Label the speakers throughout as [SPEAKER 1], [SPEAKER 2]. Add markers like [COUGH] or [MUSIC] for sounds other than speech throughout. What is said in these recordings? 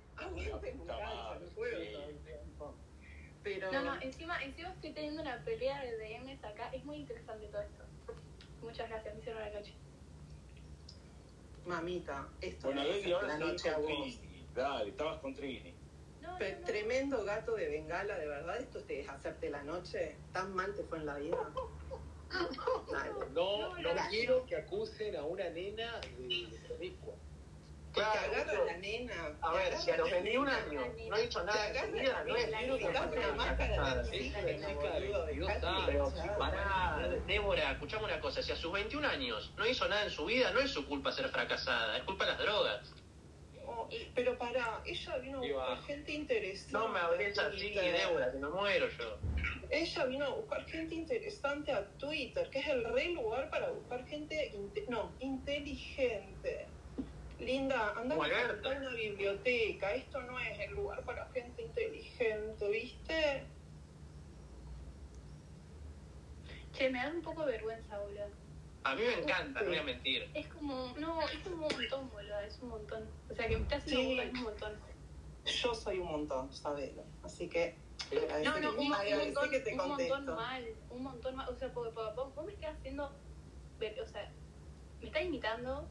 [SPEAKER 1] Está
[SPEAKER 2] profe me cansa,
[SPEAKER 1] mal,
[SPEAKER 2] no puedo
[SPEAKER 1] sí.
[SPEAKER 2] todo el tiempo. Pero
[SPEAKER 3] No, no, encima, encima estoy teniendo una pelea de DMs acá. Es muy interesante todo esto. Muchas gracias, me hicieron la noche.
[SPEAKER 2] mamita, esto
[SPEAKER 1] Bueno,
[SPEAKER 2] no es
[SPEAKER 1] Leti, ahora
[SPEAKER 2] la
[SPEAKER 1] estabas
[SPEAKER 2] noche a
[SPEAKER 1] con
[SPEAKER 2] vos.
[SPEAKER 1] Trini. Dale, estabas con Trini.
[SPEAKER 3] No, no,
[SPEAKER 2] Pe-
[SPEAKER 3] no.
[SPEAKER 2] Tremendo gato de bengala, de verdad, esto te deja hacerte la noche. Tan mal te fue en la vida. Dale.
[SPEAKER 4] No, no
[SPEAKER 3] Gracias.
[SPEAKER 4] quiero que acusen a una nena de, de promiscua.
[SPEAKER 2] te
[SPEAKER 5] Claro,
[SPEAKER 2] agarra
[SPEAKER 5] pero-
[SPEAKER 2] la nena.
[SPEAKER 5] A ver, si a los 21 años no he hecho nada de su vida, no es
[SPEAKER 2] La
[SPEAKER 5] no es una
[SPEAKER 2] nena, la
[SPEAKER 5] persona
[SPEAKER 4] Ah,
[SPEAKER 2] máscara
[SPEAKER 5] casada.
[SPEAKER 2] de
[SPEAKER 4] Es
[SPEAKER 2] la
[SPEAKER 4] una
[SPEAKER 2] nena,
[SPEAKER 4] chica de 22
[SPEAKER 2] boludo, dejate
[SPEAKER 4] años.
[SPEAKER 5] Pero
[SPEAKER 2] hinchar.
[SPEAKER 5] pará, Débora, escuchame una cosa, si a sus 21 años no hizo nada en su vida, no es su culpa ser fracasada, es culpa de las drogas.
[SPEAKER 2] Oh, y- pero pará, ella vino a
[SPEAKER 4] Iba.
[SPEAKER 2] buscar gente interesante.
[SPEAKER 5] No me hables así,
[SPEAKER 2] Twitter.
[SPEAKER 5] Débora, que me muero yo.
[SPEAKER 2] Ella vino a buscar gente interesante a Twitter, que es el rey lugar para buscar gente, inte- no, inteligente. Linda, anda
[SPEAKER 5] Como
[SPEAKER 2] a
[SPEAKER 5] Alberto.
[SPEAKER 2] buscar una biblioteca, esto no es el lugar para gente inteligente, ¿viste?
[SPEAKER 3] Che, me da un poco de vergüenza, boludo.
[SPEAKER 5] A mí me encanta, no voy a mentir.
[SPEAKER 3] Es como, no, es un montón, boludo, es un montón. O sea, que me está haciendo
[SPEAKER 2] Sí.
[SPEAKER 3] burla, es un montón.
[SPEAKER 2] Yo soy un montón, sabelo. Así que agradecé
[SPEAKER 3] No, no,
[SPEAKER 2] que-
[SPEAKER 3] un, mo- un
[SPEAKER 2] agradecé
[SPEAKER 3] montón,
[SPEAKER 2] que te
[SPEAKER 3] un montón
[SPEAKER 2] contesto.
[SPEAKER 3] mal, un montón mal. O sea, porque, porque vos, vos me estás haciendo, ver- o sea, me estás imitando,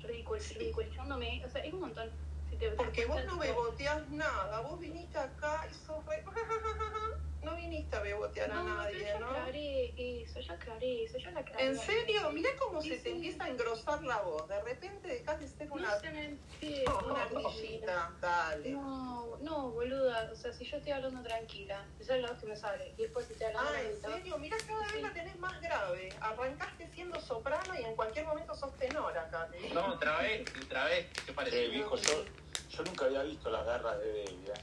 [SPEAKER 3] ridicul- ridiculizándome, o sea, es un montón. Si te-
[SPEAKER 2] Porque vos no
[SPEAKER 3] estás-
[SPEAKER 2] beboteás nada, vos viniste acá y sos re... [LAUGHS] No viniste a bebotear a
[SPEAKER 3] No, pero
[SPEAKER 2] nadie,
[SPEAKER 3] yo
[SPEAKER 2] ¿no?
[SPEAKER 3] aclaré eso, yo aclaré eso, yo la aclaré.
[SPEAKER 2] ¿En serio? Mirá cómo
[SPEAKER 3] Sí,
[SPEAKER 2] se te
[SPEAKER 3] sí.
[SPEAKER 2] empieza a engrosar la voz. De repente dejas de ser una, Oh,
[SPEAKER 3] No
[SPEAKER 2] [LAUGHS]
[SPEAKER 3] se me entiende.
[SPEAKER 2] una ardillita. oh, Dale.
[SPEAKER 3] No, no, boluda, o sea, si yo estoy hablando tranquila, esa es la voz que me sale, y después si estoy hablando
[SPEAKER 2] Ah,
[SPEAKER 3] la
[SPEAKER 2] ¿en
[SPEAKER 3] mitad,
[SPEAKER 2] serio? Mirá, cada vez
[SPEAKER 3] Sí.
[SPEAKER 2] la tenés más grave. Arrancaste siendo soprano y en cualquier momento sos tenor acá. te digo.
[SPEAKER 5] No, otra vez, otra vez, ¿qué
[SPEAKER 1] Eh,
[SPEAKER 5] parece?
[SPEAKER 1] viejo, yo, yo nunca había visto las garras de Debbie. ¿eh?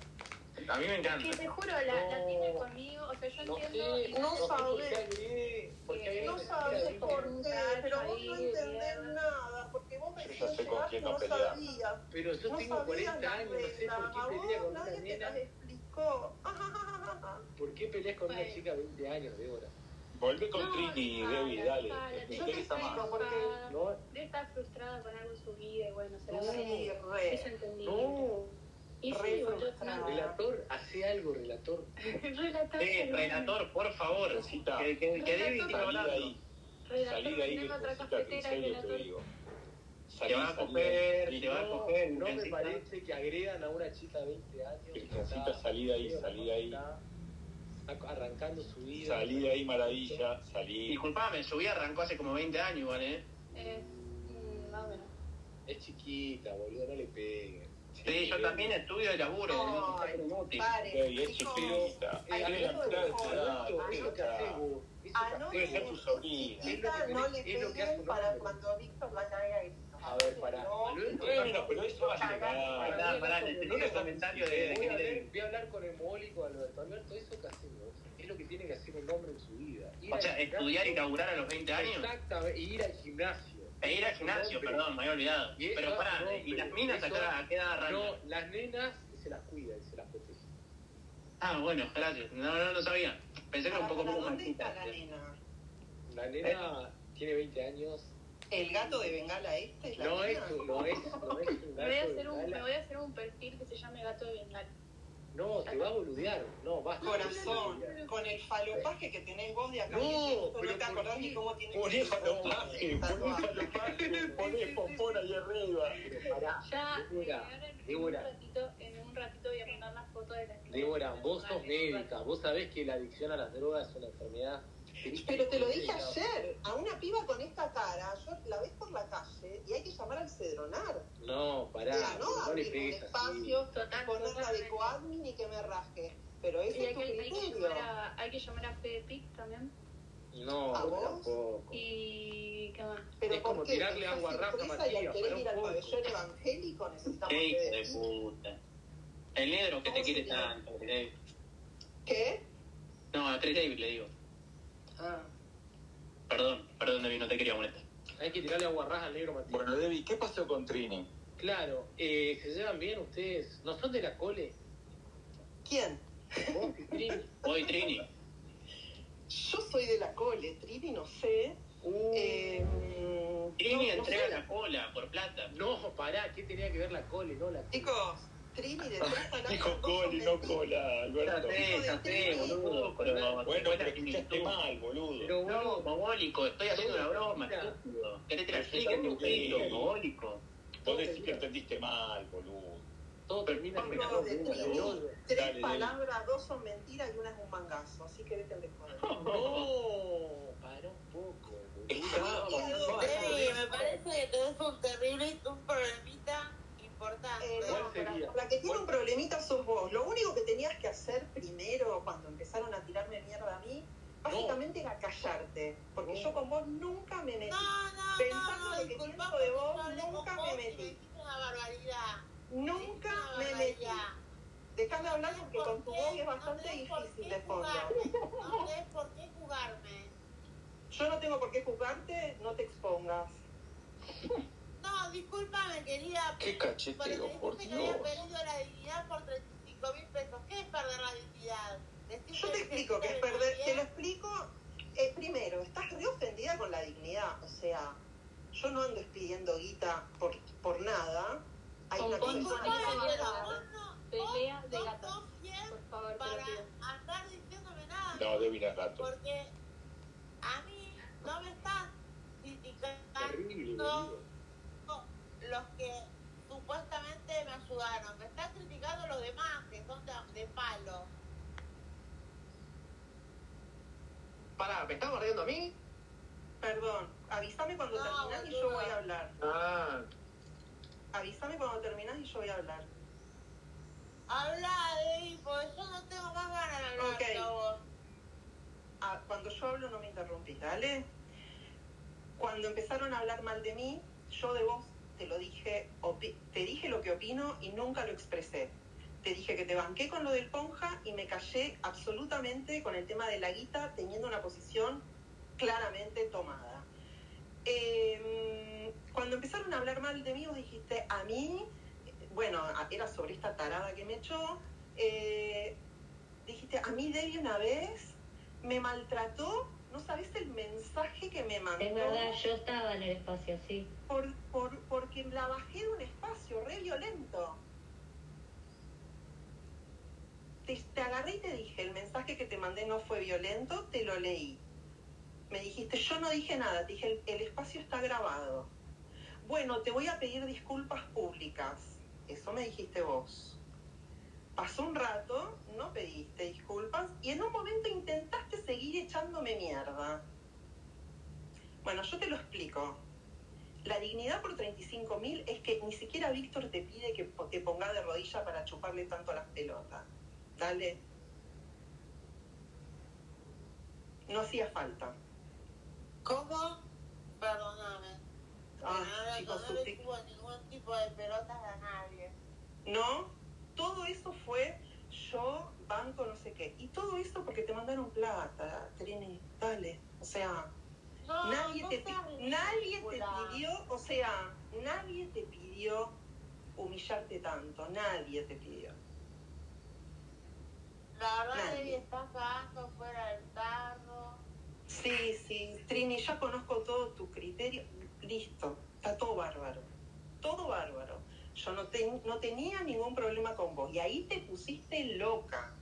[SPEAKER 5] A mí me
[SPEAKER 3] Que
[SPEAKER 5] encanta.
[SPEAKER 3] te juro, la, la
[SPEAKER 4] No.
[SPEAKER 3] tiene conmigo, o sea, yo
[SPEAKER 4] No
[SPEAKER 3] entiendo.
[SPEAKER 4] sé,
[SPEAKER 3] y-
[SPEAKER 2] No
[SPEAKER 4] sé por
[SPEAKER 2] sabe.
[SPEAKER 4] qué agregué, por qué agregué
[SPEAKER 2] No
[SPEAKER 4] esa
[SPEAKER 2] sabes
[SPEAKER 4] chica
[SPEAKER 2] por
[SPEAKER 4] de
[SPEAKER 2] qué, pero vos no entendés
[SPEAKER 3] Ahí,
[SPEAKER 2] nada, porque vos
[SPEAKER 1] Yo ya
[SPEAKER 2] recién
[SPEAKER 1] sé con
[SPEAKER 2] llegaste
[SPEAKER 1] quién
[SPEAKER 2] y no
[SPEAKER 1] no pelear.
[SPEAKER 2] sabías.
[SPEAKER 4] Pero yo
[SPEAKER 2] No
[SPEAKER 4] tengo
[SPEAKER 2] sabías
[SPEAKER 4] 40
[SPEAKER 2] las
[SPEAKER 4] años, no sé
[SPEAKER 2] reglas.
[SPEAKER 4] por
[SPEAKER 2] A
[SPEAKER 4] qué pelea
[SPEAKER 2] vos
[SPEAKER 4] con una
[SPEAKER 2] nadie te
[SPEAKER 4] nena.
[SPEAKER 2] las explicó. Ah,
[SPEAKER 4] ¿Por qué peleas con una
[SPEAKER 3] Bueno.
[SPEAKER 4] chica de 20 años, Débora?
[SPEAKER 1] Volvé con
[SPEAKER 3] No,
[SPEAKER 1] Trini,
[SPEAKER 3] dejala,
[SPEAKER 1] Debbie, dale.
[SPEAKER 3] dejala,
[SPEAKER 1] Me
[SPEAKER 3] te-
[SPEAKER 1] interesa
[SPEAKER 3] dejala.
[SPEAKER 1] más.
[SPEAKER 3] Ah.
[SPEAKER 4] No,
[SPEAKER 3] Debe estar frustrada con algo en su vida y bueno, se la
[SPEAKER 4] No.
[SPEAKER 3] va
[SPEAKER 2] Sí,
[SPEAKER 3] a
[SPEAKER 2] re.
[SPEAKER 3] Es entendible.
[SPEAKER 4] no.
[SPEAKER 3] y
[SPEAKER 2] re
[SPEAKER 3] sí, boludo,
[SPEAKER 2] frustrada.
[SPEAKER 3] no.
[SPEAKER 4] Relator, hace algo, relator.
[SPEAKER 3] Relator,
[SPEAKER 5] Eh,
[SPEAKER 3] boludo.
[SPEAKER 5] relator, por favor.
[SPEAKER 1] Rosita,
[SPEAKER 5] Que, que, que Debbie esté
[SPEAKER 1] Salí de
[SPEAKER 5] hablando.
[SPEAKER 1] ahí,
[SPEAKER 3] Relator,
[SPEAKER 1] salí de ahí,
[SPEAKER 3] prendeme otra
[SPEAKER 1] viejocita, que en
[SPEAKER 3] cafetera,
[SPEAKER 1] serio te
[SPEAKER 3] relator.
[SPEAKER 1] digo. Salí,
[SPEAKER 5] Te va a
[SPEAKER 1] salí
[SPEAKER 5] coger,
[SPEAKER 1] de
[SPEAKER 5] te va a
[SPEAKER 1] ahí.
[SPEAKER 4] No,
[SPEAKER 5] coger.
[SPEAKER 4] no me
[SPEAKER 5] Pensita.
[SPEAKER 4] parece que agredan a una chica de 20 años. que
[SPEAKER 1] Virgencita,
[SPEAKER 4] está-
[SPEAKER 1] salí de ahí,
[SPEAKER 4] que
[SPEAKER 1] salí de ahí.
[SPEAKER 4] está Arrancando su vida.
[SPEAKER 1] Salí de ahí, maravilla, salí.
[SPEAKER 5] Disculpame, su vida arrancó hace como 20 años, igual, ¿eh?
[SPEAKER 3] Eh, mm, más o menos.
[SPEAKER 4] Es chiquita, boludo, no le peguen.
[SPEAKER 5] Sí, yo también estudio y laburo.
[SPEAKER 2] No,
[SPEAKER 5] boludo.
[SPEAKER 2] ay,
[SPEAKER 1] Debbie,
[SPEAKER 2] paren,
[SPEAKER 1] es
[SPEAKER 2] chicos.
[SPEAKER 1] chiquita.
[SPEAKER 2] Ay,
[SPEAKER 1] Tiene la
[SPEAKER 2] no,
[SPEAKER 1] mitad de tu
[SPEAKER 2] no,
[SPEAKER 1] edad,
[SPEAKER 2] no,
[SPEAKER 1] chiquita.
[SPEAKER 4] Eso que hace vos, eso que hace-
[SPEAKER 2] Ah, no,
[SPEAKER 1] Debe ser tu sobrina.
[SPEAKER 2] chiquita, no le
[SPEAKER 4] Es lo que hace
[SPEAKER 2] peguen
[SPEAKER 4] un
[SPEAKER 2] para
[SPEAKER 4] hombre.
[SPEAKER 2] cuando a Víctor la caiga y...
[SPEAKER 4] A ver, pará.
[SPEAKER 2] No.
[SPEAKER 1] Bueno, pero eso va a llegar.
[SPEAKER 5] Pará, pará, necesito el comentario de- de
[SPEAKER 4] Voy a,
[SPEAKER 5] Jiménez.
[SPEAKER 4] hablar, voy a hablar con el mogólico Alberto. Alberto, eso que hacemos es lo que tiene que hacer un hombre en su vida. Ir
[SPEAKER 5] O
[SPEAKER 4] al
[SPEAKER 5] sea,
[SPEAKER 4] gimnasio-
[SPEAKER 5] estudiar y laburar a los 20 años.
[SPEAKER 4] Exactamente, y ir al gimnasio.
[SPEAKER 5] E ir al gimnasio,
[SPEAKER 4] Hombre.
[SPEAKER 5] perdón, me había olvidado.
[SPEAKER 4] Y eso,
[SPEAKER 5] Pero
[SPEAKER 4] no,
[SPEAKER 5] pará, y las
[SPEAKER 4] pero
[SPEAKER 5] minas
[SPEAKER 4] eso-
[SPEAKER 5] acá a qué edad
[SPEAKER 4] No,
[SPEAKER 5] arrancan.
[SPEAKER 4] las nenas se las cuida y se las protege.
[SPEAKER 5] Ah, bueno, gracias. No, no, no sabía. Pensé que era un poco
[SPEAKER 2] ¿Para
[SPEAKER 5] más
[SPEAKER 2] dónde está
[SPEAKER 5] machista.
[SPEAKER 2] la nena?
[SPEAKER 4] La nena tiene 20 años.
[SPEAKER 2] ¿El gato de Bengala este? es la
[SPEAKER 4] No es,
[SPEAKER 2] nena?
[SPEAKER 4] no es, no es. un
[SPEAKER 3] Me voy, a
[SPEAKER 4] gato de
[SPEAKER 3] hacer un,
[SPEAKER 4] bengala.
[SPEAKER 3] me voy a hacer un perfil que se llame Gato de Bengala.
[SPEAKER 4] No, te va a boludear. No,
[SPEAKER 2] Ah,
[SPEAKER 4] basta.
[SPEAKER 2] Corazón, con el falopaje que tenés vos de acá,
[SPEAKER 4] No,
[SPEAKER 2] no, no
[SPEAKER 4] pero
[SPEAKER 2] te acordás
[SPEAKER 4] ¿por qué?
[SPEAKER 2] ni cómo tiene
[SPEAKER 1] Poné falopaje, poné
[SPEAKER 2] Tatuaje.
[SPEAKER 1] falopaje, poné pompón ahí arriba.
[SPEAKER 4] Pero pará.
[SPEAKER 3] Ya, eh,
[SPEAKER 4] Débora,
[SPEAKER 3] ahora en- en, un
[SPEAKER 4] Débora.
[SPEAKER 3] ratito, en un ratito voy a mandar las fotos de las
[SPEAKER 4] Débora, vos sos
[SPEAKER 3] Vale,
[SPEAKER 4] médica,
[SPEAKER 3] vale.
[SPEAKER 4] vos sabés que la adicción a las drogas es una enfermedad.
[SPEAKER 2] Pero te lo dije ayer, a una piba con esta cara, yo la ves por la calle y hay que llamar al cedronar.
[SPEAKER 4] No, pará,
[SPEAKER 2] Mira,
[SPEAKER 4] pero
[SPEAKER 2] no
[SPEAKER 4] no le
[SPEAKER 2] abrir un
[SPEAKER 4] pegues así.
[SPEAKER 2] espacio,
[SPEAKER 3] Total,
[SPEAKER 2] ponerla de
[SPEAKER 3] totalmente.
[SPEAKER 2] coadmin y que me rasque. Pero
[SPEAKER 3] Y
[SPEAKER 2] ese
[SPEAKER 3] hay
[SPEAKER 2] es tu
[SPEAKER 3] que, hay que
[SPEAKER 2] criterio.
[SPEAKER 3] llamar a, Ah, hay que llamar a Fede Pic también.
[SPEAKER 4] No,
[SPEAKER 2] ¿A vos?
[SPEAKER 4] tampoco.
[SPEAKER 3] Y. ¿Qué más?
[SPEAKER 2] Pero
[SPEAKER 4] es
[SPEAKER 2] ¿por
[SPEAKER 4] como
[SPEAKER 2] qué?
[SPEAKER 4] tirarle
[SPEAKER 2] Porque
[SPEAKER 4] agua a
[SPEAKER 2] estás
[SPEAKER 4] Rafa
[SPEAKER 2] impresa y al
[SPEAKER 4] Matías,
[SPEAKER 2] querer
[SPEAKER 4] para
[SPEAKER 2] ir al
[SPEAKER 4] un poco.
[SPEAKER 2] pabellón evangélico necesitamos
[SPEAKER 5] Qué hijo
[SPEAKER 2] que...
[SPEAKER 5] de puta. El negro que te quiere tanto, David.
[SPEAKER 2] ¿Qué?
[SPEAKER 5] No, a Chris David le digo.
[SPEAKER 2] Ah.
[SPEAKER 5] Perdón, perdón, David, no te quería molestar.
[SPEAKER 4] Hay que tirarle aguarrás al negro Matías.
[SPEAKER 1] Bueno, Debbie, ¿qué pasó con Trini?
[SPEAKER 4] Claro, eh, ¿se llevan bien ustedes? ¿No son de la cole?
[SPEAKER 2] ¿Quién?
[SPEAKER 4] ¿Vos, Cristín?
[SPEAKER 2] [LAUGHS]
[SPEAKER 5] Hoy Trini.
[SPEAKER 2] Yo soy de la cole, Trini, no sé.
[SPEAKER 4] Uh,
[SPEAKER 2] Eh,
[SPEAKER 5] Trini
[SPEAKER 2] no- no sé
[SPEAKER 5] entrega
[SPEAKER 2] la-
[SPEAKER 5] la cola por plata.
[SPEAKER 4] No, pará, ¿qué tenía que ver la cole? No, la
[SPEAKER 2] Chicos, Trini de tres palabras.
[SPEAKER 1] Dijo
[SPEAKER 2] dos
[SPEAKER 1] col y no
[SPEAKER 2] son de
[SPEAKER 1] cola, Alberto.
[SPEAKER 5] Cállate, cállate, boludo. Pero,
[SPEAKER 1] Bueno,
[SPEAKER 5] buena
[SPEAKER 1] pero escuchaste
[SPEAKER 5] actitud.
[SPEAKER 1] mal, boludo.
[SPEAKER 4] Pero
[SPEAKER 5] No,
[SPEAKER 4] bueno,
[SPEAKER 5] mongólico, estoy haciendo una broma, estúpido. Querés tirar clic en tu pelo, mongólico.
[SPEAKER 1] Vos decís que entendiste mal, boludo.
[SPEAKER 4] todo termina en
[SPEAKER 2] No, de
[SPEAKER 4] una
[SPEAKER 2] Trini,
[SPEAKER 4] boluda.
[SPEAKER 2] tres
[SPEAKER 1] Dale, dale.
[SPEAKER 2] palabras, dos son mentiras y una es un mangazo. Así que vete al descuadre.
[SPEAKER 4] No, para un poco,
[SPEAKER 1] Está-
[SPEAKER 2] no,
[SPEAKER 6] Sí, me parece que tenés un terrible, un problemita importante.
[SPEAKER 2] Eh,
[SPEAKER 4] ¿Cuál
[SPEAKER 2] no,
[SPEAKER 4] sería?
[SPEAKER 2] La que tiene un problemita sos vos. Lo único que tenías que hacer primero, cuando empezaron a tirarme mierda a mí, básicamente era callarte. Porque
[SPEAKER 4] No.
[SPEAKER 2] yo con vos nunca me metí.
[SPEAKER 6] No, no,
[SPEAKER 2] Pensando
[SPEAKER 6] no,
[SPEAKER 2] lo
[SPEAKER 6] no,
[SPEAKER 2] que
[SPEAKER 6] disculpa
[SPEAKER 2] pienso de
[SPEAKER 6] porque
[SPEAKER 2] vos,
[SPEAKER 6] yo hablé con
[SPEAKER 2] nunca
[SPEAKER 6] vos
[SPEAKER 2] me
[SPEAKER 6] y
[SPEAKER 2] metí.
[SPEAKER 6] dijiste una barbaridad.
[SPEAKER 2] Nunca
[SPEAKER 6] Dijiste una
[SPEAKER 2] me metí.
[SPEAKER 6] barbaridad.
[SPEAKER 2] Déjame hablar porque
[SPEAKER 6] ¿Por
[SPEAKER 2] con tu
[SPEAKER 6] qué?
[SPEAKER 2] voz es
[SPEAKER 6] No
[SPEAKER 2] bastante
[SPEAKER 6] tenés por
[SPEAKER 2] difícil
[SPEAKER 6] qué
[SPEAKER 2] de fondo.
[SPEAKER 6] jugarme, No tenés por qué jugarme.
[SPEAKER 2] Yo no tengo por qué juzgarte, no te expongas.
[SPEAKER 6] No, discúlpame, querida.
[SPEAKER 1] Qué
[SPEAKER 6] Pero
[SPEAKER 1] cacheteo,
[SPEAKER 6] me
[SPEAKER 1] por
[SPEAKER 6] dijiste que
[SPEAKER 1] Dios.
[SPEAKER 6] había perdido la dignidad por 35 mil pesos. ¿Qué es perder la dignidad? Decirme
[SPEAKER 2] Yo te explico que es
[SPEAKER 6] estoy
[SPEAKER 2] perder, te lo
[SPEAKER 6] bien.
[SPEAKER 2] explico. eh, primero, estás re ofendida con la dignidad, o sea, yo no ando pidiendo guita por, por nada. Hay
[SPEAKER 3] Con
[SPEAKER 2] una
[SPEAKER 3] vos,
[SPEAKER 2] cosa-
[SPEAKER 6] Disculpame,
[SPEAKER 3] Ay,
[SPEAKER 6] pero
[SPEAKER 3] no.
[SPEAKER 6] vos no-
[SPEAKER 3] Pelea
[SPEAKER 6] vos
[SPEAKER 3] de
[SPEAKER 6] no
[SPEAKER 3] gatos.
[SPEAKER 6] sos bien
[SPEAKER 3] Por favor, te lo
[SPEAKER 6] para
[SPEAKER 3] pido.
[SPEAKER 6] andar diciéndome nada.
[SPEAKER 1] No, Debbie era gato.
[SPEAKER 6] Porque a mí no me están criticando
[SPEAKER 4] Terrible, boludo.
[SPEAKER 6] los que supuestamente me ayudaron, me están criticando los demás que son de, de palo.
[SPEAKER 5] Pará, ¿me estás mordiendo a mí?
[SPEAKER 2] Perdón, avísame cuando
[SPEAKER 6] Ah, No,
[SPEAKER 2] terminás y yo
[SPEAKER 6] boluda.
[SPEAKER 2] voy a hablar.
[SPEAKER 5] Ah,
[SPEAKER 2] Avísame cuando terminás y yo voy a hablar.
[SPEAKER 6] Habla de porque yo no tengo más ganas de hablar
[SPEAKER 2] Ok.
[SPEAKER 6] con vos.
[SPEAKER 2] Ah, cuando yo hablo no me interrumpís, ¿dale? Cuando empezaron a hablar mal de mí, yo de vos te lo dije, opi- te dije lo que opino y nunca lo expresé. Te dije que te banqué con lo del Ponja y me callé absolutamente con el tema de la guita, teniendo una posición claramente tomada. Eh, cuando empezaron a hablar mal de mí, vos dijiste a mí, bueno, a- era sobre esta tarada que me echó, eh, dijiste a mí Debbie una vez me maltrató, no sabes el mensaje que me mandó
[SPEAKER 7] Es verdad, yo estaba en el espacio, sí.
[SPEAKER 2] por, por, porque la bajé de un espacio re violento. Te, te agarré y te dije, el mensaje que te mandé no fue violento, te lo leí. Me dijiste, yo no dije nada, te dije, el, el espacio está grabado. Bueno, te voy a pedir disculpas públicas. Eso me dijiste vos. Pasó un rato, no pediste disculpas y en un momento intentaste seguir echándome mierda. Bueno, yo te lo explico. La dignidad por 35 mil es que ni siquiera Víctor te pide que po- te pongas de rodilla para chuparle tanto las pelotas. Dale. No hacía falta.
[SPEAKER 6] ¿Cómo? Perdóname.
[SPEAKER 2] Ah,
[SPEAKER 6] Perdóname,
[SPEAKER 2] chicos,
[SPEAKER 6] no le
[SPEAKER 2] usted-
[SPEAKER 6] subo ningún tipo de pelotas a nadie.
[SPEAKER 2] No, todo eso fue yo, banco, no sé qué. Y todo eso porque te mandaron plata, Trini. Dale. O sea,
[SPEAKER 6] No,
[SPEAKER 2] nadie,
[SPEAKER 6] no
[SPEAKER 2] te,
[SPEAKER 6] seas
[SPEAKER 2] pi- nadie te
[SPEAKER 6] ridícula.
[SPEAKER 2] pidió, o sea, nadie te pidió humillarte tanto. Nadie te pidió.
[SPEAKER 6] La verdad,
[SPEAKER 2] Nadie.
[SPEAKER 6] Debbie está cagando fuera del tarro.
[SPEAKER 2] Sí, sí, Trini, ya conozco todo tu criterio. Listo, está todo bárbaro. Todo bárbaro. Yo no, ten- no tenía ningún problema con vos. Y ahí te pusiste loca.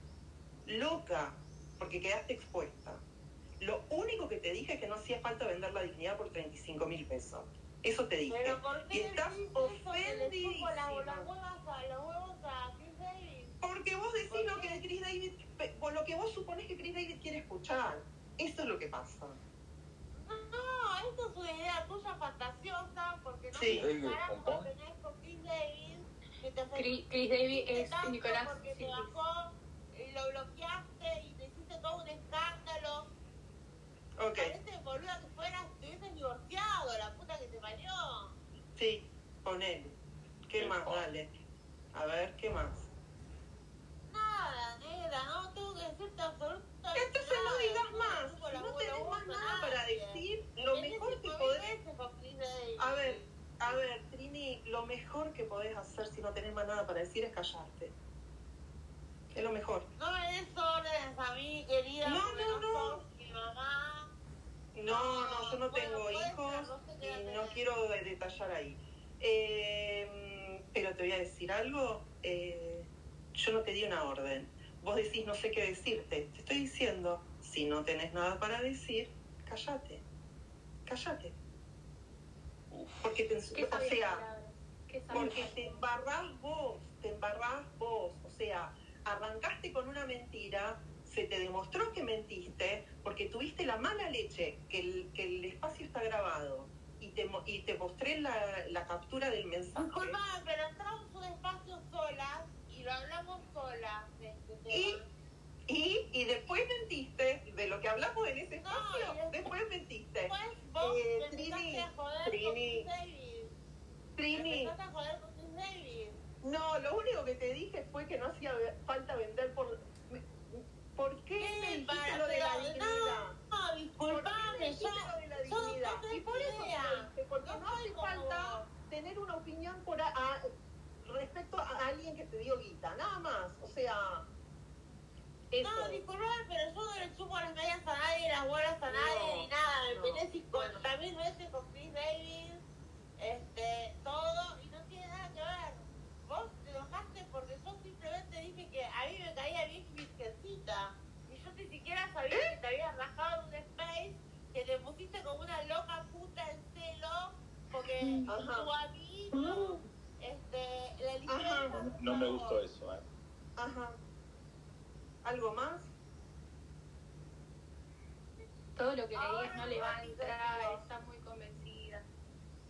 [SPEAKER 2] Loca. Porque quedaste expuesta. Lo único que te dije es que no hacía falta vender la dignidad por 35 mil pesos. Eso te dije.
[SPEAKER 6] Pero ¿por
[SPEAKER 2] Y
[SPEAKER 6] qué
[SPEAKER 2] estás
[SPEAKER 6] le dices eso que le chupo la-
[SPEAKER 2] ofendidísima.
[SPEAKER 6] las huevas a los huevos a Chris Davis?
[SPEAKER 2] Porque vos decís lo que Chris David, pe- o lo que vos suponés que Chris David quiere escuchar. Eso es lo que pasa.
[SPEAKER 6] No, esto es una idea tuya fantasiosa, porque no
[SPEAKER 2] Sí.
[SPEAKER 6] tenés carajo que tenés con Chris Davis, que te
[SPEAKER 3] Chris, Chris Davis
[SPEAKER 6] felicitaste
[SPEAKER 3] es
[SPEAKER 6] tanto
[SPEAKER 3] Nicolás
[SPEAKER 6] porque te
[SPEAKER 3] Sittis.
[SPEAKER 6] bajó, y lo bloqueaste y te hiciste todo un escándalo.
[SPEAKER 2] Ok,
[SPEAKER 6] Parece boluda que fueras, te hubieses divorciado, la puta que te parió.
[SPEAKER 2] sí, ponele. ¿Qué más? Dale. A ver, ¿qué más?
[SPEAKER 6] Nada, negra, no tengo que decirte absolutamente
[SPEAKER 2] Entonces
[SPEAKER 6] nada,
[SPEAKER 2] no digas
[SPEAKER 6] le
[SPEAKER 2] más,
[SPEAKER 6] chupo la
[SPEAKER 2] no
[SPEAKER 6] hueva a
[SPEAKER 2] tenés
[SPEAKER 6] los
[SPEAKER 2] más
[SPEAKER 6] huevos a
[SPEAKER 2] nada para
[SPEAKER 6] nadie.
[SPEAKER 2] decir. Lo
[SPEAKER 6] Tenés
[SPEAKER 2] mejor que
[SPEAKER 6] cinco mil
[SPEAKER 2] podés.
[SPEAKER 6] veces con Chris Davis.
[SPEAKER 2] A ver, a ver, Trini, lo mejor que podés hacer si no tenés más nada para decir es callarte. Es lo mejor.
[SPEAKER 6] No me des órdenes a mí, querida.
[SPEAKER 2] No,
[SPEAKER 6] porque
[SPEAKER 2] no, no.
[SPEAKER 6] sos Mi mamá.
[SPEAKER 2] No, no, yo no
[SPEAKER 6] Bueno,
[SPEAKER 2] tengo
[SPEAKER 6] puede ser,
[SPEAKER 2] hijos
[SPEAKER 6] no sé qué edad
[SPEAKER 2] y no
[SPEAKER 6] tenés.
[SPEAKER 2] quiero de- detallar ahí. Eh, pero te voy a decir algo, eh, yo no te di una orden. Vos decís, no sé qué decirte. Te estoy diciendo, si no tenés nada para decir, cállate. Cállate.
[SPEAKER 1] Uf.
[SPEAKER 2] Porque te, ensu-
[SPEAKER 3] ¿Qué
[SPEAKER 2] o
[SPEAKER 3] sabes
[SPEAKER 2] sea,
[SPEAKER 3] palabras? ¿Qué sabes
[SPEAKER 2] porque te embarrás vos, te embarrás vos. O sea, arrancaste con una mentira, se te demostró que mentiste porque tuviste la mala leche, que el, que el espacio está grabado y te, mo- y te mostré la, la captura del mensaje.
[SPEAKER 6] Disculpame, pero entramos un espacio solas y lo hablamos solas de este tema.
[SPEAKER 2] Y- Y, y después mentiste, de lo que hablamos en ese espacio,
[SPEAKER 6] No, y es-
[SPEAKER 2] después mentiste.
[SPEAKER 6] Después vos
[SPEAKER 2] Eh,
[SPEAKER 6] te empezaste a
[SPEAKER 2] Trini,
[SPEAKER 6] joder
[SPEAKER 2] Trini,
[SPEAKER 6] con Chris Davis. Te
[SPEAKER 2] Trini,
[SPEAKER 6] empezaste a joder con Chris Davis.
[SPEAKER 2] no, lo único que te dije fue que no hacía ve- falta vender por... me- ¿Por qué
[SPEAKER 6] Sí,
[SPEAKER 2] me dijiste
[SPEAKER 6] Eh, para-
[SPEAKER 2] lo de la
[SPEAKER 6] pero no,
[SPEAKER 2] dignidad?
[SPEAKER 6] No,
[SPEAKER 2] ¿Por qué me
[SPEAKER 6] disculpame,
[SPEAKER 2] dijiste
[SPEAKER 6] yo
[SPEAKER 2] lo de la
[SPEAKER 6] yo no
[SPEAKER 2] dignidad?
[SPEAKER 6] tengo
[SPEAKER 2] Y por eso te
[SPEAKER 6] idea.
[SPEAKER 2] lo dije, porque
[SPEAKER 6] No
[SPEAKER 2] no hace
[SPEAKER 6] soy como
[SPEAKER 2] falta
[SPEAKER 6] vos.
[SPEAKER 2] tener una opinión por a- a- respecto a alguien que te dio guita, nada más. O sea, eso.
[SPEAKER 6] No, disculpame, pero yo no le chupo las medias a nadie, las bolas a nadie,
[SPEAKER 2] No,
[SPEAKER 6] ni nada. Me
[SPEAKER 2] no.
[SPEAKER 6] peleé 50 mil veces con Chris Davis, este, todo, y no tiene nada que ver. Vos te enojaste porque yo simplemente dije que a mí me caía bien virgencita. Y yo ni siquiera sabía que te habías rajado en un space, que te pusiste como una loca puta en celo, porque
[SPEAKER 2] Ajá.
[SPEAKER 6] tu amigo, este, la
[SPEAKER 2] Ajá.
[SPEAKER 6] ligera.
[SPEAKER 1] No me gustó eso, ¿eh?
[SPEAKER 2] Ajá. ¿Algo más?
[SPEAKER 3] Todo lo que le digas no
[SPEAKER 6] Ahora
[SPEAKER 3] le va
[SPEAKER 6] no,
[SPEAKER 3] a entrar,
[SPEAKER 6] no.
[SPEAKER 3] está muy convencida.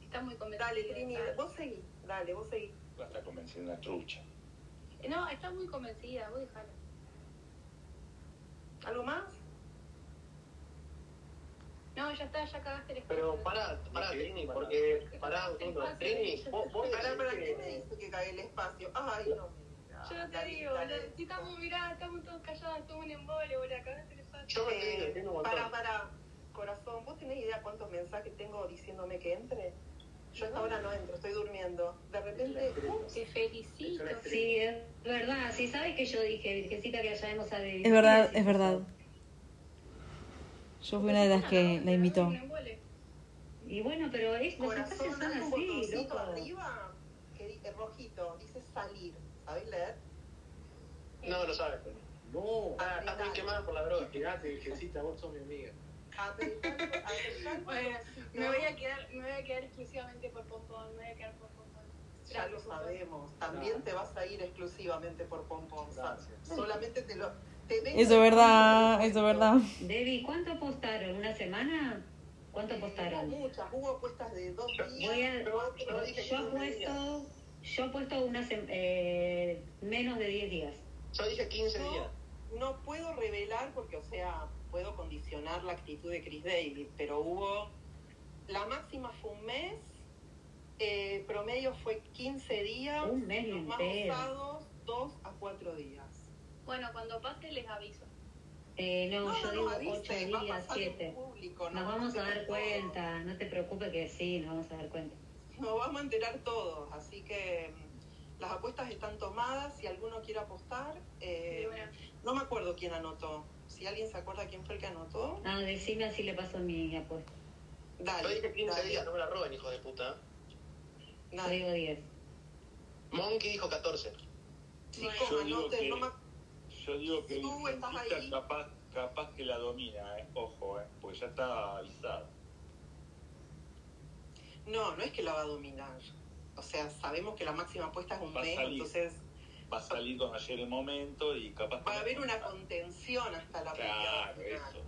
[SPEAKER 3] Está muy convencida.
[SPEAKER 2] Dale, Trini,
[SPEAKER 3] está-
[SPEAKER 2] vos seguí. Dale, vos seguí.
[SPEAKER 1] Va a estar convencida una trucha.
[SPEAKER 3] No, está muy convencida, vos dejala.
[SPEAKER 2] ¿Algo más?
[SPEAKER 3] No, ya está, ya cagaste el espacio.
[SPEAKER 5] Pero pará, pará, Trini, porque. Pará, un segundo. Trini, vos, vos
[SPEAKER 2] Pará, pará,
[SPEAKER 5] decís que-
[SPEAKER 2] ¿qué me dice que cae el espacio? Ay, no. mira.
[SPEAKER 3] Yo no te
[SPEAKER 2] Dale,
[SPEAKER 3] digo,
[SPEAKER 2] dale.
[SPEAKER 3] boludo, si estamos, mirá, estamos todos callados, estamos en embole, boludo, cagaste el espacio.
[SPEAKER 5] Yo me estoy divirtiendo un
[SPEAKER 2] Para,
[SPEAKER 5] montón.
[SPEAKER 2] para, Eh, corazón, ¿vos tenés idea cuántos mensajes tengo diciéndome que entre? Yo hasta ahora no entro, estoy durmiendo. De repente, ¡pum!
[SPEAKER 3] Te felicito.
[SPEAKER 7] Sí, es verdad. Sí, sabes que yo dije, Virgencita, que la llamemos a David.
[SPEAKER 8] Es verdad,
[SPEAKER 7] Sí,
[SPEAKER 8] es verdad. Yo fui una de las que la invitó.
[SPEAKER 3] Un embole.
[SPEAKER 7] Y bueno, pero es, los espacios
[SPEAKER 2] corazón,
[SPEAKER 7] son
[SPEAKER 2] hay un
[SPEAKER 7] así,
[SPEAKER 2] botoncito
[SPEAKER 7] loco.
[SPEAKER 2] arriba que di- el rojito, dice salir. ¿Sabés leer?
[SPEAKER 5] No, no sabes.
[SPEAKER 4] pues. No,
[SPEAKER 5] Ah, estás muy quemada por la droga.
[SPEAKER 4] quedate, virgencita, vos sos mi amiga.
[SPEAKER 2] Apretar, apretar el
[SPEAKER 3] Bueno,
[SPEAKER 2] botoncito.
[SPEAKER 3] Me voy a quedar, me voy a quedar exclusivamente por pompón, me voy a quedar por pompón.
[SPEAKER 2] Ya lo sabemos. También te vas a ir exclusivamente por pompón.
[SPEAKER 4] Gracias.
[SPEAKER 2] Solamente te lo... Te vengo-
[SPEAKER 8] Eso es verdad, eso es verdad.
[SPEAKER 7] Debbie, ¿cuánto apostaron? ¿Una semana? ¿Cuánto
[SPEAKER 2] Hubo
[SPEAKER 7] apostaron?
[SPEAKER 2] muchas, hubo apuestas de dos
[SPEAKER 7] Voy
[SPEAKER 2] días.
[SPEAKER 7] a, yo apuesto, yo apuesto una sem- eh, menos de 10 días.
[SPEAKER 5] Yo dije 15 días.
[SPEAKER 2] No puedo revelar porque, o sea, puedo condicionar la actitud de Chris Davis, pero hubo. La máxima fue un mes, eh, promedio fue 15 días,
[SPEAKER 7] Un mes
[SPEAKER 2] los más
[SPEAKER 7] entero.
[SPEAKER 2] usados, 2 a 4 días.
[SPEAKER 3] Bueno, cuando pase les aviso.
[SPEAKER 7] Eh, no, yo digo
[SPEAKER 2] nos
[SPEAKER 7] 8
[SPEAKER 2] avisen, va a
[SPEAKER 7] días,
[SPEAKER 2] pasar en
[SPEAKER 7] 7.
[SPEAKER 2] público,
[SPEAKER 7] Nos vamos a
[SPEAKER 2] enterar
[SPEAKER 7] dar
[SPEAKER 2] todos.
[SPEAKER 7] cuenta, no te preocupes que sí, nos vamos a dar cuenta.
[SPEAKER 2] Nos vamos a enterar todos, así que mm, las apuestas están tomadas. Si alguno quiere apostar, eh,
[SPEAKER 3] De una.
[SPEAKER 2] no me acuerdo quién anotó. Si alguien se acuerda quién fue el que anotó,
[SPEAKER 7] Ah, decime así le paso mi apuesta.
[SPEAKER 5] Yo
[SPEAKER 2] dale.
[SPEAKER 5] dije 15
[SPEAKER 2] dale,
[SPEAKER 5] días, no me la roben, hijo de puta.
[SPEAKER 7] Yo
[SPEAKER 2] dale.
[SPEAKER 7] digo 10.
[SPEAKER 5] Monkey dijo 14.
[SPEAKER 2] Chicos,
[SPEAKER 1] Yo digo
[SPEAKER 2] anoten,
[SPEAKER 1] que-
[SPEAKER 2] no me
[SPEAKER 1] Yo digo que
[SPEAKER 2] Tú estás
[SPEAKER 1] Virgencita
[SPEAKER 2] ahí.
[SPEAKER 1] capaz, capaz que la domina, ¿eh? Ojo, ¿eh? Porque ya está avisada.
[SPEAKER 2] No, no es que la va a dominar. O sea, sabemos que la máxima apuesta es un
[SPEAKER 1] Va a
[SPEAKER 2] mes,
[SPEAKER 1] salir.
[SPEAKER 2] entonces
[SPEAKER 1] Va a salir con ayer el momento y capaz que
[SPEAKER 2] va a
[SPEAKER 1] no
[SPEAKER 2] haber una
[SPEAKER 1] está.
[SPEAKER 2] contención hasta la
[SPEAKER 1] Ah. Claro,
[SPEAKER 2] pelea final.
[SPEAKER 1] eso.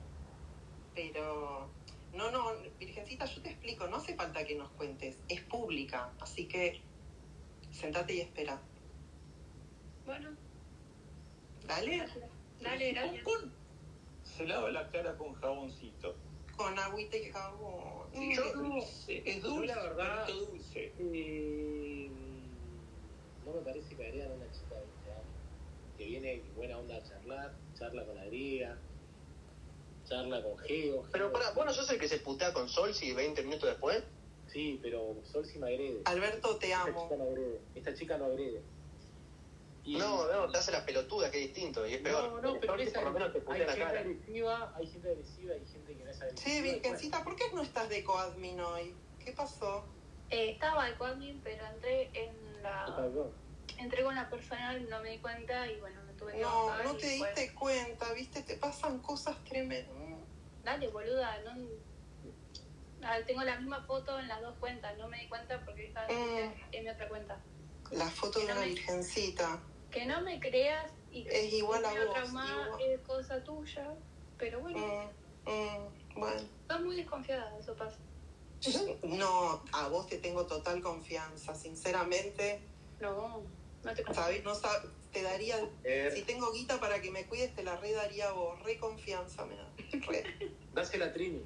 [SPEAKER 2] Pero no, no, Virgencita, yo te explico, no hace falta que nos cuentes, es pública, así que sentate y espera.
[SPEAKER 3] Bueno,
[SPEAKER 2] Dale,
[SPEAKER 3] dale, gracias.
[SPEAKER 1] Con- Se lava la cara con jaboncito.
[SPEAKER 2] con agüita y jabón.
[SPEAKER 4] Mm,
[SPEAKER 1] Yo- es dulce,
[SPEAKER 4] la verdad-
[SPEAKER 1] es dulce.
[SPEAKER 4] Eh, no me parece que agregan a una chica de 20 años que viene buena onda a charlar, charla con Adriga, charla con Geo.
[SPEAKER 5] Pero
[SPEAKER 4] Geo-
[SPEAKER 5] pará, ¿vos no sos el que se putea con Solsi 20 minutos después?
[SPEAKER 4] Sí, pero Sol sí me agrede.
[SPEAKER 2] Alberto, te
[SPEAKER 4] Esta chica
[SPEAKER 2] amo.
[SPEAKER 4] no agrede. Esta chica no agrede. Y-
[SPEAKER 5] No, no, te hace la pelotuda, que es distinto, y es peor.
[SPEAKER 4] No, no, pero
[SPEAKER 5] Solsi
[SPEAKER 4] esa-
[SPEAKER 5] por lo menos te
[SPEAKER 4] hay
[SPEAKER 5] putea la
[SPEAKER 4] gente
[SPEAKER 5] cara.
[SPEAKER 4] agresiva, hay gente agresiva, hay gente que no es agresiva.
[SPEAKER 2] Che,
[SPEAKER 4] y bueno,
[SPEAKER 2] Virgencita, ¿por qué no estás de coadmin hoy? ¿Qué pasó?
[SPEAKER 3] Eh, estaba el Quadmin, pero entré en con la,
[SPEAKER 4] Perdón.
[SPEAKER 3] entré con la personal, no me di cuenta y bueno, me tuve que
[SPEAKER 2] No,
[SPEAKER 3] bajar
[SPEAKER 2] no
[SPEAKER 3] y
[SPEAKER 2] te
[SPEAKER 3] fue,
[SPEAKER 2] diste cuenta, viste, te pasan cosas tremendas.
[SPEAKER 3] Dale, boluda, no... Ah, tengo la misma foto en las dos cuentas, no me di cuenta porque estaba
[SPEAKER 2] Mm.
[SPEAKER 3] en mi otra cuenta.
[SPEAKER 2] La foto de
[SPEAKER 3] No
[SPEAKER 2] una
[SPEAKER 3] me-
[SPEAKER 2] virgencita.
[SPEAKER 3] Que no me creas y que
[SPEAKER 2] Es igual a
[SPEAKER 3] me
[SPEAKER 2] vos,
[SPEAKER 3] traumá
[SPEAKER 2] igual.
[SPEAKER 3] es eh, cosa tuya, pero bueno,
[SPEAKER 2] Mm, mm, bueno.
[SPEAKER 3] estás muy desconfiada, eso pasa.
[SPEAKER 2] No, a vos te tengo total confianza, sinceramente.
[SPEAKER 3] No, no te confío.
[SPEAKER 2] Sabés, no sab- te daría, si
[SPEAKER 4] Eh,
[SPEAKER 2] tengo guita para que me cuides, te la redaría a vos. Re confianza me da. [LAUGHS] Re.
[SPEAKER 4] dásela a Trini.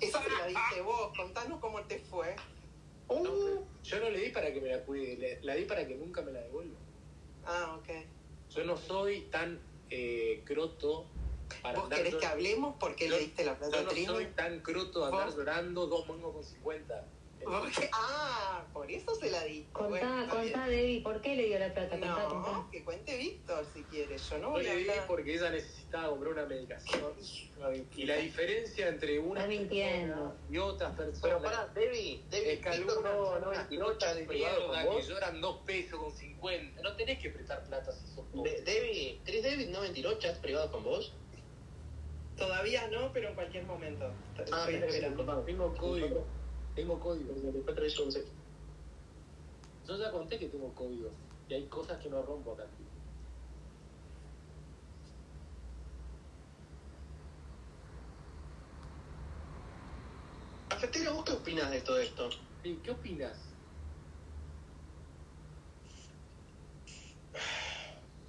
[SPEAKER 2] Esa te la diste vos, contanos cómo te fue.
[SPEAKER 4] No, yo no le di para que me la cuide, le- la di para que nunca me la devuelva.
[SPEAKER 2] Ah, ok.
[SPEAKER 4] Yo no soy tan eh, croto para
[SPEAKER 2] ¿Vos
[SPEAKER 4] andar
[SPEAKER 2] querés
[SPEAKER 4] llor-
[SPEAKER 2] que hablemos por qué
[SPEAKER 4] yo-
[SPEAKER 2] le diste la plata
[SPEAKER 4] Yo
[SPEAKER 2] a
[SPEAKER 4] no soy
[SPEAKER 2] Trini?
[SPEAKER 4] tan croto a andar
[SPEAKER 2] ¿Vos?
[SPEAKER 4] llorando dos mangos con 50.
[SPEAKER 2] ¿Por qué? Ah, por eso se la diste. Bueno,
[SPEAKER 7] Contá,
[SPEAKER 2] está bien.
[SPEAKER 7] contá, Debbie, ¿por qué le dio la plata? Contá, contá.
[SPEAKER 2] No, que cuente Víctor si quiere. Yo no
[SPEAKER 4] No
[SPEAKER 2] voy a
[SPEAKER 4] le di
[SPEAKER 2] hablar.
[SPEAKER 4] porque ella necesitaba comprar una medicación. Y
[SPEAKER 2] Y
[SPEAKER 4] la diferencia entre una
[SPEAKER 7] Está mintiendo.
[SPEAKER 4] y otras personas
[SPEAKER 5] Pero pará, Debbie,
[SPEAKER 4] es
[SPEAKER 5] Debbie,
[SPEAKER 4] que algunos
[SPEAKER 5] Víctor,
[SPEAKER 4] no
[SPEAKER 5] una
[SPEAKER 4] escrocha de mierda que
[SPEAKER 5] vos.
[SPEAKER 4] lloran dos pesos con 50. No tenés que prestar plata si sos pobre.
[SPEAKER 5] De- Debbie, ¿Chris David no ventiló chats privados con vos?
[SPEAKER 2] Todavía no, pero en cualquier momento.
[SPEAKER 5] Ah,
[SPEAKER 2] Estoy esperando.
[SPEAKER 4] Tengo código. Tengo código.
[SPEAKER 5] Pero
[SPEAKER 4] Yo ya conté que tengo código. Y hay cosas que no rompo acá.
[SPEAKER 5] ¿vos qué opinas de todo esto?
[SPEAKER 4] Sí, ¿Qué opinas?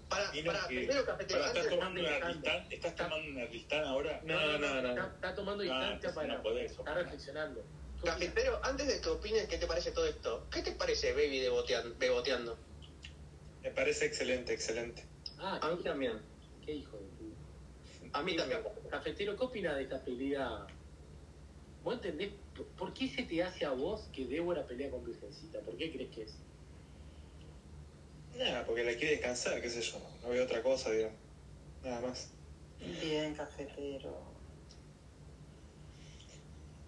[SPEAKER 5] Para,
[SPEAKER 1] Vino
[SPEAKER 5] para,
[SPEAKER 1] que-
[SPEAKER 5] primero cafetero,
[SPEAKER 1] Pará, ¿Estás
[SPEAKER 5] antes-
[SPEAKER 1] tomando una ristan? ¿Estás tomando una ristan ahora?
[SPEAKER 4] Está, está tomando
[SPEAKER 1] Ah,
[SPEAKER 4] distancia
[SPEAKER 1] entonces
[SPEAKER 4] para.
[SPEAKER 1] no podés
[SPEAKER 4] está
[SPEAKER 1] opinar.
[SPEAKER 4] reflexionando. ¿Qué opinas?
[SPEAKER 5] Cafetero, antes de que opines qué te parece todo esto, ¿qué te parece Baby de botean- beboteando?
[SPEAKER 1] Me parece excelente, excelente.
[SPEAKER 4] Ah,
[SPEAKER 5] A mí también.
[SPEAKER 4] qué hijo de puta.
[SPEAKER 5] A mí también.
[SPEAKER 4] Cafetero, ¿qué opinas de esta pelea? ¿Vos entendés por- por qué se te hace a vos que Débora pelea con Virgencita? ¿Por qué crees que es?
[SPEAKER 1] Nada, porque la quiere descansar, qué sé yo. No veo otra cosa, digamos. Nada más.
[SPEAKER 2] Bien, cafetero.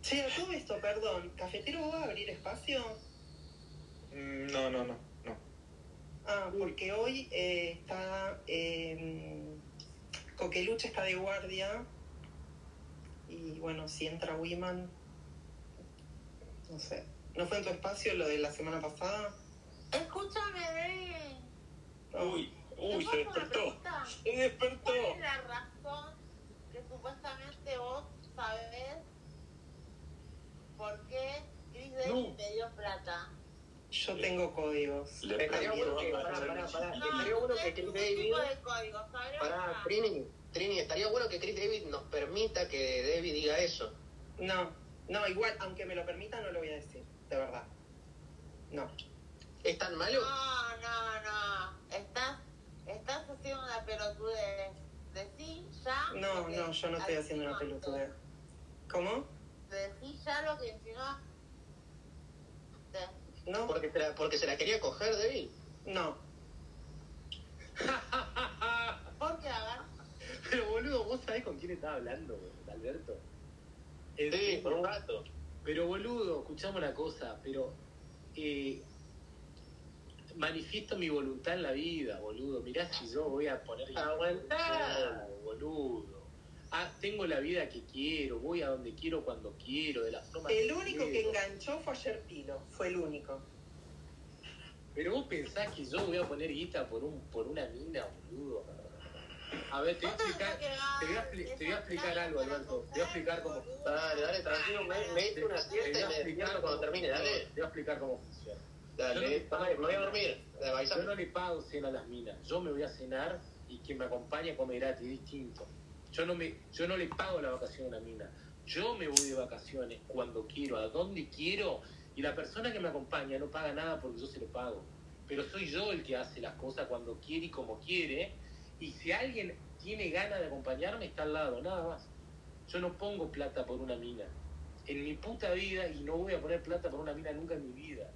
[SPEAKER 2] Che, a todo esto, perdón. ¿Cafetero va a abrir espacio?
[SPEAKER 1] Mm, No, no, no. no.
[SPEAKER 2] Ah, porque hoy eh, está. eh, Coqueluche está de guardia. Y bueno, si entra Wiman. No sé. ¿No fue en tu espacio lo de la semana pasada?
[SPEAKER 6] Escúchame, Debbie.
[SPEAKER 2] No.
[SPEAKER 1] Uy, uy, se
[SPEAKER 6] ¿Te puedo hacer una
[SPEAKER 1] despertó.
[SPEAKER 6] pregunta?
[SPEAKER 1] Se despertó.
[SPEAKER 6] ¿Cuál es la razón que supuestamente vos sabés por qué Chris Davis
[SPEAKER 4] No.
[SPEAKER 6] te dio plata?
[SPEAKER 2] Yo tengo códigos.
[SPEAKER 1] Le
[SPEAKER 5] Estaría
[SPEAKER 1] prendió
[SPEAKER 5] bueno que-
[SPEAKER 1] a
[SPEAKER 5] pará,
[SPEAKER 1] Marcelo
[SPEAKER 5] pará, pará.
[SPEAKER 1] Michel.
[SPEAKER 5] No, Estaría bueno que
[SPEAKER 6] tenés
[SPEAKER 5] Chris
[SPEAKER 6] un tipo
[SPEAKER 5] Davis-
[SPEAKER 6] de código, ¿sabes?
[SPEAKER 5] Pará, Trini, Trini, estaría bueno que Chris David nos permita que Debbie diga eso.
[SPEAKER 2] No, no, igual, aunque me lo permita, no lo voy a decir, de verdad. No.
[SPEAKER 5] ¿Es tan malo?
[SPEAKER 6] No, no, no. Estás, estás haciendo una pelotudez. Decí ya. lo
[SPEAKER 2] No,
[SPEAKER 6] que
[SPEAKER 2] no, yo no estoy haciendo una
[SPEAKER 6] insinuaste.
[SPEAKER 2] pelotudez. ¿Cómo?
[SPEAKER 6] Decí ya lo que insinuaste.
[SPEAKER 2] No,
[SPEAKER 5] Porque, se la- porque se la quería coger, Debbie.
[SPEAKER 2] no.
[SPEAKER 6] Porque agarraste
[SPEAKER 4] Pero boludo, vos sabés con quién estaba hablando, boludo, Alberto. En
[SPEAKER 5] Sí,
[SPEAKER 4] serio.
[SPEAKER 5] por un rato.
[SPEAKER 4] Pero boludo, escuchamos una cosa, pero eh, manifiesto mi voluntad en la vida, boludo. Mirá si yo voy a poner
[SPEAKER 5] Aguantá.
[SPEAKER 4] boludo. Ah, tengo la vida que quiero, voy a donde quiero cuando quiero, de la forma
[SPEAKER 2] El único que
[SPEAKER 4] quiero.
[SPEAKER 2] enganchó fue ayer Pilo, fue el único.
[SPEAKER 4] Pero vos pensás que yo voy a poner guita por un por una mina, boludo. A ver, te voy a explicar, te voy a expli- te voy a explicar algo, Alberto. Te voy a explicar cómo.
[SPEAKER 5] Dale, dale, tranquilo, me, me hice una siesta
[SPEAKER 4] te voy a
[SPEAKER 5] y me
[SPEAKER 4] explicar
[SPEAKER 5] despierto cuando termine, dale.
[SPEAKER 4] Te voy a explicar cómo funciona.
[SPEAKER 5] Dale, dale, me voy a dormir. Dale,
[SPEAKER 4] Yo
[SPEAKER 5] avísame.
[SPEAKER 4] no le pago cena a las minas. Yo me voy a cenar y quien me acompañe come gratis, distinto. Yo no, me, yo no le pago la vacación a la mina. Yo me voy de vacaciones cuando quiero, a donde quiero. Y la persona que me acompaña no paga nada porque yo se lo pago. Pero soy yo el que hace las cosas cuando quiere y como quiere. Y si alguien tiene ganas de acompañarme, está al lado, nada más. Yo no pongo plata por una mina. En mi puta vida, y no voy a poner plata por una mina nunca en mi vida.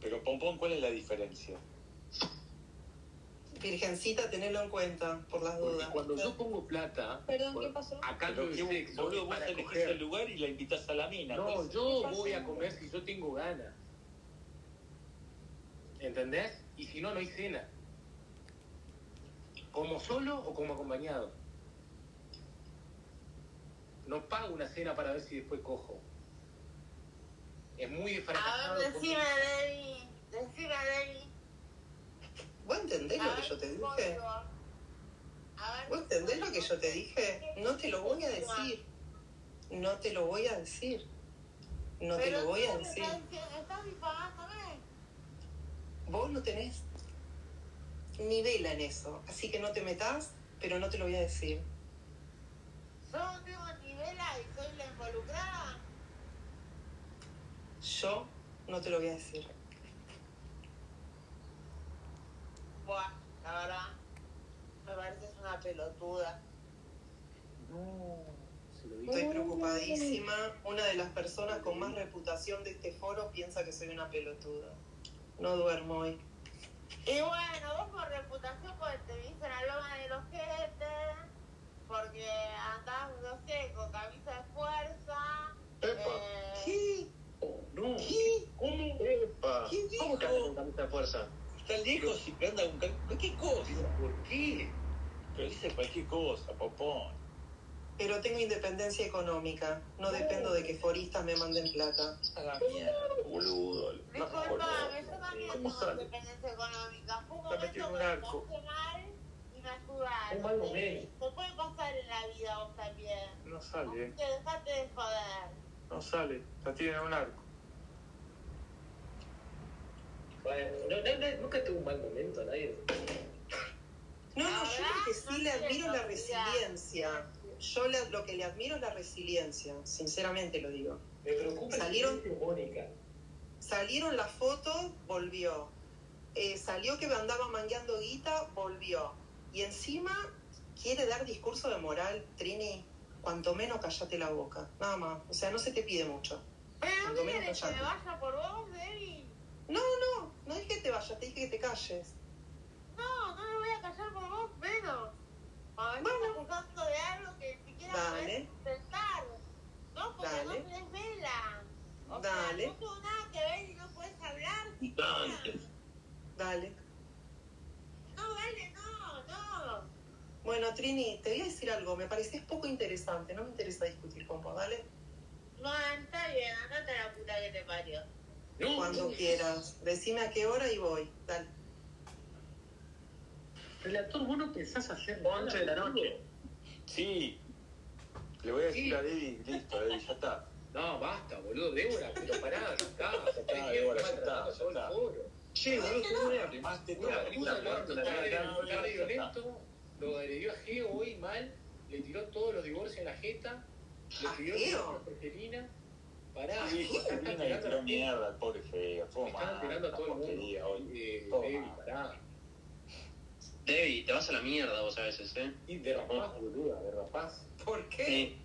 [SPEAKER 1] Pero Pompón, ¿cuál es la diferencia?
[SPEAKER 2] Virgencita, tenelo en cuenta, por las
[SPEAKER 4] Porque
[SPEAKER 2] dudas.
[SPEAKER 4] cuando yo pongo plata,
[SPEAKER 9] Perdón, ¿qué
[SPEAKER 4] por-
[SPEAKER 9] pasó?
[SPEAKER 3] ah,
[SPEAKER 4] a cambio de sexo,
[SPEAKER 10] boludo,
[SPEAKER 4] es
[SPEAKER 10] vos
[SPEAKER 4] para
[SPEAKER 10] elegís
[SPEAKER 4] coger.
[SPEAKER 10] el lugar y la invitás a la mina.
[SPEAKER 4] No,
[SPEAKER 10] pues.
[SPEAKER 4] yo
[SPEAKER 9] pasa?
[SPEAKER 4] voy a comer si yo tengo ganas. ¿Entendés? Y si no, no hay cena. Como solo o como acompañado. No pago una cena para ver si después cojo. Es muy
[SPEAKER 6] A
[SPEAKER 4] fracasado.
[SPEAKER 6] ver,
[SPEAKER 4] porque-
[SPEAKER 6] decime, Debbie. Decime, Debbie.
[SPEAKER 2] ¿Vos entendés
[SPEAKER 6] A
[SPEAKER 2] lo que
[SPEAKER 6] ver,
[SPEAKER 2] yo te
[SPEAKER 6] por
[SPEAKER 2] dije?
[SPEAKER 6] favor. A ver,
[SPEAKER 2] ¿Vos entendés lo que yo te dije? No te lo voy a decir. No te lo voy a decir. No te
[SPEAKER 6] Pero
[SPEAKER 2] lo voy
[SPEAKER 6] tú
[SPEAKER 2] a
[SPEAKER 6] me
[SPEAKER 2] decir.
[SPEAKER 6] Estás, diciendo- estás difamándome.
[SPEAKER 2] Vos no tenés ni vela en eso. Así que no te metas, pero no te lo voy a decir.
[SPEAKER 6] Yo no tengo ni vela y soy la involucrada.
[SPEAKER 2] Yo no te lo voy a decir.
[SPEAKER 6] Buah, la verdad, me pareces una pelotuda.
[SPEAKER 4] No, se lo dije.
[SPEAKER 2] Estoy preocupadísima. Una de las personas con más reputación de este foro piensa que soy una pelotuda. No duermo hoy.
[SPEAKER 6] Y bueno, vos por reputación porque te viste la loma de los jetes, porque andás, no sé, con camisa de fuerza.
[SPEAKER 5] Epa.
[SPEAKER 6] eh,
[SPEAKER 1] ¿Qué?
[SPEAKER 4] No,
[SPEAKER 1] ¿Qué?
[SPEAKER 4] ¿cómo?
[SPEAKER 5] Epa.
[SPEAKER 1] ¿Qué
[SPEAKER 5] ¿Cómo que andas
[SPEAKER 1] dijo?
[SPEAKER 5] con tanta fuerza?
[SPEAKER 10] Está lejos y que anda con cal- ¿Qué cosa?
[SPEAKER 4] ¿Por qué?
[SPEAKER 10] Pero dice cualquier cosa, popón.
[SPEAKER 2] Pero tengo independencia económica. No dependo de que foristas me manden plata.
[SPEAKER 10] A la mierda, boludo. No,
[SPEAKER 6] Disculpame,
[SPEAKER 10] boludo.
[SPEAKER 6] yo también
[SPEAKER 10] ¿Cómo
[SPEAKER 6] tengo
[SPEAKER 10] sale?
[SPEAKER 6] dependencia económica. Fue un
[SPEAKER 10] Está
[SPEAKER 6] momento que
[SPEAKER 10] metido en
[SPEAKER 6] me
[SPEAKER 10] un arco.
[SPEAKER 6] pasé mal y me ayudaron.
[SPEAKER 4] Un mal
[SPEAKER 6] Te-
[SPEAKER 4] momento.
[SPEAKER 6] Te puede pasar en la vida a vos también.
[SPEAKER 10] No sale,
[SPEAKER 6] Así
[SPEAKER 10] eh.
[SPEAKER 6] que dejate de joder.
[SPEAKER 10] No sale. La tiene en un arco.
[SPEAKER 4] Bueno, no, no, no, nunca tuve un mal momento, nadie.
[SPEAKER 2] No, no, yo
[SPEAKER 6] Ahora,
[SPEAKER 2] lo que sí
[SPEAKER 6] no
[SPEAKER 2] le
[SPEAKER 6] sé,
[SPEAKER 2] admiro es la
[SPEAKER 6] no,
[SPEAKER 2] resiliencia. Yo la- lo que le admiro es la resiliencia. Sinceramente lo digo.
[SPEAKER 4] Me preocupa
[SPEAKER 2] Salieron-
[SPEAKER 4] silencio, Mónica.
[SPEAKER 2] Salieron las fotos, volvió. Eh, salió que andaba mangueando guita, volvió. Y encima quiere dar discurso de moral, Trini. Cuanto menos callate la boca. Nada más. O sea, no se te pide mucho.
[SPEAKER 6] ¿Pero
[SPEAKER 2] Cuando
[SPEAKER 6] no
[SPEAKER 2] menos
[SPEAKER 6] quieres que me
[SPEAKER 2] callate.
[SPEAKER 6] vaya por vos, Debbie?
[SPEAKER 2] No, no, no dije que te vayas, te dije que te calles.
[SPEAKER 6] No, no me voy a callar por vos, menos. Cuando me estás acusando de algo que ni siquiera
[SPEAKER 2] Dale.
[SPEAKER 6] podés intentar. No, porque
[SPEAKER 2] Dale.
[SPEAKER 6] no tenés vela. O
[SPEAKER 2] Dale.
[SPEAKER 6] sea, no tengo nada que ver y no puedes hablar.
[SPEAKER 10] Dante.
[SPEAKER 2] Dale.
[SPEAKER 6] No, vale, no, no.
[SPEAKER 2] Bueno, Trini, te voy a decir algo. Me pareces poco interesante. No me interesa discutir con vos, ¿dale?
[SPEAKER 6] Bueno, está bien, andate a la puta que te parió.
[SPEAKER 4] No,
[SPEAKER 2] Cuando quieras. Decime a qué hora y voy. Dale.
[SPEAKER 4] Relator, vos no pensás hacer nada,
[SPEAKER 5] 11 de la
[SPEAKER 4] boludo.
[SPEAKER 5] noche.
[SPEAKER 10] Sí. Le voy a decir
[SPEAKER 4] Sí.
[SPEAKER 10] a Debbie, listo, Debbie, ya está.
[SPEAKER 4] No, basta, boludo, Débora, pero pará, ya está, ya
[SPEAKER 10] está,
[SPEAKER 4] está,
[SPEAKER 10] Débora,
[SPEAKER 4] Débora,
[SPEAKER 10] ya está, ya está.
[SPEAKER 5] Che, boludo, ¿cómo era?
[SPEAKER 10] Quemaste todo.
[SPEAKER 4] Una puta, lo harto, está
[SPEAKER 10] No,
[SPEAKER 4] re- está re
[SPEAKER 10] ya está.
[SPEAKER 4] violento, lo agredió a Geo hoy mal, le tiró todos los divorcios en la jeta, le
[SPEAKER 2] ¿A
[SPEAKER 4] pidió
[SPEAKER 2] Geo?
[SPEAKER 4] la proteína, pará,
[SPEAKER 10] Sí,
[SPEAKER 4] ya
[SPEAKER 10] se
[SPEAKER 4] está
[SPEAKER 10] viene y
[SPEAKER 4] tirando a
[SPEAKER 10] tiró
[SPEAKER 4] la gente,
[SPEAKER 10] mierda, el pobre feo.
[SPEAKER 4] me están
[SPEAKER 10] Toma,
[SPEAKER 4] tirando a
[SPEAKER 10] esta
[SPEAKER 4] todo el
[SPEAKER 10] porquería
[SPEAKER 4] mundo,
[SPEAKER 10] hoy.
[SPEAKER 4] Eh,
[SPEAKER 10] Toma.
[SPEAKER 4] Debbie, pará,
[SPEAKER 5] Debbie, te vas a la mierda vos a veces, ¿eh?
[SPEAKER 4] y de rapaz, boluda, de rapaz.
[SPEAKER 2] ¿Por qué?
[SPEAKER 5] Sí.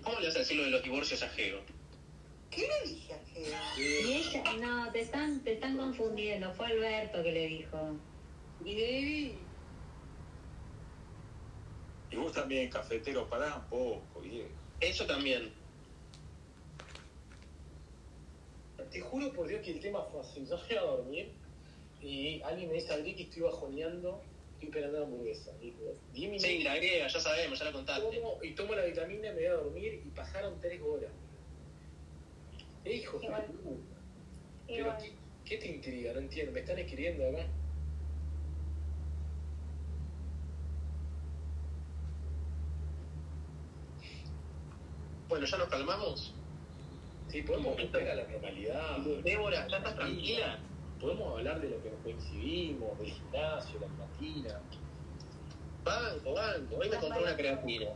[SPEAKER 5] ¿Cómo le vas a decir lo de los divorcios a Geo?
[SPEAKER 2] ¿Qué le dije a qué?
[SPEAKER 7] Y ella, no, te están, te están confundiendo. Fue Alberto que le dijo.
[SPEAKER 9] Y Debbie,
[SPEAKER 10] Y vos también, cafetero, pará un poco, viejo.
[SPEAKER 5] Eso también.
[SPEAKER 4] Te juro por Dios que el tema fue así. Yo fui a dormir y alguien me dice, abrí que estoy bajoneando, estoy esperando la hamburguesa. Y digo, 10 minutos
[SPEAKER 5] Sí, la griega, ya sabemos, ya la contaste.
[SPEAKER 4] tomo, y tomo la vitamina, me voy a dormir y pasaron 3 horas. Eh, Hijo de
[SPEAKER 9] Igual.
[SPEAKER 4] puta. Pero
[SPEAKER 9] igual.
[SPEAKER 4] ¿qué, qué te intriga? No entiendo. ¿Me están escribiendo acá?
[SPEAKER 5] Bueno, ¿ya nos calmamos?
[SPEAKER 4] Sí, podemos volver a la normalidad.
[SPEAKER 5] Débora, ¿ya estás tranquila?
[SPEAKER 4] Podemos hablar de lo que nos coincidimos, del gimnasio, la platina.
[SPEAKER 5] Banco, banco. Hoy me compré una creatina.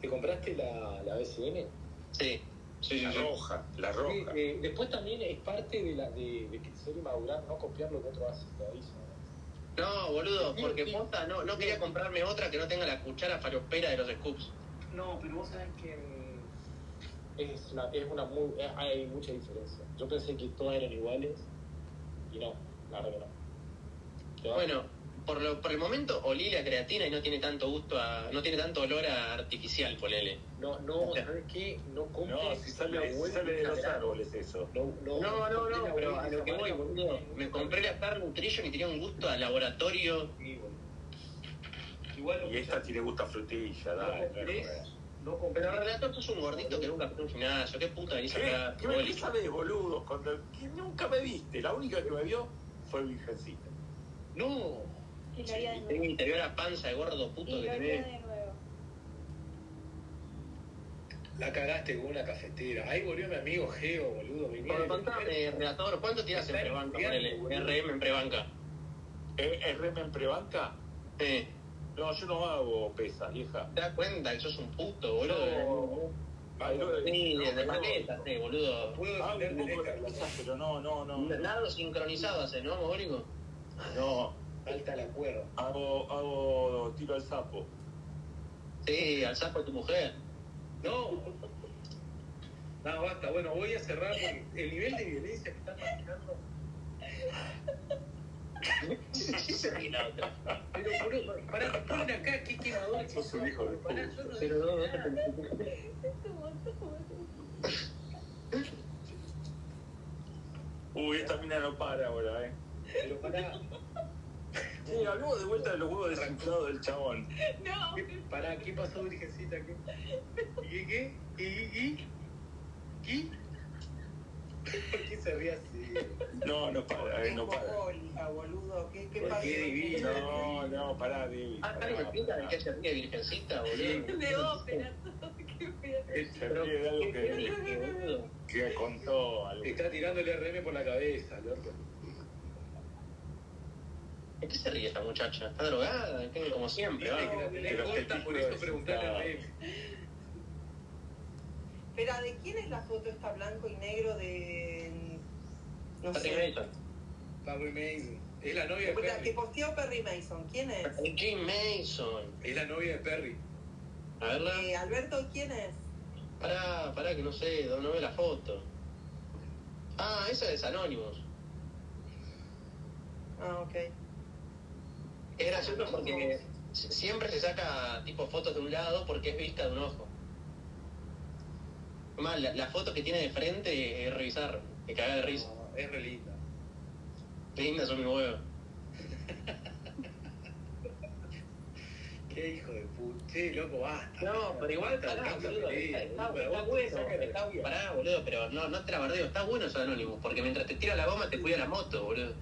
[SPEAKER 4] ¿Te compraste la, la BCN?
[SPEAKER 5] Sí. Sí, sí,
[SPEAKER 10] La
[SPEAKER 5] sí.
[SPEAKER 10] roja, la
[SPEAKER 4] Sí,
[SPEAKER 10] roja.
[SPEAKER 4] eh, después también es parte de, la, de, de crecer y madurar, no copiar lo que otro hace, te aviso.
[SPEAKER 5] No, boludo, porque posta no, no quería comprarme otra que no tenga la cuchara falopera de los scoops.
[SPEAKER 4] No, pero vos sabés que mm, es una, es una muy, eh, hay mucha diferencia. Yo pensé que todas eran iguales y no, la verdad que no. Te vas-
[SPEAKER 5] Bueno, por, lo- por el momento olí la creatina y no tiene tanto gusto a, no tiene tanto olor a artificial, ponele.
[SPEAKER 4] No, no, ¿sabes qué? No
[SPEAKER 10] No,
[SPEAKER 4] compres
[SPEAKER 10] si sale,
[SPEAKER 4] la
[SPEAKER 10] si
[SPEAKER 4] web
[SPEAKER 10] sale de los
[SPEAKER 4] Instagram.
[SPEAKER 10] árboles eso.
[SPEAKER 4] No,
[SPEAKER 5] No,
[SPEAKER 4] no,
[SPEAKER 5] no,
[SPEAKER 4] compres
[SPEAKER 5] no,
[SPEAKER 4] la
[SPEAKER 5] pero
[SPEAKER 4] web
[SPEAKER 5] a lo que voy,
[SPEAKER 4] Instagram.
[SPEAKER 5] boludo, me compré la Star Nutrition y tenía un gusto a laboratorio.
[SPEAKER 4] Sí, boludo. Igual lo
[SPEAKER 10] Y esta tiene gusto a frutilla,
[SPEAKER 4] no
[SPEAKER 10] dale.
[SPEAKER 4] compres,
[SPEAKER 10] claro.
[SPEAKER 4] no
[SPEAKER 5] Pero
[SPEAKER 4] compres.
[SPEAKER 5] relator, sos un gordito que nunca fue a un gimnasio, qué puta venís
[SPEAKER 10] ¿Qué?
[SPEAKER 5] acá,
[SPEAKER 10] ¿Qué me- ¿Qué
[SPEAKER 5] boli.
[SPEAKER 10] sabes, boludo? Cuando, que nunca me viste. La única que me vio fue Virgencita.
[SPEAKER 5] No,
[SPEAKER 11] Y lo haría de nuevo.
[SPEAKER 5] te veo la panza de gordo puto
[SPEAKER 11] Y
[SPEAKER 5] que
[SPEAKER 11] lo haría
[SPEAKER 5] tenés.
[SPEAKER 11] de nuevo.
[SPEAKER 4] La cagaste con una cafetera. Ahí volvió mi amigo Geo, boludo. mi
[SPEAKER 5] Bueno,
[SPEAKER 4] madre.
[SPEAKER 5] contame, relator, ¿cuánto tirás en
[SPEAKER 4] Está
[SPEAKER 5] prebanca, ponele?
[SPEAKER 4] estudiando, boludo.
[SPEAKER 5] RM en prebanca.
[SPEAKER 10] ¿Es es rem en prebanca?
[SPEAKER 5] Eh,
[SPEAKER 10] No, yo no hago pesas, vieja.
[SPEAKER 5] ¿te das cuenta que sos un puto, boludo?
[SPEAKER 4] Yo-
[SPEAKER 10] Valoro-
[SPEAKER 5] Sí,
[SPEAKER 10] no,
[SPEAKER 5] desde
[SPEAKER 10] valoro-
[SPEAKER 5] maqueta, sí, eh, boludo.
[SPEAKER 10] Hago
[SPEAKER 4] Puedo
[SPEAKER 10] un poco de
[SPEAKER 4] defender de
[SPEAKER 10] pesas, pero no, no, no. No,
[SPEAKER 5] Nado sincronizado hace, ¿no, Mogólico?
[SPEAKER 10] no.
[SPEAKER 4] Falta la cuerda.
[SPEAKER 10] Hago, hago tiro al sapo.
[SPEAKER 5] Sí, al sapo de tu mujer.
[SPEAKER 4] No. No, basta. Bueno, voy a cerrar porque el nivel de violencia que está pasando.
[SPEAKER 5] Sí, se ríe la otra.
[SPEAKER 4] Pero, boludo, pará, que ponen acá, qué quemador.
[SPEAKER 10] Sos un hijo de
[SPEAKER 4] Pará,
[SPEAKER 10] puta.
[SPEAKER 4] yo no
[SPEAKER 5] Pero no,
[SPEAKER 4] dije
[SPEAKER 5] no te
[SPEAKER 4] nada.
[SPEAKER 5] preocupes.
[SPEAKER 10] Uy, esta mina no para ahora, eh.
[SPEAKER 4] Pero pará,
[SPEAKER 10] Sí, hablemos de vuelta de los huevos desinflados del chabón.
[SPEAKER 6] No,
[SPEAKER 4] ¿qué- pará, ¿qué pasó, virgencita? ¿Qué? ¿Y qué? ¿Y qué? ¿Y qué? [LAUGHS] ¿Por qué se ríe así?
[SPEAKER 10] No, no para, eh, no para.
[SPEAKER 2] Alcohólica, boludo. ¿Qué, qué
[SPEAKER 4] Porque
[SPEAKER 2] pasó?
[SPEAKER 4] divino.
[SPEAKER 10] No, no, pará, David.
[SPEAKER 5] Ah, ¿alguien me
[SPEAKER 10] pará,
[SPEAKER 5] explica de
[SPEAKER 10] pará.
[SPEAKER 5] qué se ríe
[SPEAKER 6] [LAUGHS]
[SPEAKER 5] virgencita, boludo?
[SPEAKER 6] de ópera, todo, [LAUGHS] qué feo.
[SPEAKER 10] Se ríe de algo
[SPEAKER 6] [LAUGHS]
[SPEAKER 5] ¿Qué
[SPEAKER 10] que,
[SPEAKER 5] ríe, boludo?
[SPEAKER 10] que contó algo.
[SPEAKER 4] Está tirando el RM por la cabeza, loco.
[SPEAKER 5] ¿De qué se ríe esta muchacha? ¿Está drogada? ¿Qué? Como siempre,
[SPEAKER 4] Dice que
[SPEAKER 5] va.
[SPEAKER 4] la tenés corta, por eso preguntale a RM.
[SPEAKER 2] Espera, ¿de quién es la foto esta blanco y negro de. No
[SPEAKER 5] Patrick
[SPEAKER 2] sé.
[SPEAKER 5] Mason.
[SPEAKER 4] Barry Mason. Es la novia de
[SPEAKER 2] La que
[SPEAKER 4] Perry.
[SPEAKER 2] posteó Perry Mason. ¿Quién es?
[SPEAKER 5] Jim Mason.
[SPEAKER 4] Es la novia de Perry.
[SPEAKER 5] A verla.
[SPEAKER 2] Eh, Alberto, ¿quién es?
[SPEAKER 5] Pará, pará, que no sé, no no veo la foto. Ah, esa es Anonymous.
[SPEAKER 2] Ah, ok.
[SPEAKER 5] Es gracioso porque si- siempre se saca tipo fotos de un lado porque es vista de un ojo. Mal, la, la foto que tiene de frente es revisar, que caga de risa.
[SPEAKER 4] No, es re linda.
[SPEAKER 5] Linda son mi huevo.
[SPEAKER 4] [LAUGHS] Qué hijo de puta. Che, loco, basta.
[SPEAKER 5] No, pero igual
[SPEAKER 4] Basta,
[SPEAKER 5] pará,
[SPEAKER 4] tanta
[SPEAKER 5] boludo.
[SPEAKER 4] pelea,
[SPEAKER 5] Está, está-
[SPEAKER 4] boludo,
[SPEAKER 5] está
[SPEAKER 4] vos
[SPEAKER 5] bueno,
[SPEAKER 4] saca de
[SPEAKER 5] está-
[SPEAKER 4] tabla.
[SPEAKER 5] pará, boludo, pero no, no te la bardeo, está bueno eso de Anonymous, porque mientras te tira la goma te cuida la moto,
[SPEAKER 4] [LAUGHS]
[SPEAKER 5] boludo.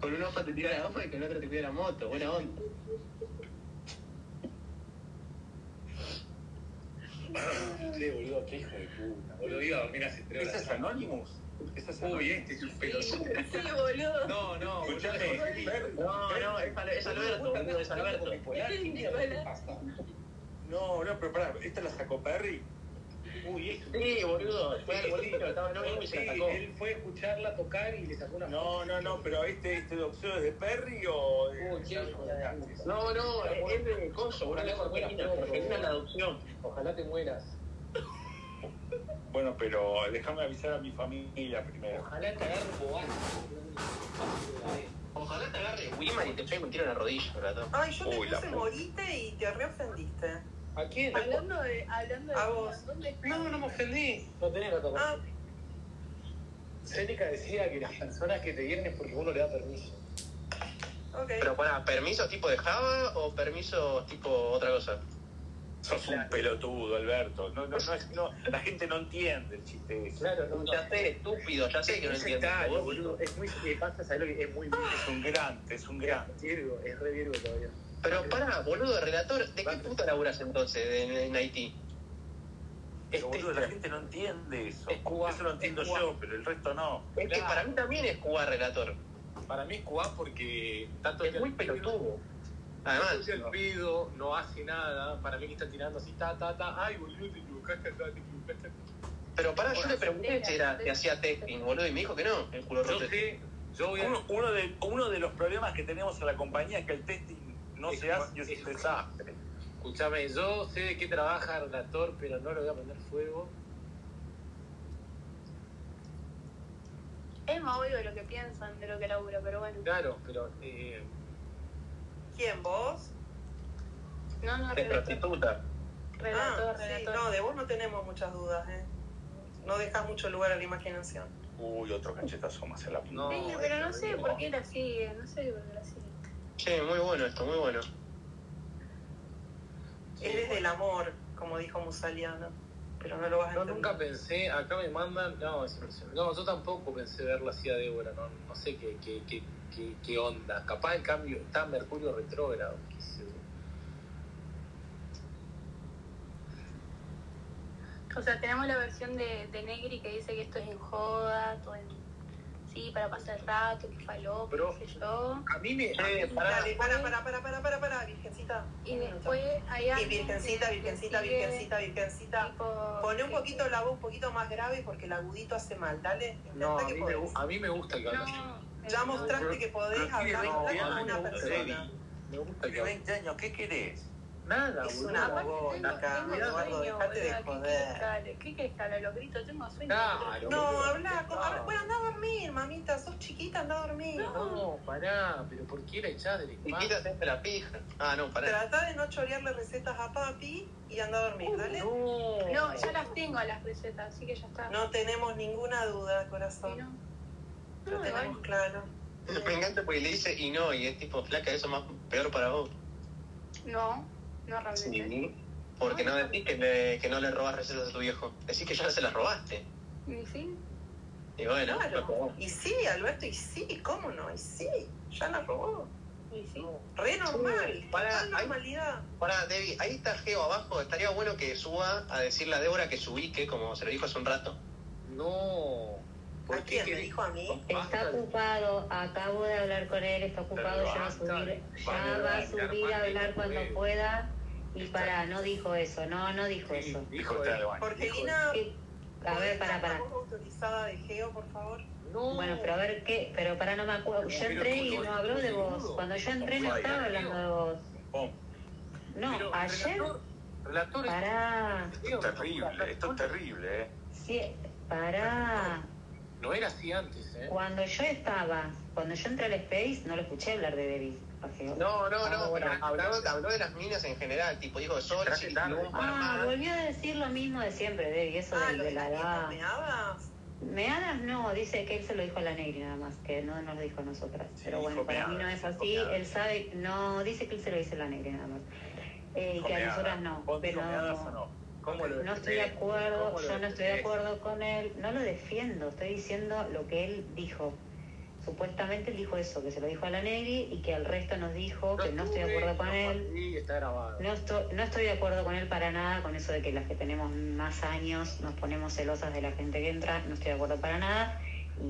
[SPEAKER 5] Con un ojo te tira la goma y con el otro te cuida la moto, buena onda.
[SPEAKER 4] Che, boludo, qué hijo de puta. Boludo, iba a dormir hace tres
[SPEAKER 10] ¿Esa es
[SPEAKER 4] horas.
[SPEAKER 10] Anonymous? ¿Esa es
[SPEAKER 4] Uy,
[SPEAKER 10] Anonymous?
[SPEAKER 4] este es un pelotudo.
[SPEAKER 6] Sí, boludo.
[SPEAKER 5] No, no,
[SPEAKER 10] Escuchame, Perry.
[SPEAKER 5] No, no, es, Al- es Alberto, boludo, es Alberto.
[SPEAKER 4] Bipolar, ¿qué mierda te pasa?
[SPEAKER 10] No, no, pero pará, ¿esta la sacó Perry?
[SPEAKER 4] Uy, esto.
[SPEAKER 5] Sí, boludo, fue al bolillo, estaba en novio y se la
[SPEAKER 4] Sí,
[SPEAKER 5] sacó.
[SPEAKER 4] él fue a escucharla tocar y le sacó una
[SPEAKER 10] No, no, no, pero este, este doxeo es de Perry o de
[SPEAKER 4] Uy, qué hijo de puta.
[SPEAKER 5] No, no, es de coso, boludo,
[SPEAKER 4] Ojalá
[SPEAKER 5] es Argentina,
[SPEAKER 4] fuera otro.
[SPEAKER 5] Argentina es la adopción.
[SPEAKER 4] Ojalá te mueras.
[SPEAKER 10] Bueno, pero déjame avisar a mi familia primero.
[SPEAKER 4] Ojalá te agarre un bobazo, boludo.
[SPEAKER 5] Ojalá te agarre Wiman y te pegue un tiro en la rodilla, boludo.
[SPEAKER 2] Ay, yo te
[SPEAKER 10] Uy, la
[SPEAKER 2] puse
[SPEAKER 10] puta.
[SPEAKER 2] morite y te reofendiste.
[SPEAKER 4] ¿A quién?
[SPEAKER 6] Hablando de. Hablando de.
[SPEAKER 2] A vos.
[SPEAKER 6] ¿Dónde
[SPEAKER 4] No, no me ofendí. No tenés la
[SPEAKER 2] Ah,
[SPEAKER 4] Seneca decía que las personas que te vienen es porque uno le da permiso.
[SPEAKER 2] ok.
[SPEAKER 5] Pero para ¿permisos tipo de Java o permisos tipo otra cosa?
[SPEAKER 10] Sos un pelotudo, Alberto. No, no, no, es- no, la gente no entiende el chiste ese.
[SPEAKER 4] Claro, no,
[SPEAKER 5] Ya sé, estúpido, ya sé que no
[SPEAKER 4] es
[SPEAKER 5] entiendo.
[SPEAKER 4] sectario,
[SPEAKER 5] vos.
[SPEAKER 4] boludo. Es muy. ¿Qué pasa? ¿Sabes lo que es muy
[SPEAKER 10] Es un grande, es un grande.
[SPEAKER 4] virgo? Es re virgo todavía.
[SPEAKER 5] Pero pará, boludo, relator, ¿de qué puta laburas entonces en, en Este, Haití?
[SPEAKER 10] Pero boludo, la gente no entiende eso.
[SPEAKER 4] Es Cuba,
[SPEAKER 10] Eso lo entiendo
[SPEAKER 4] es Cuba.
[SPEAKER 10] yo, pero el resto no.
[SPEAKER 5] Es que para mí también es Cuba, relator.
[SPEAKER 4] Para mí es Cuba porque tanto
[SPEAKER 5] Es muy pelotudo. Además,
[SPEAKER 4] el pedo, no hace nada. Para mí que está tirando así, ta, ta, ta. Ay, boludo, te equivocaste acá, te equivocaste acá.
[SPEAKER 5] pero pará, yo le pregunté si era que hacía testing, boludo, y me dijo que no, el culo
[SPEAKER 4] Yo
[SPEAKER 5] roto. este.
[SPEAKER 4] sé, yo voy a.
[SPEAKER 10] Uno, uno de, uno de los problemas que tenemos en la compañía es que el testing no se hace y es un desastre.
[SPEAKER 4] Escuchame, yo sé de qué trabaja el relator, pero no lo voy a poner fuego.
[SPEAKER 6] Es
[SPEAKER 3] alma, obvio, de lo que piensan, de lo que labura, pero bueno.
[SPEAKER 4] Claro, pero. eh,
[SPEAKER 2] ¿Quién, vos?
[SPEAKER 3] No, no,
[SPEAKER 4] es
[SPEAKER 3] relator,
[SPEAKER 4] prostituta.
[SPEAKER 2] ah,
[SPEAKER 3] relator,
[SPEAKER 2] sí,
[SPEAKER 3] relator.
[SPEAKER 2] no, de vos no tenemos muchas dudas, ¿eh? No dejas mucho lugar a la imaginación.
[SPEAKER 10] Uy, otro cachetazo más en la punta.
[SPEAKER 4] No,
[SPEAKER 3] Sí, pero no sé por qué la sigue, no sé por qué la sigue.
[SPEAKER 5] Che, muy bueno esto, muy bueno.
[SPEAKER 2] es desde el amor, como dijo Musaliano. Pero no lo vas a
[SPEAKER 4] No,
[SPEAKER 2] entender.
[SPEAKER 4] nunca pensé, acá me mandan, no, es impresionante. No, yo tampoco pensé verla así a Débora, no, no sé qué, qué, qué, qué, qué onda. Capaz el cambio está Mercurio retrógrado, qué sé yo.
[SPEAKER 3] O sea, tenemos la versión de, de Negri que dice que esto es en joda, todo en... Sí, para pasar el rato, que faló,
[SPEAKER 4] Pero-
[SPEAKER 3] qué sé yo.
[SPEAKER 4] A mí me.
[SPEAKER 2] Eh,
[SPEAKER 4] pará.
[SPEAKER 2] Dale, para, para, para, para, para, para, virgencita.
[SPEAKER 3] Y
[SPEAKER 2] Un
[SPEAKER 3] después hay
[SPEAKER 2] minuto. Y
[SPEAKER 3] alguien
[SPEAKER 2] virgencita,
[SPEAKER 3] que- que
[SPEAKER 2] virgencita,
[SPEAKER 3] sigue,
[SPEAKER 2] virgencita, virgencita.
[SPEAKER 3] tipo,
[SPEAKER 2] Pone un
[SPEAKER 3] que-
[SPEAKER 2] poquito la voz un poquito más grave porque el agudito hace mal. Dale, intenta
[SPEAKER 4] No, a
[SPEAKER 2] que
[SPEAKER 4] mí, me,
[SPEAKER 2] podés.
[SPEAKER 4] gu- a mí me gusta que habla así.
[SPEAKER 3] No,
[SPEAKER 2] Ya
[SPEAKER 3] no,
[SPEAKER 2] mostraste que podés hablar
[SPEAKER 4] No,
[SPEAKER 2] con
[SPEAKER 4] a mí me
[SPEAKER 2] una
[SPEAKER 4] gusta que
[SPEAKER 2] persona.
[SPEAKER 4] hable. Me gusta que
[SPEAKER 10] Tiene
[SPEAKER 4] hable.
[SPEAKER 10] 20 años, ¿qué querés?
[SPEAKER 4] Nada,
[SPEAKER 2] Es
[SPEAKER 4] boludo.
[SPEAKER 2] una
[SPEAKER 3] Aparte tengo-
[SPEAKER 2] Boca,
[SPEAKER 3] tengo
[SPEAKER 2] Eduardo,
[SPEAKER 3] sueño,
[SPEAKER 2] dejate de
[SPEAKER 3] boluda, ¿qué
[SPEAKER 2] joder.
[SPEAKER 3] querés que hable? ¿Qué querés que hable? Los gritos, tengo sueño.
[SPEAKER 4] Claro.
[SPEAKER 2] No,
[SPEAKER 4] boludo.
[SPEAKER 2] habla, con-
[SPEAKER 4] No.
[SPEAKER 2] habla- bueno, anda a dormir, mamita, sos chiquita, anda a dormir.
[SPEAKER 4] No, pará, pero ¿por qué la echás del
[SPEAKER 5] Y quita
[SPEAKER 4] espacio?
[SPEAKER 5] siempre la pija. Ah, no, pará.
[SPEAKER 2] Trata de no chorearle recetas a papi y anda a dormir, dale.
[SPEAKER 4] No,
[SPEAKER 3] No, ya las tengo las recetas, así que ya está.
[SPEAKER 2] No tenemos ninguna duda,
[SPEAKER 3] Sí, no.
[SPEAKER 2] corazón.
[SPEAKER 3] No,
[SPEAKER 2] Lo tenemos
[SPEAKER 3] igual.
[SPEAKER 2] claro.
[SPEAKER 5] [LAUGHS] Me encanta porque le dice y no, y es tipo flaca, eso es más peor para vos.
[SPEAKER 3] No, no realmente.
[SPEAKER 5] Sí. Porque no decís que, le- que no le robas recetas a tu viejo. Decís que ya se las robaste.
[SPEAKER 3] ¿Y sí?
[SPEAKER 5] Y bueno,
[SPEAKER 2] Claro. Y sí, Alberto, y sí, ¿cómo no? Y sí, ya la robó.
[SPEAKER 3] ¿Y sí?
[SPEAKER 2] Re normal,
[SPEAKER 5] Para,
[SPEAKER 2] total
[SPEAKER 5] hay-
[SPEAKER 2] normalidad.
[SPEAKER 5] Pará, Debbie, ahí está Geo abajo. Estaría bueno que suba a decirle a Débora que se ubique, como se lo dijo hace un rato.
[SPEAKER 4] no. ¿Por qué
[SPEAKER 2] ¿A quién me
[SPEAKER 4] querés-
[SPEAKER 2] dijo a mí?
[SPEAKER 7] Está
[SPEAKER 4] Basta.
[SPEAKER 7] ocupado, acabo de hablar con él, está ocupado, ya va a subir, ya va a subir a hablar cuando pueda. Y pará, no dijo eso, no, no dijo
[SPEAKER 4] Sí,
[SPEAKER 7] eso.
[SPEAKER 10] Dijo que está de baño.
[SPEAKER 2] Porque
[SPEAKER 4] Hijo de-
[SPEAKER 2] Lina,
[SPEAKER 7] ¿Qué? A ver, pará,
[SPEAKER 2] ¿podés dar
[SPEAKER 7] pará.
[SPEAKER 2] la voz autorizada de Geo, por favor?
[SPEAKER 4] No.
[SPEAKER 7] Bueno, pero a ver qué, pero pará, no me acuerdo. Yo entré y no habló de vos. Cuando yo entré no estaba hablando de vos.
[SPEAKER 10] Pum,
[SPEAKER 4] Pero,
[SPEAKER 7] No, ayer,
[SPEAKER 4] Relator, relator es-
[SPEAKER 7] pará,
[SPEAKER 10] esto es terrible, esto es terrible, ¿eh?
[SPEAKER 7] sí, pará.
[SPEAKER 4] No era así antes, ¿eh?
[SPEAKER 7] Cuando yo estaba, cuando yo entré al Space, no lo escuché hablar de Debbie. a Geo.
[SPEAKER 5] No, no,
[SPEAKER 7] Ah,
[SPEAKER 5] no,
[SPEAKER 7] bueno,
[SPEAKER 5] pero habló, habló de las minas en general, tipo, dijo Sochi,
[SPEAKER 10] Traje tarde.
[SPEAKER 5] y un par
[SPEAKER 7] Ah,
[SPEAKER 5] más.
[SPEAKER 7] volvió a decir lo mismo de siempre, Debbie, eso
[SPEAKER 2] Ah,
[SPEAKER 7] de,
[SPEAKER 2] lo
[SPEAKER 7] de
[SPEAKER 2] de
[SPEAKER 7] la
[SPEAKER 2] las
[SPEAKER 7] edad.
[SPEAKER 2] nietas meadas.
[SPEAKER 7] Meadas no, dice que él se lo dijo a la Negri nada más, que no nos lo dijo a nosotras.
[SPEAKER 10] Sí,
[SPEAKER 7] Pero bueno,
[SPEAKER 10] dijo
[SPEAKER 7] para mí no
[SPEAKER 10] meadas,
[SPEAKER 7] es
[SPEAKER 10] dijo
[SPEAKER 7] así,
[SPEAKER 10] meadas.
[SPEAKER 7] él sabe, no, dice que él se lo dice a la Negri nada más. Eh, y que a nosotras no,
[SPEAKER 10] ¿Vos dijo
[SPEAKER 7] pero
[SPEAKER 10] meadas o no?
[SPEAKER 4] ¿Cómo lo
[SPEAKER 7] no estoy de
[SPEAKER 4] defendés?
[SPEAKER 7] acuerdo,
[SPEAKER 4] ¿Cómo lo
[SPEAKER 7] yo no estoy de
[SPEAKER 4] defendés?
[SPEAKER 7] acuerdo con él, no lo defiendo, estoy diciendo lo que él dijo. Supuestamente él dijo eso, que se lo dijo a la Negri y que al resto nos dijo que no estoy de acuerdo con él.
[SPEAKER 4] Sí, está grabado.
[SPEAKER 7] No estoy, no estoy de acuerdo con él para nada, con eso de que las que tenemos más años nos ponemos celosas de la gente que entra, no estoy de acuerdo para nada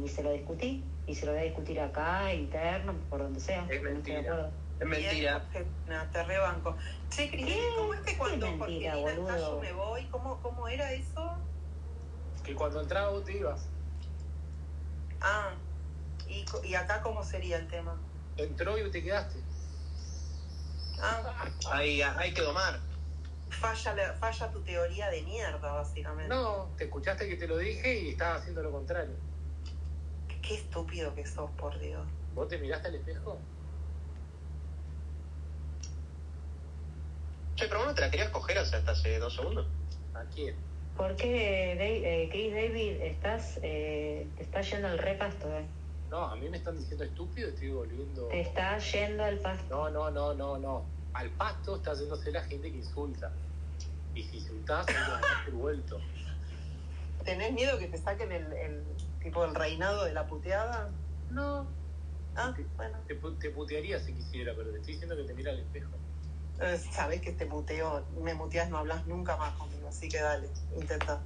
[SPEAKER 7] y se lo discutí y se lo voy a discutir acá, interno, por donde sea.
[SPEAKER 4] Es
[SPEAKER 7] no estoy de
[SPEAKER 4] mentira.
[SPEAKER 7] acuerdo.
[SPEAKER 5] Es mentira.
[SPEAKER 2] Bien, Jena, te rebanco. Che, Cristina, ¿cómo es que cuando
[SPEAKER 7] Qué
[SPEAKER 2] porque
[SPEAKER 7] mentira,
[SPEAKER 2] Lina está
[SPEAKER 7] boludo.
[SPEAKER 2] yo me voy? ¿Cómo, cómo era eso?
[SPEAKER 4] Que cuando entraba vos te ibas.
[SPEAKER 2] Ah, y, co- y acá cómo sería el tema.
[SPEAKER 4] Entró y te quedaste.
[SPEAKER 2] Ah,
[SPEAKER 5] Ahí ah, hay que domar.
[SPEAKER 2] falla, la- falla tu teoría de mierda, básicamente.
[SPEAKER 4] No, te escuchaste que te lo dije y estabas haciendo lo contrario.
[SPEAKER 2] Qué estúpido que sos, por Dios.
[SPEAKER 4] ¿Vos te miraste al espejo?
[SPEAKER 5] Che, pero vos no te la querías coger hasta hasta hace dos segundos.
[SPEAKER 4] ¿A quién?
[SPEAKER 7] ¿Por qué, Dave- eh, Chris David, estás, eh, te está yendo al repasto? eh?
[SPEAKER 4] No, a mí me están diciendo estúpido y estoy volviendo.
[SPEAKER 7] Te está yendo al pasto.
[SPEAKER 4] No, no, no, no, no. Al pasto está yéndose la gente que insulta. Y si insultás, te vas vuelto.
[SPEAKER 2] ¿Tenés miedo que te saquen el, el tipo el reinado de la puteada?
[SPEAKER 4] No.
[SPEAKER 2] Ah, bueno.
[SPEAKER 4] Te, pu- te putearía si quisiera, pero te estoy diciendo que te mira al espejo.
[SPEAKER 2] Eh, Sabés que te muteo, me muteas, no hablas nunca más conmigo, así que dale, intenta.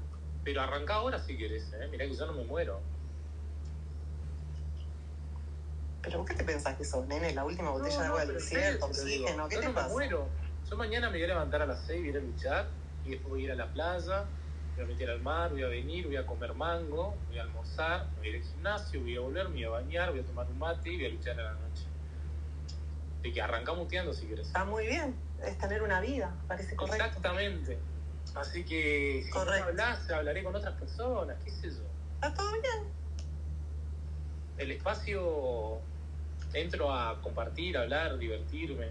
[SPEAKER 4] Pero arrancá ahora si querés, ¿eh? Mirá que yo no me muero.
[SPEAKER 2] Pero vos qué te pensás que sos, nene, la última botella de agua del
[SPEAKER 4] pero en serio te
[SPEAKER 2] desierto,
[SPEAKER 4] lo digo.
[SPEAKER 2] oxígeno, ¿qué
[SPEAKER 4] Yo
[SPEAKER 2] te
[SPEAKER 4] no me
[SPEAKER 2] pasa?
[SPEAKER 4] muero. Yo mañana me voy a levantar a las 6, voy a ir a luchar, y después voy a ir a la playa, me voy a meter al mar, voy a venir, voy a comer mango, voy a almorzar, voy a ir al gimnasio, voy a volver, me voy a bañar, voy a tomar un mate y voy a luchar a la noche. Así que arrancá muteando si querés.
[SPEAKER 2] Está muy bien, es tener una vida, parece correcto.
[SPEAKER 4] Exactamente. Así que si no
[SPEAKER 2] Correcto.
[SPEAKER 4] hablas, hablaré con otras personas, qué sé yo.
[SPEAKER 2] Está todo bien.
[SPEAKER 4] el espacio entro a compartir, hablar, divertirme.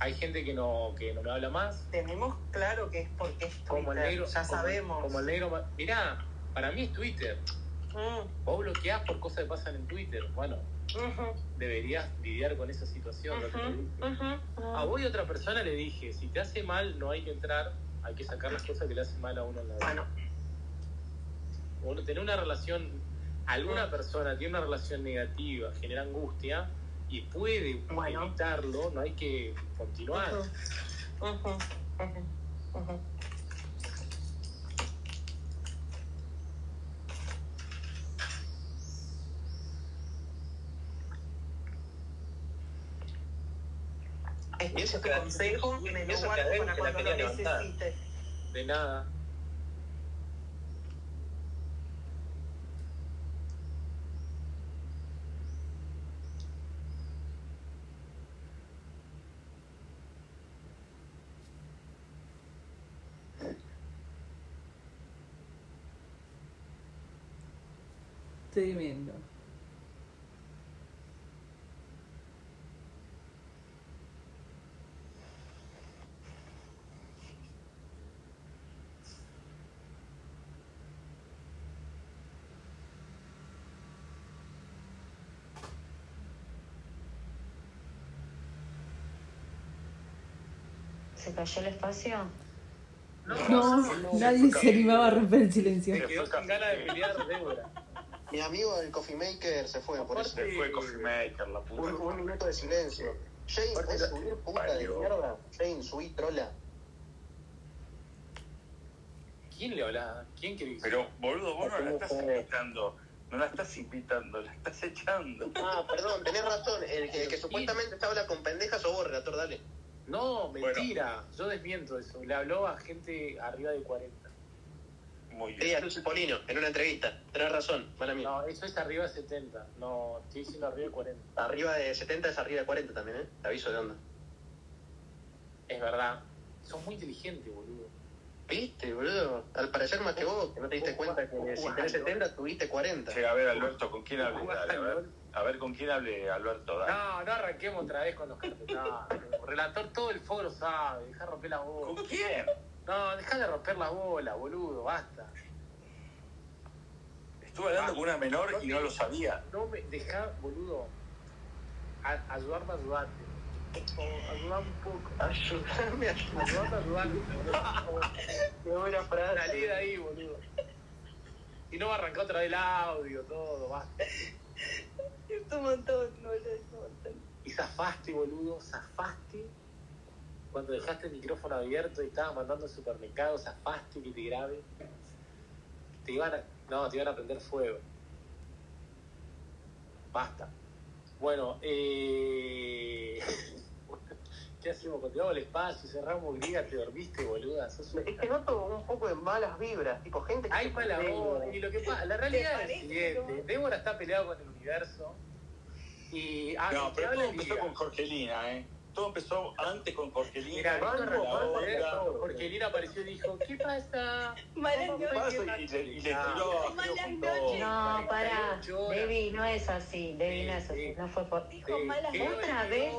[SPEAKER 4] Hay gente que no, que no me habla más.
[SPEAKER 11] Tenemos claro que es porque es
[SPEAKER 4] Como el
[SPEAKER 11] Twitter,
[SPEAKER 4] negro,
[SPEAKER 11] ya
[SPEAKER 4] como-
[SPEAKER 11] sabemos.
[SPEAKER 4] Como el negro. ma- Mirá, para mí es Twitter.
[SPEAKER 11] Mm,
[SPEAKER 4] Vos bloqueás por cosas que pasan en Twitter. Bueno,
[SPEAKER 11] ujú,
[SPEAKER 4] deberías lidiar con esa situación. lo que te dije.
[SPEAKER 11] ujú,
[SPEAKER 4] A vos y a otra persona le dije, si te hace mal no hay que entrar, hay que sacar las cosas que le hacen mal a uno en la vida.
[SPEAKER 11] Bueno.
[SPEAKER 4] Uno tener una relación,
[SPEAKER 11] Mm.
[SPEAKER 4] alguna persona tiene una relación negativa, genera angustia y puede
[SPEAKER 11] Bueno.
[SPEAKER 4] evitarlo, no hay que continuar.
[SPEAKER 11] ujú, ujú, ujú, ujú.
[SPEAKER 1] Y eso
[SPEAKER 11] Escucho tu
[SPEAKER 1] que la-
[SPEAKER 11] consejo,
[SPEAKER 1] y
[SPEAKER 11] me lo
[SPEAKER 1] eso que
[SPEAKER 11] guardo
[SPEAKER 1] la- que
[SPEAKER 11] para
[SPEAKER 1] la
[SPEAKER 11] cuando lo
[SPEAKER 1] quería levantar.
[SPEAKER 11] necesite.
[SPEAKER 4] De nada.
[SPEAKER 8] Tremendo.
[SPEAKER 7] ¿Se cayó el espacio?
[SPEAKER 8] No, nadie se animaba a romper el silencio.
[SPEAKER 4] Se quedó sin ganas de pelear, Débora.
[SPEAKER 5] Mi amigo el coffee maker se fue, por eso.
[SPEAKER 10] Se fue Coffee Maker, la
[SPEAKER 5] Un,
[SPEAKER 10] puta.
[SPEAKER 5] un minuto de silencio. Jane,
[SPEAKER 10] Aparte
[SPEAKER 5] ¿puedes
[SPEAKER 10] la-
[SPEAKER 5] subir puta de
[SPEAKER 10] parió.
[SPEAKER 5] mierda? Jane, subí trola.
[SPEAKER 4] ¿Quién le hablaba? ¿Quién que
[SPEAKER 10] Pero, boludo, vos no la estás invitando. No la estás invitando, la estás echando.
[SPEAKER 5] Ah, perdón, tenés razón. El que, el que supuestamente te habla con pendejas o vos, relator, dale.
[SPEAKER 4] No, mentira. Yo desmiento eso. Le habló a gente arriba de 40.
[SPEAKER 10] Muy
[SPEAKER 5] Sí,
[SPEAKER 10] bien.
[SPEAKER 5] a Lucy Polino, en una entrevista. Tenés razón, mala mía.
[SPEAKER 4] No, eso es arriba de 70. No, estoy diciendo arriba de 40.
[SPEAKER 5] Arriba de 70 es arriba de 40 también, ¿eh? Te aviso de onda.
[SPEAKER 4] Es verdad. Sos muy inteligente, boludo.
[SPEAKER 5] Viste, boludo. Al parecer más que vos, que no te diste
[SPEAKER 4] Vos
[SPEAKER 5] cuenta
[SPEAKER 4] jugás-
[SPEAKER 5] que
[SPEAKER 4] vos
[SPEAKER 5] si
[SPEAKER 4] jugás
[SPEAKER 5] tenés
[SPEAKER 4] al LOL.
[SPEAKER 5] 70 tuviste 40.
[SPEAKER 10] Che, a ver, Alberto, ¿con quién hablé?
[SPEAKER 4] ¿Jugás
[SPEAKER 10] Dale, a
[SPEAKER 4] al
[SPEAKER 10] ver.
[SPEAKER 4] LOL?
[SPEAKER 10] A ver, ¿con quién hablé, Alberto? Dale.
[SPEAKER 4] No, no arranquemos otra vez con los carpetazos. Relator, todo el foro sabe. Deja romper las bolas.
[SPEAKER 10] ¿Con quién?
[SPEAKER 4] No, deja de romper las bolas, boludo. Basta.
[SPEAKER 10] Estuve hablando con una menor y no lo sabía.
[SPEAKER 4] No me deja, boludo. A- ayudarme a ayudarte. O ayudarme un poco.
[SPEAKER 5] Ayudame a
[SPEAKER 4] Ayudarme a ayudarte, boludo. O-
[SPEAKER 5] Qué buena frase.
[SPEAKER 4] Salí de ahí, boludo. Y no me arrancó otra vez el audio, todo, basta.
[SPEAKER 9] Es un montón, no, es un montón.
[SPEAKER 4] Y zafaste, boludo, zafaste. Cuando dejaste el micrófono abierto y estabas mandando al supermercado, zafaste que te grabe. Te iban a... No, te iban a prender fuego. Basta. Bueno, eh... [LAUGHS] ¿Qué hacemos? Continuamos el espacio, cerramos griega, te dormiste, boluda. Sos una-
[SPEAKER 5] Es que noto un poco de malas vibras, tipo gente que...
[SPEAKER 4] Hay
[SPEAKER 5] se
[SPEAKER 4] mala
[SPEAKER 5] pone
[SPEAKER 4] onda.
[SPEAKER 5] negra.
[SPEAKER 4] Y lo que pasa, la realidad es la
[SPEAKER 9] parece,
[SPEAKER 4] siguiente.
[SPEAKER 9] no?
[SPEAKER 4] Débora está peleado con el universo. Y ah,
[SPEAKER 10] No,
[SPEAKER 4] y
[SPEAKER 10] pero todo
[SPEAKER 4] habla
[SPEAKER 10] empezó
[SPEAKER 4] liga.
[SPEAKER 10] con Jorgelina, ¿eh? Todo empezó antes con Jorgelina.
[SPEAKER 4] Mira,
[SPEAKER 10] con
[SPEAKER 4] Víctor
[SPEAKER 10] la
[SPEAKER 4] Rafael
[SPEAKER 10] otra.
[SPEAKER 4] Pedro, porque Lina apareció y dijo, ¿qué pasa?
[SPEAKER 9] Malas
[SPEAKER 10] ¿Qué
[SPEAKER 9] noches.
[SPEAKER 10] pasó? Y le, y le
[SPEAKER 4] Ah.
[SPEAKER 10] tiró a
[SPEAKER 9] Malas
[SPEAKER 10] Geo con
[SPEAKER 9] noches.
[SPEAKER 10] todo.
[SPEAKER 7] No, pará.
[SPEAKER 4] 48 horas.
[SPEAKER 7] Debbie, no es así. Debbie, no es así.
[SPEAKER 4] Sí, sí.
[SPEAKER 7] No fue por...
[SPEAKER 9] Dijo malas
[SPEAKER 4] Sí,
[SPEAKER 9] noches.
[SPEAKER 7] otra vez.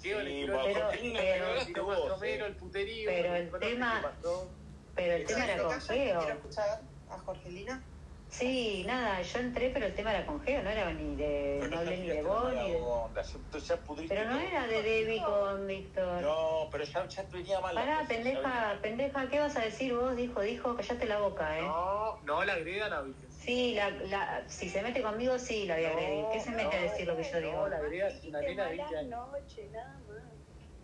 [SPEAKER 4] Diego le
[SPEAKER 10] Sí,
[SPEAKER 4] tiró
[SPEAKER 10] bueno,
[SPEAKER 4] [LAUGHS] el-
[SPEAKER 7] pero-
[SPEAKER 10] Jorgelina,
[SPEAKER 7] pero-
[SPEAKER 4] le
[SPEAKER 10] ganaste
[SPEAKER 4] tiró más o
[SPEAKER 10] vos. eh.
[SPEAKER 4] menos el puterío.
[SPEAKER 7] Pero
[SPEAKER 4] le
[SPEAKER 7] el
[SPEAKER 4] tiró lo que
[SPEAKER 7] tema-
[SPEAKER 4] le pasó.
[SPEAKER 7] Pero el tema era
[SPEAKER 11] Pero
[SPEAKER 7] con
[SPEAKER 11] calla, Quiero
[SPEAKER 7] Geo.
[SPEAKER 11] escuchar a Jorgelina.
[SPEAKER 7] Sí, nada, yo entré, pero el tema era con Geo. No era ni de...
[SPEAKER 10] Pero
[SPEAKER 7] No
[SPEAKER 10] no
[SPEAKER 7] hablé ni de
[SPEAKER 10] sabías
[SPEAKER 7] vos,
[SPEAKER 10] que
[SPEAKER 7] ni de...
[SPEAKER 10] era onda. Ya- entonces ya pudriste
[SPEAKER 7] Pero no
[SPEAKER 10] todo.
[SPEAKER 7] era de Debbie con Víctor.
[SPEAKER 10] No, pero ya, ya venía mal. la
[SPEAKER 7] Pará,
[SPEAKER 10] cosa, ya
[SPEAKER 7] pendeja,
[SPEAKER 10] venía-
[SPEAKER 7] pendeja, ¿qué vas a decir vos? Dijo, dijo, callate la boca, ¿eh?
[SPEAKER 4] No, no la agredan a Víctor.
[SPEAKER 7] Sí, la, la, si se mete conmigo, sí la voy a agredir. ¿Qué se mete a decir lo que yo digo?
[SPEAKER 4] No, la agrega es una nena de 20
[SPEAKER 9] Malas
[SPEAKER 4] años.
[SPEAKER 9] noches, nada más.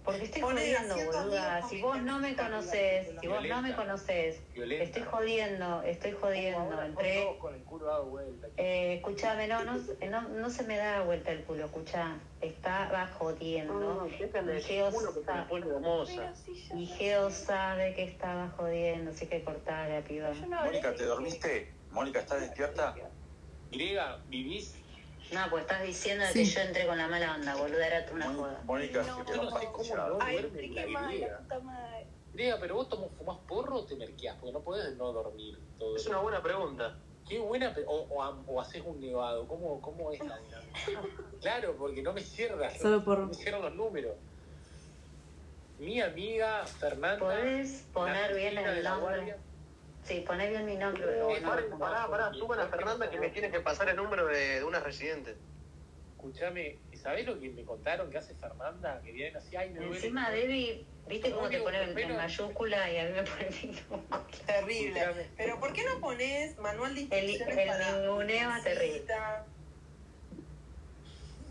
[SPEAKER 7] Porque estoy
[SPEAKER 11] Ponele
[SPEAKER 7] jodiendo,
[SPEAKER 11] ciento
[SPEAKER 7] boluda.
[SPEAKER 11] amigos
[SPEAKER 7] Si vos no me conocés, si vos no me
[SPEAKER 4] Violenta.
[SPEAKER 7] conocés,
[SPEAKER 4] Violenta.
[SPEAKER 7] estoy jodiendo, estoy jodiendo.
[SPEAKER 4] Ahora,
[SPEAKER 7] Entré.
[SPEAKER 4] vos Con el culo dado vuelta.
[SPEAKER 7] Eh, escuchame, no, no, no, no se me da vuelta el culo, escuchá. Estaba jodiendo. Geo sa-
[SPEAKER 9] Pero si yo.
[SPEAKER 7] Y Geo sabe que estaba jodiendo, así que cortala, piba.
[SPEAKER 9] Yo no hablé
[SPEAKER 10] Mónica,
[SPEAKER 9] de
[SPEAKER 10] ¿te
[SPEAKER 9] que-
[SPEAKER 10] dormiste? Mónica, ¿estás despierta?
[SPEAKER 4] Griega, vivís.
[SPEAKER 7] No, pues estás diciendo
[SPEAKER 8] Sí.
[SPEAKER 7] que yo entré con la mala onda, boluda, era una joda.
[SPEAKER 10] Mónica se
[SPEAKER 9] No,
[SPEAKER 10] quedó
[SPEAKER 4] no sé cómo
[SPEAKER 10] paralizada.
[SPEAKER 4] no.
[SPEAKER 9] Ay,
[SPEAKER 4] duerme
[SPEAKER 9] qué
[SPEAKER 4] la
[SPEAKER 9] mal,
[SPEAKER 4] griega.
[SPEAKER 9] la puta madre.
[SPEAKER 4] Griega, pero vos tomás, fumás porro o te merqueás, porque no podés no dormir todo.
[SPEAKER 5] Es una buena pregunta.
[SPEAKER 4] Qué buena, pe- o, o, am- o haces un nevado, ¿cómo, cómo es la
[SPEAKER 9] [LAUGHS]
[SPEAKER 4] dinámica? Claro, porque no me cierras,
[SPEAKER 8] Solo por-
[SPEAKER 4] no me cierran los números. Mi amiga Fernanda.
[SPEAKER 7] ¿Podés poner
[SPEAKER 4] la
[SPEAKER 7] bien
[SPEAKER 4] Cristina de
[SPEAKER 7] el
[SPEAKER 4] la
[SPEAKER 7] nombre?
[SPEAKER 4] Guardia.
[SPEAKER 7] Sí, poné bien mi nombre.
[SPEAKER 5] Eh,
[SPEAKER 7] pero no
[SPEAKER 5] paren,
[SPEAKER 7] lo
[SPEAKER 5] pará,
[SPEAKER 7] conozco.
[SPEAKER 5] pará, suban a Fernanda que me tiene que pasar el número de, de una residente.
[SPEAKER 4] Escuchame, ¿sabés lo que me contaron que hace Fernanda? Que vienen así, ay, me duele.
[SPEAKER 7] Encima, Debbie, ¿viste cómo te ponen en mayúscula y a mí me ponen en minúscula?
[SPEAKER 11] Terrible. Pero ¿por qué no pones manual de
[SPEAKER 7] El-
[SPEAKER 11] instrucciones
[SPEAKER 7] el
[SPEAKER 11] para
[SPEAKER 7] ninguneo es terrible.
[SPEAKER 11] visita?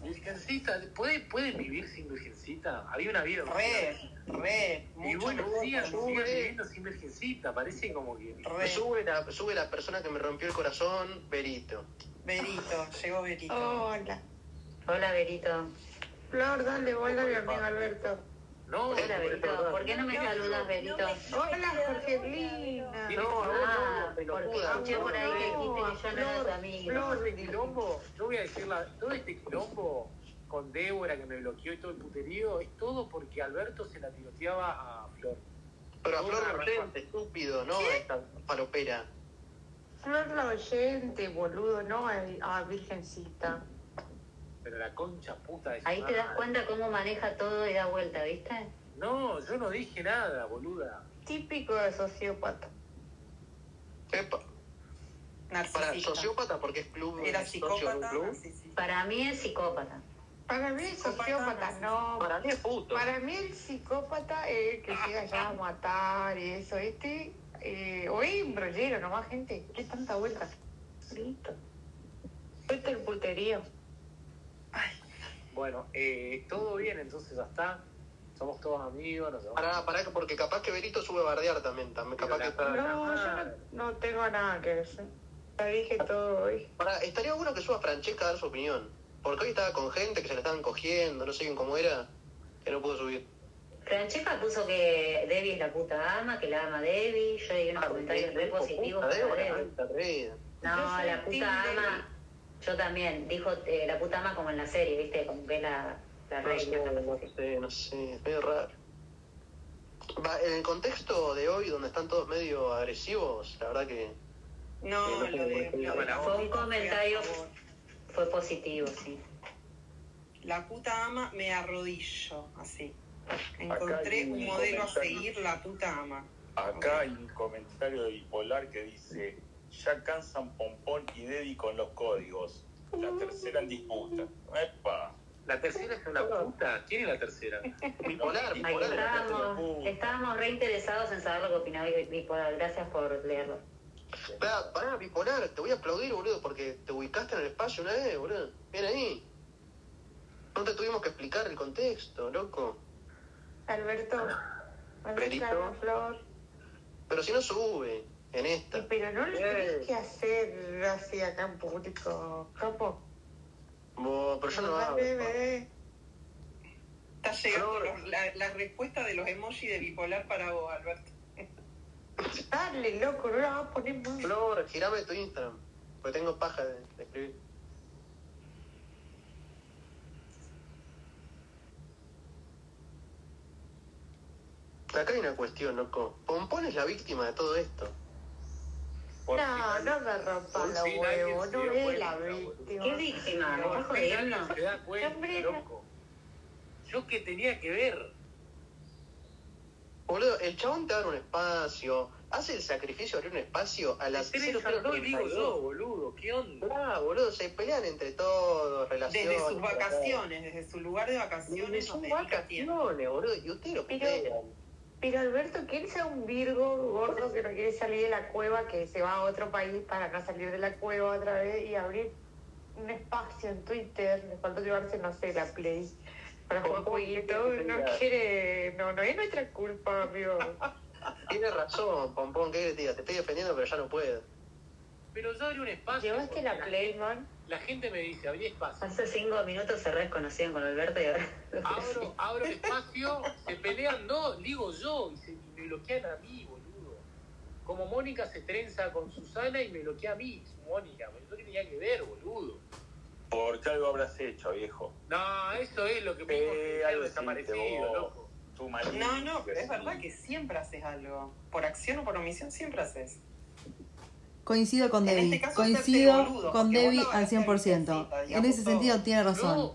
[SPEAKER 4] Virgencita, ¿puede, puede vivir sin virgencita? Había una vida.
[SPEAKER 11] Re, re,
[SPEAKER 4] Y
[SPEAKER 11] mucho
[SPEAKER 4] bueno,
[SPEAKER 11] lujo,
[SPEAKER 4] sigan, sigan
[SPEAKER 5] sube.
[SPEAKER 4] viviendo sin virgencita, parece como que.
[SPEAKER 11] Re.
[SPEAKER 5] Sube la, sube la persona que me rompió el corazón, Berito.
[SPEAKER 11] Berito, llegó Berito.
[SPEAKER 7] Hola. Hola, Berito.
[SPEAKER 12] Flor, dale, vuelve a mi amigo Alberto.
[SPEAKER 4] No,
[SPEAKER 7] Hola, Berito. ¿Por qué no me saludas, Berito?
[SPEAKER 12] Hola, Jorgelina.
[SPEAKER 4] No, a vos no,
[SPEAKER 7] Ah,
[SPEAKER 4] pelotuda.
[SPEAKER 7] porque escuché por ahí que dijiste que yo no era tu
[SPEAKER 4] Flor,
[SPEAKER 7] amigo.
[SPEAKER 4] Flor de quilombo, yo voy a decirla, todo este quilombo con Débora que me bloqueó y todo el puterío, es todo porque Alberto se la tiroteaba a Flor.
[SPEAKER 5] Pero a Flor Martente, estúpido, ¿no?
[SPEAKER 12] ¿Qué?
[SPEAKER 5] Esta palopera.
[SPEAKER 12] Flor la oyente, boludo, no a, a Virgencita.
[SPEAKER 4] Pero la concha puta de su
[SPEAKER 7] Ahí te das
[SPEAKER 4] madre.
[SPEAKER 7] cuenta cómo maneja todo y da vuelta, ¿viste?
[SPEAKER 4] No, yo no dije nada, boluda.
[SPEAKER 12] Típico de sociópata.
[SPEAKER 5] Epa. Para sociópata, porque es club.
[SPEAKER 11] Era
[SPEAKER 5] es socio de un
[SPEAKER 11] psicópata.
[SPEAKER 5] club.
[SPEAKER 11] narcisista.
[SPEAKER 7] Para mí es psicópata.
[SPEAKER 12] Para mí el sociópata no.
[SPEAKER 5] Para mí es puto.
[SPEAKER 12] Para mí el psicópata es el que llega ya a matar y eso. Este, eh, o es embrollero nomás, gente. Qué tanta vuelta. Listo. Vete el puterío.
[SPEAKER 4] Bueno, eh, todo bien, entonces ya está. Somos todos amigos, nos llevamos-
[SPEAKER 5] Pará, pará, porque capaz que Berito sube a bardear también. también capaz que
[SPEAKER 12] No,
[SPEAKER 11] Ah.
[SPEAKER 12] yo no, no tengo nada que decir. Ya dije todo hoy.
[SPEAKER 5] Pará, estaría bueno que suba Francesca a dar su opinión. Porque hoy estaba con gente que se la estaban cogiendo, no sé bien cómo era, que no pudo subir.
[SPEAKER 7] Francesca puso que Debbie es la puta ama, que la ama Ah, Debbie. Yo leí unos comentarios muy positivos para Debbie. No,
[SPEAKER 12] Yo
[SPEAKER 7] la
[SPEAKER 12] soy
[SPEAKER 7] puta
[SPEAKER 12] Team
[SPEAKER 7] ama. Yo también. Dijo eh, la puta ama como en la serie, ¿viste? Como que es la, la
[SPEAKER 5] No
[SPEAKER 7] reina.
[SPEAKER 5] sé, no sé, no sé, es medio raro. Va, en el contexto de hoy, donde están todos medio agresivos, la verdad que. que
[SPEAKER 11] No,
[SPEAKER 5] sé
[SPEAKER 11] lo
[SPEAKER 5] por
[SPEAKER 11] de,
[SPEAKER 5] qué
[SPEAKER 11] lo de
[SPEAKER 5] la-
[SPEAKER 11] la
[SPEAKER 7] Fue un
[SPEAKER 11] puta,
[SPEAKER 7] comentario,
[SPEAKER 11] por favor.
[SPEAKER 7] fue positivo, sí.
[SPEAKER 11] La puta ama me arrodillo, así.
[SPEAKER 10] hay
[SPEAKER 11] Encontré
[SPEAKER 10] un
[SPEAKER 11] un modelo a
[SPEAKER 10] comentario.
[SPEAKER 11] seguir, la puta ama.
[SPEAKER 10] Acá hay un comentario de bipolar que dice: Ya cansan Pompón y Dedi con los códigos. La tercera en disputa. ¡Epa!
[SPEAKER 4] La tercera es una puta. ¿Quién es la tercera?
[SPEAKER 5] Bipolar,
[SPEAKER 7] Ahí
[SPEAKER 5] bipolar.
[SPEAKER 7] estábamos, estábamos re interesados en saber lo que opinaba Bipolar. Gracias por leerlo.
[SPEAKER 5] Pará, pará, bipolar, te voy a aplaudir, boludo, porque te ubicaste en el espacio una vez, boludo. Bien ahí. No te tuvimos que explicar el contexto, loco.
[SPEAKER 12] Alberto,
[SPEAKER 5] Perito.
[SPEAKER 12] Alberto, la flor.
[SPEAKER 5] Pero si no sube en esta.
[SPEAKER 12] Y Pero no lo
[SPEAKER 5] Eh.
[SPEAKER 12] tenés que hacer así acá en público, capo.
[SPEAKER 5] Bo, pero yo no
[SPEAKER 12] Mamá,
[SPEAKER 5] hablo.
[SPEAKER 12] bebé.
[SPEAKER 11] Está llegando los- la, la respuesta de los emojis de bipolar para vos, Alberto.
[SPEAKER 12] Dale, loco, no la vas a poner más.
[SPEAKER 5] Flor, girame tu Instagram, porque tengo paja de, de escribir. Acá hay una cuestión, loco. Pompón es la víctima de todo esto.
[SPEAKER 10] Por
[SPEAKER 12] No,
[SPEAKER 10] fin,
[SPEAKER 12] no me rompas
[SPEAKER 10] por
[SPEAKER 12] los
[SPEAKER 10] fin alguien
[SPEAKER 12] huevos,
[SPEAKER 10] se
[SPEAKER 12] no
[SPEAKER 10] dio
[SPEAKER 12] es
[SPEAKER 10] cuenta,
[SPEAKER 12] la
[SPEAKER 10] boludo.
[SPEAKER 12] víctima.
[SPEAKER 7] ¿Qué víctima? ¿Me estás
[SPEAKER 4] Por fin alguien
[SPEAKER 7] jodiendo?
[SPEAKER 4] se da cuenta,
[SPEAKER 12] Hombre, no.
[SPEAKER 4] loco. Yo que tenía que ver.
[SPEAKER 5] Boludo, el chabón te abre un espacio, hace el sacrificio de abrir un espacio a las
[SPEAKER 4] Tres a dos, digo
[SPEAKER 5] 032.
[SPEAKER 4] yo, boludo. ¿Qué onda?
[SPEAKER 5] Ah, boludo, se pelean entre todos, relaciones.
[SPEAKER 11] Desde sus vacaciones, desde su lugar de vacaciones. nos
[SPEAKER 5] Son
[SPEAKER 11] dedica tiempo.
[SPEAKER 5] vacaciones, boludo, y ustedes lo
[SPEAKER 12] Pero-
[SPEAKER 5] pelean.
[SPEAKER 12] Pero Alberto, ¿quién sea un virgo gordo que no quiere salir de la cueva, que se va a otro país para no salir de la cueva otra vez y abrir un espacio en Twitter? Le falta llevarse, no sé, la Play para jugar
[SPEAKER 5] ¿Cómo que
[SPEAKER 12] jueguito.
[SPEAKER 5] te
[SPEAKER 12] No
[SPEAKER 5] diga?
[SPEAKER 12] quiere, no, no es nuestra culpa,
[SPEAKER 5] [LAUGHS]
[SPEAKER 12] amigo.
[SPEAKER 5] Tienes razón, Pompón, que te diga, te estoy defendiendo, pero ya no puedo.
[SPEAKER 4] Pero yo abrí un espacio.
[SPEAKER 12] ¿Llevaste la
[SPEAKER 4] porque
[SPEAKER 12] Play, man?
[SPEAKER 4] La gente me dice, abrí espacio.
[SPEAKER 7] Hace cinco minutos se desconocían con Alberto y ahora...
[SPEAKER 10] [LAUGHS]
[SPEAKER 4] Abro, abro espacio, se pelean dos, digo yo, y, se, y me bloquean a mí, boludo. Como Mónica se trenza con Susana y me bloquea a mí, Mónica. boludo, Yo que tenía que ver, boludo.
[SPEAKER 10] Porque algo habrás hecho, viejo.
[SPEAKER 4] No, eso es lo que me
[SPEAKER 10] Eh, algo hiciste
[SPEAKER 4] desaparecido,
[SPEAKER 10] vos.
[SPEAKER 4] loco.
[SPEAKER 10] Tu marido.
[SPEAKER 11] No, no, pero es verdad que siempre haces algo. Por acción o por omisión siempre haces.
[SPEAKER 8] Coincido con Debbie.
[SPEAKER 11] este caso,
[SPEAKER 8] Coincido
[SPEAKER 11] hacerte boludo,
[SPEAKER 8] con
[SPEAKER 11] porque vos
[SPEAKER 8] Debbie al 100%. En ese sentido tiene razón.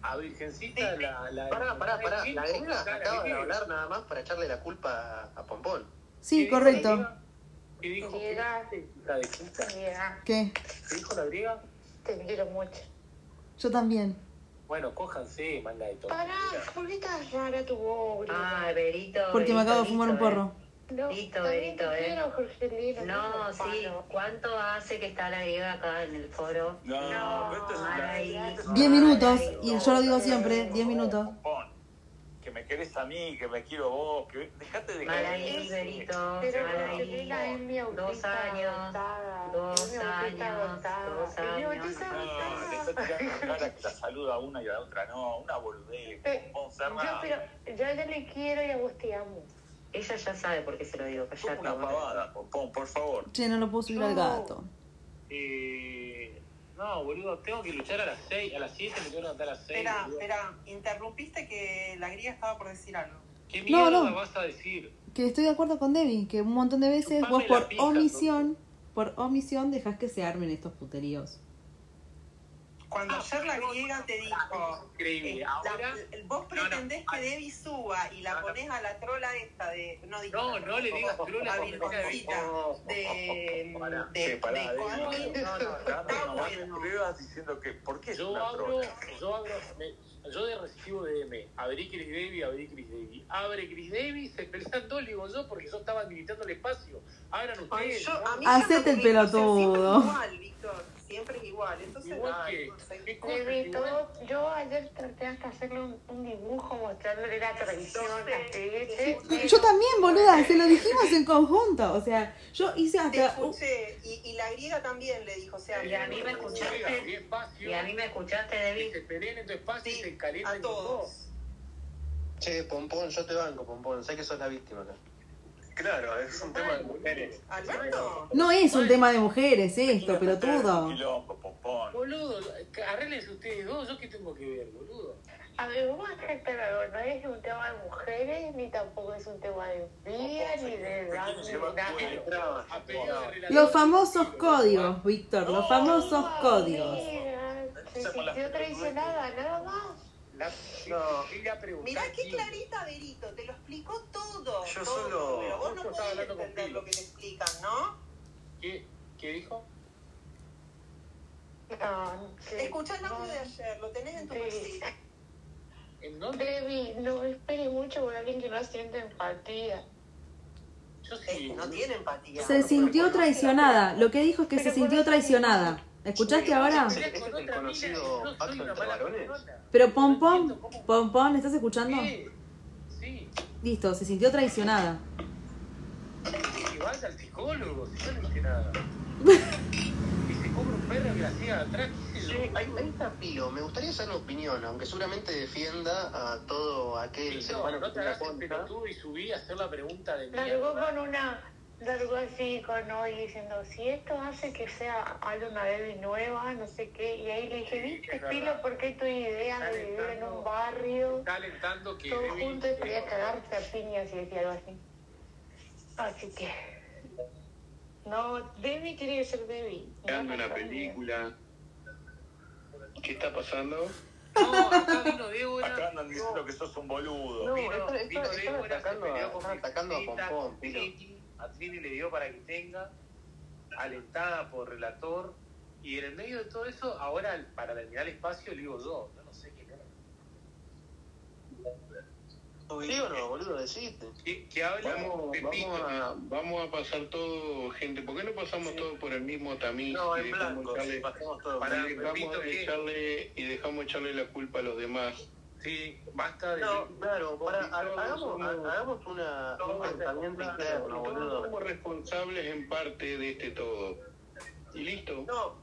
[SPEAKER 4] A Virgencita, la, la.
[SPEAKER 5] Pará, pará, pará. La gringa
[SPEAKER 4] cara,
[SPEAKER 5] acaba de
[SPEAKER 4] ¿qué?
[SPEAKER 5] hablar nada más para echarle la culpa a, a Pompón.
[SPEAKER 8] Sí, correcto.
[SPEAKER 4] ¿Qué dijo?
[SPEAKER 12] Griega,
[SPEAKER 4] La de puta.
[SPEAKER 12] griega,
[SPEAKER 8] ¿Qué?
[SPEAKER 4] ¿Qué dijo la griega?
[SPEAKER 12] te quiero mucho.
[SPEAKER 8] Yo también.
[SPEAKER 4] Bueno, cójanse, manga de todo.
[SPEAKER 12] Pará, ¿por qué estás rara tu voz, griega?
[SPEAKER 7] Ah, Berito.
[SPEAKER 8] Porque me
[SPEAKER 7] Berito,
[SPEAKER 8] acabo de fumar un
[SPEAKER 7] listo, eh.
[SPEAKER 8] porro.
[SPEAKER 12] No,
[SPEAKER 7] Berito,
[SPEAKER 12] también te
[SPEAKER 7] Berito, eh.
[SPEAKER 12] quiero, Jorgelina,
[SPEAKER 7] No,
[SPEAKER 12] te
[SPEAKER 7] sí.
[SPEAKER 12] paro.
[SPEAKER 7] ¿Cuánto hace que está la griega acá en el foro?
[SPEAKER 10] No, pero esto es
[SPEAKER 7] mal
[SPEAKER 10] una-
[SPEAKER 7] ahí.
[SPEAKER 10] esto es una-
[SPEAKER 8] 10 minutos, y yo lo digo siempre, 10 minutos.
[SPEAKER 10] Pompón, que me querés a mí, que me quiero vos, que dejate de [LAUGHS]
[SPEAKER 7] Mal
[SPEAKER 10] caer.
[SPEAKER 7] ahí, Berito.
[SPEAKER 12] Pero
[SPEAKER 7] Mal ahí.
[SPEAKER 12] Jorgelina es mi autista
[SPEAKER 7] Dos años,
[SPEAKER 12] agotada, es
[SPEAKER 7] Dos
[SPEAKER 12] mi autista
[SPEAKER 7] años,
[SPEAKER 12] agotada,
[SPEAKER 7] dos
[SPEAKER 12] es mi
[SPEAKER 7] años.
[SPEAKER 12] autista
[SPEAKER 10] No, le
[SPEAKER 12] agotada.
[SPEAKER 10] está tirando en cara que la saluda a una y a la otra, no, una boludez.
[SPEAKER 6] Eh,
[SPEAKER 12] Pe-
[SPEAKER 10] Pompón,
[SPEAKER 12] Yo,
[SPEAKER 10] Serra,
[SPEAKER 12] pero yo a ella le quiero y a vos te amo.
[SPEAKER 7] Ella ya sabe por qué se lo digo,
[SPEAKER 10] sos
[SPEAKER 7] callate.
[SPEAKER 10] una
[SPEAKER 7] vos.
[SPEAKER 10] pavada, Pompón, por favor.
[SPEAKER 8] Che, no lo puedo subir al gato.
[SPEAKER 4] Eh, no, boludo, tengo que luchar a las 6, a las 7 me tengo que levantar a las 6.
[SPEAKER 11] Espera, espera, interrumpiste que la griega estaba por decir algo.
[SPEAKER 4] ¿Qué
[SPEAKER 8] No,
[SPEAKER 4] mierda
[SPEAKER 8] no.
[SPEAKER 4] vas a decir?
[SPEAKER 8] Que estoy de acuerdo con Debbie, que un montón de veces
[SPEAKER 4] Chupame
[SPEAKER 8] vos
[SPEAKER 4] la
[SPEAKER 8] por
[SPEAKER 4] pija,
[SPEAKER 8] omisión, por omisión dejás que se armen estos puteríos.
[SPEAKER 11] Cuando
[SPEAKER 4] Ah,
[SPEAKER 11] ayer la griega te dijo,
[SPEAKER 4] Increíble.
[SPEAKER 11] eh,
[SPEAKER 4] Ahora,
[SPEAKER 11] la- vos pretendés que Debbie suba y la ponés a la trola esta de. No, dije
[SPEAKER 4] no,
[SPEAKER 11] la
[SPEAKER 4] no le digas trola
[SPEAKER 11] A
[SPEAKER 4] porque me cae
[SPEAKER 11] Virgoncita
[SPEAKER 10] Oh,
[SPEAKER 11] de. em,
[SPEAKER 10] Pará,
[SPEAKER 11] de.
[SPEAKER 10] che, pará,
[SPEAKER 11] de
[SPEAKER 10] Debbie,
[SPEAKER 11] Coani.
[SPEAKER 4] no, no,
[SPEAKER 10] Pará,
[SPEAKER 11] Está
[SPEAKER 10] no, vas
[SPEAKER 11] bueno.
[SPEAKER 10] pruebas diciendo que, ¿por qué es
[SPEAKER 4] Yo
[SPEAKER 10] una
[SPEAKER 4] abro,
[SPEAKER 10] trola?
[SPEAKER 4] yo abro, me- yo de recibo DM, abrí Chris Davy, abrí Chris Davy, abre Chris Davy, se pelean dos, le digo yo, porque yo estaba limitando el espacio, abran
[SPEAKER 11] Ay,
[SPEAKER 4] ustedes.
[SPEAKER 11] yo-
[SPEAKER 4] ¿no?
[SPEAKER 11] a mí ya me
[SPEAKER 8] Hacete
[SPEAKER 11] aburrí,
[SPEAKER 8] el
[SPEAKER 11] o sea,
[SPEAKER 8] pelotudo.
[SPEAKER 11] Siempre es igual, Víctor. Siempre es igual. Entonces,
[SPEAKER 4] Igual
[SPEAKER 11] ay,
[SPEAKER 4] que-
[SPEAKER 11] no sé.
[SPEAKER 4] ¿Qué cosa,
[SPEAKER 12] Desde
[SPEAKER 4] igual?
[SPEAKER 12] todo, yo ayer traté hasta hacerle un, un dibujo mostrándole la tradición, las leches.
[SPEAKER 8] Yo también, boluda, se lo dijimos en conjunto. O sea, yo hice
[SPEAKER 11] Te
[SPEAKER 8] hasta. uh,
[SPEAKER 11] escuché. Y, y la griega también le dijo, o sea,
[SPEAKER 7] Y a mí me escuchaste.
[SPEAKER 4] Oiga, mi espacio,
[SPEAKER 7] Y a mí me escuchaste,
[SPEAKER 4] que se
[SPEAKER 7] Debbie.
[SPEAKER 4] peleen en tu espacio y
[SPEAKER 11] Sí,
[SPEAKER 4] se calienten
[SPEAKER 11] a todos.
[SPEAKER 5] Che, Pompón, yo te banco, Pompón. Sé que sos la víctima acá.
[SPEAKER 10] Claro, es un tema de mujeres.
[SPEAKER 11] Alberto.
[SPEAKER 8] No es un tema de mujeres esto,
[SPEAKER 10] Un
[SPEAKER 8] pelotudo.
[SPEAKER 10] quilombo, Pompón.
[SPEAKER 4] Boludo, arreglense ustedes dos, yo qué tengo que ver, boludo.
[SPEAKER 12] A ver, vamos a ser claros, no es un tema de mujeres, ni tampoco es un tema de envidia, ni de edad, ni de nada.
[SPEAKER 4] A pelear de relación.
[SPEAKER 8] Los famosos códigos, Víctor, los famosos códigos.
[SPEAKER 12] Mira, Se sintió traicionada, nada más.
[SPEAKER 4] La-
[SPEAKER 5] No.
[SPEAKER 4] yo le voy a preguntar,
[SPEAKER 11] Mirá qué
[SPEAKER 4] sí.
[SPEAKER 11] clarita, Berito, te lo explicó todo.
[SPEAKER 5] Yo
[SPEAKER 11] todo,
[SPEAKER 5] solo-
[SPEAKER 11] Pero vos no
[SPEAKER 4] Yo estaba
[SPEAKER 11] podés
[SPEAKER 4] hablando con
[SPEAKER 11] entender
[SPEAKER 4] Pilo.
[SPEAKER 11] lo que te explican, ¿no?
[SPEAKER 4] ¿Qué, ¿Qué dijo? Ah,
[SPEAKER 12] No,
[SPEAKER 11] Escuchá el audio
[SPEAKER 12] nombre
[SPEAKER 11] de ayer, lo
[SPEAKER 5] [LAUGHS]
[SPEAKER 11] tenés en tu
[SPEAKER 12] Sí.
[SPEAKER 11] bolsillo.
[SPEAKER 4] ¿En dónde?
[SPEAKER 12] Debbie, no esperes mucho por alguien que no siente empatía.
[SPEAKER 4] Yo sí.
[SPEAKER 11] Eh, no tiene empatía.
[SPEAKER 8] Se sintió traicionada. Lo que dijo es que se sintió traicionada. ¿Escuchaste ahora?
[SPEAKER 4] Pelea
[SPEAKER 5] ¿Este
[SPEAKER 4] con
[SPEAKER 5] es el
[SPEAKER 4] otra
[SPEAKER 5] conocido
[SPEAKER 4] mina, yo soy
[SPEAKER 5] pacto
[SPEAKER 4] una
[SPEAKER 5] entre
[SPEAKER 4] mala
[SPEAKER 5] varones?
[SPEAKER 4] persona.
[SPEAKER 8] Pero
[SPEAKER 4] No
[SPEAKER 8] Pompón,
[SPEAKER 4] entiendo cómo-
[SPEAKER 8] Pompón, ¿estás escuchando?
[SPEAKER 4] ¿Qué? Sí,
[SPEAKER 8] Listo, se sintió traicionada.
[SPEAKER 4] que vaya al psicólogo, si yo no hice nada. Y se compra un perro que la siga atrás, qué sé yo.
[SPEAKER 5] Che, ahí, ahí está Pío. Me gustaría saber una opinión, aunque seguramente defienda a todo aquel
[SPEAKER 4] Sí,
[SPEAKER 5] ser
[SPEAKER 4] no,
[SPEAKER 5] humano
[SPEAKER 4] no
[SPEAKER 5] que
[SPEAKER 4] te
[SPEAKER 5] tenga
[SPEAKER 4] hagas el
[SPEAKER 5] contra.
[SPEAKER 4] pelotudo y subí a hacer la pregunta de
[SPEAKER 12] Largó
[SPEAKER 4] mierda.
[SPEAKER 12] con una, largó así con hoy diciendo, si esto hace que sea algo una Debbie nueva, no sé qué, y ahí le dije,
[SPEAKER 4] Sí,
[SPEAKER 12] viste,
[SPEAKER 4] es verdad.
[SPEAKER 12] Pilo, ¿por qué tu idea de vivir en un barrio,
[SPEAKER 4] Está alentando que...
[SPEAKER 12] todo
[SPEAKER 4] Debbie-
[SPEAKER 12] junto y podía cagarte a piñas y decía algo así? Así que, no, Debbie tiene que ser Debbie.
[SPEAKER 13] creando una película. ¿Qué está pasando?
[SPEAKER 4] No, acá vino Débora.
[SPEAKER 10] Acá andan diciendo que sos un boludo.
[SPEAKER 5] No,
[SPEAKER 4] Vino-
[SPEAKER 5] esto- esto-
[SPEAKER 4] vino
[SPEAKER 5] están
[SPEAKER 4] Débora,
[SPEAKER 5] atacando
[SPEAKER 4] se
[SPEAKER 5] a-
[SPEAKER 4] peleó con
[SPEAKER 5] están atacando a
[SPEAKER 4] Virgencita,
[SPEAKER 5] Pompón,
[SPEAKER 4] con
[SPEAKER 5] Pilo.
[SPEAKER 4] Trini, A Trini le dio para que tenga, alentada por relator. Y en el medio de todo eso, ahora para terminar el espacio, le digo yo, yo no sé qué era.
[SPEAKER 5] ¿Sí o no, boludo? Deciste.
[SPEAKER 4] Que, que habla
[SPEAKER 13] Vamos,
[SPEAKER 4] de pito.
[SPEAKER 13] vamos, a, vamos a pasar todo, gente. ¿Por qué no pasamos todo por el mismo tamiz?
[SPEAKER 5] No,
[SPEAKER 13] y
[SPEAKER 5] en
[SPEAKER 13] dejamos
[SPEAKER 5] blanco.
[SPEAKER 13] echarle-
[SPEAKER 5] sí, pasemos todo.
[SPEAKER 4] Pará,
[SPEAKER 13] y
[SPEAKER 4] Pepito,
[SPEAKER 13] dejamos
[SPEAKER 4] ¿qué?
[SPEAKER 13] echarle, y dejamos echarle la culpa a los demás.
[SPEAKER 4] Sí, basta de...
[SPEAKER 5] No, claro, para,
[SPEAKER 13] Todos
[SPEAKER 5] hagamos,
[SPEAKER 13] somos-
[SPEAKER 5] ha- hagamos una, un pensamiento interno,
[SPEAKER 13] Todos
[SPEAKER 5] boludo.
[SPEAKER 13] somos responsables en parte de este todo. Y listo.
[SPEAKER 11] No,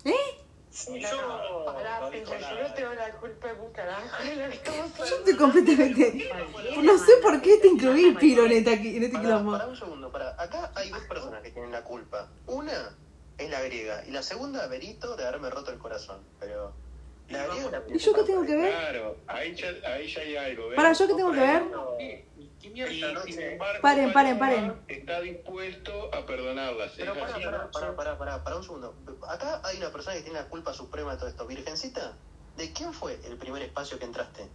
[SPEAKER 10] Sí,
[SPEAKER 12] No,
[SPEAKER 10] yo-
[SPEAKER 12] no, pará,
[SPEAKER 10] no
[SPEAKER 12] Pilo,
[SPEAKER 10] dijo
[SPEAKER 12] yo no
[SPEAKER 10] nada.
[SPEAKER 12] te doy la culpa de un carajo, [LAUGHS] lo que estamos
[SPEAKER 8] Yo
[SPEAKER 12] hablando.
[SPEAKER 8] estoy completamente. No sé por qué te incluí el piro en esta- en este
[SPEAKER 5] Pará,
[SPEAKER 8] quilombo.
[SPEAKER 5] pará un segundo, para. Acá hay dos personas que tienen la culpa. Una es la griega y la segunda, Berito, de haberme roto el corazón. Pero la griega es la
[SPEAKER 8] ¿Y yo qué tengo que ver?
[SPEAKER 13] Claro, ahí ya, ahí ya hay algo. ¿ves?
[SPEAKER 8] Para, ¿yo qué tengo que ver?
[SPEAKER 4] No, ¿qué?
[SPEAKER 13] ¿Qué mierda, no? Sin embargo,
[SPEAKER 8] Paren, paren,
[SPEAKER 13] Paloma Está dispuesto a perdonarlas.
[SPEAKER 5] Pero
[SPEAKER 13] es
[SPEAKER 5] pará,
[SPEAKER 13] así.
[SPEAKER 5] pará, pará, pará, pará, pará un segundo. Acá hay una persona que tiene la culpa suprema de todo esto. Virgencita, ¿de quién fue el primer espacio que entraste?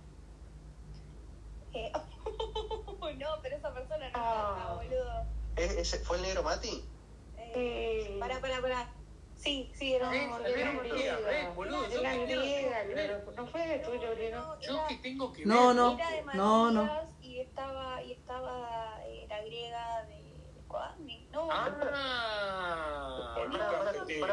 [SPEAKER 3] Eh, [LAUGHS] oh, no, pero esa persona no está, boludo.
[SPEAKER 5] ¿Es- ese- ¿Fue el negro Mati?
[SPEAKER 3] Eh, Pará, pará, pará. Sí, sí, era
[SPEAKER 12] No,
[SPEAKER 3] un
[SPEAKER 12] era
[SPEAKER 3] era-
[SPEAKER 12] griega,
[SPEAKER 3] era-
[SPEAKER 12] boludo, yo
[SPEAKER 3] era
[SPEAKER 12] te quiero
[SPEAKER 3] griega,
[SPEAKER 12] defender.
[SPEAKER 3] pero no fue de tuyo, griego.
[SPEAKER 4] Yo que tengo que
[SPEAKER 8] No,
[SPEAKER 4] ver,
[SPEAKER 8] no,
[SPEAKER 3] Era de
[SPEAKER 8] no, no.
[SPEAKER 3] Malvinas Y estaba, y estaba, eh, la griega de, de Coadmi. No,
[SPEAKER 4] Ah,
[SPEAKER 14] Volvió cafetero, viejo,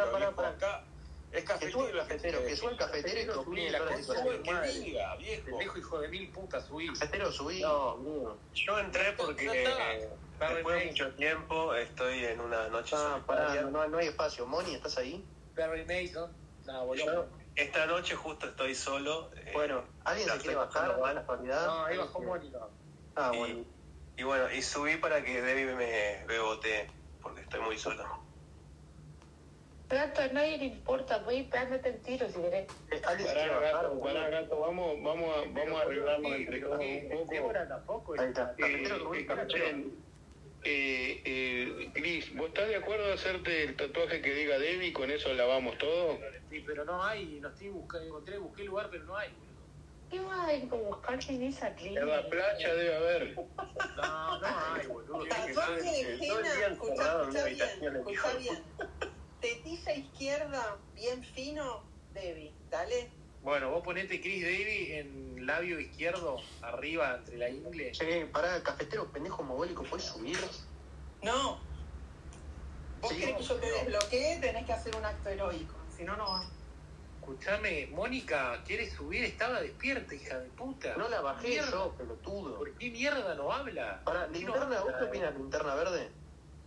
[SPEAKER 14] acá es cafetero el cafetero.
[SPEAKER 5] Que sube el cafetero y que opine
[SPEAKER 4] subí
[SPEAKER 5] de
[SPEAKER 4] la
[SPEAKER 5] toda la
[SPEAKER 4] cosa,
[SPEAKER 5] situación.
[SPEAKER 4] madre.
[SPEAKER 14] Diga, viejo.
[SPEAKER 4] Pendejo hijo de mil putas, subí.
[SPEAKER 5] Cafetero, subí.
[SPEAKER 15] No, mío. Yo entré porque eh, después de mucho tiempo estoy en una noche
[SPEAKER 5] Ah, pará,
[SPEAKER 15] solitaria.
[SPEAKER 5] no, no hay espacio. Moni, ¿estás ahí?
[SPEAKER 4] Perry Mason. No,
[SPEAKER 15] Yo
[SPEAKER 4] boludo.
[SPEAKER 15] esta noche justo estoy solo. eh,
[SPEAKER 5] Bueno, ¿alguien
[SPEAKER 15] la
[SPEAKER 5] se
[SPEAKER 15] estoy
[SPEAKER 5] quiere bajar
[SPEAKER 15] pasando
[SPEAKER 5] a
[SPEAKER 15] mal.
[SPEAKER 5] la actualidad?
[SPEAKER 4] No, ahí bajó Mónica.
[SPEAKER 5] Ah,
[SPEAKER 15] Y-
[SPEAKER 5] bueno.
[SPEAKER 15] Y bueno, y subí para que Debbie me bebote porque estoy muy solo.
[SPEAKER 12] Gato, a nadie le importa, voy pegándote el tiro si querés.
[SPEAKER 5] Eh, ¿Alguien se quiere
[SPEAKER 13] Pará,
[SPEAKER 5] bajar?
[SPEAKER 13] gato, pará, gato, vamos, vamos a, vamos a arreglarnos entre todos un poco.
[SPEAKER 4] Débora tampoco.
[SPEAKER 5] Ahí está. Cafetero, subí,
[SPEAKER 13] Eh,
[SPEAKER 5] cafetero.
[SPEAKER 13] escuchen, eh, eh, Gris, ¿vos estás de acuerdo de hacerte el tatuaje que diga Debbie? ¿Con eso lavamos todo?
[SPEAKER 4] Sí, pero no hay, no estoy buscando, encontré, busqué lugar, pero no hay, boludo.
[SPEAKER 12] ¿Qué vas a ir con buscar quién es aquí?
[SPEAKER 13] En la playa debe
[SPEAKER 4] [LAUGHS]
[SPEAKER 13] haber.
[SPEAKER 4] No, no
[SPEAKER 12] Ah,
[SPEAKER 4] hay, boludo.
[SPEAKER 2] Tatuaje de
[SPEAKER 13] todo el
[SPEAKER 2] henna,
[SPEAKER 13] día encerrado en
[SPEAKER 2] escuchá, escuchá
[SPEAKER 13] una
[SPEAKER 2] bien,
[SPEAKER 13] habitación,
[SPEAKER 2] escuchá
[SPEAKER 13] hijo.
[SPEAKER 2] bien. Tetilla izquierda, bien fino, Debbie, dale.
[SPEAKER 4] Bueno, vos ponete Chris Davis en labio izquierdo, arriba, entre la ingle.
[SPEAKER 5] Che, pará, cafetero, pendejo mogólico, ¿puedes subir?
[SPEAKER 2] No. Vos
[SPEAKER 5] Sí,
[SPEAKER 2] querés que yo te desbloquee, tenés que hacer un acto heroico, si no, no va.
[SPEAKER 4] Escuchame, Mónica, ¿quieres subir? Estaba despierta, hija de puta.
[SPEAKER 5] No la bajé
[SPEAKER 4] Mierda.
[SPEAKER 5] yo, pelotudo.
[SPEAKER 4] ¿Por qué mierda no habla?
[SPEAKER 5] Pará,
[SPEAKER 4] ¿Qué no
[SPEAKER 5] linterna, ¿vos
[SPEAKER 4] habla,
[SPEAKER 5] qué
[SPEAKER 4] eh?
[SPEAKER 5] opinas, linterna verde?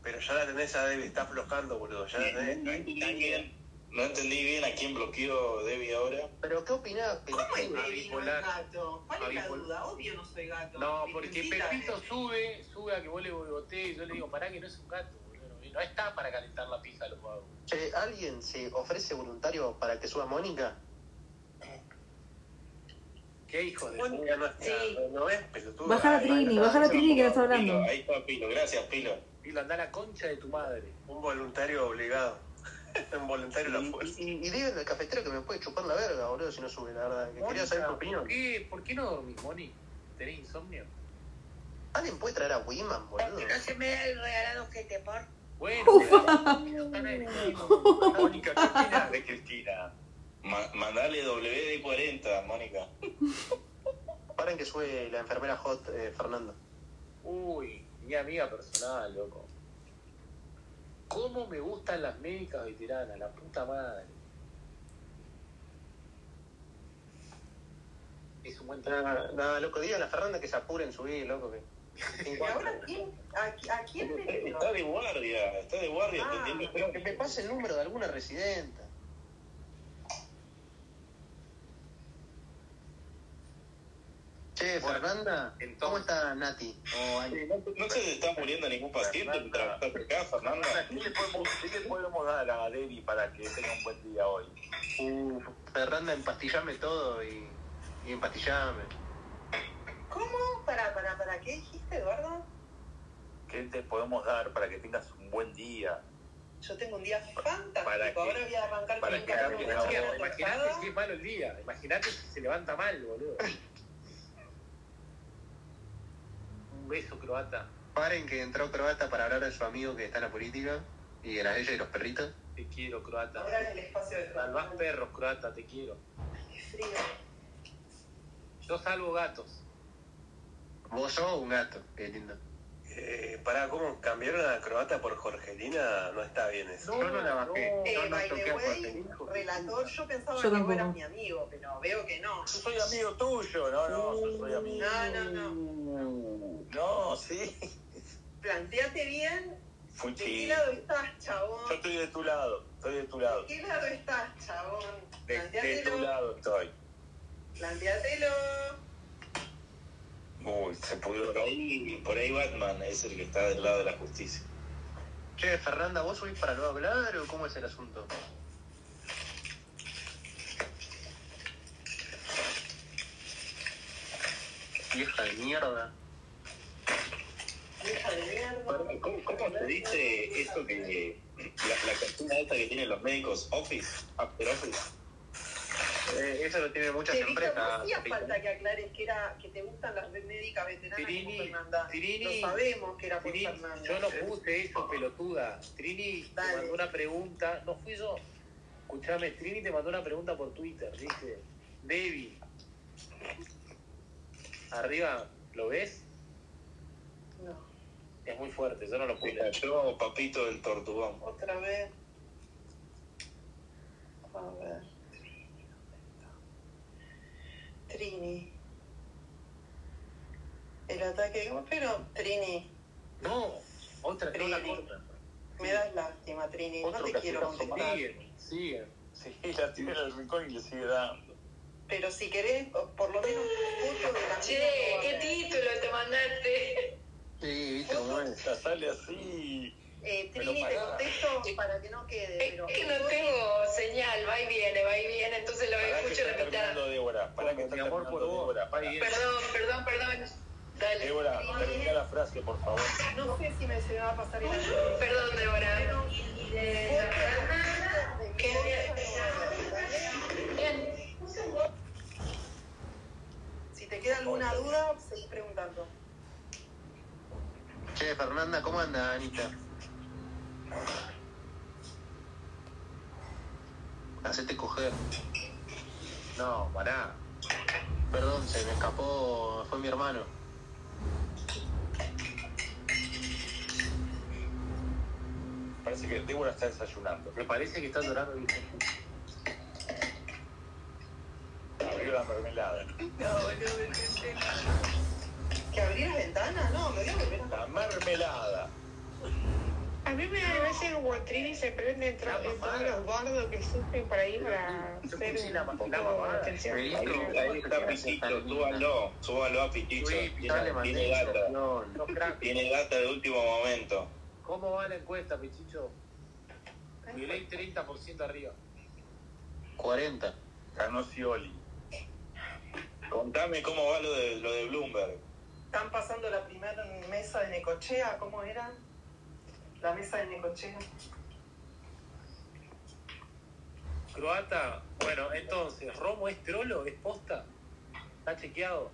[SPEAKER 15] Pero ya la tenés a Debbie, está aflojando, boludo. Ya la tenés.
[SPEAKER 14] No entendí bien, no entendí bien a quién bloqueó Debbie ahora.
[SPEAKER 5] ¿Pero qué opinás,
[SPEAKER 2] ¿Cómo es
[SPEAKER 5] pelotudo?
[SPEAKER 2] Debbie no es
[SPEAKER 4] Bipolar.
[SPEAKER 2] gato? ¿Cuál es la
[SPEAKER 4] Bipolar.
[SPEAKER 2] duda? Obvio no soy gato. eh.
[SPEAKER 4] No, porque
[SPEAKER 2] Virgencita,
[SPEAKER 4] Pepito sube, sube a que vos le botees y yo le digo, pará que no es un gato, boludo. Y No está para calentar la pija a los vagos.
[SPEAKER 5] Che, ¿alguien se ofrece voluntario para que suba Mónica?
[SPEAKER 4] ¿Qué hijo de puta?
[SPEAKER 15] Mónica no está,
[SPEAKER 12] Sí.
[SPEAKER 15] ¿no ves? Pelotuda.
[SPEAKER 8] Baja la Trini, baja la Trini que no está hablando.
[SPEAKER 14] Pilo, ahí está Pilo, gracias Pilo.
[SPEAKER 4] Pilo, anda a la concha de tu madre.
[SPEAKER 15] Un voluntario obligado. un voluntario a la fuerza.
[SPEAKER 5] Y, y díganle al cafetero que me puede chupar la verga, boludo, si no sube, la verdad. Que quería saber tu
[SPEAKER 4] ¿por
[SPEAKER 5] opinión.
[SPEAKER 4] qué, ¿por qué no dormís, Moni? ¿Tenés insomnio?
[SPEAKER 5] ¿Alguien puede traer a Wiman, boludo?
[SPEAKER 16] No se me da el regalado que te por.
[SPEAKER 4] Bueno,
[SPEAKER 14] Mónica, ¿qué opinas de Cristina? Ma- mandale WD-40, [LAUGHS] Mónica.
[SPEAKER 5] Paren que sube la enfermera Hot, eh, Fernando.
[SPEAKER 4] Uy, mi amiga personal, loco. ¿Cómo me gustan las médicas veteranas? La puta madre. Es un buen trabajo.
[SPEAKER 5] Nada, nada, loco, díganle a Fernanda que se apure en subir, loco. Que...
[SPEAKER 2] ¿Y ahora quién? ¿A, a quién le digo?
[SPEAKER 14] Eh, Está de guardia, está de guardia,
[SPEAKER 2] Ah,
[SPEAKER 14] entendiendo
[SPEAKER 5] Pero que te pase el número de alguna residenta. Che,
[SPEAKER 4] Bueno,
[SPEAKER 5] Fernanda, ¿cómo
[SPEAKER 4] entonces-
[SPEAKER 5] está Nati? O alguien.
[SPEAKER 14] No se te está muriendo ningún paciente que trabaja por acá, Fernanda.
[SPEAKER 13] ¿Qué le podemos, dar a Debbie para que tenga un buen día hoy?
[SPEAKER 5] Uh, Fernanda, empastillame todo y, y empastillame.
[SPEAKER 2] ¿Cómo? Para, para, para, ¿qué dijiste, Eduardo?
[SPEAKER 13] ¿Qué te podemos dar para que tengas un buen día?
[SPEAKER 2] Yo tengo un día
[SPEAKER 13] Para que-
[SPEAKER 2] fantástico. Ahora voy a arrancar con
[SPEAKER 13] para
[SPEAKER 2] un
[SPEAKER 13] que
[SPEAKER 2] café
[SPEAKER 13] cambie
[SPEAKER 2] con
[SPEAKER 13] la
[SPEAKER 2] leche
[SPEAKER 13] hora.
[SPEAKER 4] Imagínate
[SPEAKER 2] tostada.
[SPEAKER 4] si es malo el día. Imagínate si se levanta mal, boludo. Un beso, croata.
[SPEAKER 5] Paren que entró Croata para hablar de su amigo que está en la política y de las leyes de los perritos.
[SPEAKER 4] Te quiero, croata.
[SPEAKER 2] Ahora en el espacio de
[SPEAKER 4] Salvás perros, croata, te quiero.
[SPEAKER 2] Qué frío.
[SPEAKER 4] Yo salvo gatos.
[SPEAKER 5] Vos sos un gato, qué lindo.
[SPEAKER 15] Eh, pará, ¿cómo cambiaron a Croata por Jorgelina? No está bien eso.
[SPEAKER 5] Yo no la bajé.
[SPEAKER 2] Eh,
[SPEAKER 5] Yo no
[SPEAKER 2] by the
[SPEAKER 5] toqué a
[SPEAKER 2] way,
[SPEAKER 5] Jorgelina.
[SPEAKER 2] relator, yo pensaba
[SPEAKER 8] Yo
[SPEAKER 2] que
[SPEAKER 8] tampoco.
[SPEAKER 2] vos eras mi amigo, pero veo que no.
[SPEAKER 14] Yo soy amigo tuyo, no, no, yo soy amigo.
[SPEAKER 2] No, no, no.
[SPEAKER 14] No, sí.
[SPEAKER 2] Planteate bien
[SPEAKER 14] Fui
[SPEAKER 2] de qué
[SPEAKER 14] chido.
[SPEAKER 2] lado estás,
[SPEAKER 14] Yo
[SPEAKER 2] chabón.
[SPEAKER 14] estoy de tu lado, estoy de tu lado.
[SPEAKER 2] ¿De qué lado estás, chabón?
[SPEAKER 14] De, de tu
[SPEAKER 2] Planteatelo.
[SPEAKER 14] lado estoy.
[SPEAKER 2] Planteatelo.
[SPEAKER 14] Uy, se pudo. Por ahí, por ahí Batman es el que está del lado de la justicia.
[SPEAKER 5] Che, Fernanda, ¿vos subís para no hablar o cómo es el asunto? Vieja de mierda.
[SPEAKER 2] Hija de mierda.
[SPEAKER 14] ¿Cómo, cómo se dice esto que la, la cantina esta que tienen los médicos? Office, after office.
[SPEAKER 2] Eh, eso lo tienen
[SPEAKER 14] muchas
[SPEAKER 2] Che, Víctor,
[SPEAKER 14] empresas.
[SPEAKER 2] no hacía falta que aclares que era que te gustan las red médicas veteranas
[SPEAKER 4] Tirini,
[SPEAKER 2] por Fernanda.
[SPEAKER 4] Tirini,
[SPEAKER 2] lo sabemos que era por
[SPEAKER 4] Trini,
[SPEAKER 2] Fernanda.
[SPEAKER 4] yo no puse eso, pelotuda. Trini te mandó una pregunta, no fui yo. Escuchame, Trini te mandó una pregunta por Twitter, dice, Debbie, arriba, ¿lo ves?
[SPEAKER 2] No.
[SPEAKER 4] Es muy fuerte, yo no lo pude
[SPEAKER 14] Mira, yo, papito del tortugón.
[SPEAKER 2] Otra vez. A ver. Trini. El ataque. Pero, Trini.
[SPEAKER 4] No, otra que no la corta.
[SPEAKER 2] Me das lástima, Trini. No te quiero contestar.
[SPEAKER 4] Sigue, sigue.
[SPEAKER 13] Sí, la tiene el rincón y le sigue dando.
[SPEAKER 2] Pero si querés, por lo menos mucho de la
[SPEAKER 3] Che, qué título te mandaste.
[SPEAKER 13] Sí, viste cómo es. Ya sale así.
[SPEAKER 2] Eh,
[SPEAKER 13] Pero
[SPEAKER 2] Trini, te
[SPEAKER 13] pará.
[SPEAKER 2] contesto para que no quede. Pero...
[SPEAKER 3] Es que no tengo señal, va y viene, va y viene, entonces lo
[SPEAKER 13] Pará que
[SPEAKER 3] escucho
[SPEAKER 13] está
[SPEAKER 3] la mitad.
[SPEAKER 13] terminando Débora. Pará que está terminando Débora. Pará.
[SPEAKER 3] Perdón, perdón, perdón. Dale.
[SPEAKER 13] Débora, termina la frase, por favor.
[SPEAKER 2] No sé si me se me va a pasar el
[SPEAKER 3] Perdón, Débora. Que- Bien.
[SPEAKER 2] Si te queda alguna duda, seguís preguntando.
[SPEAKER 5] Che, Fernanda, ¿cómo anda, Anita? Hacete coger. No, pará. Perdón, se me escapó, fue mi hermano.
[SPEAKER 13] Parece que Débora está desayunando.
[SPEAKER 4] Me parece que está llorando. dice.
[SPEAKER 13] Abrió la mermelada.
[SPEAKER 2] ¿Que abrieras ventanas? No, me voy a volver
[SPEAKER 13] La mermelada.
[SPEAKER 12] A mí me da gracia como Trini se prende en, tro- en todos los gordos que sufren por ahí para hacer un poco de atención.
[SPEAKER 14] Ahí está Pitito, súbalo, súbalo a Pitito.
[SPEAKER 4] dale,
[SPEAKER 14] Tiene,
[SPEAKER 4] mandé
[SPEAKER 14] tiene
[SPEAKER 4] esa
[SPEAKER 14] data.
[SPEAKER 4] No, crack.
[SPEAKER 14] Tiene data de último momento.
[SPEAKER 4] ¿Cómo va la encuesta, Pichicho? Milei 30% arriba.
[SPEAKER 14] 40.
[SPEAKER 13] Ganó Scioli.
[SPEAKER 14] Contame cómo va lo de, lo de Bloomberg.
[SPEAKER 2] Están pasando la primera mesa de Necochea, ¿cómo era? La mesa de Necochea.
[SPEAKER 4] Croata, bueno, entonces, ¿Romo es trolo? ¿Es posta? ¿Está chequeado?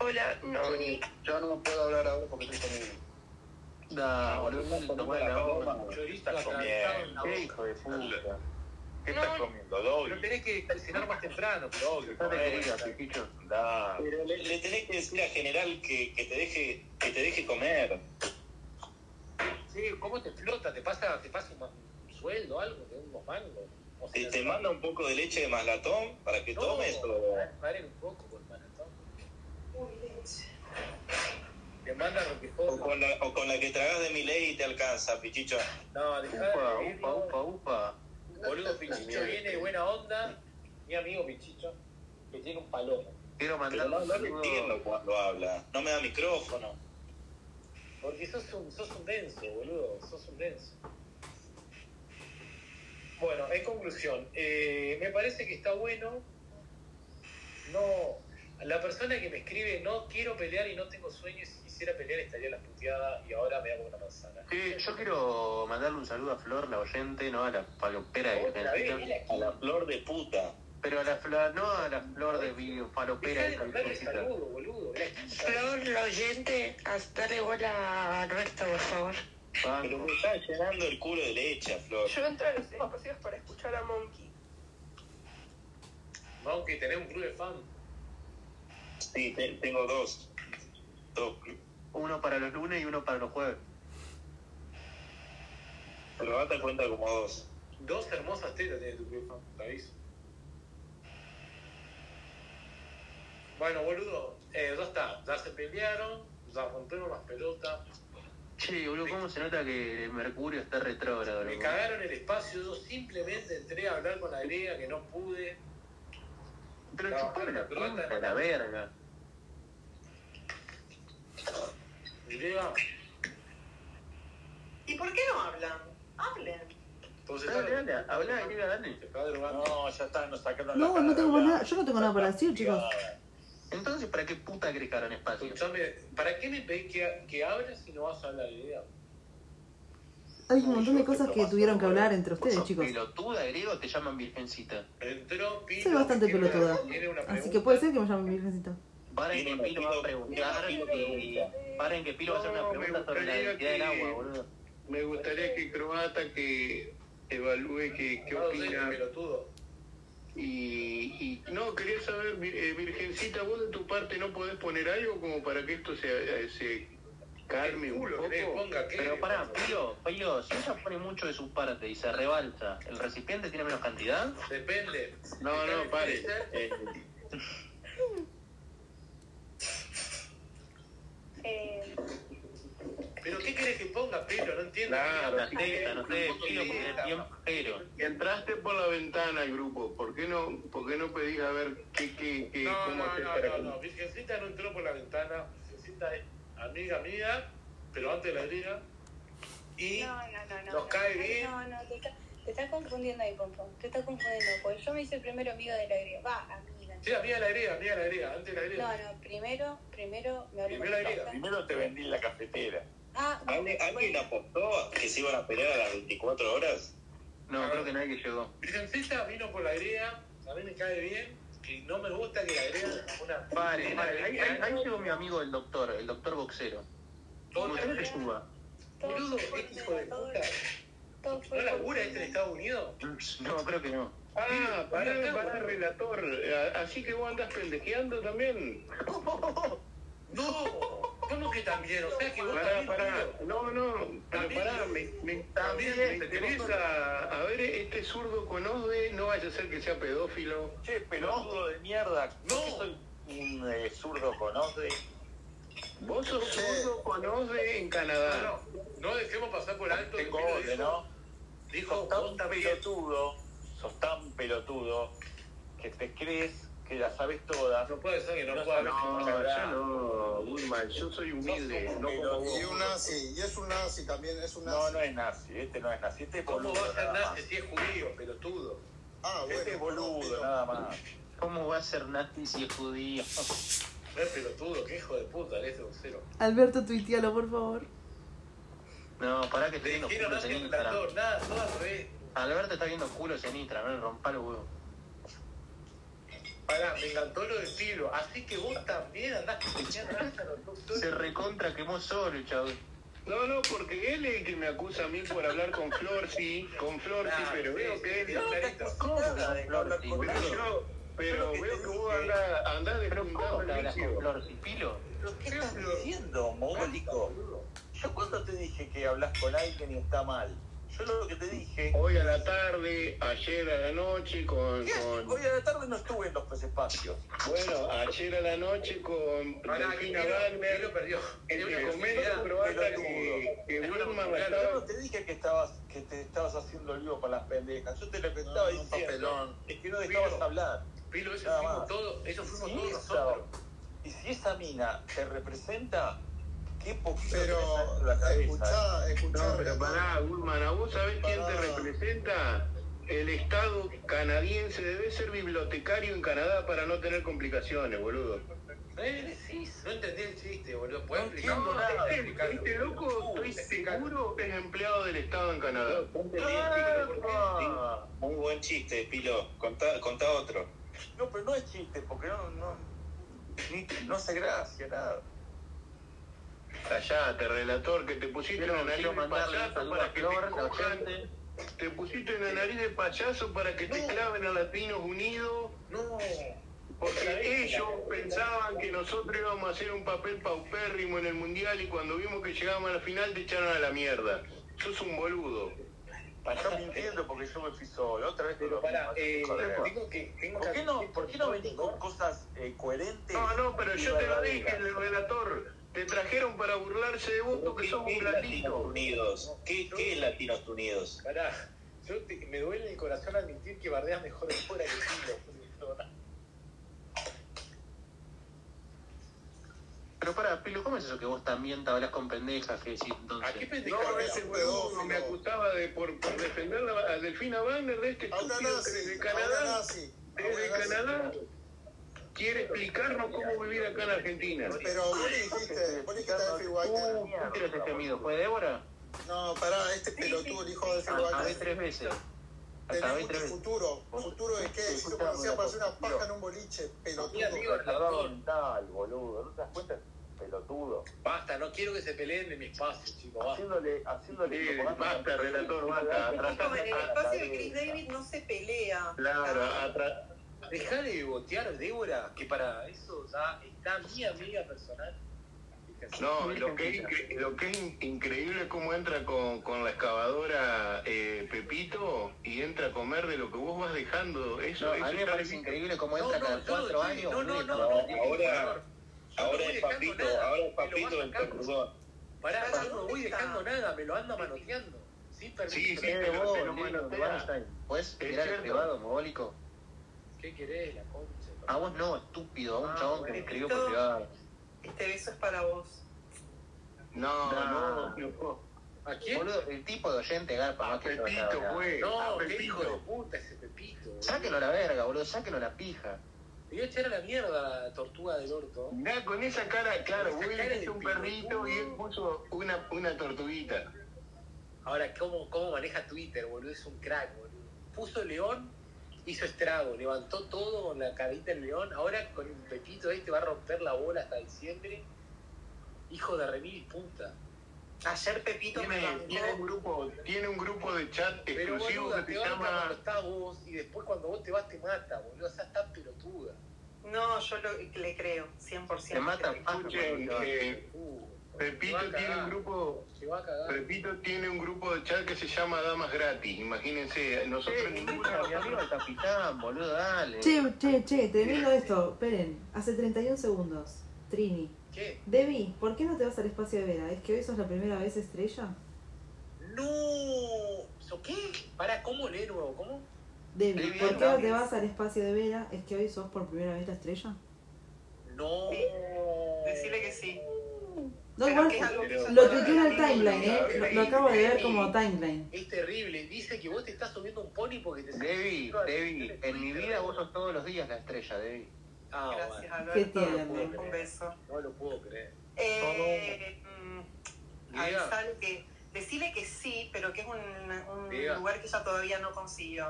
[SPEAKER 17] Hola, no.
[SPEAKER 5] Yo no puedo hablar ahora porque estoy conmigo.
[SPEAKER 4] Ah,
[SPEAKER 13] Ah,
[SPEAKER 5] Nah, boludo, no me la
[SPEAKER 13] paloma. Estás comiendo. ¿Qué hijo de puta? ¿Qué estás comiendo?
[SPEAKER 4] Pero
[SPEAKER 13] Doggy.
[SPEAKER 4] tenés que cenar más temprano, pero
[SPEAKER 13] Doggy, comer. Andá.
[SPEAKER 14] Pero le, le tenés que decir a General que, que te deje que te deje comer.
[SPEAKER 4] Sí, ¿cómo te explota? ¿Te pasa, te pasa un ma- un sueldo, algo? ¿Te da unos mangos? O
[SPEAKER 14] Te,
[SPEAKER 4] sea,
[SPEAKER 14] te manda un poco de leche de maslatón para que
[SPEAKER 4] No.
[SPEAKER 14] tomes o...
[SPEAKER 4] paren un poco por maratón. Te manda
[SPEAKER 14] o con la, o con la que tragas de mi ley y te alcanza, Pichicho.
[SPEAKER 4] No, dejá
[SPEAKER 14] Upa,
[SPEAKER 4] de
[SPEAKER 14] upa, upa, upa.
[SPEAKER 4] Boludo, Pichicho viene de buena onda. Mi amigo Pichicho, que tiene un palomo.
[SPEAKER 5] Quiero
[SPEAKER 14] mandar no, no lo entiendo cuando habla. No me da micrófono.
[SPEAKER 4] Porque sos un, sos un denso, boludo, sos un denso. Bueno, en conclusión, eh, me parece que está bueno. No, la persona que me escribe no quiero pelear y no tengo sueños, si quisiera pelear estaría la puteada y ahora me hago una manzana.
[SPEAKER 5] Eh, yo quiero mandarle un saludo a Flor, la oyente, no a la palopera de
[SPEAKER 4] Otra vez,
[SPEAKER 5] Argentina.
[SPEAKER 4] mira. A la
[SPEAKER 14] flor de puta.
[SPEAKER 5] Pero a la flor, no a la flor de vídeo, palopera
[SPEAKER 4] Dejá
[SPEAKER 5] de
[SPEAKER 4] de mandarle
[SPEAKER 5] Calcucita.
[SPEAKER 4] saludo, boludo. mirá,
[SPEAKER 12] Flor, la oyente, haz- dale bola a Norberto, por favor.
[SPEAKER 14] Pero me está llenando el culo de leche, a Flor.
[SPEAKER 17] Yo entro a los espacios para escuchar a Monkey.
[SPEAKER 4] Vamos que tenés un club de fan.
[SPEAKER 14] Sí, te- tengo dos. Dos.
[SPEAKER 5] Uno para los lunes y uno para los jueves.
[SPEAKER 14] Pero date cuenta como dos.
[SPEAKER 4] Dos hermosas tetas tiene tu club de fan, te aviso. Bueno, boludo, eh, ya está, ya se pelearon, ya rompieron las pelotas.
[SPEAKER 5] Che, boludo, ¿cómo se nota que el Mercurio está retrógrado?
[SPEAKER 4] Me
[SPEAKER 5] loco?
[SPEAKER 4] cagaron el espacio, yo simplemente entré a hablar con la grega que no pude.
[SPEAKER 5] Pero
[SPEAKER 4] Trabajar
[SPEAKER 5] chupame
[SPEAKER 4] en
[SPEAKER 5] la
[SPEAKER 4] pelota,
[SPEAKER 5] punta,
[SPEAKER 4] no.
[SPEAKER 5] la verga.
[SPEAKER 4] Grega,
[SPEAKER 2] ¿Y por qué no hablan? Hablen.
[SPEAKER 4] entonces
[SPEAKER 5] Dale, dale, habla, grega, dale.
[SPEAKER 4] No,
[SPEAKER 13] ya está, nos sacaron
[SPEAKER 8] No, no tengo más nada. Yo no tengo nada para decir, chicos.
[SPEAKER 5] Entonces, ¿para qué puta agregaron espacio?
[SPEAKER 4] Escuchame, ¿para qué me pedís que, que hables si no vas a hablar de idea?
[SPEAKER 8] Hay un montón de cosas que tuvieron que hablar entre ustedes, chicos.
[SPEAKER 5] Pelotuda, griego, te llaman virgencita.
[SPEAKER 4] Entró
[SPEAKER 8] Soy bastante pelotuda. Así que puede ser que me llamen virgencita.
[SPEAKER 5] Paren que Pilo va a preguntar. y- Paren que Pilo va a hacer una pregunta sobre la identidad del agua, boludo.
[SPEAKER 13] Me gustaría que Croata que evalúe que, qué opina. Y, y no, quería saber, Vir- eh, Virgencita, vos de tu parte no podés poner algo como para que esto se, eh, se calme un poco.
[SPEAKER 5] Pero pará, Pilo, Pilo, si ella pone mucho de su parte y se rebalsa, ¿el recipiente tiene menos cantidad?
[SPEAKER 4] Depende.
[SPEAKER 5] No, no, pare. Eh,
[SPEAKER 9] Eh,
[SPEAKER 4] ¿Pero qué querés que ponga, Pelo? No entiendo.
[SPEAKER 13] Claro,
[SPEAKER 4] Mira,
[SPEAKER 13] sí, no sé, Pilo, porque es bien pero. Entraste por la ventana al grupo, ¿por qué no, por qué no pedís a ver qué, qué, qué,
[SPEAKER 4] No,
[SPEAKER 13] cómo
[SPEAKER 4] no,
[SPEAKER 13] hacer
[SPEAKER 4] no,
[SPEAKER 13] para
[SPEAKER 4] no, no. Virgencita no entró por la ventana. Virgencita es amiga mía, pero antes de la griega. Y
[SPEAKER 9] no, no, no, no.
[SPEAKER 4] nos
[SPEAKER 9] no,
[SPEAKER 4] cae
[SPEAKER 9] no,
[SPEAKER 4] bien.
[SPEAKER 9] No, no, te, está- te estás confundiendo ahí, Pompón. Te estás confundiendo. Porque yo me hice primero amiga de la griega. Va, amiga.
[SPEAKER 4] Sí, amiga de la griega, amiga de la griega, antes de la griega.
[SPEAKER 9] No, no, primero, primero me habló
[SPEAKER 10] Primero,
[SPEAKER 9] con
[SPEAKER 10] la- primero te vendí la cafetera.
[SPEAKER 9] Ah,
[SPEAKER 18] ¿Alguien, ¿Alguien apostó que se iban a pelear a las 24 horas?
[SPEAKER 5] No, creo que nadie llegó.
[SPEAKER 4] Virgencita vino por la griega, a mí me cae bien. Y no me gusta que la griega sea una.
[SPEAKER 5] Pare, pare. Ahí, ahí- ahí llegó mi amigo el doctor, el doctor boxero. ¿Cómo que suba?
[SPEAKER 4] Boludo, este hijo de puta. ¿No labura este en Estados Unidos?
[SPEAKER 5] No, creo que no.
[SPEAKER 13] Ah, pará, pará, relator. eh, Así que vos andás pendejeando también.
[SPEAKER 4] No, ¿cómo que también? O sea que vos
[SPEAKER 13] Pará,
[SPEAKER 4] también.
[SPEAKER 13] pará. No, no, pero
[SPEAKER 4] También.
[SPEAKER 13] pará, me, me,
[SPEAKER 4] También
[SPEAKER 13] me
[SPEAKER 4] te
[SPEAKER 13] interesa. A ver, este zurdo con Osde, no vaya a ser que sea pedófilo.
[SPEAKER 10] Che, pelotudo de mierda. No. soy un eh, zurdo conoce.
[SPEAKER 13] Vos sos zurdo con Osde en Canadá.
[SPEAKER 4] No dejemos pasar por alto.
[SPEAKER 10] Tengo
[SPEAKER 4] Pilo
[SPEAKER 10] odio,
[SPEAKER 4] dijo-
[SPEAKER 10] ¿no? Dijo, sos tan pelotudo, sos tan pelotudo, que te crees que la sabes todas. No
[SPEAKER 4] puede ser que
[SPEAKER 10] no
[SPEAKER 13] No, yo no, Goodman, yo soy humilde, no como vos.
[SPEAKER 19] Y un nazi, y es un nazi también, es un nazi.
[SPEAKER 10] No, no es nazi, este no es nazi, este es
[SPEAKER 4] ¿Cómo
[SPEAKER 10] boludo.
[SPEAKER 4] va a ser
[SPEAKER 10] nada
[SPEAKER 4] nazi si es judío, pelotudo?
[SPEAKER 19] Ah,
[SPEAKER 10] bueno. Este es boludo, nada más.
[SPEAKER 5] ¿Cómo va a ser Nati si es
[SPEAKER 4] [LAUGHS]
[SPEAKER 5] judío?
[SPEAKER 4] No es pelotudo, qué hijo de puta, este boxero.
[SPEAKER 8] Alberto, tuitealo, por favor.
[SPEAKER 5] No, pará que estoy viendo
[SPEAKER 4] Quiero
[SPEAKER 5] culos
[SPEAKER 4] más
[SPEAKER 5] en
[SPEAKER 4] que un
[SPEAKER 5] Instagram.
[SPEAKER 4] trator, nada, todo al revés.
[SPEAKER 5] Alberto está viendo culos en Instagram, no rompa los huevos.
[SPEAKER 4] Pará, me encantó lo de Pilo. Así que vos también andás con mierda, los doctores.
[SPEAKER 5] Se recontra quemó solo, chabón.
[SPEAKER 13] No, no, porque él es el que me acusa a mí por hablar con Florsi, con Florsi,
[SPEAKER 4] Ah,
[SPEAKER 13] pero
[SPEAKER 4] sí,
[SPEAKER 13] veo
[SPEAKER 4] sí,
[SPEAKER 13] que él...
[SPEAKER 4] sí, clarito.
[SPEAKER 13] ¿Cómo? Pero yo- Pero veo que vos andás, andás de
[SPEAKER 5] ¿Cómo te hablas con
[SPEAKER 13] vicio.
[SPEAKER 5] Florsi? Pilo?
[SPEAKER 10] ¿Qué estás diciendo, mogólico? Yo cuando te dije que hablas con alguien y está mal. Yo lo que te dije.
[SPEAKER 13] Hoy a la tarde, ayer a la noche, con...
[SPEAKER 10] ¿Qué haces?
[SPEAKER 13] con-
[SPEAKER 10] Hoy a la tarde no estuve en los espacios.
[SPEAKER 13] Bueno, ayer a la noche con
[SPEAKER 10] Pará,
[SPEAKER 13] Delfina
[SPEAKER 10] que Guido-
[SPEAKER 13] Wagner,
[SPEAKER 10] Guido perdió. Tiene una
[SPEAKER 13] entre
[SPEAKER 10] oportunidad,
[SPEAKER 13] comedia croata
[SPEAKER 10] pelotudo.
[SPEAKER 13] que, que
[SPEAKER 10] Yo
[SPEAKER 13] Guzmán
[SPEAKER 10] no
[SPEAKER 13] estaba-
[SPEAKER 10] te dije que estabas, que te estabas haciendo lío con las pendejas. Yo te lo que estaba
[SPEAKER 19] no,
[SPEAKER 10] diciendo
[SPEAKER 19] papelón.
[SPEAKER 10] es que no dejabas
[SPEAKER 4] Pilo,
[SPEAKER 10] hablar.
[SPEAKER 4] Pilo, eso
[SPEAKER 10] Nada
[SPEAKER 4] fuimos
[SPEAKER 10] más.
[SPEAKER 4] todos, eso
[SPEAKER 10] Y
[SPEAKER 4] fuimos
[SPEAKER 10] si
[SPEAKER 4] todos
[SPEAKER 10] esa-
[SPEAKER 4] nosotros.
[SPEAKER 10] Y si esa mina te representa, qué poquito
[SPEAKER 19] Pero,
[SPEAKER 10] tenés adentro de la cabeza.
[SPEAKER 19] escuchá, escuchá.
[SPEAKER 13] No, pero pará, Guzmán, ¿a vos sabés quién te representa? El Estado canadiense debe ser bibliotecario en Canadá para no tener complicaciones, boludo.
[SPEAKER 4] ¿Eh? No entendí el chiste, boludo. ¿Puedes explicarlo?
[SPEAKER 13] No,
[SPEAKER 4] Nada,
[SPEAKER 13] este,
[SPEAKER 4] explicarlo.
[SPEAKER 13] este loco, estoy seguro, es empleado del Estado en Canadá.
[SPEAKER 18] Ah, Muy buen chiste, Pilo. Contá, contá otro.
[SPEAKER 10] No, pero no es chiste, porque no, no, ni- no hace gracia, nada.
[SPEAKER 13] Callate, relator, que te pusiste
[SPEAKER 5] Quiero-
[SPEAKER 13] en la nariz
[SPEAKER 5] quiero
[SPEAKER 13] de
[SPEAKER 5] mandarle un
[SPEAKER 13] payaso
[SPEAKER 5] saludo a
[SPEAKER 13] para que te
[SPEAKER 5] Flor, la
[SPEAKER 13] cojan.
[SPEAKER 5] oyente.
[SPEAKER 13] Te pusiste
[SPEAKER 10] Eh,
[SPEAKER 13] en la nariz de payaso para que te claven a Latinos Unidos.
[SPEAKER 4] No.
[SPEAKER 13] Porque ellos pensaban que nosotros íbamos a hacer un papel paupérrimo en el mundial y cuando vimos que llegábamos a la final te echaron a la mierda. Sos un boludo.
[SPEAKER 10] Para estar mintiendo porque yo me fui solo. Otra vez te lo
[SPEAKER 4] Pará,
[SPEAKER 10] mismo,
[SPEAKER 4] eh,
[SPEAKER 10] joder.
[SPEAKER 4] tengo que. Tengo
[SPEAKER 10] ¿Por
[SPEAKER 4] que
[SPEAKER 10] qué no, ¿por qué no venís con cosas eh, coherentes?
[SPEAKER 13] No, no, pero
[SPEAKER 10] y
[SPEAKER 13] yo te lo
[SPEAKER 10] verdaderas?
[SPEAKER 13] dije, el relator. Te trajeron para burlarse de vos porque sos
[SPEAKER 18] ¿Qué
[SPEAKER 13] un
[SPEAKER 18] es
[SPEAKER 13] latino.
[SPEAKER 18] Latinos Unidos? ¿Qué, qué es Latinos Unidos?
[SPEAKER 4] Pará, yo te- me duele el corazón admitir que bardeas mejor fuera que Pilo. perdona.
[SPEAKER 5] Pero pará, Pilo, ¿cómo es eso que vos también te hablas con pendejas? Que decís entonces?
[SPEAKER 13] No, ese huevón que me acusaba de por, por defender la- a Delfina Wagner de este
[SPEAKER 19] Ahora
[SPEAKER 13] estúpido que
[SPEAKER 19] nazi,
[SPEAKER 13] desde
[SPEAKER 19] ahora
[SPEAKER 13] Canadá.
[SPEAKER 19] nazi.
[SPEAKER 13] Desde
[SPEAKER 19] ahora nazi.
[SPEAKER 13] Canadá quiere explicarnos cómo vivir acá en Argentina.
[SPEAKER 20] Pero vos le dijiste, vos le dijiste a Effie
[SPEAKER 13] Uh, ¿quién
[SPEAKER 20] White.
[SPEAKER 5] este
[SPEAKER 13] era ese gemido? ¿Fue Débora?
[SPEAKER 20] No, pará, este pelotudo, el hijo de Effie
[SPEAKER 13] Ah,
[SPEAKER 5] este
[SPEAKER 13] Acabé
[SPEAKER 20] White.
[SPEAKER 13] tres veces. Acabé
[SPEAKER 20] Tenés
[SPEAKER 13] tres
[SPEAKER 20] mucho
[SPEAKER 13] veces.
[SPEAKER 20] futuro. ¿Futuro de qué? Si lo conocía para hacer una paja en un boliche, pelotudo.
[SPEAKER 21] tal, boludo. ¿No te das cuenta? Pelotudo.
[SPEAKER 4] Basta, no quiero que se peleen de mi espacio, chicos. basta.
[SPEAKER 21] Haciéndole, haciéndole.
[SPEAKER 13] Eh, basta, relator, basta.
[SPEAKER 2] Chicos,
[SPEAKER 13] Atrasate
[SPEAKER 2] en el espacio de Chris David no se pelea.
[SPEAKER 13] Claro, atra-
[SPEAKER 4] Dejá de botear, Débora, que para eso ya está mi amiga personal.
[SPEAKER 13] No, lo que, es incre- lo que es in- increíble es cómo entra con, con la excavadora eh, Pepito y entra a comer de lo que vos vas dejando. Eso,
[SPEAKER 5] No,
[SPEAKER 13] eso
[SPEAKER 5] a mí me
[SPEAKER 13] está
[SPEAKER 5] parece
[SPEAKER 13] bien.
[SPEAKER 5] increíble cómo entra cada cuatro años.
[SPEAKER 13] no, no,
[SPEAKER 5] boludo,
[SPEAKER 13] no,
[SPEAKER 5] como-
[SPEAKER 13] no,
[SPEAKER 14] Ahora,
[SPEAKER 4] no
[SPEAKER 14] ahora
[SPEAKER 4] voy
[SPEAKER 14] es
[SPEAKER 4] dejando
[SPEAKER 14] papito,
[SPEAKER 4] nada,
[SPEAKER 14] ahora
[SPEAKER 4] me lo vas
[SPEAKER 14] es papito en
[SPEAKER 4] sacando.
[SPEAKER 14] Perrudón.
[SPEAKER 4] Pará, yo no voy dejando nada, me lo anda manoteando. Sin permiso.
[SPEAKER 5] Sí, sí, de vos, negro, de Weinstein. ¿Puedes mirar el
[SPEAKER 4] cierto.
[SPEAKER 5] privado, mogólico?
[SPEAKER 4] ¿Qué querés, la concha?
[SPEAKER 5] A vos no, estúpido, a un chabón que le escribió por
[SPEAKER 2] Pepito.
[SPEAKER 5] privado.
[SPEAKER 2] Este beso es para vos.
[SPEAKER 13] No,
[SPEAKER 5] no,
[SPEAKER 13] no, no.
[SPEAKER 4] ¿A quién? pues. Ah,
[SPEAKER 5] Boludo, el tipo de oyente garpa, más que yo,
[SPEAKER 13] Pepito,
[SPEAKER 5] nada.
[SPEAKER 13] güey.
[SPEAKER 4] No,
[SPEAKER 13] a
[SPEAKER 4] qué hijo de
[SPEAKER 13] Pepito.
[SPEAKER 4] puta ese Pepito. boludo.
[SPEAKER 5] Sáquenlo a la verga, boludo, sáquenlo a la pija.
[SPEAKER 4] Te voy a echar a la mierda la tortuga del orto.
[SPEAKER 13] Mirá, con esa cara, claro,
[SPEAKER 4] Esa
[SPEAKER 13] vos
[SPEAKER 4] cara
[SPEAKER 13] elegiste
[SPEAKER 4] de
[SPEAKER 13] un perrito y él puso una, una tortuguita.
[SPEAKER 4] Ahora, ¿cómo, ¿cómo maneja Twitter, boludo? Es un crack, boludo. Puso León, hizo estrago, levantó todo con la carita del León. Ahora con un Pepito este va a romper la bola hasta diciembre. Hijo de remil puta.
[SPEAKER 2] Ayer Pepito me
[SPEAKER 13] Tiene, tiene un
[SPEAKER 2] bancó.
[SPEAKER 13] grupo, tiene un grupo de chat
[SPEAKER 4] Pero
[SPEAKER 13] exclusivo
[SPEAKER 4] boluda,
[SPEAKER 13] que
[SPEAKER 4] te
[SPEAKER 13] se
[SPEAKER 4] banca cuando
[SPEAKER 13] llama...
[SPEAKER 4] estás vos y después cuando vos te vas te mata, boludo. O sea, estás pelotuda.
[SPEAKER 2] No, yo lo- le creo, 100%.
[SPEAKER 13] Te mata,
[SPEAKER 2] Pepito.
[SPEAKER 13] escuchen, eh, Pepito
[SPEAKER 4] Te va a
[SPEAKER 13] tiene un
[SPEAKER 4] cagar.
[SPEAKER 13] grupo...
[SPEAKER 4] Se va a cagar.
[SPEAKER 13] Pepito tiene un grupo de chat que se llama Damas Gratis, imagínense, nosotros ninguna...
[SPEAKER 5] Mi amigo el capitán, boludo, dale.
[SPEAKER 8] Che, che, che, tremendo esto. Esperen, hace 31 segundos. Trini.
[SPEAKER 4] ¿Qué?
[SPEAKER 8] Debbie, ¿por qué no te vas al espacio de Vera? ¿Es que hoy sos la primera vez estrella?
[SPEAKER 4] ¡No! ¿So qué? ¿Para cómo leer nuevo? ¿Cómo?
[SPEAKER 8] Debbie,
[SPEAKER 4] Debbie,
[SPEAKER 8] ¿por qué no
[SPEAKER 4] gracias.
[SPEAKER 8] te vas al espacio de Vera? ¿Es que hoy sos por primera vez la estrella?
[SPEAKER 4] No.
[SPEAKER 2] Decirle que sí.
[SPEAKER 8] No,
[SPEAKER 2] Pero
[SPEAKER 8] igual,
[SPEAKER 2] que es algo que se
[SPEAKER 8] lo
[SPEAKER 2] puede
[SPEAKER 8] que tiene el
[SPEAKER 2] ver.
[SPEAKER 8] timeline, ¿eh? Lo, lo acabo de ver como timeline.
[SPEAKER 4] Es terrible. Dice que vos te estás subiendo un pony porque te
[SPEAKER 5] Debbie, Debbie, en mi vida vos sos todos los días la estrella, Debbie.
[SPEAKER 4] Ah,
[SPEAKER 2] Gracias,
[SPEAKER 4] bueno.
[SPEAKER 8] ¿Qué
[SPEAKER 2] Alberto.
[SPEAKER 8] tiene,
[SPEAKER 2] Un beso.
[SPEAKER 4] No lo puedo creer.
[SPEAKER 2] Eh, mm,
[SPEAKER 4] Diga.
[SPEAKER 2] avisale que, decirle que sí, pero que es un, un
[SPEAKER 4] Diga.
[SPEAKER 2] lugar que ella todavía no consiguió.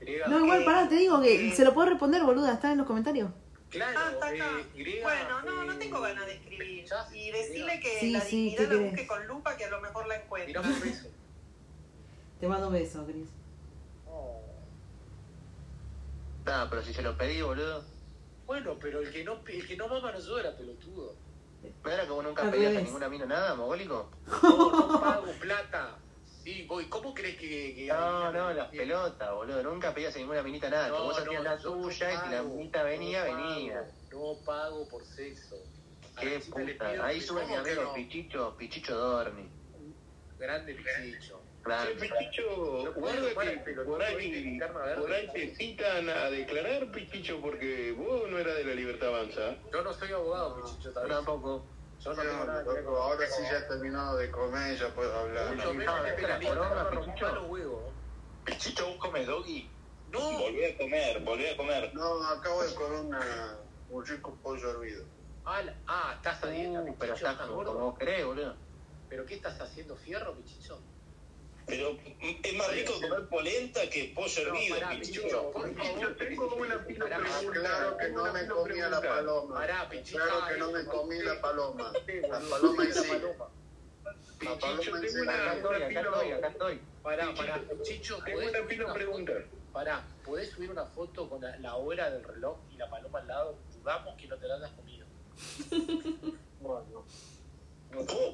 [SPEAKER 4] Griega.
[SPEAKER 8] No, igual, pará, te digo que
[SPEAKER 2] eh,
[SPEAKER 8] se lo puedo responder, boluda, está en los comentarios.
[SPEAKER 4] Claro,
[SPEAKER 2] Ah, está acá.
[SPEAKER 4] eh, griega,
[SPEAKER 2] Bueno, no, no
[SPEAKER 4] eh,
[SPEAKER 2] tengo ganas de escribir. Y decirle
[SPEAKER 4] Griega.
[SPEAKER 2] que
[SPEAKER 8] Sí,
[SPEAKER 2] la
[SPEAKER 8] sí, ¿qué
[SPEAKER 2] dignidad la
[SPEAKER 8] querés?
[SPEAKER 2] busque con lupa, que a lo mejor la encuentra.
[SPEAKER 4] Tiramos beso.
[SPEAKER 8] Te mando un beso, Cris.
[SPEAKER 5] Nah, pero si se lo pedí, boludo.
[SPEAKER 4] Bueno, pero el que no, el que no mama no llora, pelotudo.
[SPEAKER 5] ¿No era que vos nunca
[SPEAKER 8] Al
[SPEAKER 5] pedías a
[SPEAKER 8] revés.
[SPEAKER 5] ninguna mina nada, mogólico?
[SPEAKER 4] No, no pago plata. Sí, voy. ¿Cómo crees que.? que-
[SPEAKER 5] No, no, las pelotas, boludo. Nunca pedías a ninguna minita nada. que
[SPEAKER 4] No,
[SPEAKER 5] vos hacías
[SPEAKER 4] no,
[SPEAKER 5] Ah, la
[SPEAKER 4] yo no
[SPEAKER 5] tuya y si la
[SPEAKER 4] pago,
[SPEAKER 5] minita
[SPEAKER 4] no
[SPEAKER 5] venía,
[SPEAKER 4] pago,
[SPEAKER 5] venía.
[SPEAKER 4] No pago por sexo. A
[SPEAKER 5] Qué
[SPEAKER 4] la chica le pido
[SPEAKER 5] puta. Ahí
[SPEAKER 4] que-
[SPEAKER 5] sube mi
[SPEAKER 4] ¿cómo que
[SPEAKER 5] amigo
[SPEAKER 4] no?
[SPEAKER 5] Pichicho, Pichicho Dorni.
[SPEAKER 4] Grande pichicho.
[SPEAKER 5] Claro.
[SPEAKER 13] Che, Pichicho, guarda que por ahí, por ahí te citan a declarar, Pichicho, porque vos no eras de la Libertad Avanza.
[SPEAKER 4] Yo no soy abogado, pichicho, tal vez.
[SPEAKER 5] Tampoco.
[SPEAKER 4] Yo no tengo nada que ver con-
[SPEAKER 20] Ahora sí ya he terminado de comer, ya puedo hablar.
[SPEAKER 4] Mucho menos Ah, que te la poronga, rompa los huevos.
[SPEAKER 14] Pichito, vos comes doggy.
[SPEAKER 4] No,
[SPEAKER 14] Volví a comer, volví a comer.
[SPEAKER 20] No, acabo de comer una, un rico pollo hervido.
[SPEAKER 4] ah, la- ah, estás a dieta,
[SPEAKER 5] Uh, pero
[SPEAKER 4] pichicho,
[SPEAKER 5] estás
[SPEAKER 4] estás
[SPEAKER 5] como, como
[SPEAKER 4] gordo.
[SPEAKER 5] vos querés, boludo.
[SPEAKER 4] ¿Pero qué estás haciendo, fierro, pichicho?
[SPEAKER 14] Pero mm, es más rico comer polenta que pollo
[SPEAKER 4] No,
[SPEAKER 14] hervido,
[SPEAKER 4] pará,
[SPEAKER 14] Pichito.
[SPEAKER 4] pichicho, por favor.
[SPEAKER 13] tengo una pila
[SPEAKER 4] Pará,
[SPEAKER 13] pregunta.
[SPEAKER 20] Claro que no me comí a la paloma.
[SPEAKER 4] Pará, pichicho.
[SPEAKER 20] Claro que no me comí la paloma. La paloma en sí. La paloma en sí.
[SPEAKER 5] Acá estoy, acá estoy, acá estoy.
[SPEAKER 4] Pará, pará, pichicho,
[SPEAKER 13] Tengo
[SPEAKER 4] ¿podés
[SPEAKER 13] una
[SPEAKER 4] subir
[SPEAKER 13] pila
[SPEAKER 4] una,
[SPEAKER 13] pregunta.
[SPEAKER 4] pará, ¿podés subir una foto con la, la hora del reloj y la paloma al lado? Dudamos que no te la hayas comido.
[SPEAKER 14] ¿Cómo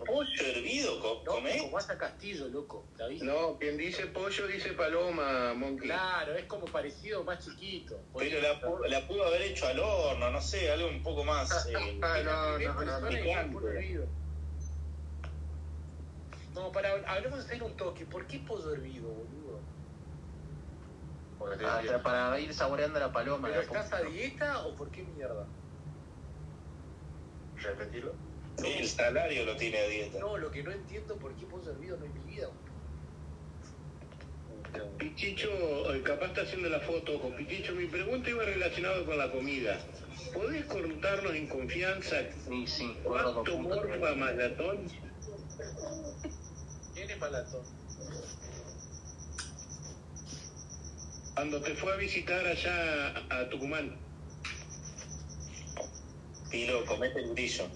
[SPEAKER 14] pollo hervido co-
[SPEAKER 4] No,
[SPEAKER 14] comés?
[SPEAKER 4] como vas a Castillo, loco, ¿la viste?
[SPEAKER 13] No, quien dice pollo dice paloma, Monkey.
[SPEAKER 4] Claro, es como parecido, más chiquito.
[SPEAKER 14] Pero la, pu- la pudo haber hecho al horno, no sé, algo un poco más. eh,
[SPEAKER 20] Ah, no, no, no, no.
[SPEAKER 4] hervido. No, para, hablemos en serio un toque. ¿Por qué pollo hervido, boludo?
[SPEAKER 5] Ah, pero para ir saboreando la paloma.
[SPEAKER 4] ¿Pero
[SPEAKER 5] de a poco.
[SPEAKER 4] estás a dieta o por qué mierda?
[SPEAKER 20] Repetilo.
[SPEAKER 14] el salario lo tiene a dieta.
[SPEAKER 4] No, lo que no entiendo por qué pollo hervido no es mi vida. boludo.
[SPEAKER 13] Pichicho, eh, capaz está haciendo la foto con Pichicho. Mi pregunta iba relacionada con la comida. ¿Podés contarnos en confianza cuánto morfa malatón?
[SPEAKER 4] ¿Quién es Malatón?
[SPEAKER 13] Cuando te fue a visitar allá a, a Tucumán.
[SPEAKER 14] Pilo, comete el brillo.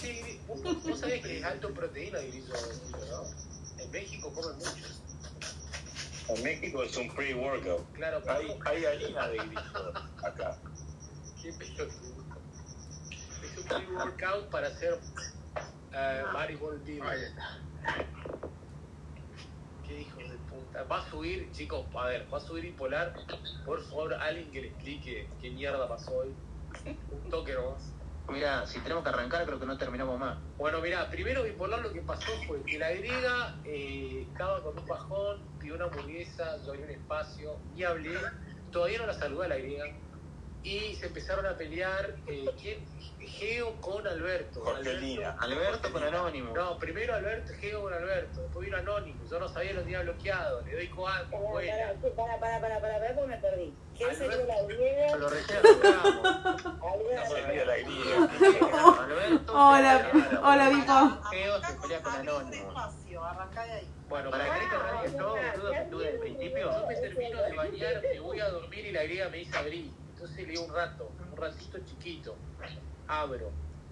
[SPEAKER 4] Sí, vos, vos sabés que es alto en proteína el guiso, ¿no? En México comen mucho.
[SPEAKER 14] En México es un pre-workout.
[SPEAKER 4] Claro,
[SPEAKER 7] Hay, hay harina de grillo acá.
[SPEAKER 4] Qué pelotudo. Es un pre-workout para hacer eh, Marigold Beer. Qué hijo de puta. Va a subir, chicos, a ver, va a subir bipolar. Por favor, alguien que le explique qué mierda pasó hoy. Un toque nomás.
[SPEAKER 5] Mira, si tenemos que arrancar, creo que no terminamos más.
[SPEAKER 4] Bueno, mira, primero bipolar lo que pasó fue que la griega eh, estaba con un bajón, pidió una hamburguesa, yo abrí un espacio, ni hablé, todavía no la saludé a la griega, y se empezaron a pelear eh, ¿quién? Geo con Alberto.
[SPEAKER 5] Jorgelina. Alberto con Anónimo.
[SPEAKER 4] No, primero Alberto, Geo con Alberto, después vino Anónimo, yo no sabía, los tenía bloqueado, le doy coan,
[SPEAKER 6] Para, para, para, para, para, para, porque me perdí. ¿Qué sería la griega?
[SPEAKER 5] Lo recién
[SPEAKER 7] la griega.
[SPEAKER 8] [LAUGHS]
[SPEAKER 5] Alberto.
[SPEAKER 8] Hola, hola, Vipo.
[SPEAKER 5] Geo se pelea con Anónimo.
[SPEAKER 2] Espacio, arrancá de ahí.
[SPEAKER 4] Bueno,
[SPEAKER 5] para que te arranques todo, boludo, que tú desde el principio.
[SPEAKER 4] Yo me termino de bañar, me voy a dormir y la griega me dice abrí. Entonces le digo un rato, un ratito chiquito. Abro.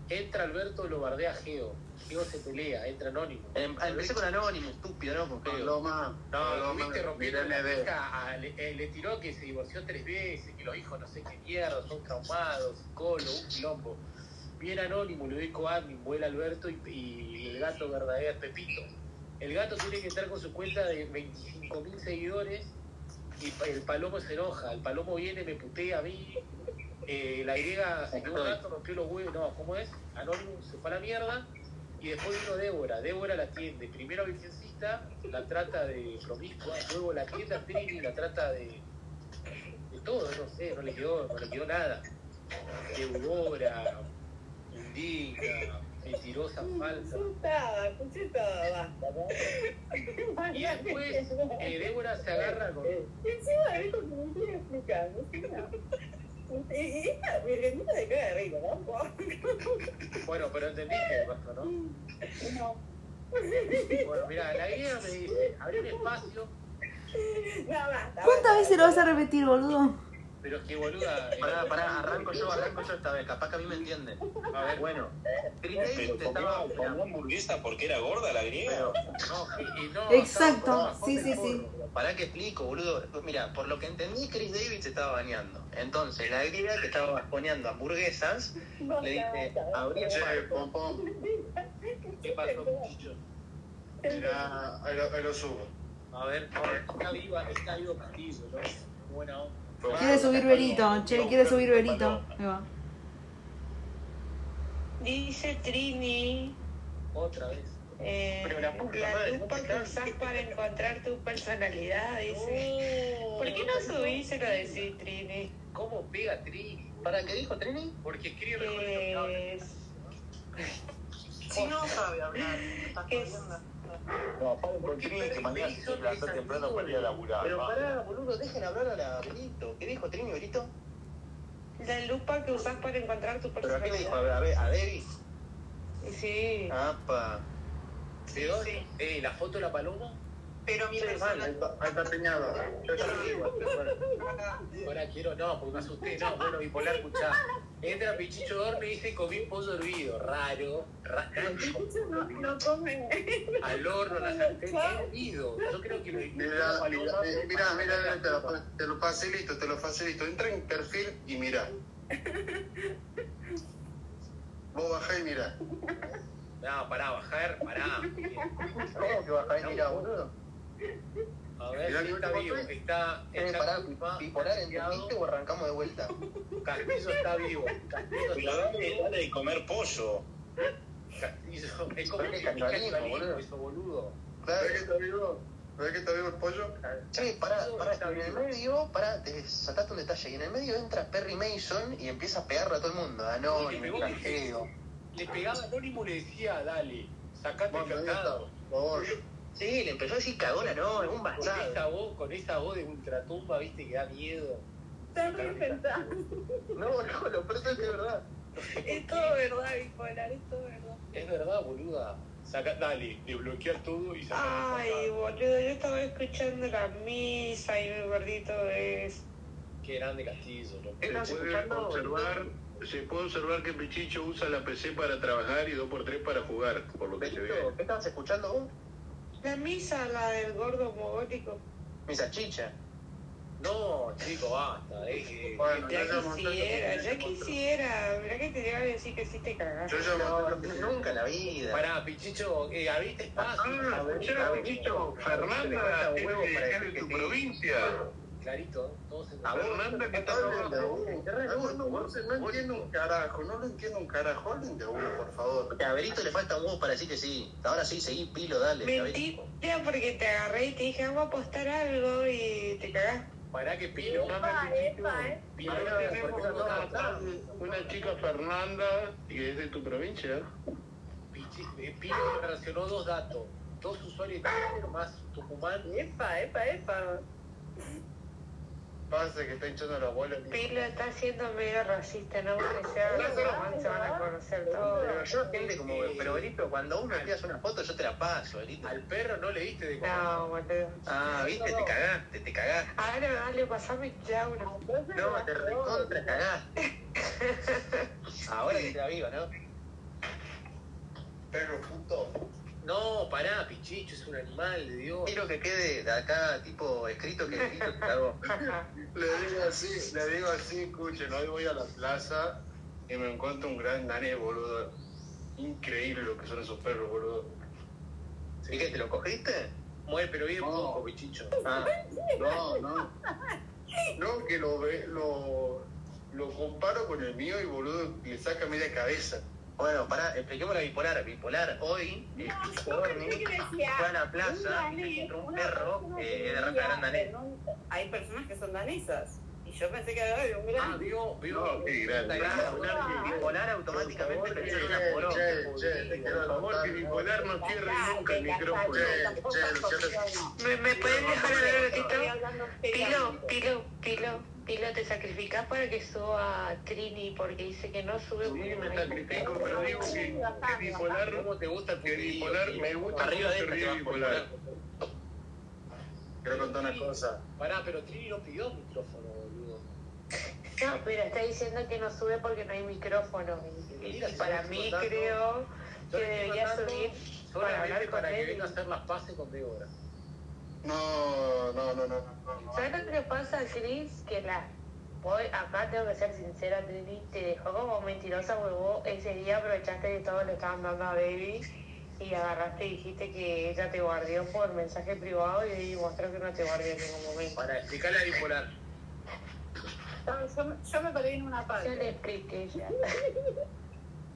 [SPEAKER 4] Entra Alberto, lo bardea a Geo. Geo se pelea, entra anónimo.
[SPEAKER 5] Em- Empecé con Anónimo, estúpido, ¿no? Con Geo.
[SPEAKER 3] Paloma,
[SPEAKER 4] No, lo
[SPEAKER 3] Paloma,
[SPEAKER 4] viste rompiendo
[SPEAKER 3] mirá
[SPEAKER 4] la
[SPEAKER 3] el dedo.
[SPEAKER 4] boca, a- le, eh, le tiró que se divorció tres veces, que los hijos no sé qué mierda, son traumados, colo, un quilombo. Viene anónimo, le doy coadmin, vuela Alberto y, y el gato verdadero es Pepito. El gato tiene que entrar con su cuenta de 25 mil seguidores y pa- el palomo se enoja, el palomo viene, me putea a mí, eh, la griega se quedó un rato, rompió los huevos, no, ¿cómo es? Anonymous se fue a la mierda y después vino Débora, Débora la atiende, primero virgencita, la trata de promiscua, luego la atiende a Trini, la trata de, de todo, no sé, no le quedó, no le quedó nada. Débora, indigna, mentirosa, falsa.
[SPEAKER 6] Estaba, escuché todo, basta, ¿no?
[SPEAKER 4] Y después eh, Débora se agarra con...
[SPEAKER 6] Encima de esto que me estoy explicando. es una- Y y esta virgenita se cae de arriba, ¿no?
[SPEAKER 4] Bueno, pero entendiste, Pastor, ¿no?
[SPEAKER 6] No.
[SPEAKER 4] Bueno, mira, la griega me dice, abrí un espacio,
[SPEAKER 6] No, basta.
[SPEAKER 8] ¿Cuántas veces lo vas a repetir, boludo?
[SPEAKER 4] pero es que boluda... eh,
[SPEAKER 5] Pará, pará, arranco yo, arranco yo esta vez, capaz que a mí me entiende.
[SPEAKER 4] A ver,
[SPEAKER 5] Bueno, Trinidad
[SPEAKER 14] Pero
[SPEAKER 5] intentaba.
[SPEAKER 14] comió, comió hamburguesa porque era gorda la griega.
[SPEAKER 5] Pero,
[SPEAKER 4] no, y no,
[SPEAKER 8] Exacto, sí, sí, sí.
[SPEAKER 5] ¿Para qué explico, boludo? Mira, por lo que entendí, Chris David se estaba bañando. Entonces, la griega que estaba bajoneando hamburguesas,
[SPEAKER 6] Basta,
[SPEAKER 5] le dije,
[SPEAKER 6] basta, basta.
[SPEAKER 5] abrí
[SPEAKER 3] Che, pom, pom,
[SPEAKER 4] eh, ¿Qué pasó, muchachos?
[SPEAKER 3] mirá, ahí lo, ahí lo subo.
[SPEAKER 4] A ver, a ver, está viva, está vivo Castillo, ¿no? Buena onda.
[SPEAKER 8] Quiere subir Berito, che, quiere subir Berito. Ahí va.
[SPEAKER 12] Dice Trini,
[SPEAKER 4] Otra vez.
[SPEAKER 12] eh,
[SPEAKER 5] Pero la puta
[SPEAKER 12] la
[SPEAKER 5] madre,
[SPEAKER 12] lupa
[SPEAKER 5] ¿no?
[SPEAKER 12] que usás para encontrar tu personalidad, dice. ¿Por qué no
[SPEAKER 4] no
[SPEAKER 12] subís y lo decís, Trini?
[SPEAKER 4] ¿Cómo pega Trini? Eh,
[SPEAKER 5] ¿Para qué dijo Trini?
[SPEAKER 4] Porque escribe mejor que yo.
[SPEAKER 12] Que es-
[SPEAKER 2] Si no sabe hablar, estás jodiendo.
[SPEAKER 7] No, paren con Trini que mañana si se levanta temprano para ir a laburar.
[SPEAKER 5] Pero
[SPEAKER 7] va.
[SPEAKER 5] pará, boludo, dejen hablar a la Berito. ¿Qué dijo Trini, Berito?
[SPEAKER 12] La lupa que usás para encontrar tu
[SPEAKER 5] ¿Pero a qué le dijo?
[SPEAKER 12] personalidad.
[SPEAKER 5] ¿A, a, a Debbie?
[SPEAKER 12] Sí.
[SPEAKER 5] Apa.
[SPEAKER 4] ¿De dónde? Eh, la foto de la paloma.
[SPEAKER 2] Pero mi
[SPEAKER 3] Ahí
[SPEAKER 2] personalidad.
[SPEAKER 3] está, ahí está
[SPEAKER 4] ¿eh?
[SPEAKER 3] Peñado. Yo ya lo digo, pero bueno.
[SPEAKER 7] [LAUGHS]
[SPEAKER 4] Ahora quiero, no, porque me asusté. No, bueno, bipolar, escuchá. Entra Pichicho Dorme y dice comí pollo hervido. Raro, raro.
[SPEAKER 12] No, no comen.
[SPEAKER 4] Al horno, a
[SPEAKER 7] [LAUGHS]
[SPEAKER 4] la sartén, hervido. Yo creo que lo
[SPEAKER 3] Mirá, mirá, eh, mirá, mirá, te lo, fa- te lo facilito, te lo facilito. Entra en perfil y mirá. Vos bajá y mirá.
[SPEAKER 4] No, pará, bajar, pará.
[SPEAKER 5] ¿Cómo que vas a venir a boludo?
[SPEAKER 4] A ver,
[SPEAKER 3] Mirá
[SPEAKER 4] si
[SPEAKER 3] mi
[SPEAKER 4] está
[SPEAKER 3] último
[SPEAKER 4] vivo.
[SPEAKER 3] tweet.
[SPEAKER 4] Está,
[SPEAKER 5] Eh,
[SPEAKER 4] está
[SPEAKER 5] pará,
[SPEAKER 4] culpa,
[SPEAKER 5] bipolar, ¿entendiste
[SPEAKER 4] castigado.
[SPEAKER 5] o arrancamos de
[SPEAKER 4] [LAUGHS]
[SPEAKER 5] vuelta?
[SPEAKER 4] Castillo está vivo. Castillo
[SPEAKER 14] Pero
[SPEAKER 4] está
[SPEAKER 14] dale,
[SPEAKER 4] vivo.
[SPEAKER 14] dale de comer pollo.
[SPEAKER 4] Castillo. Es como
[SPEAKER 5] Pero
[SPEAKER 4] que
[SPEAKER 5] es canibalismo, boludo.
[SPEAKER 4] eso, boludo.
[SPEAKER 5] Claro.
[SPEAKER 3] ¿Sabés que está vivo? ¿Sabés que está vivo el pollo?
[SPEAKER 5] Che, pará, pará, en el medio, pará, te saltaste un detalle. Y en el medio entra Perry Mason y empieza a pegarle a todo el mundo. Anónimo, Geo.
[SPEAKER 4] Le pegaba anónimo y le decía, dale, sacate
[SPEAKER 3] Vos,
[SPEAKER 4] el
[SPEAKER 3] ahí está,
[SPEAKER 4] candado.
[SPEAKER 3] por favor.
[SPEAKER 5] Sí, le empezó a decir cagona, no, es un
[SPEAKER 4] Con
[SPEAKER 5] bastardo.
[SPEAKER 4] esa voz, con esa voz de ultratumba, viste, que da miedo.
[SPEAKER 2] Están reinventados.
[SPEAKER 5] No, no, lo peor es que es
[SPEAKER 4] [LAUGHS]
[SPEAKER 5] verdad.
[SPEAKER 2] Es todo verdad, bipolar, es todo verdad.
[SPEAKER 4] Es verdad, boluda. Saca, dale, desbloquear todo y sacar.
[SPEAKER 12] Ay, boludo, yo estaba escuchando la misa y mi gordito es.
[SPEAKER 4] Qué grande castillo, ¿no?
[SPEAKER 13] Se puede, observar, se puede observar que Pichicho usa la PC para trabajar y 2x3 para jugar, por lo que se ve.
[SPEAKER 5] ¿Qué estabas escuchando vos?
[SPEAKER 12] La misa, la del gordo mogólico.
[SPEAKER 5] Misa chicha.
[SPEAKER 4] No, chico, basta. eh, eh.
[SPEAKER 12] Ya quisiera, ya quisiera. Mirá que te llegan a decir que sí te cagaste.
[SPEAKER 5] No, nunca en la vida.
[SPEAKER 4] Pará, Pichicho, eh, Gaby te pasa.
[SPEAKER 13] Ah, escuchá, Pichicho, Fernanda es de, es de tu provincia.
[SPEAKER 4] Clarito, todos se
[SPEAKER 13] A Fernanda que está trabajando.
[SPEAKER 3] No entiendo un carajo, no lo entiendo un carajo. Hablen de uno, por favor.
[SPEAKER 5] Que a Berito le falta un huevo para decir que sí. Ahora sí, seguí pilo, dale. Gaberito.
[SPEAKER 12] Mentira, porque te agarré y te dije, vamos a apostar algo y te cagaste.
[SPEAKER 4] Pará que Pilo. Pilo,
[SPEAKER 13] Ahora tenemos acá una chica Fernanda que es de tu provincia.
[SPEAKER 4] Pichi, eh, Pilo me relacionó dos datos. Dos usuarios de Twitter más Tucumán.
[SPEAKER 2] Epa, epa, epa.
[SPEAKER 3] Pasa que está hinchando la bola.
[SPEAKER 12] Pilo está siendo medio racista, no porque sea se van a conocer
[SPEAKER 5] Pero
[SPEAKER 12] todos.
[SPEAKER 5] yo, gente, como, pero Berito, cuando uno envías una foto, yo te la paso, Berito.
[SPEAKER 4] Al perro no le diste de comer.
[SPEAKER 12] No, boludo.
[SPEAKER 5] Ah, viste, te cagaste, te cagaste.
[SPEAKER 12] Ahora dale, pasame ya una.
[SPEAKER 5] No,
[SPEAKER 12] [LAUGHS]
[SPEAKER 5] te recontra cagaste. Ahora que te vivo, ¿no?
[SPEAKER 3] Perro puto.
[SPEAKER 4] No, pará, Pichicho, es un animal de Dios.
[SPEAKER 5] Quiero que quede de acá, tipo, escrito que Berito te cagó.
[SPEAKER 3] [LAUGHS] Le digo así, le digo así, escuchen, hoy voy a la plaza y me encuentro un gran nané, boludo. Increíble lo que son esos perros, boludo.
[SPEAKER 5] ¿Y qué, te lo cogiste?
[SPEAKER 4] Muere, pero bien
[SPEAKER 3] No.
[SPEAKER 4] poco, Pichicho.
[SPEAKER 5] Ah,
[SPEAKER 9] [LAUGHS]
[SPEAKER 3] No, no. No, que lo ve, lo, lo comparo con el mío y boludo le saca media cabeza.
[SPEAKER 5] bueno, pará, expliquemos la bipolar. Bipolar, hoy, el Corny fue a la plaza y se encontró un perro eh, de raza grande anés.
[SPEAKER 2] Hay personas que son danesas. Y yo pensé que era de un gran.
[SPEAKER 4] Ah, vio, vio.
[SPEAKER 13] No, qué grande.
[SPEAKER 5] Claro, una bipolar automáticamente pensó en una porón.
[SPEAKER 3] Che, che, te quiero
[SPEAKER 13] Por favor, que
[SPEAKER 3] contar.
[SPEAKER 13] bipolar no cierre nunca el micrófono.
[SPEAKER 3] Che, che, Luciano,
[SPEAKER 12] ¿Me, me pueden dejar hablar un ratito? Pilo,
[SPEAKER 7] Pilo,
[SPEAKER 12] Pilo, Pilo, Pilo, te sacrificás para que suba Trini porque dice que no sube
[SPEAKER 13] Sí, me sacrifico, pero digo que, que bipolar,
[SPEAKER 4] ¿Cómo te gusta el
[SPEAKER 13] que
[SPEAKER 4] putillo,
[SPEAKER 13] bipolar,
[SPEAKER 4] tío?
[SPEAKER 13] me gusta
[SPEAKER 4] Arriba de esta
[SPEAKER 13] mucho el
[SPEAKER 4] te vas a
[SPEAKER 13] bipolar.
[SPEAKER 3] quiero contar una cosa.
[SPEAKER 4] Pará, pero Trini no pidió micrófono, boludo.
[SPEAKER 12] No, pero está diciendo que no sube porque no hay micrófono. Y, y para mí creo que
[SPEAKER 4] Yo le estoy
[SPEAKER 12] debería
[SPEAKER 4] mandando
[SPEAKER 12] subir para
[SPEAKER 4] Solamente
[SPEAKER 12] hablar
[SPEAKER 4] para,
[SPEAKER 12] con
[SPEAKER 4] que venga a
[SPEAKER 12] él.
[SPEAKER 4] hacer las paces con Débora.
[SPEAKER 3] No, no, no, no, no. no.
[SPEAKER 12] ¿Sabes lo que pasa, Cris? Que la... Voy, acá tengo que ser sincera, Trini, te dejó como mentirosa porque vos ese día aprovechaste de todo lo que estaban dando a Baby y agarraste y dijiste que ella te guardió por mensaje privado y ahí mostró que no te guardió en ningún momento.
[SPEAKER 4] Para explicarle a bipolar.
[SPEAKER 2] Yo, me- yo me colgué en una
[SPEAKER 12] Yo le
[SPEAKER 2] parte.
[SPEAKER 12] expliqué
[SPEAKER 2] [LAUGHS]
[SPEAKER 12] ya.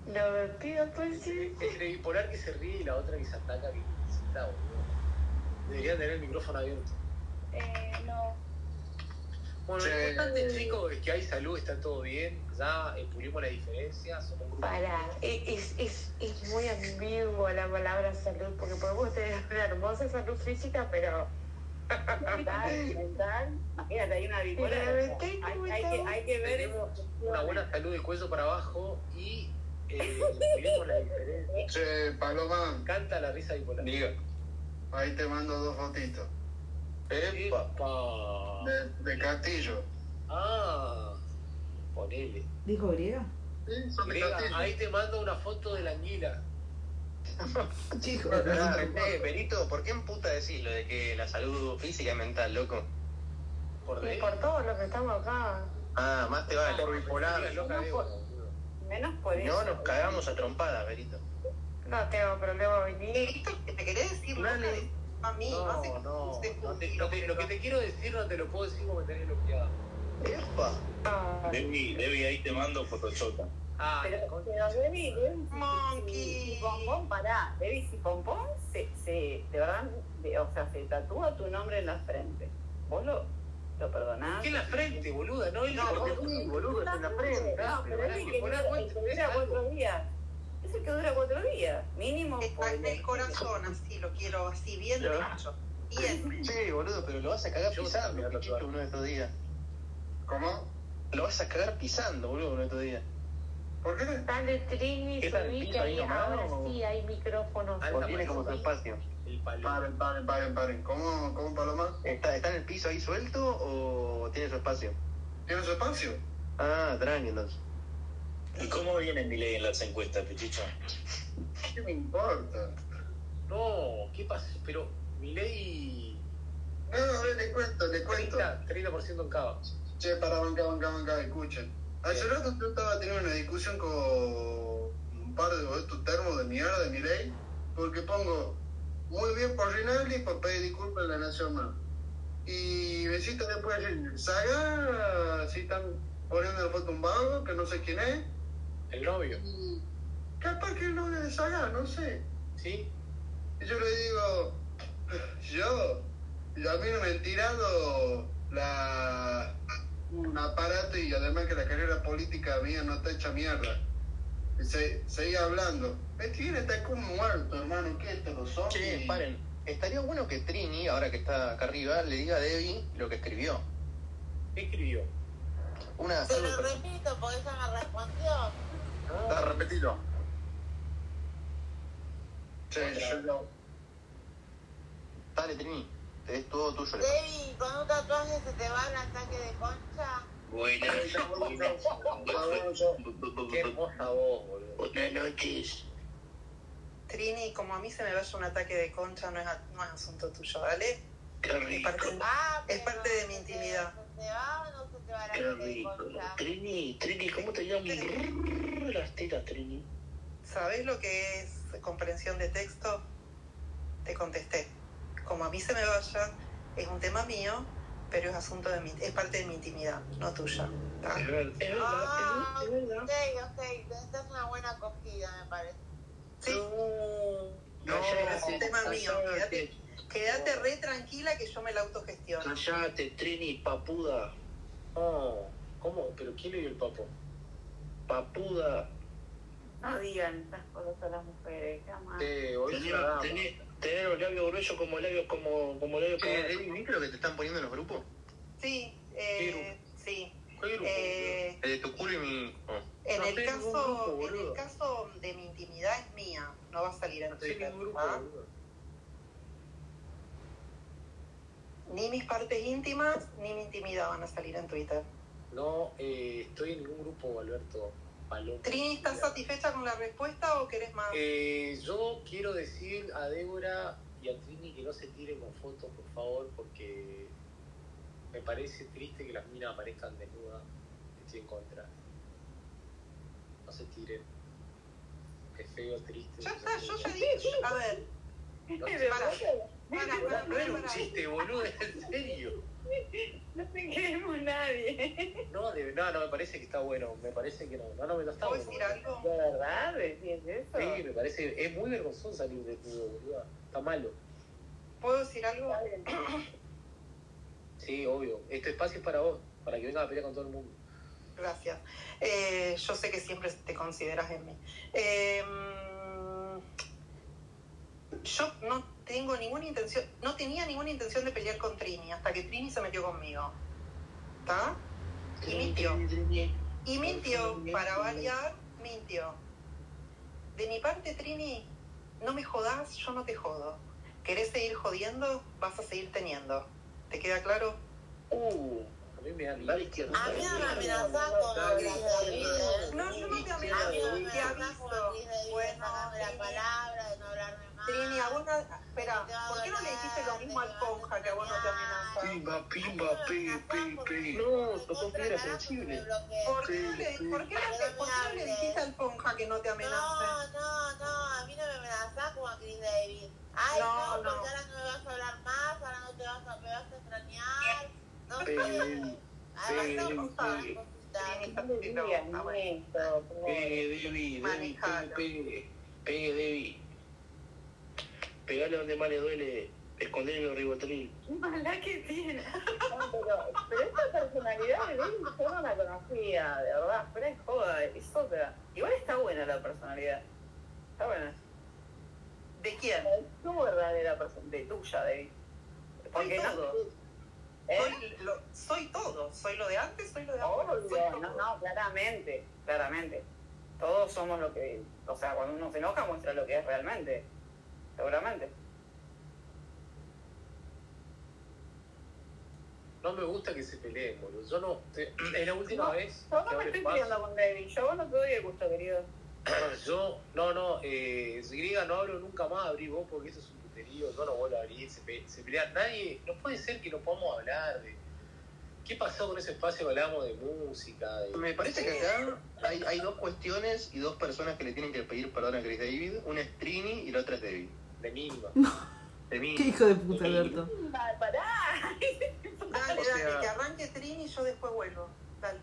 [SPEAKER 12] No me pido pues sí.
[SPEAKER 4] Entre bipolar que se ríe y la otra que se ataca, que necesita, boludo. Debería tener el micrófono abierto.
[SPEAKER 22] Eh, no.
[SPEAKER 4] Bueno, lo
[SPEAKER 3] Sí.
[SPEAKER 4] importante, chicos, es que hay salud, está todo bien. Ya pulimos la diferencia, somos un grupo.
[SPEAKER 12] Para, es, es, es muy ambigua la palabra salud, porque podemos tener una hermosa salud física, pero
[SPEAKER 2] Mental, mental. Imagínate, hay una bipolar.
[SPEAKER 12] Pero,
[SPEAKER 2] o sea,
[SPEAKER 12] ¿qué? ¿Cómo
[SPEAKER 2] hay, hay que,
[SPEAKER 12] estamos?
[SPEAKER 2] hay que ver.
[SPEAKER 4] Tenemos una buena salud del cuello para abajo y eh, pulimos la diferencia.
[SPEAKER 3] Che, Paloma,
[SPEAKER 4] Me encanta la risa bipolar.
[SPEAKER 5] Digo,
[SPEAKER 3] ahí te mando dos fotitos.
[SPEAKER 4] ¡Epa!
[SPEAKER 3] De, de Castillo.
[SPEAKER 4] Ah, ponele.
[SPEAKER 8] ¿Dijo griega?
[SPEAKER 3] Sí, son de
[SPEAKER 4] Grega,
[SPEAKER 3] Castillo.
[SPEAKER 4] ahí te mando una foto de la anguila.
[SPEAKER 8] Dijo.
[SPEAKER 5] Ah, eh, Berito, ¿por qué en puta decís lo de que la salud física es mental, loco?
[SPEAKER 4] Por
[SPEAKER 12] y
[SPEAKER 4] dentro.
[SPEAKER 12] por todos los que estamos acá.
[SPEAKER 5] Ah, más te vale. Por
[SPEAKER 4] Mira, loca de oro, boludo.
[SPEAKER 2] Menos por eso.
[SPEAKER 5] No, nos cagamos a trompadas, Berito.
[SPEAKER 12] No tengo problema venir.
[SPEAKER 23] que te quería decir,
[SPEAKER 5] Dale.
[SPEAKER 23] loca, es a mí,
[SPEAKER 4] No,
[SPEAKER 23] hace-
[SPEAKER 4] no, no.
[SPEAKER 23] se
[SPEAKER 4] te- lo, que, lo que te quiero decir no te lo puedo decir porque tenés bloqueado.
[SPEAKER 5] Epa.
[SPEAKER 12] Ah,
[SPEAKER 14] Debbie, Debbie, ahí te mando Photoshop.
[SPEAKER 4] Ah, la
[SPEAKER 2] Pero,
[SPEAKER 4] concha.
[SPEAKER 2] pero Debbie, Debbie,
[SPEAKER 23] Monkey.
[SPEAKER 2] si Pompón, pará. Debbie, si Pompón se, se, de verdad, de- o sea, se tatúa tu nombre en la frente. ¿Vos lo, lo perdonás?
[SPEAKER 4] ¿Qué en la frente, boluda? No, él
[SPEAKER 5] No,
[SPEAKER 4] no,
[SPEAKER 5] boludo, en la frente.
[SPEAKER 2] No, pero es
[SPEAKER 4] Pará,
[SPEAKER 2] que
[SPEAKER 4] poná
[SPEAKER 2] no,
[SPEAKER 4] cuatro
[SPEAKER 2] el que
[SPEAKER 4] veces
[SPEAKER 2] dura
[SPEAKER 4] algo.
[SPEAKER 2] cuatro días.
[SPEAKER 24] Es el que dura cuatro días, mínimo.
[SPEAKER 2] Está en el corazón, así lo quiero, así bien derecho. Bien.
[SPEAKER 5] Sí, boludo, pero lo vas a cagar pisando, pichito, uno de estos días. ¿Cómo? Lo vas a cagar pisando, boludo, uno de estos días.
[SPEAKER 13] ¿Por qué?
[SPEAKER 12] Dale, Trini,
[SPEAKER 5] ¿Qué tal el
[SPEAKER 12] subí
[SPEAKER 5] piso
[SPEAKER 12] que
[SPEAKER 5] ahí
[SPEAKER 12] ahí,
[SPEAKER 5] nomás,
[SPEAKER 12] ahora
[SPEAKER 5] o- Ah,
[SPEAKER 12] sí hay micrófonos.
[SPEAKER 5] O Pues tiene como su espacio.
[SPEAKER 13] Paren, paren, paren, paren. ¿Cómo, cómo Paloma?
[SPEAKER 5] ¿Está, ¿Está en el piso ahí suelto o tiene su espacio?
[SPEAKER 13] ¿Tiene su espacio?
[SPEAKER 5] Ah, tranqui entonces.
[SPEAKER 14] ¿Y cómo viene mi ley en las encuestas, Pichicho?
[SPEAKER 13] ¿Qué me importa?
[SPEAKER 4] No, ¿qué pasa? Pero mi ley.
[SPEAKER 13] No, a ver, le cuento, le cuento.
[SPEAKER 4] 30%, 30 en cada.
[SPEAKER 13] Che, para, banca,
[SPEAKER 4] [LAUGHS]
[SPEAKER 13] banca, banca, escuchen. Hace rato yo estaba teniendo una discusión con un par de estos termos de mierda de mi ley, porque pongo muy bien por Rinaldi por pedir disculpas a la nación más. Y besito después de Saga, si están poniendo la foto un vago, que no sé quién es.
[SPEAKER 4] El novio.
[SPEAKER 13] Capaz que el novio de Saga, no sé.
[SPEAKER 4] Sí.
[SPEAKER 13] Y yo le digo, yo, yo a mí no me han tirado la, un aparato y además que la carrera política mía no está hecha mierda. Y se, seguía hablando. Me tiene, está como muerto, hermano, ¿qué te lo son?
[SPEAKER 5] Che, paren. Estaría bueno que Trini, ahora que está acá arriba, le diga a Debbie lo que escribió.
[SPEAKER 4] ¿Qué escribió?
[SPEAKER 5] Una.
[SPEAKER 6] Se lo repito porque ella me respondió.
[SPEAKER 13] Está repetido. Che, yo no.
[SPEAKER 5] Dale, Trini. Es todo tuyo. le-
[SPEAKER 6] Debbie, con un tatuaje se te va el ataque de concha.
[SPEAKER 14] Buenas, buenas,
[SPEAKER 4] Qué hermosa voz, boludo.
[SPEAKER 14] buenas noches.
[SPEAKER 25] Trini, como a mí se me vaya un ataque de concha, no es, a- no es asunto tuyo, ¿vale?
[SPEAKER 14] Qué
[SPEAKER 25] Es parte,
[SPEAKER 2] Ah,
[SPEAKER 25] es parte de mi intimidad.
[SPEAKER 6] ¿Se va o no se te va el
[SPEAKER 14] Qué
[SPEAKER 6] ataque de
[SPEAKER 14] rico.
[SPEAKER 6] concha?
[SPEAKER 14] Trini, Trini, ¿cómo te llaman las tetas, Trini?
[SPEAKER 25] ¿Sabés lo que es comprensión de texto? Te contesté. Como a mí se me vaya, es un tema mío, pero es asunto de mi, es parte de mi intimidad, no tuya. ¿tá?
[SPEAKER 6] Ah, ok, ok, necesitas una buena acogida, me parece.
[SPEAKER 25] Sí. No, es un
[SPEAKER 14] Ah,
[SPEAKER 25] tema mío. Quédate, quédate re tranquila que yo me la autogestiono.
[SPEAKER 14] Callate, Trini, papuda.
[SPEAKER 4] No, ¿cómo? ¿Pero quién le dio el papo?
[SPEAKER 14] Papuda.
[SPEAKER 12] No digan estas cosas a las mujeres, jamás.
[SPEAKER 4] Eh, hoy
[SPEAKER 14] Tenés- tenés- Tener los labios gruesos como labios como, como labios
[SPEAKER 5] Che, Debbie, ¿viste lo que te están poniendo en los grupos?
[SPEAKER 2] Sí, eh, sí. Eh,
[SPEAKER 5] El de tu culo y mi. oh.
[SPEAKER 2] en,
[SPEAKER 4] No
[SPEAKER 2] el
[SPEAKER 4] tengo un
[SPEAKER 2] caso,
[SPEAKER 4] grupo,
[SPEAKER 2] en el
[SPEAKER 4] boludo.
[SPEAKER 2] caso de mi intimidad es mía, no va a salir en Twitter. ¿ah? Ni mis partes íntimas, ni mi intimidad van a salir en Twitter.
[SPEAKER 4] No, eh, estoy en ningún grupo, Alberto. Paloma.
[SPEAKER 2] Trini, ¿estás satisfecha con la respuesta o querés más?
[SPEAKER 4] Eh, yo quiero decir a Débora y a Trini que no se tiren con fotos, por favor, porque me parece triste que las minas aparezcan desnudas. Estoy en contra. No se tiren. Es feo, triste.
[SPEAKER 2] Ya está, yo ya dije. A ver,
[SPEAKER 4] No,
[SPEAKER 2] Pará, pará, pará,
[SPEAKER 4] no era un
[SPEAKER 2] pará.
[SPEAKER 4] chiste, boludo, en serio.
[SPEAKER 12] No te queremos nadie.
[SPEAKER 4] No, de- no, no, me parece que está bueno. Me parece que no. No, no, me lo está
[SPEAKER 2] ¿Puedo
[SPEAKER 4] bueno.
[SPEAKER 2] decir algo?
[SPEAKER 12] ¿De verdad? ¿Decís eso?
[SPEAKER 4] Sí, me parece. Es muy vergonzoso salir desnudo, boludo. Está malo.
[SPEAKER 2] ¿Puedo decir algo?
[SPEAKER 4] Sí, obvio. Este espacio es para vos, para que vengas a pelear con todo el mundo.
[SPEAKER 2] Gracias. Eh, yo sé que siempre te consideras en mí. Eh, yo no tengo ninguna intención, no tenía ninguna intención de pelear con Trini hasta que Trini se metió conmigo. ¿Está? Y mintió. Y mintió, para variar, mintió. De mi parte, Trini, no me jodas, yo no te jodo. ¿Querés seguir jodiendo? Vas a seguir teniendo. ¿Te queda claro?
[SPEAKER 4] Uh, a mí me da miedo.
[SPEAKER 6] A mí no me amenazás con la vida.
[SPEAKER 2] No, yo no te
[SPEAKER 6] A mí no
[SPEAKER 2] amenazo,
[SPEAKER 6] me
[SPEAKER 2] te
[SPEAKER 6] amenazás con
[SPEAKER 2] aviso. Bueno,
[SPEAKER 6] de la palabra, de no hablarme más.
[SPEAKER 2] Trini, a vos no- Espera, ¿por qué no le dijiste lo mismo al Ponja que a vos no te amenazas?
[SPEAKER 13] Pimba, pimba, pi, pi, pi.
[SPEAKER 4] No, sos piedra sensible.
[SPEAKER 2] ¿Por qué no le, por qué no le- por qué no le dijiste al Ponja que no te amenace?
[SPEAKER 6] No, no, no, a mí no me amenazás como a Chris David. Ay,
[SPEAKER 2] No,
[SPEAKER 6] no,
[SPEAKER 2] no.
[SPEAKER 6] porque ahora no me vas a hablar más, ahora no te vas a, me vas
[SPEAKER 2] [LAUGHS]
[SPEAKER 6] a extrañar. No
[SPEAKER 12] [LAUGHS]
[SPEAKER 6] sé.
[SPEAKER 14] Ven,
[SPEAKER 6] Ay, vas a
[SPEAKER 14] ven,
[SPEAKER 6] gustar,
[SPEAKER 14] ven.
[SPEAKER 6] cosita.
[SPEAKER 14] Pegue, Debbie, Debbie, pegue, pegue, pegue, Debbie. Pegale donde más le duele, escondele los ribotril.
[SPEAKER 12] Ojalá que tiene.
[SPEAKER 24] No, pero, pero esta personalidad de Debbie yo no la conocía, de verdad, fuera de joda, es otra. Igual está buena la personalidad.
[SPEAKER 12] Eh, de tuya, Debbie. [LAUGHS] Porque
[SPEAKER 2] Soy
[SPEAKER 12] no-
[SPEAKER 2] todo.
[SPEAKER 12] ¿Eh?
[SPEAKER 2] Soy, lo, soy todo. Soy lo de antes, soy lo de ahora.
[SPEAKER 12] Obvio,
[SPEAKER 2] soy todo.
[SPEAKER 12] no, no, claramente, claramente. Todos somos lo que, o sea, cuando uno se enoja muestra lo que es realmente, seguramente.
[SPEAKER 4] No me gusta que se peleen, boludo. Yo no. te- es la última vez.
[SPEAKER 12] Yo no me
[SPEAKER 4] que abro
[SPEAKER 12] estoy
[SPEAKER 4] espacio.
[SPEAKER 12] peleando con David, yo no te doy el gusto, querido.
[SPEAKER 4] [CLEARS THROAT] Yo, no, no, eh, griega no abro nunca más, abrí vos porque eso es un puterío, yo no vuelvo a abrir, se, pe- se pelea nadie, no puede ser que no podamos hablar de qué pasó con ese espacio que hablamos de música, de...
[SPEAKER 5] Me parece que acá hay, hay dos cuestiones y dos personas que le tienen que pedir perdón a Chris David. Una es Trini y la otra es David.
[SPEAKER 4] De mínima.
[SPEAKER 5] De mínima.
[SPEAKER 8] Qué hijo de puta, Alberto.
[SPEAKER 5] [LAUGHS]
[SPEAKER 12] Pa- [LAUGHS] Pará.
[SPEAKER 2] Dale,
[SPEAKER 5] O sea-
[SPEAKER 2] dale, que arranque Trini y yo después vuelvo. Dale.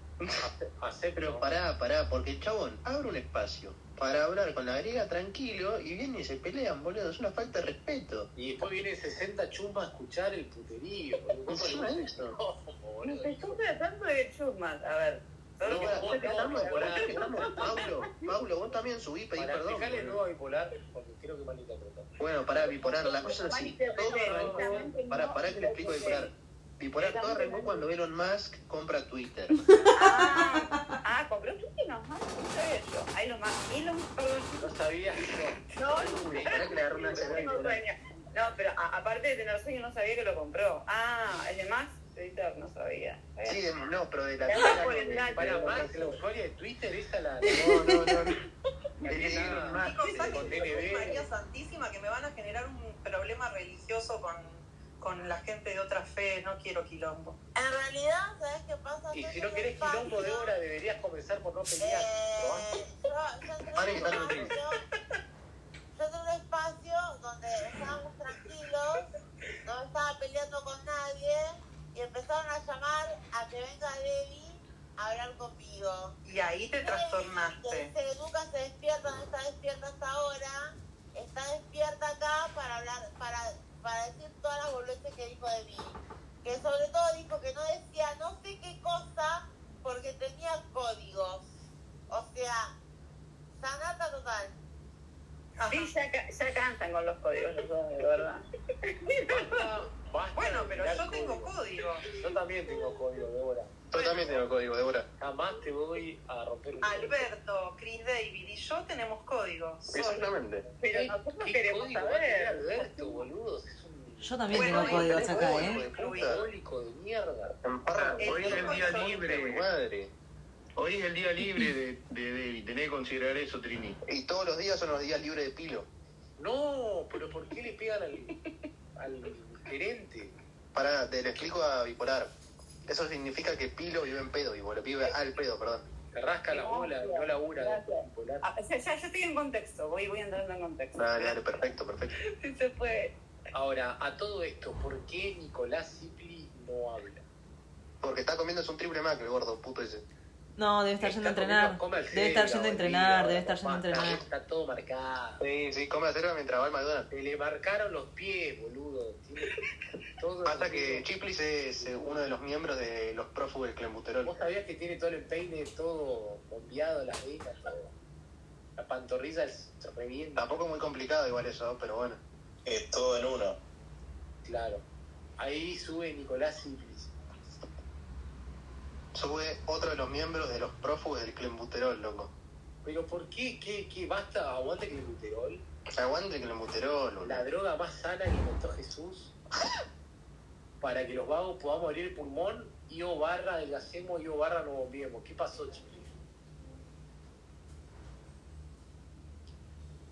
[SPEAKER 5] Pero pará, pará, porque el chabón abre un espacio para hablar con la griega tranquilo y vienen y se pelean, boludo. Es una falta de respeto.
[SPEAKER 4] Y después viene 60 chumbas a escuchar el puterío, boludo. ¿Cómo
[SPEAKER 5] Encima
[SPEAKER 4] le-
[SPEAKER 5] de eso.
[SPEAKER 4] ¿Cómo, boludo?
[SPEAKER 12] Nos están tratando de chusmas, a ver.
[SPEAKER 5] No,
[SPEAKER 12] Solo que
[SPEAKER 5] vos
[SPEAKER 12] nosotros
[SPEAKER 5] no,
[SPEAKER 12] estamos-
[SPEAKER 5] pará, que estamos- Paulo, Paulo, vos también subí pedí
[SPEAKER 4] Para
[SPEAKER 5] perdón.
[SPEAKER 4] dejarle
[SPEAKER 5] boludo.
[SPEAKER 4] no a bipolar, porque creo que malinterpretar.
[SPEAKER 5] Bueno, pará, bipolar, la cosa es así.
[SPEAKER 4] Malinterpreté,
[SPEAKER 5] Todo arrancó,
[SPEAKER 4] directamente
[SPEAKER 5] pará,
[SPEAKER 4] no,
[SPEAKER 5] pará que le explico a bipolar. Bipolar, todo
[SPEAKER 12] Directamente
[SPEAKER 5] arrancó
[SPEAKER 12] no.
[SPEAKER 5] cuando Elon Musk compra Twitter.
[SPEAKER 12] Ah, compró tú que nos más, no sabía yo. Ahí lo más, y lo más, perdón.
[SPEAKER 4] No sabía
[SPEAKER 12] No,
[SPEAKER 5] Uy, pará que
[SPEAKER 12] [LAUGHS]
[SPEAKER 5] le agarré una cerveza,
[SPEAKER 12] tengo
[SPEAKER 5] boludo.
[SPEAKER 12] sueño. No, pero a- aparte de tener sueño, no sabía que lo compró. Ah, el de más, editor, no sabía.
[SPEAKER 5] Sí, de- no, pero de la
[SPEAKER 12] Le agarré Eh. por el
[SPEAKER 5] de-
[SPEAKER 12] nacho.
[SPEAKER 4] Para más, la euforia de Twitter, esa la...
[SPEAKER 5] No, no, no.
[SPEAKER 4] la que está-
[SPEAKER 2] Chicos, saquen
[SPEAKER 4] con
[SPEAKER 2] Jesús, María
[SPEAKER 4] TNB.
[SPEAKER 2] Santísima que me van a generar un problema religioso con, con la gente de otra fe. No quiero quilombo.
[SPEAKER 6] En realidad, ¿sabes qué pasa?
[SPEAKER 4] Y
[SPEAKER 6] Yo
[SPEAKER 4] si no
[SPEAKER 6] soy
[SPEAKER 4] querés
[SPEAKER 6] un
[SPEAKER 4] quilombo de
[SPEAKER 6] patio,
[SPEAKER 4] hora, deberías comenzar por no pelear.
[SPEAKER 6] eh, yo- yo tengo
[SPEAKER 5] Paren que están
[SPEAKER 6] un
[SPEAKER 5] los niños.
[SPEAKER 6] Yo tengo un espacio donde estábamos tranquilos, no estaba peleando con nadie y empezaron a llamar a que venga Debbie a hablar conmigo.
[SPEAKER 2] Y ahí te
[SPEAKER 6] Que
[SPEAKER 2] trastornaste.
[SPEAKER 6] se educa, se despierta, no está despierta hasta ahora, está despierta acá para hablar, para, para decir todas las boludeces que dijo de mí. Que sobre todo dijo que no decía no sé qué cosa porque tenía códigos. O sea, sanata total.
[SPEAKER 12] Sí, ya, ca- ya cansan con los códigos, los dos, de verdad.
[SPEAKER 4] Basta
[SPEAKER 2] Bueno,
[SPEAKER 4] de
[SPEAKER 2] pero
[SPEAKER 4] tirar
[SPEAKER 2] yo tengo
[SPEAKER 4] códigos.
[SPEAKER 2] código.
[SPEAKER 4] Yo también tengo código, Débora.
[SPEAKER 5] Yo también tengo código, Débora.
[SPEAKER 4] Jamás te voy a romper un
[SPEAKER 2] Alberto, Chris David y yo tenemos código. Soy-
[SPEAKER 5] Exactamente.
[SPEAKER 12] Pero nosotros
[SPEAKER 4] ¿Qué
[SPEAKER 12] queremos
[SPEAKER 4] código va a tener
[SPEAKER 12] saber.
[SPEAKER 4] Alberto, boludo? Es un
[SPEAKER 8] Yo también
[SPEAKER 2] Bueno,
[SPEAKER 8] tengo códigos
[SPEAKER 5] tenés
[SPEAKER 8] acá,
[SPEAKER 5] código,
[SPEAKER 8] ¿eh?
[SPEAKER 5] hijo de puta.
[SPEAKER 4] alcohólico de mierda.
[SPEAKER 5] Emparra,
[SPEAKER 2] El
[SPEAKER 13] Hoy es el
[SPEAKER 2] hijo
[SPEAKER 13] día
[SPEAKER 2] son-
[SPEAKER 5] mi
[SPEAKER 13] libre.
[SPEAKER 5] madre.
[SPEAKER 13] Hoy es el día libre de, de Debbie. Tenés que considerar eso, Trini.
[SPEAKER 5] Y todos los días son los días libres de pilo.
[SPEAKER 4] No, pero ¿por qué le pegan al, al gerente?
[SPEAKER 5] Pará, te lo explico a bipolar. Eso significa que pilo vive en pedo, bipolar. Vive al pedo, perdón.
[SPEAKER 4] Te rasca la bola, no labura. Bipolar.
[SPEAKER 12] Ah, o sea, ya, ya estoy en contexto, voy, voy entrando en contexto.
[SPEAKER 5] Dale, dale, perfecto, perfecto.
[SPEAKER 12] Sí se puede.
[SPEAKER 4] Ahora, a todo esto, ¿por qué Nicolás Cipli no habla?
[SPEAKER 5] Porque está comiendo un triple mac el gordo puto ese.
[SPEAKER 8] No, debe estar yendo a entrenar. Debe estar yendo a entrenar, debe estar yendo a entrenar.
[SPEAKER 4] Está todo marcado.
[SPEAKER 5] Sí, sí, come la cerveza mientras va al McDonald's.
[SPEAKER 4] Le marcaron los pies, boludo. Tiene todo
[SPEAKER 5] Pasa que Chiplis es eh, uno de los miembros de los prófugos del clenbuterol.
[SPEAKER 4] Vos sabías que tiene todo el empeine, todo bombeado, las venas, todo. La pantorrilla es revienta,
[SPEAKER 5] Tampoco muy complicado igual eso, pero bueno.
[SPEAKER 26] Es todo en uno.
[SPEAKER 4] claro. Ahí sube Nicolás Ciplis.
[SPEAKER 5] Sube otro de los miembros de los prófugos del clenbuterol, loco.
[SPEAKER 4] Pero ¿por qué? ¿Qué? ¿Qué? ¿Basta? ¿Aguante que el buterol?
[SPEAKER 5] Aguante el clenbuterol, boludo.
[SPEAKER 4] La droga más sana que inventó Jesús para que los vagos podamos abrir el pulmón y o barra adelgacemos y o barra nos bombiemos. ¿Qué pasó, Ciplis?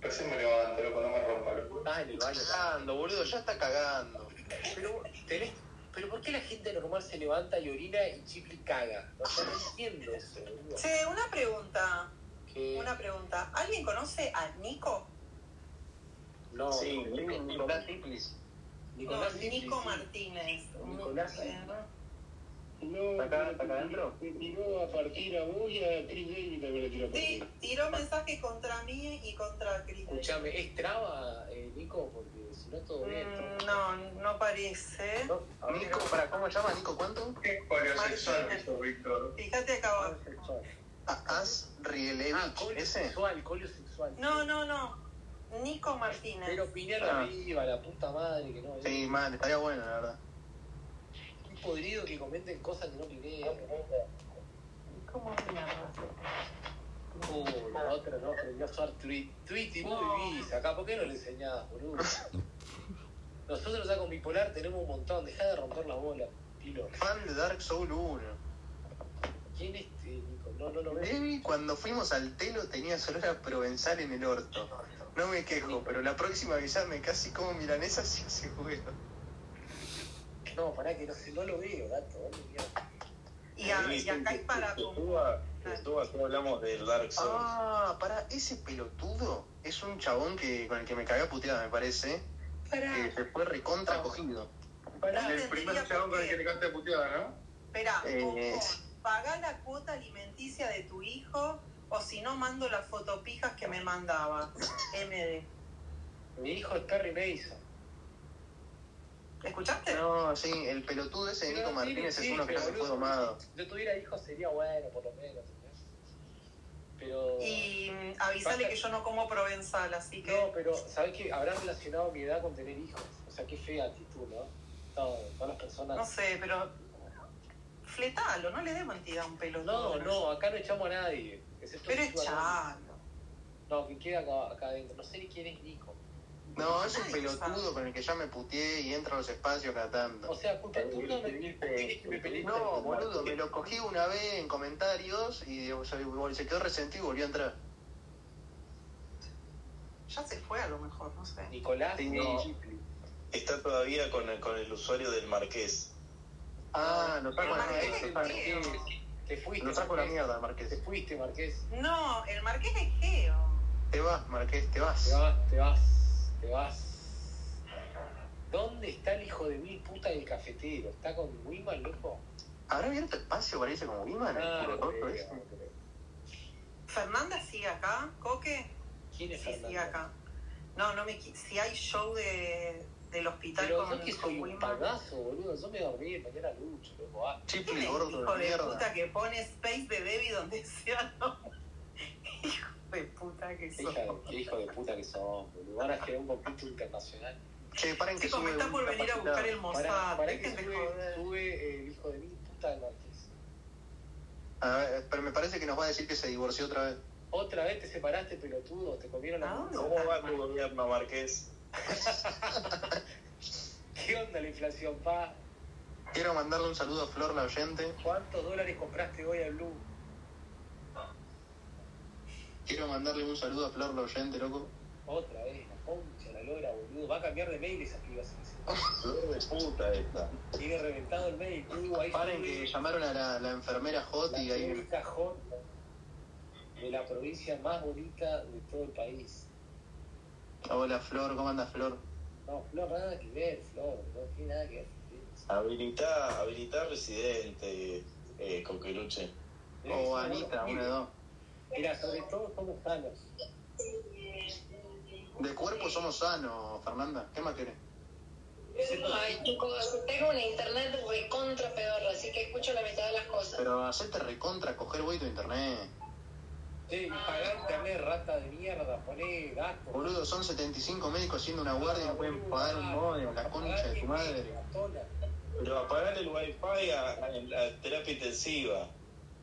[SPEAKER 26] Recién me levanto, loco, no me rompa, loco.
[SPEAKER 4] Estás en el
[SPEAKER 5] Está
[SPEAKER 4] baño.
[SPEAKER 5] cagando, boludo, ya está cagando.
[SPEAKER 4] Pero, tenés- pero ¿por qué la gente normal se levanta y orina y Chipli caga? O sea, no entiendo eso, boludo.
[SPEAKER 2] Che, una pregunta.
[SPEAKER 4] Que-
[SPEAKER 2] Una pregunta. ¿Alguien conoce a Nico?
[SPEAKER 4] No,
[SPEAKER 5] Sí,
[SPEAKER 4] no, no, no.
[SPEAKER 5] Nicolás Chiplis.
[SPEAKER 4] Nicolás
[SPEAKER 2] No,
[SPEAKER 4] Cipli,
[SPEAKER 2] Nico
[SPEAKER 4] sí.
[SPEAKER 2] Martínez.
[SPEAKER 4] Nicolás
[SPEAKER 2] Eh,
[SPEAKER 27] No,
[SPEAKER 5] ¿Está acá-
[SPEAKER 27] pero
[SPEAKER 5] está acá adentro?
[SPEAKER 27] Te tiró a partir a vos y a Chris David también le tiró a
[SPEAKER 2] Sí,
[SPEAKER 27] partir.
[SPEAKER 2] tiró mensaje contra mí y contra Cris.
[SPEAKER 4] Escuchame, ¿es traba, eh, Nico? Porque si no es todo bien.
[SPEAKER 2] Mm, No, no parece.
[SPEAKER 4] No, a ver,
[SPEAKER 5] Nico, para, ¿cómo se llama? ¿Nico cuánto?
[SPEAKER 26] Qué poliosexual que sos, Víctor.
[SPEAKER 2] Fíjate acá abajo. Ah,
[SPEAKER 4] sexual.
[SPEAKER 5] A- As
[SPEAKER 4] Ah,
[SPEAKER 5] Rielevich,
[SPEAKER 4] colio
[SPEAKER 5] ese.
[SPEAKER 4] sexual, colio sexual.
[SPEAKER 2] No, no, no. Nico Martínez.
[SPEAKER 4] Pero Piñera viva, la puta madre que no.
[SPEAKER 5] Ah.
[SPEAKER 4] ¿eh?
[SPEAKER 5] Sí, man, estaría bueno, la verdad.
[SPEAKER 4] Qué podrido que comenten cosas que no Piñera.
[SPEAKER 2] ¿Cómo se llama?
[SPEAKER 4] Uh, la otra no aprendió a usar tweet. Tweet y vos vivís acá, ¿por qué no le enseñás, boludo? Nosotros acá con bipolar tenemos un montón, dejá de romper la bola, pilo.
[SPEAKER 5] Fan de Dark Soul 1.
[SPEAKER 4] ¿Quién es este, Nico? No, no lo veo.
[SPEAKER 5] Debbie, cuando fuimos al telo, tenía a provenzal en el orto. No me quejo, pero la próxima avisame casi como milanesa [LAUGHS] si hace juego.
[SPEAKER 4] No, pará que no, sé, no lo veo, gato. no lo veo.
[SPEAKER 2] Y, a- y acá es para
[SPEAKER 19] Este,
[SPEAKER 2] como.
[SPEAKER 10] Estuvo acá hablamos del Dark Souls.
[SPEAKER 5] Ah, para ese pelotudo es un chabón que con el que me cagué a puteada, me parece. Que se fue recontra cogido.
[SPEAKER 19] El primer chabón con el que te cante puteada, ¿no?
[SPEAKER 2] Esperá,
[SPEAKER 5] Eh,
[SPEAKER 2] Coco, pagá la cuota alimenticia de tu hijo o si no mando las fotopijas que me mandaba. MD.
[SPEAKER 4] Mi hijo es Perry Mason.
[SPEAKER 2] ¿Escuchaste?
[SPEAKER 5] No, sí, el pelotudo ese de
[SPEAKER 4] Ah,
[SPEAKER 5] Nico Martínez es uno que no se fue domado.
[SPEAKER 4] Si yo tuviera hijos sería bueno, por lo menos. ¿entendés? Pero.
[SPEAKER 2] Y mm, avísale que yo no como provenzal, así que.
[SPEAKER 4] No, pero ¿sabés que habrá relacionado mi edad con tener hijos? O sea, qué fea actitud, ¿no? No, todas las personas.
[SPEAKER 2] No sé, pero. Fletalo, no le dé mentira a un pelotudo.
[SPEAKER 4] No, no, acá no echamos a nadie. excepto
[SPEAKER 2] Pero
[SPEAKER 4] Seba
[SPEAKER 2] echalo.
[SPEAKER 4] No, que queda acá, acá adentro. No sé ni quién es Nico.
[SPEAKER 5] No, es un pelotudo con el que ya me puteé y entra a los espacios cada tanto.
[SPEAKER 4] O sea, culpa tuya me tienes que me peleaste.
[SPEAKER 5] No, boludo, me lo cogí una vez en comentarios y o sea, se quedó resentido y volvió a entrar.
[SPEAKER 2] Ya se fue a lo mejor, no sé.
[SPEAKER 4] Nicolás,
[SPEAKER 10] Sí,
[SPEAKER 4] no.
[SPEAKER 10] Está todavía con el, con el usuario del Marqués.
[SPEAKER 5] Ah, lo saco a la
[SPEAKER 2] Marqués
[SPEAKER 5] mierda.
[SPEAKER 2] es Geo.
[SPEAKER 4] Te fuiste.
[SPEAKER 5] Lo saco a la
[SPEAKER 4] Marqués.
[SPEAKER 5] mierda,
[SPEAKER 4] Te
[SPEAKER 5] Marqués.
[SPEAKER 4] fuiste, Marqués.
[SPEAKER 2] No, el marqués es Geo.
[SPEAKER 5] Te vas, Marqués, te vas.
[SPEAKER 4] Te vas, te vas, te vas. ¿Dónde está el hijo de mil puta del cafetero? ¿Está con Wiman, loco?
[SPEAKER 5] ¿Habrá abierto espacio para irse como Wiman?
[SPEAKER 4] Ah,
[SPEAKER 5] ¿El
[SPEAKER 4] no
[SPEAKER 5] culo roto
[SPEAKER 4] creo,
[SPEAKER 5] ese?
[SPEAKER 4] no creo.
[SPEAKER 2] Fernanda sigue acá, Coque.
[SPEAKER 4] ¿Quién es
[SPEAKER 2] Sí, sigue
[SPEAKER 4] Fernanda?
[SPEAKER 2] acá. No, no me qui- si hay show de, del hospital
[SPEAKER 4] Pero
[SPEAKER 2] con,
[SPEAKER 4] yo que
[SPEAKER 2] con
[SPEAKER 4] soy un
[SPEAKER 2] Wilma.
[SPEAKER 4] pagazo, boludo. Yo me dormí, mañana lucho, loco. Ah,
[SPEAKER 2] ¿Quién es
[SPEAKER 5] Chiple
[SPEAKER 2] el
[SPEAKER 5] gordo
[SPEAKER 2] hijo
[SPEAKER 5] de
[SPEAKER 2] de puta
[SPEAKER 5] mierda.
[SPEAKER 2] que pone space de Debbie donde sea [LAUGHS] nombre? Hijo de puta que
[SPEAKER 4] qué hija de-
[SPEAKER 2] soy.
[SPEAKER 4] qué hijo de puta que son, boludo. Van a generar un conflicto internacional.
[SPEAKER 5] Che, paren que
[SPEAKER 2] Chicos, me
[SPEAKER 5] sube
[SPEAKER 2] está
[SPEAKER 5] un
[SPEAKER 2] por venir a
[SPEAKER 5] capacitado.
[SPEAKER 2] buscar el
[SPEAKER 4] Pará,
[SPEAKER 2] Mossad.
[SPEAKER 4] pará que
[SPEAKER 2] Dejen de
[SPEAKER 4] sube,
[SPEAKER 2] joder.
[SPEAKER 4] sube el hijo de mil puta del Marqués.
[SPEAKER 5] A ver, pero me parece que nos va a decir que se divorció otra vez.
[SPEAKER 4] Otra vez te separaste, pelotudo. Te comieron
[SPEAKER 2] ¿A
[SPEAKER 4] la
[SPEAKER 2] dónde
[SPEAKER 10] ¿Cómo va tu gobierno, Marqués?
[SPEAKER 4] [LAUGHS] ¿Qué onda la inflación, pa?
[SPEAKER 5] Quiero mandarle un saludo a Flor, la oyente.
[SPEAKER 4] ¿Cuántos dólares compraste hoy a Blue?
[SPEAKER 5] Quiero mandarle un saludo a Flor, la oyente, loco.
[SPEAKER 4] Otra vez, la concha, la lora, boludo. Va a cambiar de mail esa piba. sí,
[SPEAKER 10] [LAUGHS]
[SPEAKER 4] sí.
[SPEAKER 10] Flor de puta esta.
[SPEAKER 4] Tiene reventado el mail, tú. Ahí
[SPEAKER 5] Paren
[SPEAKER 4] sube
[SPEAKER 5] que llamaron a la, la enfermera Hot y
[SPEAKER 4] la
[SPEAKER 5] ahí...
[SPEAKER 4] única jornada de la provincia más bonita de todo el país.
[SPEAKER 5] Hola, Flor, ¿cómo andas, Flor?
[SPEAKER 4] No, Flor, nada que ver, Flor. No tiene nada que ver.
[SPEAKER 10] Habilita, habilita residente, eh, coqueluche.
[SPEAKER 5] O Anita, una de dos.
[SPEAKER 4] Mira, sobre todo somos sanos.
[SPEAKER 5] De cuerpo somos sanos, Fernanda. ¿Qué más querés?
[SPEAKER 28] Ay, chicos, tengo una internet recontra pedorra, así que escucho la mitad de las cosas.
[SPEAKER 5] Pero hacete recontra, coger güey tu internet.
[SPEAKER 4] Sí, pagar internet, rata de mierda, poné gato.
[SPEAKER 5] Boludo, son 75 médicos haciendo una guardia y no pueden pagar un modem, la concha de tu madre.
[SPEAKER 10] Pero apagar el wifi a, a- a terapia intensiva.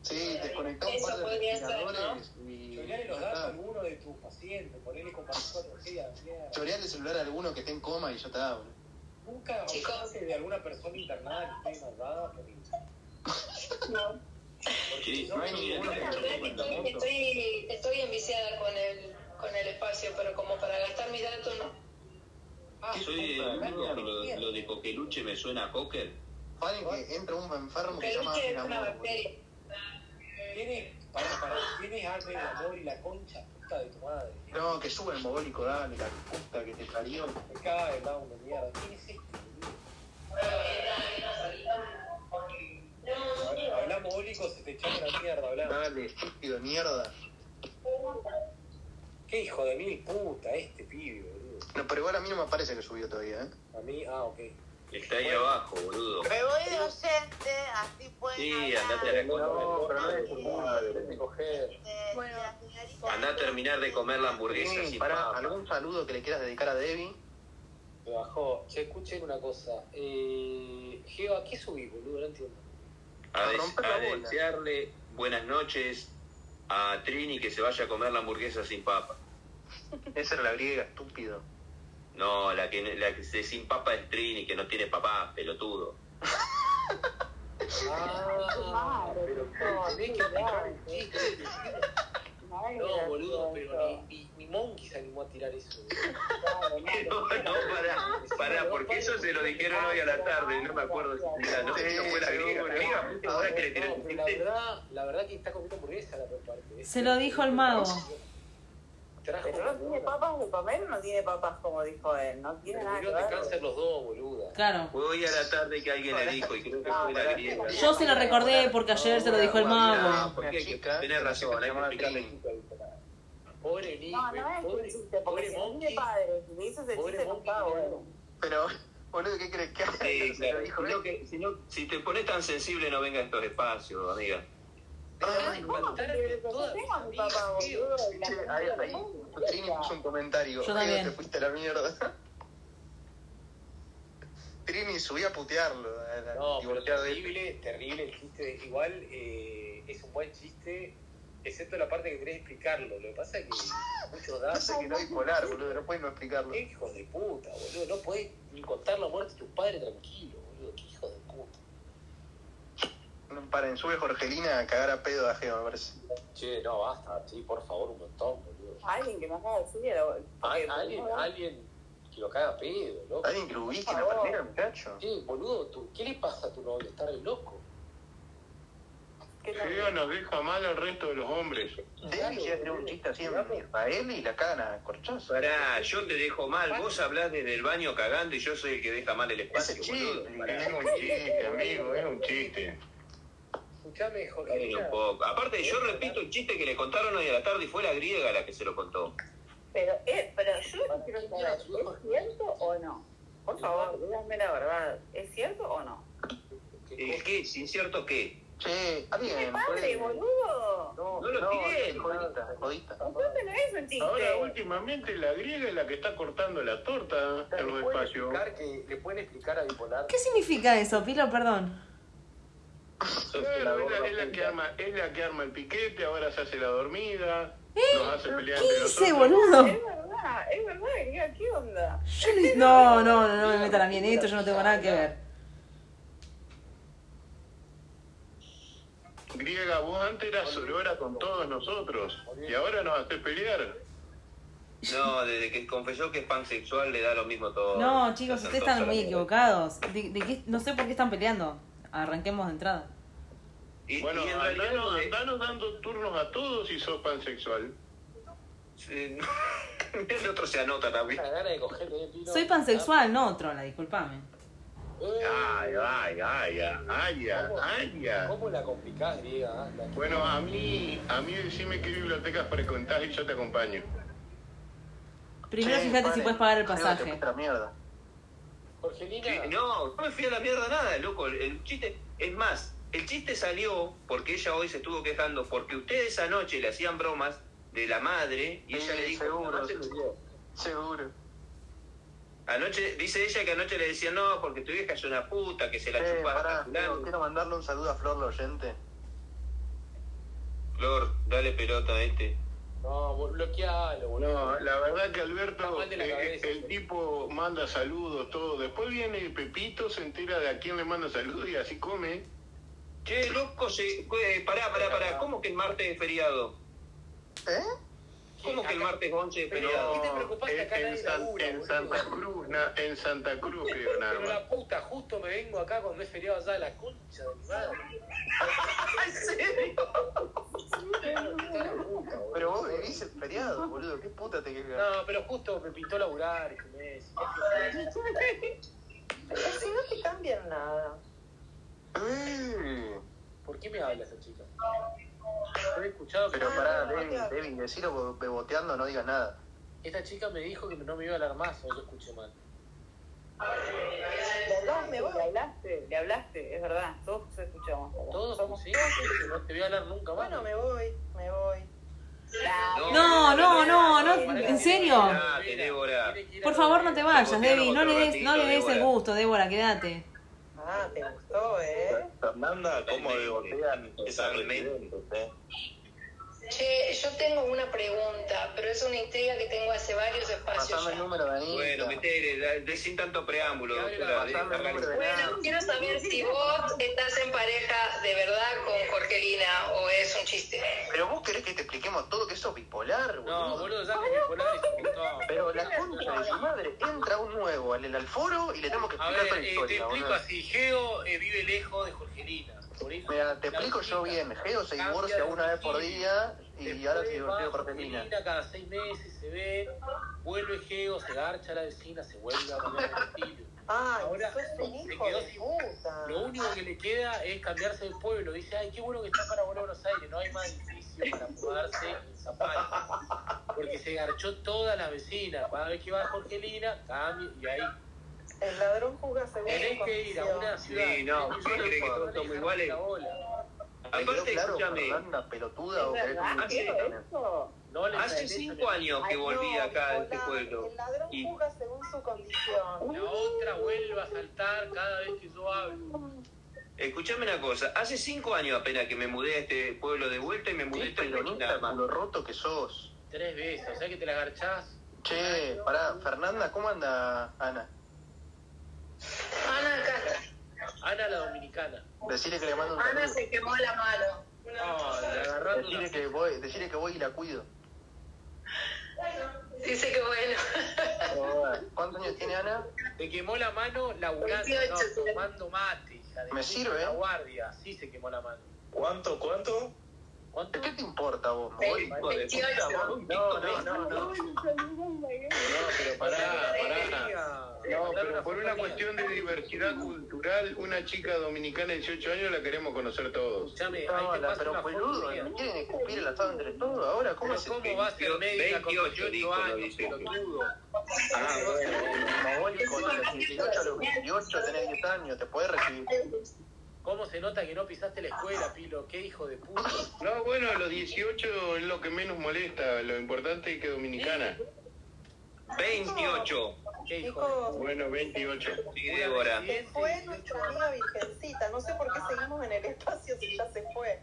[SPEAKER 5] Sí,
[SPEAKER 14] Ah,
[SPEAKER 5] desconectá un
[SPEAKER 28] Eso
[SPEAKER 5] par de
[SPEAKER 28] podría ser,
[SPEAKER 5] respiradores y...
[SPEAKER 4] Choreale los datos a alguno de tus pacientes, ponele comparación a la mierda.
[SPEAKER 5] Chorear el celular a alguno que esté en coma y ya está, boludo.
[SPEAKER 4] Nunca
[SPEAKER 28] Chicos.
[SPEAKER 4] hablase de alguna persona internada que esté malvada por
[SPEAKER 5] [LAUGHS]
[SPEAKER 10] Porque
[SPEAKER 5] No hay ninguno que
[SPEAKER 28] La verdad que estoy, estoy, estoy enviciada con el, con el espacio, pero como para gastar mi dato, no. Ah.
[SPEAKER 14] Soy de Durazno, pero lo, lo de coqueluche me suena a póker.
[SPEAKER 5] Paren que entra un enfermo que se llama
[SPEAKER 28] Peluche es una
[SPEAKER 5] Amor,
[SPEAKER 28] bacteria.
[SPEAKER 4] Tienes, para, para, tienes hambre, el amor y la concha puta de tu madre.
[SPEAKER 5] boludo. No, que sube el mogólico, dale, la puta que te parió.
[SPEAKER 4] Me caga de lado de mierda. ¿Quién es este? boludo? Hablamos bólico, se te echó la mierda, hablamos.
[SPEAKER 5] Dale, estúpido de mierda.
[SPEAKER 4] Qué hijo de mil puta este pibe, boludo.
[SPEAKER 5] No, pero igual a mí no me parece que subió todavía, ¿eh?
[SPEAKER 4] A mí, ah, ok.
[SPEAKER 14] Está ahí abajo, boludo.
[SPEAKER 6] Me voy de docente, así pueden
[SPEAKER 14] Sí,
[SPEAKER 6] hablar.
[SPEAKER 14] andate a la
[SPEAKER 6] No,
[SPEAKER 14] concha.
[SPEAKER 6] pero
[SPEAKER 12] Bueno,
[SPEAKER 14] Andá a terminar de comer la hamburguesa.
[SPEAKER 5] Sí,
[SPEAKER 14] sin
[SPEAKER 5] pará,
[SPEAKER 14] papa.
[SPEAKER 5] ¿algún saludo que le quieras dedicar a Debbie?
[SPEAKER 4] Me bajó. Che, escuchen una cosa. Eh, Geo, ¿a qué subís, boludo? No entiendo.
[SPEAKER 14] A, des-
[SPEAKER 4] romper la
[SPEAKER 14] a
[SPEAKER 4] bola.
[SPEAKER 14] desearle buenas noches a Trini que se vaya a comer la hamburguesa sin [LAUGHS] papa.
[SPEAKER 5] Esa era la griega, estúpido.
[SPEAKER 14] No, la que, la que se- sin papa es Trini, que no tiene papá, pelotudo.
[SPEAKER 4] Ah, pero tenés que explicar un chiste. No, boludo, pero ni, ni, ni Monkey se animó a tirar eso.
[SPEAKER 14] No, no, pará, pará, porque eso se lo dijeron hoy a la tarde, no me acuerdo si era, no, no fue la griega. Amiga, ¿viste ahora que le tiró
[SPEAKER 4] No, pero la verdad, la verdad que está comiendo hamburguesa la peor parte.
[SPEAKER 8] Se lo dijo el mago.
[SPEAKER 4] Trajo
[SPEAKER 9] Pero ¿eh? no tiene papas de comer, no tiene papas como dijo él, no tiene nada que
[SPEAKER 4] Murió de
[SPEAKER 9] ver.
[SPEAKER 4] cáncer los dos, boluda.
[SPEAKER 8] Claro.
[SPEAKER 14] Fue hoy a la tarde que alguien le dijo y creo que fue la griega.
[SPEAKER 8] Yo se lo recordé porque ayer se lo dijo el
[SPEAKER 14] Ah,
[SPEAKER 8] mago.
[SPEAKER 14] porque hay que- tenés razón, hay que explicarle.
[SPEAKER 4] Pobre Nick,
[SPEAKER 9] No, no es un chiste, porque si no tiene padre, si le dices el chiste no está bueno.
[SPEAKER 5] Pero, boludo, ¿qué crees que haga?
[SPEAKER 14] Sí,
[SPEAKER 5] Se
[SPEAKER 14] claro.
[SPEAKER 5] lo dijo
[SPEAKER 14] Si no que- si no- Si te pones tan sensible, no venga a estos espacios, amiga.
[SPEAKER 9] ¿Cómo que
[SPEAKER 4] este
[SPEAKER 9] le tengo a mi papá, boludo? La
[SPEAKER 5] Ah, Che, ahí, ahí, Trini puso un
[SPEAKER 8] Yo
[SPEAKER 5] comentario. Ahí
[SPEAKER 8] también.
[SPEAKER 5] te fuiste a la mierda. [LAUGHS] Trini subió a putearlo. a la-
[SPEAKER 4] No, pero
[SPEAKER 5] divorciado de- este.
[SPEAKER 4] terrible, terrible el chiste. Igual eh, es un buen chiste, excepto la parte que querés explicarlo. Lo que pasa es que muchos
[SPEAKER 5] No
[SPEAKER 4] datos.
[SPEAKER 5] sé que no es bipolar, boludo, no puedes no explicarlo.
[SPEAKER 4] Qué hijo de puta, boludo. No podés ni contar la muerte de tus padres tranquilo, boludo. Qué hijo de puta.
[SPEAKER 5] No, Paren, sube Jorgelina a cagar a pedo a Geo, me parece.
[SPEAKER 4] Che, no, basta, sí, por favor, un montón, boludo.
[SPEAKER 9] Alguien que me haga decir, era bueno.
[SPEAKER 4] Al- alguien, alguien que lo caga a pedo, loco.
[SPEAKER 5] Alguien que lo ubique en la
[SPEAKER 4] Por favor.
[SPEAKER 5] bandera, muchacho.
[SPEAKER 4] Che, boludo, tú- ¿qué le pasa a tu novio? Está re loco.
[SPEAKER 13] Geo nos deja mal al resto de los hombres.
[SPEAKER 5] Debbie ya tiró un chiste así en Israel y la cana, corchazo.
[SPEAKER 14] Pará, yo te dejo mal. Vos hablás desde el baño cagando y yo soy el que deja mal el espacio, boludo.
[SPEAKER 13] Es un chiste, amigo,
[SPEAKER 5] eh.
[SPEAKER 13] es un chiste.
[SPEAKER 4] Escuchame,
[SPEAKER 14] Paren
[SPEAKER 4] Jorge.
[SPEAKER 14] un poco. Aparte, yo repito el chiste que le contaron hoy a la tarde y fue la griega la que se lo contó.
[SPEAKER 9] Pero, eh, pero yo no quiero saber, ¿es cierto o no? Por favor, díganme la verdad, ¿es cierto o no?
[SPEAKER 14] ¿El qué? ¿Sin cierto qué?
[SPEAKER 5] Che,
[SPEAKER 9] ¡Qué
[SPEAKER 5] alguien.
[SPEAKER 9] padre,
[SPEAKER 5] puede-
[SPEAKER 9] boludo!
[SPEAKER 5] No,
[SPEAKER 14] No lo tiene.
[SPEAKER 5] es jodita, es jodita.
[SPEAKER 9] Entonces no es un chiste.
[SPEAKER 13] Ahora, últimamente, la griega es la que está cortando la torta en los
[SPEAKER 4] ¿Le pueden,
[SPEAKER 13] espacios.
[SPEAKER 4] explicar que, ¿Le pueden explicar a Bipolar?
[SPEAKER 8] ¿Qué significa eso, Pilo? Perdón.
[SPEAKER 13] Claro, es la, es la que arma, es la que arma el piquete, ahora se hace la dormida, nos hace pelear
[SPEAKER 8] ¿Qué
[SPEAKER 13] entre
[SPEAKER 8] hice,
[SPEAKER 13] nosotros.
[SPEAKER 8] boludo?
[SPEAKER 9] Es verdad, es verdad, diga, ¿qué onda?
[SPEAKER 8] Yo ni- No, no, no, no me metan a mí en esto, yo no tengo nada que ver.
[SPEAKER 13] Griega, vos antes eras sorora con todos nosotros y ahora nos haces pelear.
[SPEAKER 14] No, desde que confesó que es pansexual le da lo mismo todo.
[SPEAKER 8] No, chicos, ustedes están muy
[SPEAKER 14] equivocados.
[SPEAKER 8] equivocados. De- de qué- no sé por qué están peleando. Arranquemos de entrada.
[SPEAKER 13] Bueno,
[SPEAKER 14] y en realidad
[SPEAKER 13] andanos,
[SPEAKER 14] no- eh.
[SPEAKER 13] andanos dando turnos a todos si sos pansexual.
[SPEAKER 14] Sí, [LAUGHS] El otro se anota también.
[SPEAKER 4] Una gana de cogerle, eh, Pilo.
[SPEAKER 8] Soy pansexual, no trola, disculpame.
[SPEAKER 13] Ay, ay, ay, ay, ay, ay, ay.
[SPEAKER 4] ¿Cómo la complicás, griega? La-
[SPEAKER 13] Bueno, a mí, a mí decime qué bibliotecas frecuentás y yo te acompaño.
[SPEAKER 8] Primero
[SPEAKER 13] Sí,
[SPEAKER 8] fíjate si
[SPEAKER 13] paren.
[SPEAKER 8] puedes pagar el
[SPEAKER 13] Creo que
[SPEAKER 8] pasaje.
[SPEAKER 5] La mierda.
[SPEAKER 4] Jorgelina.
[SPEAKER 14] Sí, No, no me fui a la mierda nada, loco. El- El chiste, es más, el chiste salió porque ella hoy se estuvo quejando porque ustedes anoche le hacían bromas de la madre y ella le dijo, "Mamá, se murió".
[SPEAKER 5] Seguro.
[SPEAKER 14] Anoche, dice ella que anoche le decían, no, porque tu vieja es una puta, que se la
[SPEAKER 5] Eh,
[SPEAKER 14] chupaba
[SPEAKER 5] pará,
[SPEAKER 14] a
[SPEAKER 5] quiero,
[SPEAKER 14] fulano".
[SPEAKER 5] quiero mandarle un saludo a Flor, la oyente.
[SPEAKER 14] Flor, dale pelota a este.
[SPEAKER 4] No, vos bloquealo, boludo.
[SPEAKER 13] No, la verdad que
[SPEAKER 4] Está
[SPEAKER 13] Alberto,
[SPEAKER 4] mal de la
[SPEAKER 13] eh,
[SPEAKER 4] cabeza,
[SPEAKER 13] el tipo manda saludos, todo. Después viene Pepito, se entera de a quién le manda saludos y así come.
[SPEAKER 14] Che, loco, se, eh, pará, pará, pará, ¿cómo que el martes es feriado?
[SPEAKER 5] ¿Eh?
[SPEAKER 14] ¿Cómo que el martes 11 es
[SPEAKER 13] No,
[SPEAKER 14] feriado?
[SPEAKER 13] en, en San- en Santa Cruz, na- en Santa Cruz creo nada
[SPEAKER 4] Pero
[SPEAKER 13] más.
[SPEAKER 4] la puta, justo me vengo acá cuando es feriado allá de la concha de mi madre.
[SPEAKER 14] ¿En serio?
[SPEAKER 5] Pero vos vivís en feriado, boludo, qué puta te quejas.
[SPEAKER 4] No, pero justo me pintó laburar. este mes.
[SPEAKER 9] Si no te cambian nada.
[SPEAKER 4] ¿Por qué me habla esa chica? No he escuchado que
[SPEAKER 5] Pero pará, Devin, Devin, decilo bo- beboteando, no digas nada.
[SPEAKER 4] esta chica me dijo que no me iba a alarmar, o yo escuché mal.
[SPEAKER 2] me voy. Le hablaste, le hablaste, es verdad. Todos se escuchamos.
[SPEAKER 4] Todos, sí, sí, no te voy a hablar nunca más.
[SPEAKER 2] Bueno, me voy, me voy.
[SPEAKER 8] No, no, no, no, en serio. Por favor, no te vayas, Debbie. No le des, no le des el gusto, Débora, quédate.
[SPEAKER 2] Ah, te gustó, ¿eh?
[SPEAKER 29] Fernanda, ¿cómo devolvían esas referentes, eh?
[SPEAKER 12] Che, yo tengo una pregunta, pero es una intriga que tengo hace varios espacios.
[SPEAKER 5] Pasame el
[SPEAKER 12] ya.
[SPEAKER 5] número de Anita.
[SPEAKER 14] Bueno, Metere, da- de- sin tanto preámbulo, doctora. de-
[SPEAKER 5] pasame el número de
[SPEAKER 14] arranca.
[SPEAKER 12] Bueno, quiero saber si vos estás en pareja de verdad con Jorgelina o es un chiste.
[SPEAKER 5] Pero vos querés que te expliquemos todo que sos bipolar, boludo.
[SPEAKER 4] No, boludo, ya que bipolar es un montón.
[SPEAKER 5] Pero la concha de su madre entra un nuevo al, al foro y le tenemos que
[SPEAKER 4] A
[SPEAKER 5] explicar
[SPEAKER 4] ver,
[SPEAKER 5] toda la
[SPEAKER 4] eh, te
[SPEAKER 5] historia,
[SPEAKER 4] explico
[SPEAKER 5] boludo.
[SPEAKER 4] así. Geo eh, vive lejos de Jorgelina. Por eso
[SPEAKER 5] Mira, te
[SPEAKER 4] la
[SPEAKER 5] explico yo
[SPEAKER 4] visita.
[SPEAKER 5] bien. Geo se
[SPEAKER 4] Cambia
[SPEAKER 5] divorcia
[SPEAKER 4] de
[SPEAKER 5] una vez por
[SPEAKER 4] domicilio.
[SPEAKER 5] día y
[SPEAKER 4] Después
[SPEAKER 5] ahora se divorció
[SPEAKER 4] va
[SPEAKER 5] por
[SPEAKER 4] Jorgelina
[SPEAKER 5] Argentina.
[SPEAKER 4] cada seis meses, se ve, vuelve Geo, se garcha a la vecina, se vuelve a cambiar de domicilio.
[SPEAKER 5] [LAUGHS]
[SPEAKER 2] Ah,
[SPEAKER 4] Ahora
[SPEAKER 2] sos un
[SPEAKER 4] se
[SPEAKER 2] hijo
[SPEAKER 4] quedó
[SPEAKER 2] de
[SPEAKER 4] sin
[SPEAKER 2] puta.
[SPEAKER 4] Lo único que le queda es cambiarse de pueblo. Dice, ay, qué bueno que está para volver a Buenos Aires. No hay más edificio para mudarse en Zapala. Porque se garchó todas las vecinas. Cada vez que va Jorgelina, cambia y ahí.
[SPEAKER 2] El ladrón juega según
[SPEAKER 4] Tenés
[SPEAKER 2] su
[SPEAKER 4] que ir a
[SPEAKER 2] condición.
[SPEAKER 4] una ciudad.
[SPEAKER 14] Sí, no,
[SPEAKER 4] tenés
[SPEAKER 14] ¿qué
[SPEAKER 4] que ir
[SPEAKER 14] crees que
[SPEAKER 4] a
[SPEAKER 14] todos somos
[SPEAKER 4] dejar
[SPEAKER 14] iguales?
[SPEAKER 4] la bola.
[SPEAKER 14] Aparte, escúchame,
[SPEAKER 5] Fernanda, pelotuda o
[SPEAKER 2] ¿Es
[SPEAKER 5] querés
[SPEAKER 2] verdad?
[SPEAKER 5] que me
[SPEAKER 4] Ah,
[SPEAKER 2] ¿Qué
[SPEAKER 5] explique
[SPEAKER 2] es
[SPEAKER 5] también?
[SPEAKER 2] eso?
[SPEAKER 4] No le
[SPEAKER 14] hace
[SPEAKER 4] interesa
[SPEAKER 14] cinco
[SPEAKER 4] que-
[SPEAKER 14] años que
[SPEAKER 2] Ay,
[SPEAKER 14] volví
[SPEAKER 2] no,
[SPEAKER 14] acá a este
[SPEAKER 2] Nicolás,
[SPEAKER 14] pueblo.
[SPEAKER 2] El ladrón
[SPEAKER 14] Y
[SPEAKER 2] juega según su condición.
[SPEAKER 4] La otra vuelve a saltar cada vez que yo hablo.
[SPEAKER 14] escúchame una cosa, hace cinco años apenas que me mudé a este pueblo de vuelta y me mudé
[SPEAKER 5] Qué
[SPEAKER 14] tres veces nada
[SPEAKER 5] peronista,
[SPEAKER 14] más.
[SPEAKER 5] culo roto que sos.
[SPEAKER 4] Tres veces, o sea que te la garchás.
[SPEAKER 5] Che, pará, Fernanda, ¿cómo anda Ana?
[SPEAKER 12] Ana, acá está.
[SPEAKER 4] Ana la dominicana.
[SPEAKER 5] Decirle que le mando un
[SPEAKER 12] Ana
[SPEAKER 5] saludo.
[SPEAKER 12] se quemó la mano.
[SPEAKER 4] No, la agarrando
[SPEAKER 5] Decirle
[SPEAKER 4] una-
[SPEAKER 5] que voy, decirle que voy y la cuido.
[SPEAKER 12] Dice que bueno.
[SPEAKER 5] ¿Cuántos años tiene Ana?
[SPEAKER 4] Te quemó la mano laburando,
[SPEAKER 12] 28,
[SPEAKER 4] no, tomando mate, hija de
[SPEAKER 5] Me
[SPEAKER 4] puta,
[SPEAKER 5] sirve,
[SPEAKER 4] La
[SPEAKER 5] ¿eh?
[SPEAKER 4] guardia, sí se quemó la mano.
[SPEAKER 29] ¿Cuánto, cuánto?
[SPEAKER 4] ¿Cuánto?
[SPEAKER 5] ¿Qué te importa vos?
[SPEAKER 12] Sí,
[SPEAKER 5] Voy,
[SPEAKER 14] Hijo de puta, vos,
[SPEAKER 5] No,
[SPEAKER 14] un
[SPEAKER 5] no,
[SPEAKER 14] pico de-
[SPEAKER 5] no, no.
[SPEAKER 4] pero
[SPEAKER 13] pará,
[SPEAKER 4] pará.
[SPEAKER 13] No, pero por una cuestión de diversidad cultural, una chica dominicana de 18 años la queremos conocer todos.
[SPEAKER 4] Escuchame, ahí
[SPEAKER 5] No,
[SPEAKER 4] te
[SPEAKER 5] la,
[SPEAKER 4] pasa
[SPEAKER 5] pero
[SPEAKER 4] una
[SPEAKER 5] boludo,
[SPEAKER 4] foto.
[SPEAKER 5] ¿me
[SPEAKER 4] mía.
[SPEAKER 5] quieren escupir el asado entre todos ahora? ¿Cómo
[SPEAKER 4] Pero
[SPEAKER 5] se
[SPEAKER 4] ¿Cómo va a ser médica con
[SPEAKER 14] 28
[SPEAKER 4] 18
[SPEAKER 14] dijo, lo
[SPEAKER 4] años,
[SPEAKER 14] dice.
[SPEAKER 4] pelotudo?
[SPEAKER 29] Ah, bueno.
[SPEAKER 5] Mogólico, de los 18 a los 28 tenés 10 años, te podés recibir.
[SPEAKER 4] ¿Cómo se nota que no pisaste la
[SPEAKER 12] Ah.
[SPEAKER 4] escuela, Pilo? ¿Qué hijo de puta?
[SPEAKER 13] No, bueno, los 18 es lo que menos molesta, lo importante es que dominicana.
[SPEAKER 14] 28.
[SPEAKER 4] ¿Qué hijo de
[SPEAKER 2] Chicos,
[SPEAKER 13] Bueno, 28.
[SPEAKER 14] Sí, Débora.
[SPEAKER 4] Sí, sí,
[SPEAKER 2] fue
[SPEAKER 4] sí,
[SPEAKER 2] nuestra amiga virgencita. No sé por qué seguimos en el espacio si ya se fue.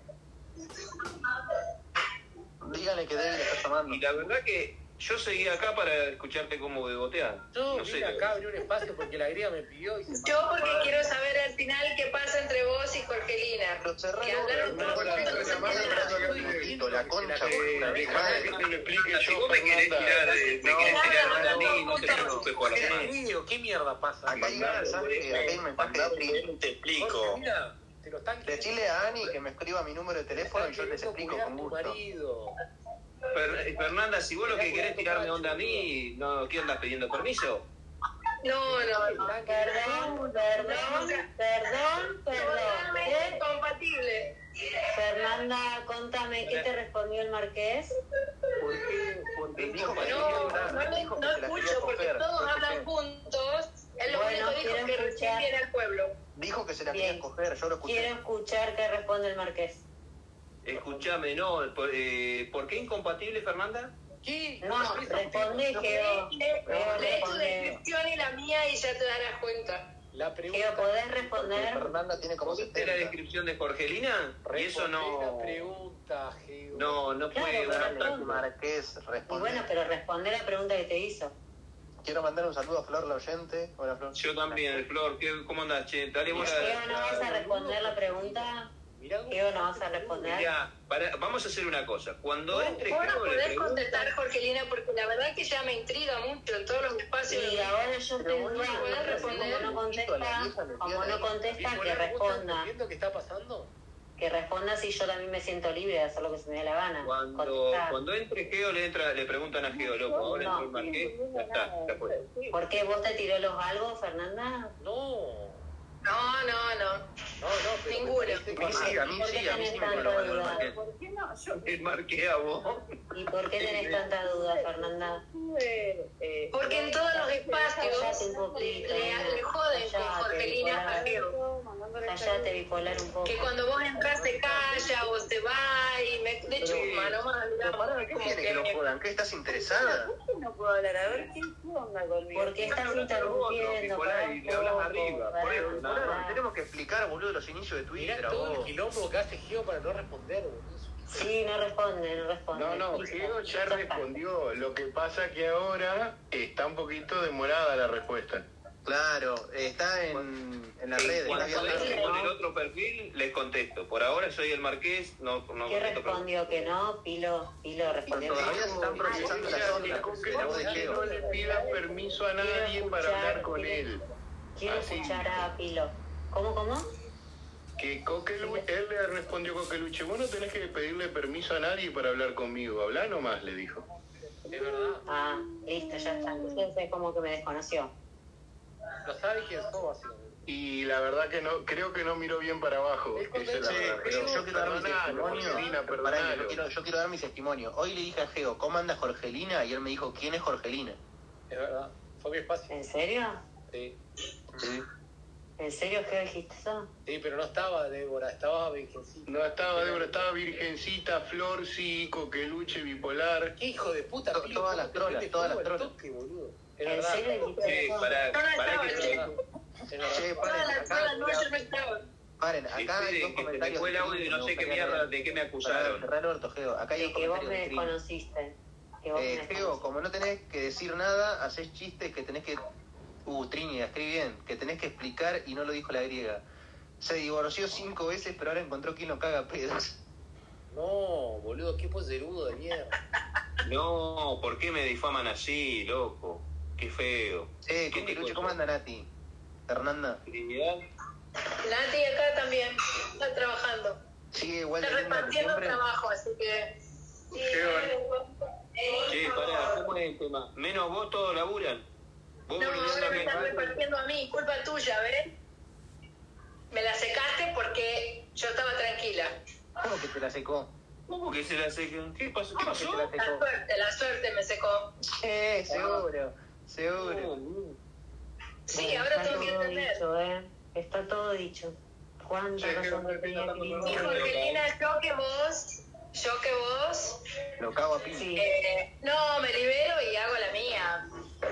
[SPEAKER 5] Díganle que David está llamando.
[SPEAKER 14] Y la verdad que yo seguí acá para escucharte cómo bebotear.
[SPEAKER 4] Yo
[SPEAKER 14] No
[SPEAKER 4] vine
[SPEAKER 14] sé.
[SPEAKER 4] acá a abrir un espacio porque la griega me pidió y se
[SPEAKER 12] Yo porque quiero saber al final qué pasa entre vos y Jorgelina.
[SPEAKER 5] Lo cerramos,
[SPEAKER 12] Que hablaron
[SPEAKER 5] pero
[SPEAKER 12] todos
[SPEAKER 13] no, no,
[SPEAKER 12] juntos.
[SPEAKER 13] no,
[SPEAKER 5] Maldito, la concha, puta,
[SPEAKER 13] Eh,
[SPEAKER 5] de
[SPEAKER 13] Dejame que
[SPEAKER 5] madre.
[SPEAKER 13] te lo explique
[SPEAKER 14] Si
[SPEAKER 13] yo,
[SPEAKER 14] vos me querés tirar,
[SPEAKER 13] Fernanda.
[SPEAKER 14] eh, me querés tirar a mí, no te preocupes por
[SPEAKER 4] ¿Qué
[SPEAKER 14] mí.
[SPEAKER 4] video? ¿Qué mierda pasa?
[SPEAKER 5] Acá hay ganas, ¿sabes? que Acá hay mensaje de Trini.
[SPEAKER 29] Te
[SPEAKER 4] Jorge,
[SPEAKER 29] explico.
[SPEAKER 4] mira, te lo están
[SPEAKER 5] Decirle a Ani que me escriba mi número de teléfono y yo les explico con gusto.
[SPEAKER 4] gusto.
[SPEAKER 14] Fer- Fernanda, si vos lo que querés tirarme onda a mí, no, ¿qué andas pidiendo permiso?
[SPEAKER 12] No, no, no.
[SPEAKER 30] Perdón, perdón, perdón, perdón.
[SPEAKER 12] Totalmente
[SPEAKER 30] ¿eh?
[SPEAKER 12] incompatible.
[SPEAKER 7] Fernanda, contame, ¿qué te respondió el marqués?
[SPEAKER 5] Él dijo que
[SPEAKER 12] No,
[SPEAKER 5] quería
[SPEAKER 12] no,
[SPEAKER 5] hablar,
[SPEAKER 12] le-
[SPEAKER 5] dijo que
[SPEAKER 12] no
[SPEAKER 5] se la quería
[SPEAKER 12] escucho porque
[SPEAKER 5] coger,
[SPEAKER 12] todos
[SPEAKER 5] no sé
[SPEAKER 12] hablan
[SPEAKER 5] qué.
[SPEAKER 12] juntos. Él lo
[SPEAKER 7] Bueno,
[SPEAKER 12] único dijo
[SPEAKER 7] quiero
[SPEAKER 12] que recién
[SPEAKER 7] escuchar.
[SPEAKER 12] viene al pueblo.
[SPEAKER 5] Dijo que se la
[SPEAKER 7] Bien.
[SPEAKER 5] quería coger, yo lo escuché.
[SPEAKER 7] Quiero escuchar qué responde el marqués.
[SPEAKER 14] Escuchame, no, por, eh, ¿por qué incompatible, Fernanda?
[SPEAKER 4] ¿Qué?
[SPEAKER 7] No, responde, Geo.
[SPEAKER 12] Le-
[SPEAKER 7] Geo,
[SPEAKER 12] Lee tu
[SPEAKER 7] responde.
[SPEAKER 12] descripción y la mía y ya te darás cuenta.
[SPEAKER 4] La
[SPEAKER 7] Geo,
[SPEAKER 4] pregunta.
[SPEAKER 7] ¿podés
[SPEAKER 5] Porque
[SPEAKER 7] responder?
[SPEAKER 5] Fernanda tiene como
[SPEAKER 14] ¿Viste la
[SPEAKER 5] 70.
[SPEAKER 14] descripción de Jorgelina? Y eso
[SPEAKER 4] Respondé
[SPEAKER 14] no,
[SPEAKER 4] La pregunta, Geo.
[SPEAKER 14] no, no
[SPEAKER 7] Claro,
[SPEAKER 14] puede.
[SPEAKER 7] pero
[SPEAKER 14] una-
[SPEAKER 5] Dale, Marqués,
[SPEAKER 7] Y
[SPEAKER 5] responde.
[SPEAKER 7] bueno, pero responde la pregunta que te hizo.
[SPEAKER 5] Quiero mandar un saludo a Flor, la oyente. Hola, Flor.
[SPEAKER 14] Yo también, Flor, ¿qué- ¿cómo andás, che? Dale bola.
[SPEAKER 7] Geo, ¿no vas a responder la pregunta?
[SPEAKER 4] Mirá cómo-
[SPEAKER 7] Geo, ¿no vas a responder?
[SPEAKER 14] Mirá, pará, vamos a hacer una cosa. Cuando entre
[SPEAKER 12] Vos no
[SPEAKER 14] Geo, le
[SPEAKER 12] podés
[SPEAKER 14] pregunto-
[SPEAKER 12] contestar, Jorgelina, porque la verdad que ya me intriga mucho en todos los espacios.
[SPEAKER 7] Y ahora yo te
[SPEAKER 5] Pero
[SPEAKER 7] digo,
[SPEAKER 5] bueno,
[SPEAKER 12] ¿puedes
[SPEAKER 7] como
[SPEAKER 12] responder?
[SPEAKER 7] no contesta, como no contesta, que
[SPEAKER 4] Nicolás, ¿vos estás
[SPEAKER 7] responda.
[SPEAKER 4] entendiendo qué está pasando?
[SPEAKER 7] Que responda si yo también me siento libre de hacer lo que se me dé la gana.
[SPEAKER 14] Cuando,
[SPEAKER 7] Contestá.
[SPEAKER 14] cuando entre Geo le entra, le preguntan a Geo, loco, ahora
[SPEAKER 7] No,
[SPEAKER 14] entró el marqués, ya está, ya fue.
[SPEAKER 7] ¿Por qué vos te tiró los algo, Fernanda?
[SPEAKER 4] No.
[SPEAKER 12] No, no, no.
[SPEAKER 5] No, no, pero
[SPEAKER 12] Ninguno.
[SPEAKER 5] A mí sí, a mí sí, a mí sí me colaboró el marqué.
[SPEAKER 12] ¿Por qué no? Yo
[SPEAKER 14] El marqué a vos.
[SPEAKER 7] ¿Y por qué tenés tanta duda, Fernanda?
[SPEAKER 12] Porque en todos los espacios
[SPEAKER 7] eh, Callate un poquito.
[SPEAKER 12] le, le joden con
[SPEAKER 7] Callate,
[SPEAKER 12] Jorgelina
[SPEAKER 7] bipolar.
[SPEAKER 12] Fajeo.
[SPEAKER 7] Callate, bipolar un poco.
[SPEAKER 12] Que cuando vos entras se calla o se va y me de chuma nomás,
[SPEAKER 5] Pero pará, ¿qué tiene que lo jodan? ¿Qué estás interesada?
[SPEAKER 31] No puedo hablar, a ver quién onda conmigo.
[SPEAKER 7] ¿Por qué estás interrumpiendo?
[SPEAKER 5] Nicolás,
[SPEAKER 7] Pará
[SPEAKER 5] y
[SPEAKER 7] un
[SPEAKER 5] le hablas
[SPEAKER 7] poco,
[SPEAKER 5] arriba, por
[SPEAKER 7] pará.
[SPEAKER 5] eso, Nicolás, tenemos que explicar, boludo, los inicios de Twitter.
[SPEAKER 4] Mirá
[SPEAKER 5] a
[SPEAKER 4] todo el
[SPEAKER 5] vos.
[SPEAKER 4] quilombo que hace Gio para no responder, boludo.
[SPEAKER 7] Sí, no responde, no responde.
[SPEAKER 13] No, no,
[SPEAKER 7] Listo.
[SPEAKER 13] Geo ya respondió. Lo que pasa que ahora está un poquito demorada la respuesta.
[SPEAKER 5] Claro, está en, en la
[SPEAKER 14] Sí,
[SPEAKER 5] red.
[SPEAKER 14] Cuando
[SPEAKER 5] está
[SPEAKER 14] entren
[SPEAKER 5] abierta.
[SPEAKER 14] con el otro perfil, les contesto. Por ahora soy el marqués, no, no
[SPEAKER 7] ¿Qué
[SPEAKER 14] contesto preguntas.
[SPEAKER 7] respondió que no? Pilo, Pilo respondió que
[SPEAKER 5] Todavía se
[SPEAKER 7] no. Ah,
[SPEAKER 5] están procesando las ondas. La voz de Geo.
[SPEAKER 13] No le pidas permiso a nadie para hablar con él. Ah,
[SPEAKER 7] Quiero
[SPEAKER 13] Así.
[SPEAKER 7] escuchar a Pilo. ¿Cómo, cómo?
[SPEAKER 13] Que Coquelu- él le respondió Coqueluche, vos no tenés que pedirle permiso a nadie para hablar conmigo, habla nomás, le dijo.
[SPEAKER 4] Es verdad.
[SPEAKER 7] Ah, listo, ya está. Entonces como que me desconoció.
[SPEAKER 4] No sabe quién sos, así.
[SPEAKER 13] Y la verdad que no, creo que no miró bien para abajo. Esa es la
[SPEAKER 5] Sí,
[SPEAKER 13] verdad.
[SPEAKER 5] pero yo quiero dar mi
[SPEAKER 13] Perdonalo, Cristina,
[SPEAKER 5] testimonio. Pará, yo
[SPEAKER 13] perdonalo.
[SPEAKER 5] quiero- Yo quiero dar mi testimonio. Hoy le dije a Geo, ¿cómo anda Jorgelina? Y él me dijo, ¿quién es Jorgelina?
[SPEAKER 4] Es verdad. Fue muy fácil.
[SPEAKER 7] ¿En serio?
[SPEAKER 4] Sí.
[SPEAKER 7] ¿En serio que dijiste eso?
[SPEAKER 4] Sí, pero no estaba Débora, estaba Virgencita.
[SPEAKER 13] No estaba Débora, estaba
[SPEAKER 4] eh,
[SPEAKER 13] Virgencita, Florci, Coqueluche, Bipolar.
[SPEAKER 4] ¿Qué hijo de puta?
[SPEAKER 13] To-
[SPEAKER 4] Pilo,
[SPEAKER 13] todas
[SPEAKER 4] cómo
[SPEAKER 13] las
[SPEAKER 4] te
[SPEAKER 13] trolas,
[SPEAKER 4] prende
[SPEAKER 13] todas
[SPEAKER 4] fuego
[SPEAKER 13] las
[SPEAKER 4] al
[SPEAKER 13] trolas.
[SPEAKER 4] toque, boludo? Es
[SPEAKER 7] ¿En
[SPEAKER 4] verdad.
[SPEAKER 12] Eh,
[SPEAKER 7] serio dijiste
[SPEAKER 14] Sí,
[SPEAKER 7] eso?
[SPEAKER 14] pará,
[SPEAKER 4] No, no
[SPEAKER 14] pará que
[SPEAKER 4] estaba,
[SPEAKER 14] te-
[SPEAKER 4] Es verdad.
[SPEAKER 5] Che,
[SPEAKER 12] toda
[SPEAKER 5] paren,
[SPEAKER 12] la
[SPEAKER 5] acá,
[SPEAKER 12] sola no, yo no estaba.
[SPEAKER 5] paren, acá hay dos
[SPEAKER 14] Esperen, que se me
[SPEAKER 5] comentarios.
[SPEAKER 14] fue el audio y no sé qué mierda, de qué me acusaron.
[SPEAKER 5] Pará, Alberto, Geo, acá hay
[SPEAKER 7] De
[SPEAKER 5] dos
[SPEAKER 7] que vos
[SPEAKER 5] comentarios
[SPEAKER 7] me
[SPEAKER 5] de Cris.
[SPEAKER 7] desconociste. Que vos me
[SPEAKER 5] Eh, Geo,
[SPEAKER 7] desconociste.
[SPEAKER 5] como no tenés que decir nada, haces chistes que tenés que. Uh, Trini, la escribí bien. Que tenés que explicar y no lo dijo la griega. Se divorció cinco veces, pero ahora encontró quien lo caga a pedos. [LAUGHS]
[SPEAKER 4] No, boludo, qué poserudo de mierda.
[SPEAKER 14] No, ¿por qué me difaman así, loco? Qué feo.
[SPEAKER 5] Eh,
[SPEAKER 14] ¿Qué te
[SPEAKER 5] Lucho,
[SPEAKER 14] cuesta?
[SPEAKER 5] ¿cómo anda Nati? Fernanda.
[SPEAKER 14] Trinidad.
[SPEAKER 12] Nati acá también está trabajando.
[SPEAKER 5] Sigue igual de
[SPEAKER 12] Está
[SPEAKER 5] linda que
[SPEAKER 12] repartiendo
[SPEAKER 5] siempre.
[SPEAKER 12] trabajo, así que. Sí,
[SPEAKER 14] Che, pará, ¿cómo es el tema? Menos vos todos laburan. Vos
[SPEAKER 12] No,
[SPEAKER 14] boludeando
[SPEAKER 12] ahora me
[SPEAKER 14] acá.
[SPEAKER 12] están repartiendo a mí, culpa tuya, ¿ves? Me la secaste porque yo estaba tranquila.
[SPEAKER 5] ¿Cómo que te la secó?
[SPEAKER 14] ¿Cómo que se la secan? ¿Qué pasó? ¿Qué pasó?
[SPEAKER 5] ¿Cómo que te
[SPEAKER 12] La suerte, la suerte me secó.
[SPEAKER 5] Eh, seguro, seguro.
[SPEAKER 12] Sí,
[SPEAKER 7] Bueno,
[SPEAKER 12] ahora
[SPEAKER 7] está
[SPEAKER 12] tengo que
[SPEAKER 7] todo
[SPEAKER 12] entender.
[SPEAKER 7] dicho, ¿eh? Está todo dicho. ¿Cuánta razón no tenía
[SPEAKER 12] Y
[SPEAKER 7] Cris?
[SPEAKER 12] Jorgelina, yo que vos, yo que vos,
[SPEAKER 5] Lo cago a pin.
[SPEAKER 12] eh, no, me libero y hago la mía.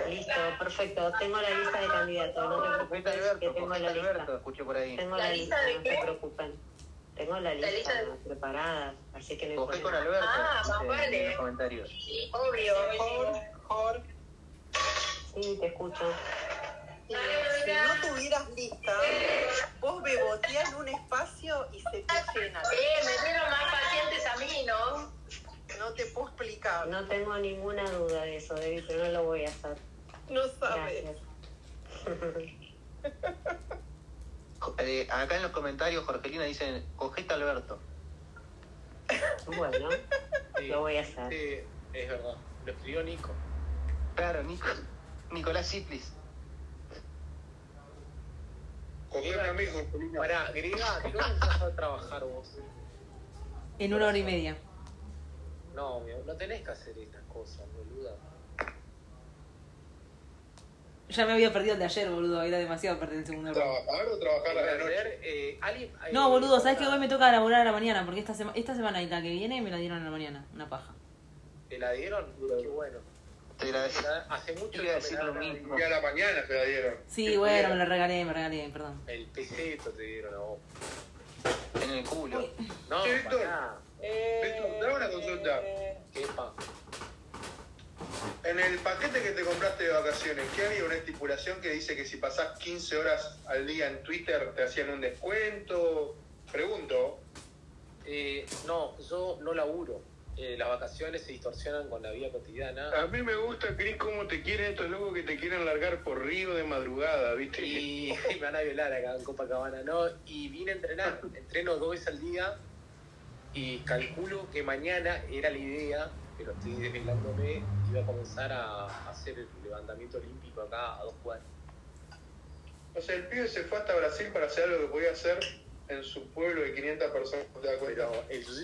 [SPEAKER 7] Listo, perfecto. Tengo la lista de candidatos. No te
[SPEAKER 5] Cogete a
[SPEAKER 7] preocupes, que
[SPEAKER 5] Alberto,
[SPEAKER 7] tengo
[SPEAKER 5] cogete a
[SPEAKER 7] la lista.
[SPEAKER 5] Alberto, escuché por ahí.
[SPEAKER 7] Tengo
[SPEAKER 12] ¿La
[SPEAKER 7] la
[SPEAKER 12] lista
[SPEAKER 7] lista,
[SPEAKER 12] de
[SPEAKER 7] no se
[SPEAKER 12] qué?
[SPEAKER 7] preocupen. Tengo la
[SPEAKER 12] lista
[SPEAKER 7] lista
[SPEAKER 12] de-
[SPEAKER 7] preparada, así que no hay
[SPEAKER 5] Cogé con
[SPEAKER 7] problema.
[SPEAKER 5] Alberto.
[SPEAKER 12] Ah, más
[SPEAKER 5] eh,
[SPEAKER 12] vale.
[SPEAKER 5] En los comentarios.
[SPEAKER 12] Obvio.
[SPEAKER 7] Sí, te escucho.
[SPEAKER 2] Eh, si no tuvieras lista, vos beboteás un espacio y se te llena.
[SPEAKER 12] Eh, me dieron más pacientes a mí, ¿no?
[SPEAKER 2] No te puedo explicar.
[SPEAKER 7] No tengo ninguna duda de eso, David, pero no lo voy a hacer.
[SPEAKER 2] No sabes.
[SPEAKER 7] Gracias.
[SPEAKER 14] [LAUGHS]
[SPEAKER 5] Jo- eh, acá en los comentarios, Jorgelina dicen, cogete a Alberto.
[SPEAKER 7] [LAUGHS] Bueno, lo voy a hacer.
[SPEAKER 4] Sí, es verdad. Lo escribió Nico.
[SPEAKER 5] Claro, Nico. Nicolás Ciplis.
[SPEAKER 4] Griega, Pará, Griega, ¿qué hora empezás a trabajar vos?
[SPEAKER 8] En una hora y media.
[SPEAKER 4] No, obvio, no tenés que hacer estas cosas, boluda.
[SPEAKER 8] Ya me había perdido el de ayer, boludo. Era demasiado perder el segundo round.
[SPEAKER 4] ¿Trabajar o trabajar
[SPEAKER 13] a la
[SPEAKER 4] noche? Eh, alguien-
[SPEAKER 8] No, boludo, sabes que
[SPEAKER 4] alguien-
[SPEAKER 8] hoy me toca laburar a la mañana, porque esta, sema- esta semana y la que viene me la dieron a la mañana. Una paja.
[SPEAKER 4] ¿Te la dieron? Qué bueno.
[SPEAKER 5] Te la
[SPEAKER 4] Hace mucho
[SPEAKER 5] iba a
[SPEAKER 4] que
[SPEAKER 5] decir
[SPEAKER 4] me
[SPEAKER 5] lo
[SPEAKER 4] la-
[SPEAKER 5] mismo.
[SPEAKER 13] Y a la mañana se la dieron.
[SPEAKER 8] Sí, bueno, me la regalé, me regalé, perdón.
[SPEAKER 4] El peseto te dieron a vos.
[SPEAKER 5] En el culo.
[SPEAKER 4] No,
[SPEAKER 13] Che, Víctor.
[SPEAKER 4] pará. Eh,
[SPEAKER 13] Víctor, dame una consulta.
[SPEAKER 4] ¿Qué pa?
[SPEAKER 13] En el paquete que te compraste de vacaciones, ¿qué había una estipulación que dice que si pasás 15 horas al día en Twitter te hacían un descuento? Pregunto.
[SPEAKER 4] Eh, no, yo no laburo. Eh, las vacaciones se distorsionan con la vida cotidiana.
[SPEAKER 13] A mí me gusta, Cris, cómo te quieren estos locos que te quieren largar por río de madrugada,
[SPEAKER 4] [LAUGHS]
[SPEAKER 13] ¿viste?
[SPEAKER 4] Y me van a violar acá en Copacabana, ¿no? Y vine a entrenar, entreno dos veces al día y calculo que mañana era la idea, pero estoy desvelándome, iba a comenzar a hacer el levantamiento olímpico acá a dos cuadras.
[SPEAKER 14] O sea, el pibe se fue hasta Brasil para hacer algo que podía hacer en su pueblo de 500 personas. ¿Te das cuenta?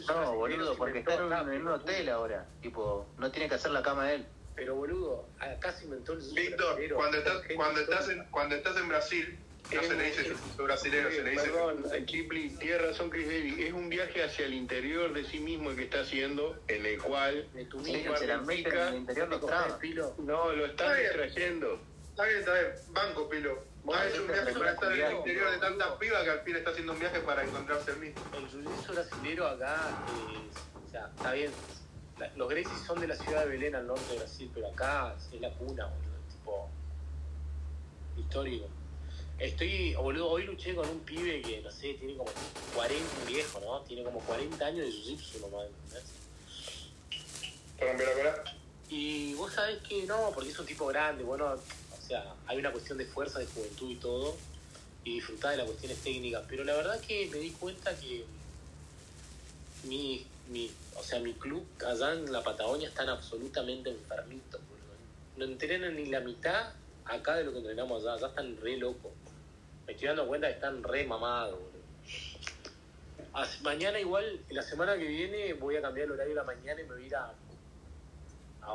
[SPEAKER 5] No, boludo, porque está en un, en un hotel ahora. Tipo, no tiene que hacer la cama él.
[SPEAKER 4] Pero boludo, acá se inventó el
[SPEAKER 14] Víctor, cuando estás, cuando, estás en, cuando estás en Brasil, no se le dice brasileño, se le dice.
[SPEAKER 13] Perdón, Kipling, tiene razón Chris Davis. Es un viaje hacia el interior de sí mismo el que está haciendo, en el cual
[SPEAKER 5] tu vida, se la meten en el interior, los traba.
[SPEAKER 13] No, lo está
[SPEAKER 14] Está bien.
[SPEAKER 13] distrayendo.
[SPEAKER 14] Está bien, está bien. Banco, Pilo.
[SPEAKER 13] Bueno,
[SPEAKER 14] Ha hecho Ah, un viaje
[SPEAKER 13] pero
[SPEAKER 14] para estar en el
[SPEAKER 13] cuidado,
[SPEAKER 14] interior de tantas pibas que al fin está haciendo un viaje para encontrarse el mismo.
[SPEAKER 4] el jiu-jitsu brasilero acá, es- o sea, está bien, la- los Gracies son de la ciudad de Belén al norte de Brasil, pero acá es la cuna, boludo, tipo histórico. Estoy, oh, boludo, hoy luché con un pibe que, no sé, tiene como 40, un viejo, ¿no? Tiene como 40 años de jiu-jitsu nomás, ¿entendés?
[SPEAKER 14] ¿Te rompió la cola?
[SPEAKER 4] Y vos sabés que no, porque es un tipo grande, bueno, o sea, hay una cuestión de fuerza, de juventud y todo, y disfrutar de las cuestiones técnicas, pero la verdad que me di cuenta que mi, mi, o sea, mi club allá en la Patagonia están absolutamente enfermitos, boludo. No entrenan ni la mitad acá de lo que entrenamos allá, allá están re locos. Me estoy dando cuenta que están re mamados, boludo. Así- mañana igual, la semana que viene voy a cambiar el horario de la mañana y me voy a ir a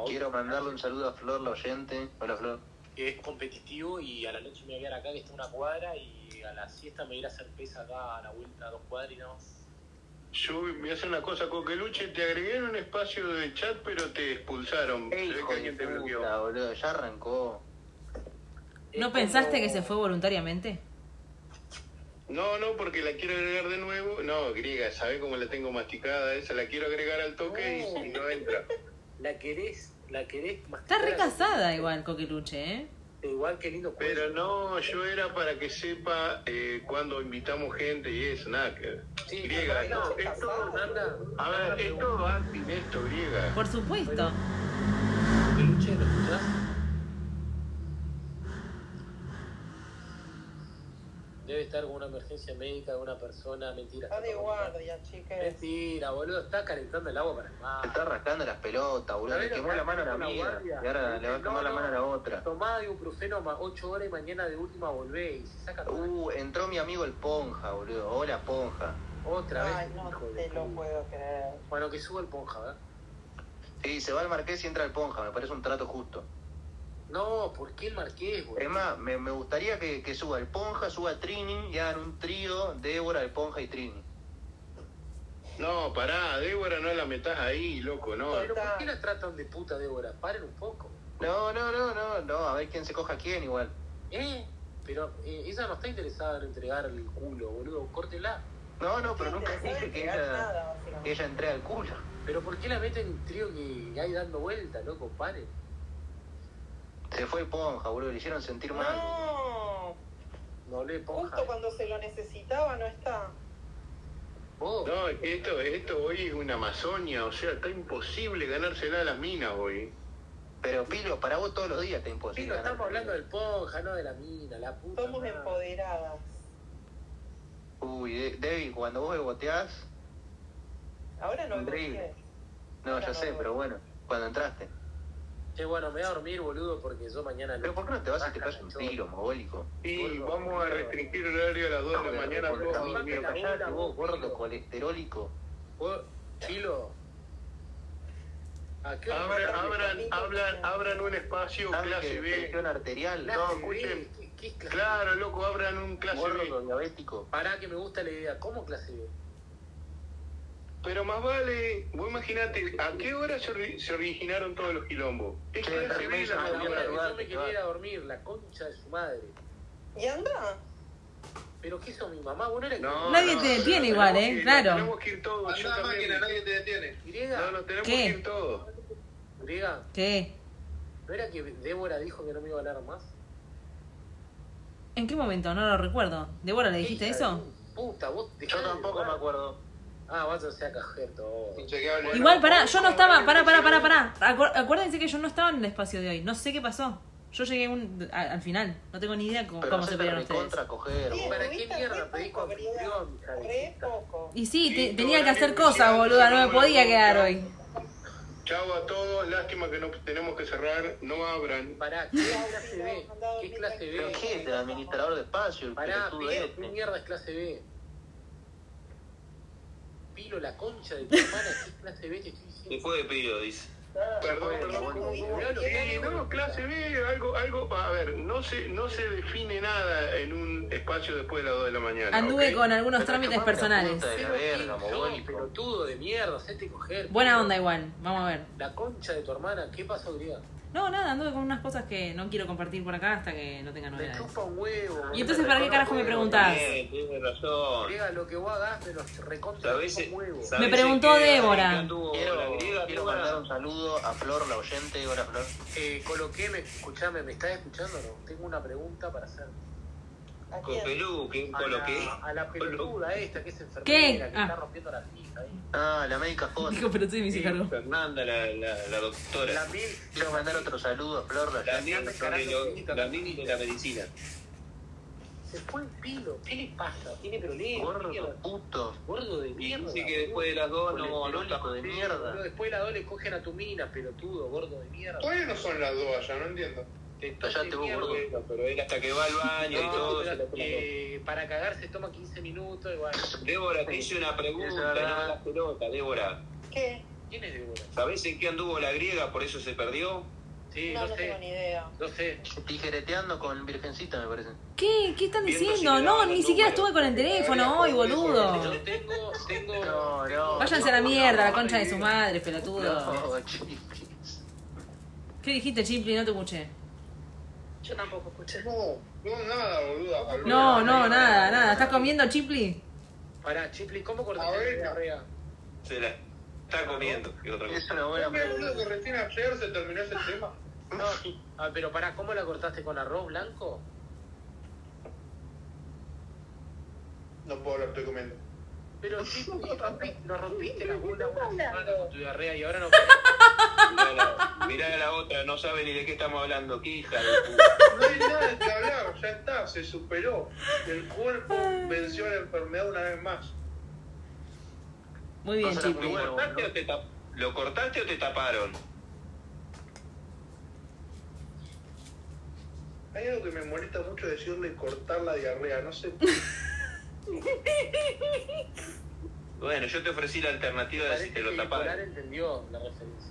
[SPEAKER 5] Quiero mandarle un saludo a Flor, la oyente. Hola, Flor.
[SPEAKER 4] que es competitivo y a la noche me voy a quedar acá que está a una cuadra y a la siesta me voy a ir a hacer pesa acá a la vuelta a dos cuadras y no.
[SPEAKER 13] Yo voy a hacer una cosa, Coqueluche, te agregué en un espacio de chat, pero te expulsaron. Se ve que alguien te bloqueó.
[SPEAKER 5] boludo, ya arrancó.
[SPEAKER 8] ¿No pensaste que se fue voluntariamente?
[SPEAKER 13] No, no, porque la quiero agregar de nuevo. No, griega, ¿sabés cómo la tengo masticada esa? La quiero agregar al toque y no entra.
[SPEAKER 4] Oh. [LAUGHS] La querés, la querés más
[SPEAKER 8] Está recasada igual, Coqueluche, ¿eh?
[SPEAKER 4] Igual que lindo
[SPEAKER 13] Pero no, yo era para que sepa eh, cuando invitamos gente y eso, nada que... griega, no, es todo,
[SPEAKER 4] nada.
[SPEAKER 13] A ver, es todo admin esto, griega.
[SPEAKER 8] Por supuesto.
[SPEAKER 4] Coqueluche, ¿lo escuchás? Debe estar con una emergencia médica de una persona, mentira.
[SPEAKER 2] Está de guardia, chicas.
[SPEAKER 4] Mentira, boludo, está calentando el agua para el mar.
[SPEAKER 5] Se está rascando las pelotas, boludo. Le
[SPEAKER 4] ¿Sabés lo
[SPEAKER 5] quemó
[SPEAKER 4] que
[SPEAKER 5] la mano a la
[SPEAKER 4] hace con la
[SPEAKER 5] amiga. Y
[SPEAKER 4] guardia?
[SPEAKER 5] ahora le va a
[SPEAKER 4] No,
[SPEAKER 5] quemar la
[SPEAKER 4] no.
[SPEAKER 5] mano a la otra.
[SPEAKER 4] Tomá ibuprofeno 8 horas y mañana de última volvé y se saca todo.
[SPEAKER 5] Uh, entró mi amigo el Ponja, boludo. Hola, Ponja.
[SPEAKER 4] Otra
[SPEAKER 2] Ay,
[SPEAKER 4] vez.
[SPEAKER 2] no
[SPEAKER 4] hijo de
[SPEAKER 2] te lo
[SPEAKER 4] puta.
[SPEAKER 2] puedo creer.
[SPEAKER 4] Bueno, que suba el Ponja, ¿verdad?
[SPEAKER 5] Sí, se va al Marqués y entra el Ponja. Me parece un trato justo.
[SPEAKER 4] No, ¿por qué el Marqués, boludo?
[SPEAKER 5] Es más, me, me gustaría que, que suba el Ponja, suba Trini y hagan un trío Débora, el Ponja y Trini.
[SPEAKER 13] No, pará, Débora no la metas ahí, loco, no.
[SPEAKER 4] Pero ¿por qué la tratan de puta Débora? Paren un poco.
[SPEAKER 5] No, no, no, no, no. A ver quién se coja a quién igual.
[SPEAKER 4] ¿Eh? Pero eh, ella no está interesada en entregar el culo, boludo. Córtela.
[SPEAKER 5] No, no, pero nunca dije que ella,
[SPEAKER 2] Nada,
[SPEAKER 5] que ella entre al culo.
[SPEAKER 4] Pero ¿por qué la meten en trío que hay dando vuelta, loco? Paren.
[SPEAKER 5] Se fue el Ponja, boludo. Le hicieron sentir mal.
[SPEAKER 2] No,
[SPEAKER 4] No le Ponja.
[SPEAKER 2] justo cuando se lo necesitaba no está.
[SPEAKER 5] Oh.
[SPEAKER 13] No, es que esto, esto hoy es una Amazonia, o sea, está imposible ganársela a las minas hoy.
[SPEAKER 5] Pero Pilo, para vos todos los días está imposible.
[SPEAKER 4] Chicos,
[SPEAKER 5] ganar.
[SPEAKER 4] estamos hablando del Ponja, no de la mina, la puta.
[SPEAKER 2] Somos
[SPEAKER 4] madre.
[SPEAKER 2] empoderadas.
[SPEAKER 5] Uy, De- Debbie, cuando vos beboteás,
[SPEAKER 2] Ahora no
[SPEAKER 5] Increíble. no, yo sé, pero bueno, cuando entraste.
[SPEAKER 4] Che, bueno, me voy a dormir, boludo, porque yo mañana...
[SPEAKER 5] Pero ¿por qué no te vas y te pegas un tiro, mogólico?
[SPEAKER 13] Y vamos a restringir el horario a las 2 de la mañana.
[SPEAKER 5] Por
[SPEAKER 13] todos
[SPEAKER 5] camino,
[SPEAKER 13] durmiendo.
[SPEAKER 5] callate vos, gordo colesterólico.
[SPEAKER 4] Vos, Chilo. ¿A qué hora
[SPEAKER 13] Abran,
[SPEAKER 4] estás?
[SPEAKER 13] abran, abran, abran un espacio
[SPEAKER 5] Tanque
[SPEAKER 13] clase
[SPEAKER 5] de
[SPEAKER 13] B.
[SPEAKER 5] presión arterial.
[SPEAKER 13] No, escuchen. Claro, loco, abran un clase
[SPEAKER 5] Gordo
[SPEAKER 13] B.
[SPEAKER 5] diabético.
[SPEAKER 4] Pará, que me gusta la idea. ¿Cómo clase B?
[SPEAKER 13] Pero más vale, vos imaginate, ¿a qué hora se, ori- se originaron todos los quilombos? Es
[SPEAKER 5] Che,
[SPEAKER 13] clase B
[SPEAKER 5] permiso,
[SPEAKER 13] la
[SPEAKER 4] A la hora
[SPEAKER 13] primera.
[SPEAKER 4] que Ah, yo me
[SPEAKER 5] lugar,
[SPEAKER 4] quería
[SPEAKER 5] lugar.
[SPEAKER 4] ir a dormir, la concha de su madre.
[SPEAKER 2] ¿Y anda?
[SPEAKER 4] ¿Pero qué hizo mi mamá? Bueno, era
[SPEAKER 13] No,
[SPEAKER 8] Nadie
[SPEAKER 13] no,
[SPEAKER 8] te
[SPEAKER 13] no,
[SPEAKER 8] detiene
[SPEAKER 13] no,
[SPEAKER 8] igual,
[SPEAKER 13] tenemos
[SPEAKER 8] ¿eh?
[SPEAKER 13] que ir,
[SPEAKER 8] Claro.
[SPEAKER 13] no Tenemos que ir todos, yo
[SPEAKER 14] Andá máquina,
[SPEAKER 13] también.
[SPEAKER 14] nadie te detiene.
[SPEAKER 4] griega.
[SPEAKER 13] No, nos tenemos
[SPEAKER 8] ¿Qué?
[SPEAKER 13] que ir todos.
[SPEAKER 4] Griega,
[SPEAKER 8] ¿Qué?
[SPEAKER 4] ¿no era que Débora dijo que no me iba a hablar más?
[SPEAKER 8] ¿En qué momento? No lo recuerdo. ¿Débora le dijiste
[SPEAKER 4] Hija
[SPEAKER 8] eso?
[SPEAKER 4] de tu Puta, vos dejá
[SPEAKER 5] Yo
[SPEAKER 4] de
[SPEAKER 5] tampoco
[SPEAKER 4] jugar.
[SPEAKER 5] me acuerdo.
[SPEAKER 4] Ah, vas a hacer cajer todo.
[SPEAKER 14] Inchequeable.
[SPEAKER 8] Igual, pará, yo no estaba. Pará, pará, pará, pará. Acu- acuérdense que yo no estaba en el espacio de hoy. No sé qué pasó. Yo llegué un- a- al final. No tengo ni idea cómo,
[SPEAKER 5] Pero
[SPEAKER 8] cómo
[SPEAKER 5] no
[SPEAKER 8] se
[SPEAKER 5] se
[SPEAKER 8] pelearon
[SPEAKER 5] te
[SPEAKER 8] ustedes.
[SPEAKER 5] contra coger,
[SPEAKER 2] Sí,
[SPEAKER 5] vos.
[SPEAKER 4] ¿Para qué
[SPEAKER 2] tuviste
[SPEAKER 4] mierda
[SPEAKER 2] re
[SPEAKER 4] pedís
[SPEAKER 2] poco, querida.
[SPEAKER 4] confusión, hija de
[SPEAKER 2] Re poco.
[SPEAKER 8] Y sí, te-
[SPEAKER 13] Sí,
[SPEAKER 8] tenía que hacer
[SPEAKER 13] horario
[SPEAKER 8] cosas,
[SPEAKER 13] oficial,
[SPEAKER 8] boluda. No me
[SPEAKER 13] horario
[SPEAKER 8] podía quedar
[SPEAKER 13] laboral.
[SPEAKER 8] hoy.
[SPEAKER 13] Chau a todos, lástima que no tenemos que cerrar, no abran.
[SPEAKER 4] Pará, ¿qué clase B? ¿Qué clase B?
[SPEAKER 32] ¿Pero qué? El administrador de espacio, el
[SPEAKER 4] Pará,
[SPEAKER 32] pelotudo
[SPEAKER 4] Pilo,
[SPEAKER 32] este.
[SPEAKER 4] ¿qué mierda es clase B? Pilo, la concha de tu hermana, ¿qué clase B te estoy diciendo?
[SPEAKER 14] Se fue de pilo, dice.
[SPEAKER 13] Perdón, perdón. Eh, no, clase B, algo, algo, a ver, no se, no se define nada en un espacio después de las 2 de la mañana.
[SPEAKER 8] Anduve
[SPEAKER 13] ¿ok?
[SPEAKER 8] con algunos trámites personales.
[SPEAKER 4] No, pelotudo de mierda, hacete coger.
[SPEAKER 8] Buena
[SPEAKER 4] Pilo.
[SPEAKER 8] onda igual, vamos a ver.
[SPEAKER 4] La concha de tu hermana, ¿qué pasó, Griega?
[SPEAKER 8] No, nada, anduve con unas cosas que no quiero compartir por acá hasta que no tenga
[SPEAKER 4] Me
[SPEAKER 8] novedades.
[SPEAKER 4] chupa un huevo.
[SPEAKER 8] ¿Y entonces para qué carajo me preguntás?
[SPEAKER 14] Eh, Tienes razón.
[SPEAKER 4] Griega, lo que vos hagas me los recontra
[SPEAKER 14] Sabés-
[SPEAKER 4] chupa un huevo.
[SPEAKER 14] sabés
[SPEAKER 8] Me preguntó
[SPEAKER 14] que-
[SPEAKER 8] Débora.
[SPEAKER 14] que tuvo la
[SPEAKER 32] Quiero,
[SPEAKER 14] griega,
[SPEAKER 32] quiero
[SPEAKER 14] Débora.
[SPEAKER 32] mandar un saludo a Flor, la oyente. Hola, Flor.
[SPEAKER 4] Eh, coloqué, me, escuchame, ¿me estás escuchando o no? Tengo una pregunta para hacer.
[SPEAKER 14] Copelú, que
[SPEAKER 4] A la,
[SPEAKER 14] coloqué.
[SPEAKER 4] a la pelotuda esta que es enfermera,
[SPEAKER 8] ¿Qué?
[SPEAKER 4] que
[SPEAKER 8] Ah.
[SPEAKER 4] está rompiendo la pija ahí.
[SPEAKER 32] Ah, la médica J.
[SPEAKER 8] Dijo, pero tú me hice cargo.
[SPEAKER 14] Fernanda, la, la, la doctora.
[SPEAKER 4] La mil,
[SPEAKER 32] Quiero mandar otro saludo a Flor, la
[SPEAKER 14] La
[SPEAKER 32] oyente.
[SPEAKER 14] mil de, lo- la mil de la medicina.
[SPEAKER 4] se fue el pilo. ¿Qué le pasa? Tiene problemas.
[SPEAKER 32] Gordo,
[SPEAKER 4] mierda.
[SPEAKER 32] puto.
[SPEAKER 4] Gordo de mierda.
[SPEAKER 14] Dice que después de las dos no, no está.
[SPEAKER 32] de mierda.
[SPEAKER 4] Pero después de la dos le cogen a tu mina, pelotudo, gordo de mierda.
[SPEAKER 10] Todavía no son las dos allá, no entiendo.
[SPEAKER 4] Te
[SPEAKER 32] Callate vos, gordo.
[SPEAKER 14] Pero él hasta que va al baño y
[SPEAKER 4] No,
[SPEAKER 14] todo.
[SPEAKER 4] pero,
[SPEAKER 14] se la toma todo.
[SPEAKER 4] eh, para cagar se toma 15 minutos. y bueno.
[SPEAKER 14] Débora, te hice una
[SPEAKER 32] Es
[SPEAKER 14] pregunta,
[SPEAKER 32] verdad.
[SPEAKER 14] no me das pelota, Débora.
[SPEAKER 6] ¿Qué?
[SPEAKER 4] ¿Quién es Débora?
[SPEAKER 14] ¿Sabés en qué anduvo la griega? Por eso se perdió.
[SPEAKER 4] Sí,
[SPEAKER 6] No,
[SPEAKER 4] no,
[SPEAKER 6] no tengo
[SPEAKER 4] sé.
[SPEAKER 6] ni idea.
[SPEAKER 4] No sé.
[SPEAKER 32] Tijereteando con Virgencita, me parece.
[SPEAKER 8] ¿Qué? ¿Qué están
[SPEAKER 14] Viendo si
[SPEAKER 8] diciendo?
[SPEAKER 14] le
[SPEAKER 8] No,
[SPEAKER 14] daban
[SPEAKER 8] ni
[SPEAKER 14] los
[SPEAKER 8] siquiera
[SPEAKER 14] números.
[SPEAKER 8] estuve con el teléfono hoy,
[SPEAKER 14] este,
[SPEAKER 8] boludo.
[SPEAKER 4] Yo tengo, tengo.
[SPEAKER 32] No, no.
[SPEAKER 8] Váyanse a la mierda, la concha de su madre, pelotudo.
[SPEAKER 32] No, chiquis.
[SPEAKER 8] ¿Qué dijiste, Chipley? No te escuché.
[SPEAKER 6] Yo tampoco escuché.
[SPEAKER 10] No, no, nada, boluda.
[SPEAKER 8] No, no, nada, nada. ¿Estás comiendo, Chipley?
[SPEAKER 4] Pará, Chipli, ¿cómo
[SPEAKER 10] A
[SPEAKER 4] cortaste
[SPEAKER 10] ver.
[SPEAKER 4] la diarrea?
[SPEAKER 14] Se la está comiendo. ¿Qué otra
[SPEAKER 32] Es
[SPEAKER 14] cosa?
[SPEAKER 32] una buena
[SPEAKER 10] ¿Sabés,
[SPEAKER 32] pregunta.
[SPEAKER 10] boludo, que recién ayer se terminó ese tema?
[SPEAKER 4] No, ah, pero pará, ¿cómo la cortaste con arroz blanco?
[SPEAKER 10] No puedo hablar, estoy
[SPEAKER 8] [LAUGHS]
[SPEAKER 10] comiendo.
[SPEAKER 4] Pero Chipli, rompi- nos rompiste la bola una semana con tu diarrea y ahora no.
[SPEAKER 14] Mirá la, mirá la otra, no sabe ni de qué estamos hablando. ¿Qué hija de puta?
[SPEAKER 10] No hay nada que hablar, ya está, se superó. El cuerpo venció la enfermedad una vez más.
[SPEAKER 8] Muy bien,
[SPEAKER 32] Pásala
[SPEAKER 8] Chipley.
[SPEAKER 32] muy
[SPEAKER 14] ¿Lo
[SPEAKER 32] bueno,
[SPEAKER 14] cortaste
[SPEAKER 32] boludo.
[SPEAKER 14] o te tap- ¿Lo cortaste o te taparon?
[SPEAKER 10] Hay algo que me molesta mucho decirle cortar la diarrea, no
[SPEAKER 8] [LAUGHS]
[SPEAKER 10] sé.
[SPEAKER 14] Bueno, yo te ofrecí la alternativa de si te lo
[SPEAKER 4] que Nicolás
[SPEAKER 14] taparon.
[SPEAKER 4] entendió la referencia.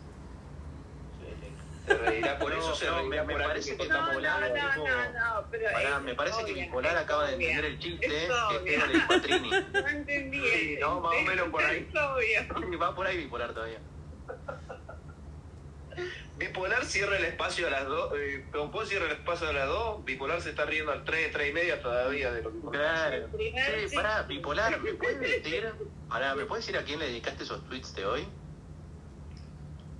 [SPEAKER 14] Se reirá por eso,
[SPEAKER 32] No,
[SPEAKER 14] se
[SPEAKER 32] no, me-
[SPEAKER 14] reirá
[SPEAKER 32] me
[SPEAKER 14] por algo
[SPEAKER 32] parece
[SPEAKER 14] que
[SPEAKER 32] que
[SPEAKER 14] cortamos
[SPEAKER 32] no,
[SPEAKER 14] el agua.
[SPEAKER 6] No, no, no, pero.
[SPEAKER 32] Pará,
[SPEAKER 6] es
[SPEAKER 32] me parece que
[SPEAKER 6] obvia,
[SPEAKER 32] Nicolar
[SPEAKER 6] es
[SPEAKER 32] acaba de
[SPEAKER 6] obvia.
[SPEAKER 32] entender el chiste
[SPEAKER 6] Es
[SPEAKER 32] que
[SPEAKER 6] obvia.
[SPEAKER 32] es del
[SPEAKER 6] [LAUGHS]
[SPEAKER 32] Patrini.
[SPEAKER 6] No entendí.
[SPEAKER 32] Sí, no, más o menos por ahí.
[SPEAKER 6] Es obvio.
[SPEAKER 32] [LAUGHS] Va por ahí bipolar todavía.
[SPEAKER 14] Bipolar cierra el espacio a las 2, eh, Compos cierra el espacio a las 2, Bipolar se está riendo al 3, 3 y media todavía de lo que
[SPEAKER 32] Claro.
[SPEAKER 6] Primer
[SPEAKER 32] Sí, pará, Ah, bipolar, ¿me puedes decir? Pará, ¿me puedes decir a quién le dedicaste esos tweets de
[SPEAKER 14] [LAUGHS]
[SPEAKER 32] hoy?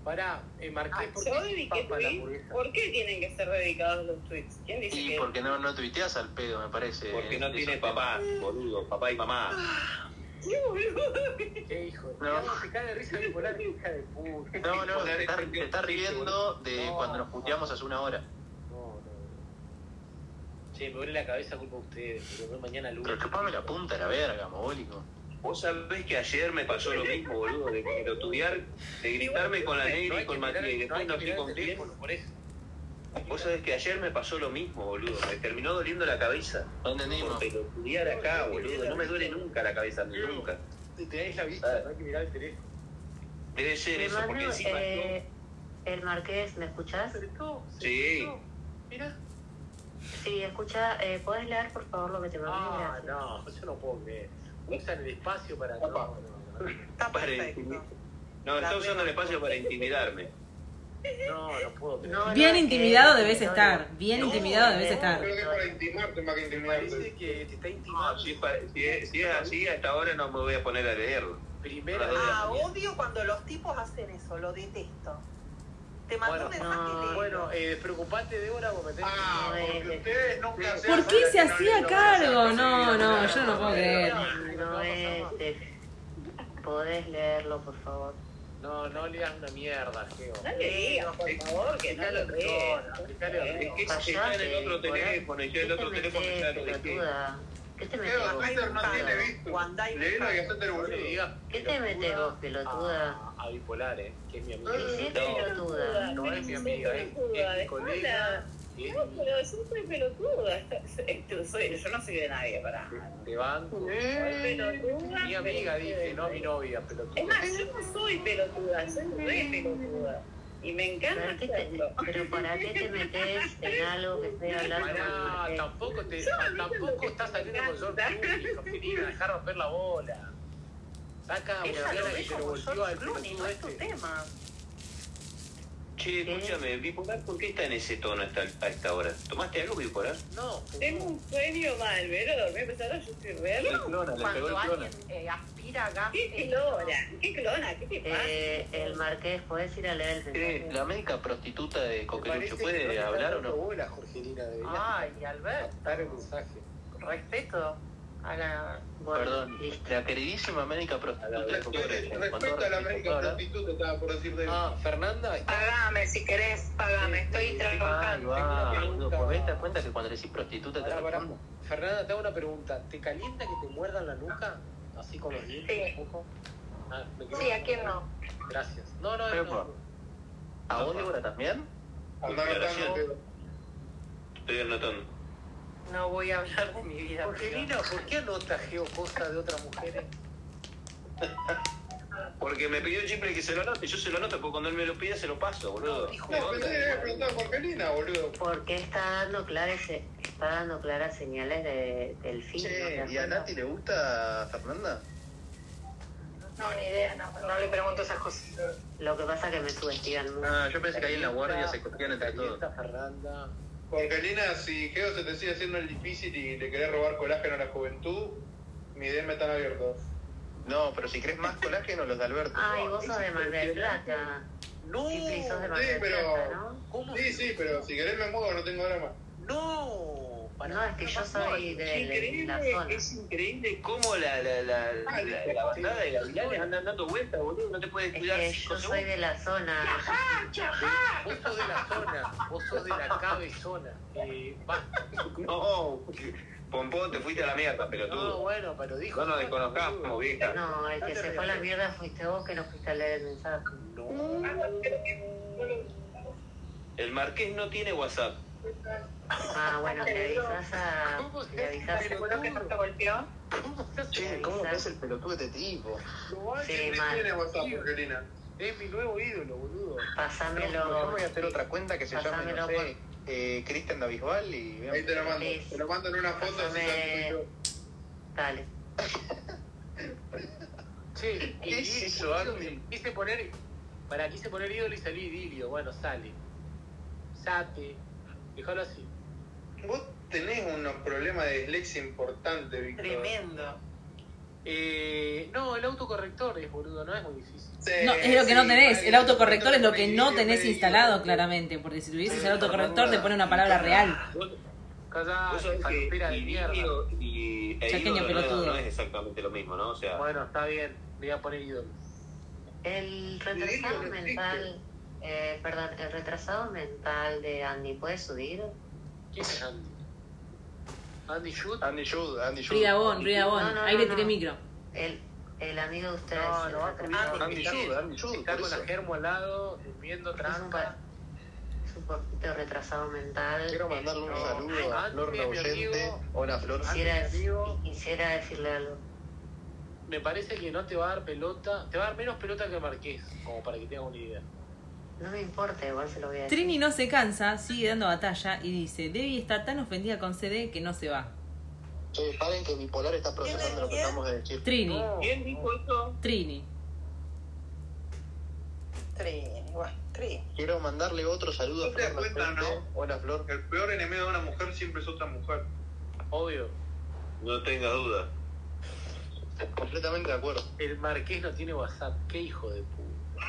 [SPEAKER 4] Pará, eh, marqué por
[SPEAKER 6] Ah, Yo
[SPEAKER 4] qué
[SPEAKER 6] dediqué
[SPEAKER 4] papa la
[SPEAKER 6] tweets.
[SPEAKER 4] hamburguesa.
[SPEAKER 6] ¿Por qué tienen que ser dedicados los tweets? ¿Quién dice
[SPEAKER 32] Y
[SPEAKER 6] que.?
[SPEAKER 32] porque no, no tuiteas al pedo, me parece.
[SPEAKER 14] Porque
[SPEAKER 32] Es-
[SPEAKER 14] no
[SPEAKER 32] es
[SPEAKER 14] tiene
[SPEAKER 32] un tema.
[SPEAKER 14] papá, boludo, papá y mamá.
[SPEAKER 6] [LAUGHS] Sí, boludo.
[SPEAKER 4] ¿Qué hijo?
[SPEAKER 32] No.
[SPEAKER 4] No, se cae de risa bipolar, hija de puta.
[SPEAKER 32] No, no, se está, se está riendo de
[SPEAKER 4] No.
[SPEAKER 32] cuando nos puteamos hace una hora.
[SPEAKER 4] No, no. Che, me duele la cabeza culpa de ustedes, pero no mañana lunes.
[SPEAKER 32] Pero chupame la punta de la verga, mogólico.
[SPEAKER 14] Vos sabés que ayer me pasó lo mismo, boludo, de estudiar, de gritarme con la
[SPEAKER 4] No
[SPEAKER 14] negra
[SPEAKER 4] hay
[SPEAKER 14] y
[SPEAKER 4] que
[SPEAKER 14] con
[SPEAKER 4] mirar-
[SPEAKER 14] Matías y después
[SPEAKER 4] no
[SPEAKER 14] no
[SPEAKER 4] hay que
[SPEAKER 14] estoy
[SPEAKER 4] mirar el
[SPEAKER 14] contigo.
[SPEAKER 4] teléfono, por eso.
[SPEAKER 14] Vos sabés que ayer me pasó lo mismo, boludo, me terminó doliendo la cabeza.
[SPEAKER 32] No entendimos.
[SPEAKER 14] Por pelotudear acá, boludo, no me duele nunca la cabeza, nunca. Ah.
[SPEAKER 4] Te tenés la vista, no hay que mirar el teléfono.
[SPEAKER 14] Debe ser eso, porque
[SPEAKER 7] Hermano,
[SPEAKER 14] encima yo...
[SPEAKER 7] eh, el marqués, ¿me escuchás?
[SPEAKER 4] Acercó, se
[SPEAKER 14] Sí.
[SPEAKER 4] acercó. Mirá.
[SPEAKER 7] Sí, escucha, eh, ¿podés leer por favor lo que te mandé?
[SPEAKER 4] Ah,
[SPEAKER 7] Gracias.
[SPEAKER 4] no, yo no puedo creer. Usan el espacio para. No, no, no.
[SPEAKER 11] Está
[SPEAKER 14] Para
[SPEAKER 11] perfecto.
[SPEAKER 14] No, está usando el espacio para intimidarme.
[SPEAKER 4] No, no puedo creer.
[SPEAKER 7] No, no,
[SPEAKER 8] Bien
[SPEAKER 32] eh,
[SPEAKER 7] es que-
[SPEAKER 8] intimidado debes
[SPEAKER 7] no,
[SPEAKER 8] estar. Bien
[SPEAKER 7] No,
[SPEAKER 8] intimidado debes
[SPEAKER 7] no,
[SPEAKER 8] estar.
[SPEAKER 10] Creo que es para intimarte más que intimidarte.
[SPEAKER 4] Parece que te está intimando.
[SPEAKER 14] No, si, es pa- si es, si es así, hasta ahora no me voy a poner a leerlo.
[SPEAKER 4] Primera.
[SPEAKER 14] Ah,
[SPEAKER 11] Ah, odio cuando los tipos hacen eso, lo detesto. Te mandó
[SPEAKER 4] Bueno,
[SPEAKER 11] un
[SPEAKER 32] ah,
[SPEAKER 11] mensaje
[SPEAKER 7] no,
[SPEAKER 11] lento.
[SPEAKER 4] Bueno, eh, despreocupate, Débora, vos metés.
[SPEAKER 10] Ah, porque ustedes nunca se
[SPEAKER 8] ¿Por
[SPEAKER 10] hacen
[SPEAKER 8] qué
[SPEAKER 10] la
[SPEAKER 8] se
[SPEAKER 10] que no
[SPEAKER 8] hacía
[SPEAKER 10] les
[SPEAKER 8] cargo?
[SPEAKER 10] toca.
[SPEAKER 8] No, no, yo no puedo creer.
[SPEAKER 7] No es. de- Podés leerlo, por favor.
[SPEAKER 4] No, no le das una mierda, Geo.
[SPEAKER 6] No le digas, por favor, que no lo creas.
[SPEAKER 4] Aplicale a
[SPEAKER 14] Es
[SPEAKER 4] Geo.
[SPEAKER 14] que está en el otro
[SPEAKER 7] Callate,
[SPEAKER 14] teléfono y yo el
[SPEAKER 7] ¿Qué
[SPEAKER 14] otro
[SPEAKER 7] te
[SPEAKER 14] teléfono
[SPEAKER 7] metés,
[SPEAKER 14] ya lo dejé.
[SPEAKER 7] pelotuda? ¿Qué te metes
[SPEAKER 13] Claro,
[SPEAKER 7] vos?
[SPEAKER 13] Twitter no tiene visto. Leela y hacete el boludo.
[SPEAKER 7] ¿Qué te metes vos, pelotuda?
[SPEAKER 4] A bipolar, ¿eh? Que es mi amiga.
[SPEAKER 7] Sí, es pelotuda.
[SPEAKER 4] No es mi amiga, es, es mi colega.
[SPEAKER 6] Hola. No, pero yo soy
[SPEAKER 12] [LAUGHS]
[SPEAKER 6] pelotuda. Esto soy- yo no soy de nadie, para.
[SPEAKER 4] Te banco.
[SPEAKER 6] Pelotuda,
[SPEAKER 4] Mi amiga,
[SPEAKER 6] pelotuda.
[SPEAKER 4] dije, no mi novia, pelotuda.
[SPEAKER 6] Es más, yo no soy pelotuda, soy re pelotuda. Y me encanta hacerlo.
[SPEAKER 7] Pero ¿para qué te metes en algo que esté hablando?
[SPEAKER 4] Pará, tampoco, te, ah, tampoco estás saliendo con sol público, querida. Dejá romper la bola. Saca
[SPEAKER 7] Ella
[SPEAKER 4] una
[SPEAKER 7] lo
[SPEAKER 4] bola
[SPEAKER 7] ve
[SPEAKER 4] que se lo
[SPEAKER 7] como
[SPEAKER 4] volteó
[SPEAKER 7] George
[SPEAKER 4] al
[SPEAKER 7] Clooney,
[SPEAKER 4] pelotudo este.
[SPEAKER 7] tema.
[SPEAKER 14] Che, escúchame, bipolar, ¿por qué está en ese tono hasta a esta hora? ¿Tomaste algo bipolar?
[SPEAKER 4] No,
[SPEAKER 6] Tengo un sueño mal, pero dormí a pesar de que yo estoy re
[SPEAKER 14] Le clona, le pegó el
[SPEAKER 6] Cuando
[SPEAKER 14] clona.
[SPEAKER 6] alguien-
[SPEAKER 7] Eh, aspira acá.
[SPEAKER 6] ¿Qué clona? ¿Qué clona? ¿Qué te pasa?
[SPEAKER 7] Eh, el marqués, ¿podés ir a leer el
[SPEAKER 5] Eh,
[SPEAKER 7] mensaje?
[SPEAKER 5] la médica prostituta de Coqueluche,
[SPEAKER 4] Parece que no
[SPEAKER 5] ¿puede
[SPEAKER 4] le está
[SPEAKER 5] hablar o
[SPEAKER 4] dando
[SPEAKER 5] no? Ah,
[SPEAKER 4] Bola, Jorgelina, deberías
[SPEAKER 7] Ay, Albert,
[SPEAKER 4] dar el mensaje.
[SPEAKER 7] respeto a la...
[SPEAKER 5] Perdón, la queridísima médica prostituta de
[SPEAKER 4] eh,
[SPEAKER 5] Coqueluche. con todo
[SPEAKER 13] Respecto a la
[SPEAKER 5] respeto,
[SPEAKER 13] médica
[SPEAKER 5] ahora-
[SPEAKER 13] prostituta, estaba por decir de
[SPEAKER 4] Ah, Fernanda.
[SPEAKER 7] Pagame si querés, pagame, estoy
[SPEAKER 5] Ay, va,
[SPEAKER 4] Tengo una
[SPEAKER 5] boludo,
[SPEAKER 4] pregunta.
[SPEAKER 5] ¿por qué te das cuenta que cuando le decís prostituta te
[SPEAKER 4] Pará, pará.
[SPEAKER 5] respondo?
[SPEAKER 4] Fernanda, te hago una pregunta. ¿Te calienta que te muerdan la nuca? Así con los dientes un poco. Ah, me quedo-
[SPEAKER 12] Sí, ¿a quién no?
[SPEAKER 4] Gracias. No, no,
[SPEAKER 5] Pero,
[SPEAKER 4] no.
[SPEAKER 5] ¿A vos, Débora, también?
[SPEAKER 4] Ah,
[SPEAKER 14] Declaración. Estoy anotando.
[SPEAKER 7] No voy a hablar de mi vida.
[SPEAKER 4] Jorgelina, ¿por qué no trajeo cosas de otras mujeres?
[SPEAKER 14] Porque me pidió Chipre que se lo anote, yo se lo anoto, porque cuando él me lo pide se lo paso, boludo.
[SPEAKER 13] No, pensé que le había preguntado a Jorgelina, boludo.
[SPEAKER 7] Porque está dando claras, está dando claras señales de, del fin. ¿no te das
[SPEAKER 5] Che, ¿y a
[SPEAKER 7] cuenta?
[SPEAKER 5] Nati le gusta Fernanda?
[SPEAKER 12] No, ni idea, no, no le pregunto esas cosas.
[SPEAKER 7] Lo que pasa es que me subestiman mucho.
[SPEAKER 5] Ah, yo pensé que ahí en la guardia se
[SPEAKER 4] cogían entre todos. Fernanda.
[SPEAKER 10] Ah,
[SPEAKER 13] Jorgelina, si Geo se te sigue haciendo el difícil y le querés robar colágeno a la juventud, mi DM están abiertos.
[SPEAKER 5] No, pero si crees más colágeno, los de Alberto.
[SPEAKER 7] Ay, vos sos de Mar del Plata.
[SPEAKER 4] No,
[SPEAKER 7] Sí, sos de Mar
[SPEAKER 13] sí,
[SPEAKER 7] del
[SPEAKER 13] pero-
[SPEAKER 7] Plata, ¿no?
[SPEAKER 13] Sí, sí, pero si querés me muevo, no tengo drama.
[SPEAKER 4] No,
[SPEAKER 7] No, es que yo soy de, de la zona.
[SPEAKER 14] Es increíble cómo la, la, la, la, la, la bandada de gavilanes andan dando vueltas, boludo. No te puedes cuidar
[SPEAKER 7] Eh,
[SPEAKER 14] cinco
[SPEAKER 7] yo soy de
[SPEAKER 14] segundos.
[SPEAKER 7] la zona.
[SPEAKER 4] Vos sos de la zona, vos sos de la cabezona. Eh, basta.
[SPEAKER 14] No, Pompón, te fuiste a la mierda,
[SPEAKER 4] no,
[SPEAKER 14] pelotudo.
[SPEAKER 4] bueno, pero dijo.
[SPEAKER 14] No nos desconozcamos, vieja.
[SPEAKER 7] No, el que se fue a la mierda fuiste vos que no fuiste a leer el mensaje.
[SPEAKER 14] El marqués no tiene WhatsApp.
[SPEAKER 7] Ah, bueno, le avisas a. Le avisas
[SPEAKER 12] ¿Seguro que no te golpeó?
[SPEAKER 5] Che, ¿cómo que es el pelotudo de este tipo?
[SPEAKER 7] Sí,
[SPEAKER 13] Tiene
[SPEAKER 7] mal.
[SPEAKER 13] WhatsApp, Jorgelina.
[SPEAKER 4] Es mi nuevo ídolo, boludo.
[SPEAKER 5] Yo
[SPEAKER 7] Pásamelo.
[SPEAKER 5] voy a hacer otra cuenta que se llame, no
[SPEAKER 7] Pásamelo
[SPEAKER 5] sé, eh, Cristian Davisbal y... veamos.
[SPEAKER 13] Ahí te lo mando.
[SPEAKER 7] Sí.
[SPEAKER 13] Te lo mando en una foto. así sabes que
[SPEAKER 7] Pásame.
[SPEAKER 13] soy
[SPEAKER 7] Dale.
[SPEAKER 4] Che,
[SPEAKER 5] ¿Qué
[SPEAKER 4] y-
[SPEAKER 5] es
[SPEAKER 4] y-
[SPEAKER 5] eso,
[SPEAKER 4] y-
[SPEAKER 5] Andy?
[SPEAKER 4] Quise poner. Para, quise poner ídolo y salí idilio. Bueno, sale. Sate. Déjalo así.
[SPEAKER 13] yo. Vos tenés unos problemas de dislexia importante, Víctor.
[SPEAKER 2] Tremendo.
[SPEAKER 4] Eh, no, el autocorrector es boludo, no es muy difícil.
[SPEAKER 8] No, es lo que no tenés.
[SPEAKER 32] eh,
[SPEAKER 8] El autocorrector es lo que no tenés instalado, claramente. Porque si tuvieses el autocorrector, te pone una palabra real.
[SPEAKER 4] Callá,
[SPEAKER 14] Vos sabés que
[SPEAKER 4] falopera de mierda.
[SPEAKER 14] idilio y e
[SPEAKER 8] Chaqueño
[SPEAKER 14] ídolo no,
[SPEAKER 8] pelotudo.
[SPEAKER 14] no es exactamente lo mismo, ¿no? O sea,
[SPEAKER 4] Bueno, está bien. Voy a poner ídolo.
[SPEAKER 7] El retrasado mental. Eh, perdón, el retrasado mental de Andy, ¿puede subir?
[SPEAKER 4] ¿Quién es Andy? Andy Shoot.
[SPEAKER 5] Andy Judd, Andy Judd.
[SPEAKER 8] Brigabón, Brigabón.
[SPEAKER 7] No, no,
[SPEAKER 8] Ahí
[SPEAKER 7] no,
[SPEAKER 8] le
[SPEAKER 7] no.
[SPEAKER 8] tiré micro.
[SPEAKER 7] El, el amigo de ustedes.
[SPEAKER 4] No,
[SPEAKER 7] el
[SPEAKER 4] no, va a
[SPEAKER 7] retrasado.
[SPEAKER 4] subir.
[SPEAKER 5] Andy Judd, Andy Judd,
[SPEAKER 4] Está
[SPEAKER 5] por
[SPEAKER 4] con la
[SPEAKER 5] eso.
[SPEAKER 4] germo al lado, viendo
[SPEAKER 7] Es un
[SPEAKER 4] trampa.
[SPEAKER 7] pa- es un poquito retrasado mental.
[SPEAKER 5] Quiero mandarle un
[SPEAKER 7] No,
[SPEAKER 5] saludo a
[SPEAKER 4] eh, Andy
[SPEAKER 5] Flor
[SPEAKER 4] es mi
[SPEAKER 5] Noyente.
[SPEAKER 4] amigo.
[SPEAKER 5] Hola, Flor.
[SPEAKER 7] Quisiera,
[SPEAKER 4] Andy, amigo.
[SPEAKER 7] quisiera decirle algo.
[SPEAKER 4] Me parece que no te va a dar pelota. Te va a dar menos pelota que Marqués, como para que tengas una idea.
[SPEAKER 7] No me importa, igual se lo voy a decir.
[SPEAKER 8] Trini no se cansa, sigue dando batalla y dice: Debbie está tan ofendida con CD que no se va.
[SPEAKER 5] Che, paren que Bipolar está procesando lo que acabamos de decir.
[SPEAKER 8] Trini,
[SPEAKER 14] ¿quién dijo eso?
[SPEAKER 8] Trini.
[SPEAKER 2] Trini, bueno, Trini.
[SPEAKER 5] Quiero mandarle otro saludo a
[SPEAKER 13] ¿No te das
[SPEAKER 5] Flor
[SPEAKER 13] cuenta,
[SPEAKER 5] Noyente. Hola, Flor.
[SPEAKER 13] El peor enemigo de una mujer siempre es otra mujer.
[SPEAKER 4] Obvio.
[SPEAKER 14] No tenga duda.
[SPEAKER 5] Completamente de acuerdo.
[SPEAKER 4] El Marqués no tiene WhatsApp. Qué hijo de puta.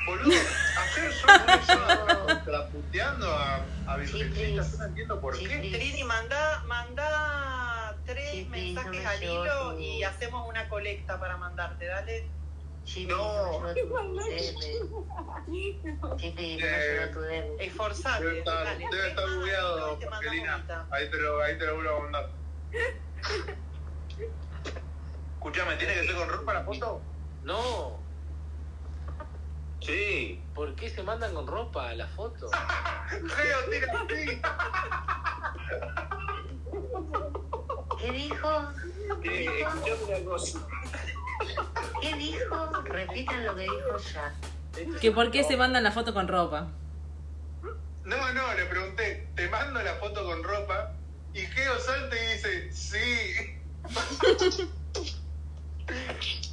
[SPEAKER 13] Boludo, ayer yo me estaba contraputeando a, a Virgencita, yo no entiendo por
[SPEAKER 7] Sí,
[SPEAKER 13] qué.
[SPEAKER 7] sí.
[SPEAKER 2] Trini, mandá, mandá tres
[SPEAKER 7] Sí, sí, no
[SPEAKER 2] mensajes
[SPEAKER 7] me
[SPEAKER 2] al
[SPEAKER 7] llegó
[SPEAKER 2] hilo
[SPEAKER 7] tu-
[SPEAKER 2] y hacemos una colecta para mandarte, dale.
[SPEAKER 7] Chipi,
[SPEAKER 5] No.
[SPEAKER 7] no me ayuda tu DM. Chipi, no me ayuda tu DM.
[SPEAKER 2] Esforzate.
[SPEAKER 13] Debe Eh, estar,
[SPEAKER 2] dale.
[SPEAKER 13] debe estar
[SPEAKER 2] Mandá,
[SPEAKER 13] bugueado,
[SPEAKER 2] te mandamos
[SPEAKER 13] Jorgelina.
[SPEAKER 2] ahorita.
[SPEAKER 13] Ahí te lo, ahí te lo vuelvo a mandar. Escuchame, ¿tiene que ser con ropa la foto?
[SPEAKER 4] No.
[SPEAKER 14] Sí.
[SPEAKER 4] ¿Por qué se mandan con ropa a la
[SPEAKER 13] [LAUGHS]
[SPEAKER 4] foto?
[SPEAKER 13] Leo, tira así.
[SPEAKER 7] ¿Qué dijo?
[SPEAKER 14] Eh, escuchame una cosa.
[SPEAKER 7] ¿Qué dijo? Repitan lo que dijo ya.
[SPEAKER 5] Este
[SPEAKER 8] Que por qué se mandan la foto con ropa.
[SPEAKER 13] No, no, le pregunté, te mando la foto con ropa. Y Geo salta y
[SPEAKER 4] [LAUGHS]
[SPEAKER 13] dice, sí.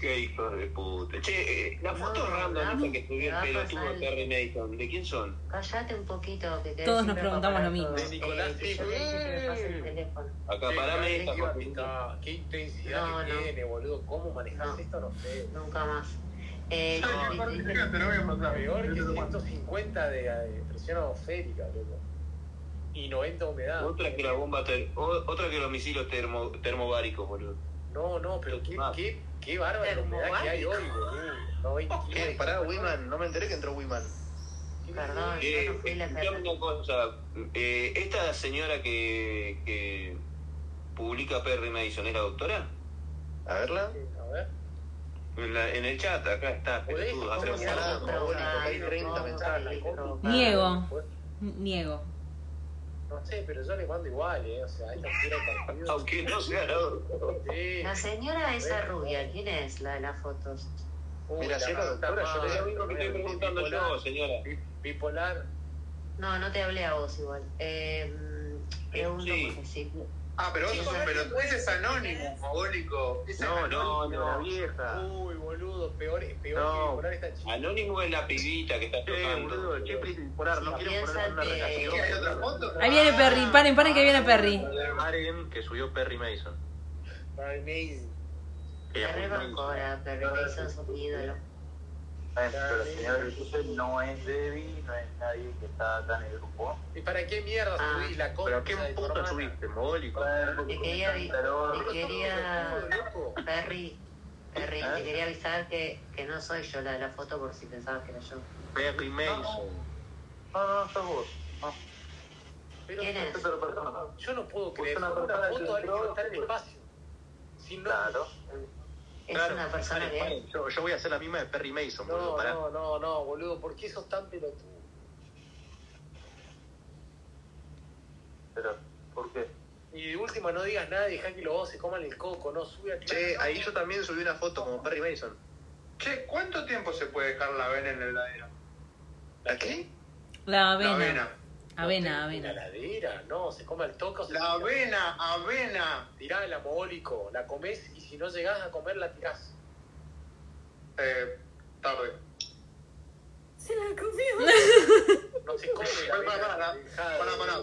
[SPEAKER 14] Qué hijos de puta. Che, eh, la foto random esa que
[SPEAKER 7] me
[SPEAKER 14] subió el
[SPEAKER 7] va a
[SPEAKER 14] pelotudo
[SPEAKER 7] pasar.
[SPEAKER 14] Terry Mason, ¿de quién son?
[SPEAKER 7] Cállate un poquito. Que te
[SPEAKER 8] Todos
[SPEAKER 7] siempre
[SPEAKER 8] nos preguntamos
[SPEAKER 7] para
[SPEAKER 8] lo mismo.
[SPEAKER 7] todos.
[SPEAKER 8] De
[SPEAKER 7] Eh,
[SPEAKER 8] Nicolás,
[SPEAKER 7] que yo te dije que me pasen el teléfono.
[SPEAKER 14] Acaparame esta,
[SPEAKER 4] Qué
[SPEAKER 14] Joaquín.
[SPEAKER 4] intensidad, qué intensidad
[SPEAKER 7] No,
[SPEAKER 4] que
[SPEAKER 7] no.
[SPEAKER 4] tiene, boludo. ¿Cómo manejas esto? No sé.
[SPEAKER 7] Nunca más. Eh,
[SPEAKER 4] No,
[SPEAKER 7] yo te dije-
[SPEAKER 4] te lo voy a mandar. Peor que 150 de, de presión atmosférica, loco. Y 90 de humedad.
[SPEAKER 14] Otra que la bomba, ter- o- otra que los misiles termo- termobáricos, boludo.
[SPEAKER 4] No, no, pero qué,
[SPEAKER 14] Ah.
[SPEAKER 4] qué, qué bárbara la humedad que hay hoy, boludo. No, hay-
[SPEAKER 33] Eh, pará, Wiman, no me enteré que entró Wiman.
[SPEAKER 7] Perdón,
[SPEAKER 14] Eh,
[SPEAKER 7] yo no fui la que...
[SPEAKER 14] escuchame una cosa. eh, esta señora que, que publica Perry Mason, ¿es la doctora?
[SPEAKER 33] A verla.
[SPEAKER 4] A ver.
[SPEAKER 14] En, la- en el chat, acá está, pelotudo. hace un-
[SPEAKER 33] Pará, Mauri, porque hay 30 mensajes.
[SPEAKER 8] Niego.
[SPEAKER 34] Ah,
[SPEAKER 8] Niego.
[SPEAKER 4] no sé, pero yo le mando igual, ¿eh? O sea, esta quiero
[SPEAKER 14] [LAUGHS]
[SPEAKER 4] partido.
[SPEAKER 14] Aunque no sea la
[SPEAKER 4] Sí.
[SPEAKER 7] La señora esa rubia, ¿quién es la de las fotos?
[SPEAKER 4] Uy,
[SPEAKER 33] Mira,
[SPEAKER 4] la
[SPEAKER 33] si es la
[SPEAKER 4] puta
[SPEAKER 33] doctora, yo
[SPEAKER 4] madre,
[SPEAKER 33] le
[SPEAKER 14] digo que estoy preguntando
[SPEAKER 4] bipolar,
[SPEAKER 14] yo, señora.
[SPEAKER 4] bi- Bipolar.
[SPEAKER 7] No, no te hablé a vos igual. Eh, pregunto porque sí.
[SPEAKER 13] Ah, pero vos sos un pelotudo. Ese es anónimo, mogólico. Ese es
[SPEAKER 14] No, no,
[SPEAKER 13] anónimo.
[SPEAKER 14] no, vieja.
[SPEAKER 4] Uy, boludo, peor, peor que
[SPEAKER 14] No.
[SPEAKER 4] bipolar esta chica.
[SPEAKER 14] Anónimo es la pibita que está tocando.
[SPEAKER 33] Bipolar, no quiero ponerme en una relación.
[SPEAKER 5] Eh,
[SPEAKER 13] ¿Hay otra foto?
[SPEAKER 8] Ahí viene Perry, paren, paren que viene Perry.
[SPEAKER 5] Harem que subió Perry Mason.
[SPEAKER 4] Amazing.
[SPEAKER 5] Que
[SPEAKER 7] Te rebanco ahora, pero me hizo su ídolo.
[SPEAKER 34] Pero la señora que puse no es Debbie, no es nadie que está acá en el grupo.
[SPEAKER 4] ¿Y para qué mierda
[SPEAKER 7] Ah.
[SPEAKER 4] subís la
[SPEAKER 5] ¿Pero
[SPEAKER 4] cosa?
[SPEAKER 5] a qué puta subiste, mogólico?
[SPEAKER 7] Te quería, avi- te quería, Perry, Perry,
[SPEAKER 34] Ah.
[SPEAKER 7] te quería avisar que, que no soy yo la de la foto por si pensabas que era yo.
[SPEAKER 5] Perry Mason.
[SPEAKER 34] No, no, sos vos.
[SPEAKER 4] Ah. Pero
[SPEAKER 7] ¿Quién es?
[SPEAKER 34] Es otra persona.
[SPEAKER 4] yo no puedo
[SPEAKER 34] Porque
[SPEAKER 4] creer.
[SPEAKER 34] una
[SPEAKER 4] Una
[SPEAKER 34] persona
[SPEAKER 4] foto de alguien que pues.
[SPEAKER 34] entró-
[SPEAKER 4] está en el espacio. Sin
[SPEAKER 34] Claro.
[SPEAKER 7] Es una persona que...
[SPEAKER 5] Yo, yo voy a hacer la misma de Perry Mason, boludo,
[SPEAKER 4] No,
[SPEAKER 5] pará.
[SPEAKER 4] no, no, no, boludo, ¿por qué sos tan pelotudo?
[SPEAKER 34] Pero, ¿por qué?
[SPEAKER 4] Y de última no digas nada, dejá que los dos se coman el coco, no sube a
[SPEAKER 5] Che, ahí yo también subí una foto como Perry Mason.
[SPEAKER 13] Che, ¿cuánto tiempo se puede dejar la avena en la heladera?
[SPEAKER 5] ¿La qué?
[SPEAKER 8] La
[SPEAKER 13] La
[SPEAKER 8] avena.
[SPEAKER 13] avena.
[SPEAKER 8] Avena,
[SPEAKER 4] La
[SPEAKER 8] avena.
[SPEAKER 4] ladera, no, se come el toco, se
[SPEAKER 13] La avena, avena.
[SPEAKER 4] tirá el amólico, la comés y si no llegás a comer la tirás.
[SPEAKER 13] Eh, tarde.
[SPEAKER 35] Se la comió.
[SPEAKER 8] [LAUGHS]
[SPEAKER 4] No se
[SPEAKER 13] [LAUGHS]
[SPEAKER 4] come la
[SPEAKER 13] Pará,
[SPEAKER 4] avena,
[SPEAKER 13] pará,
[SPEAKER 4] dejá de-
[SPEAKER 13] Pará, pará.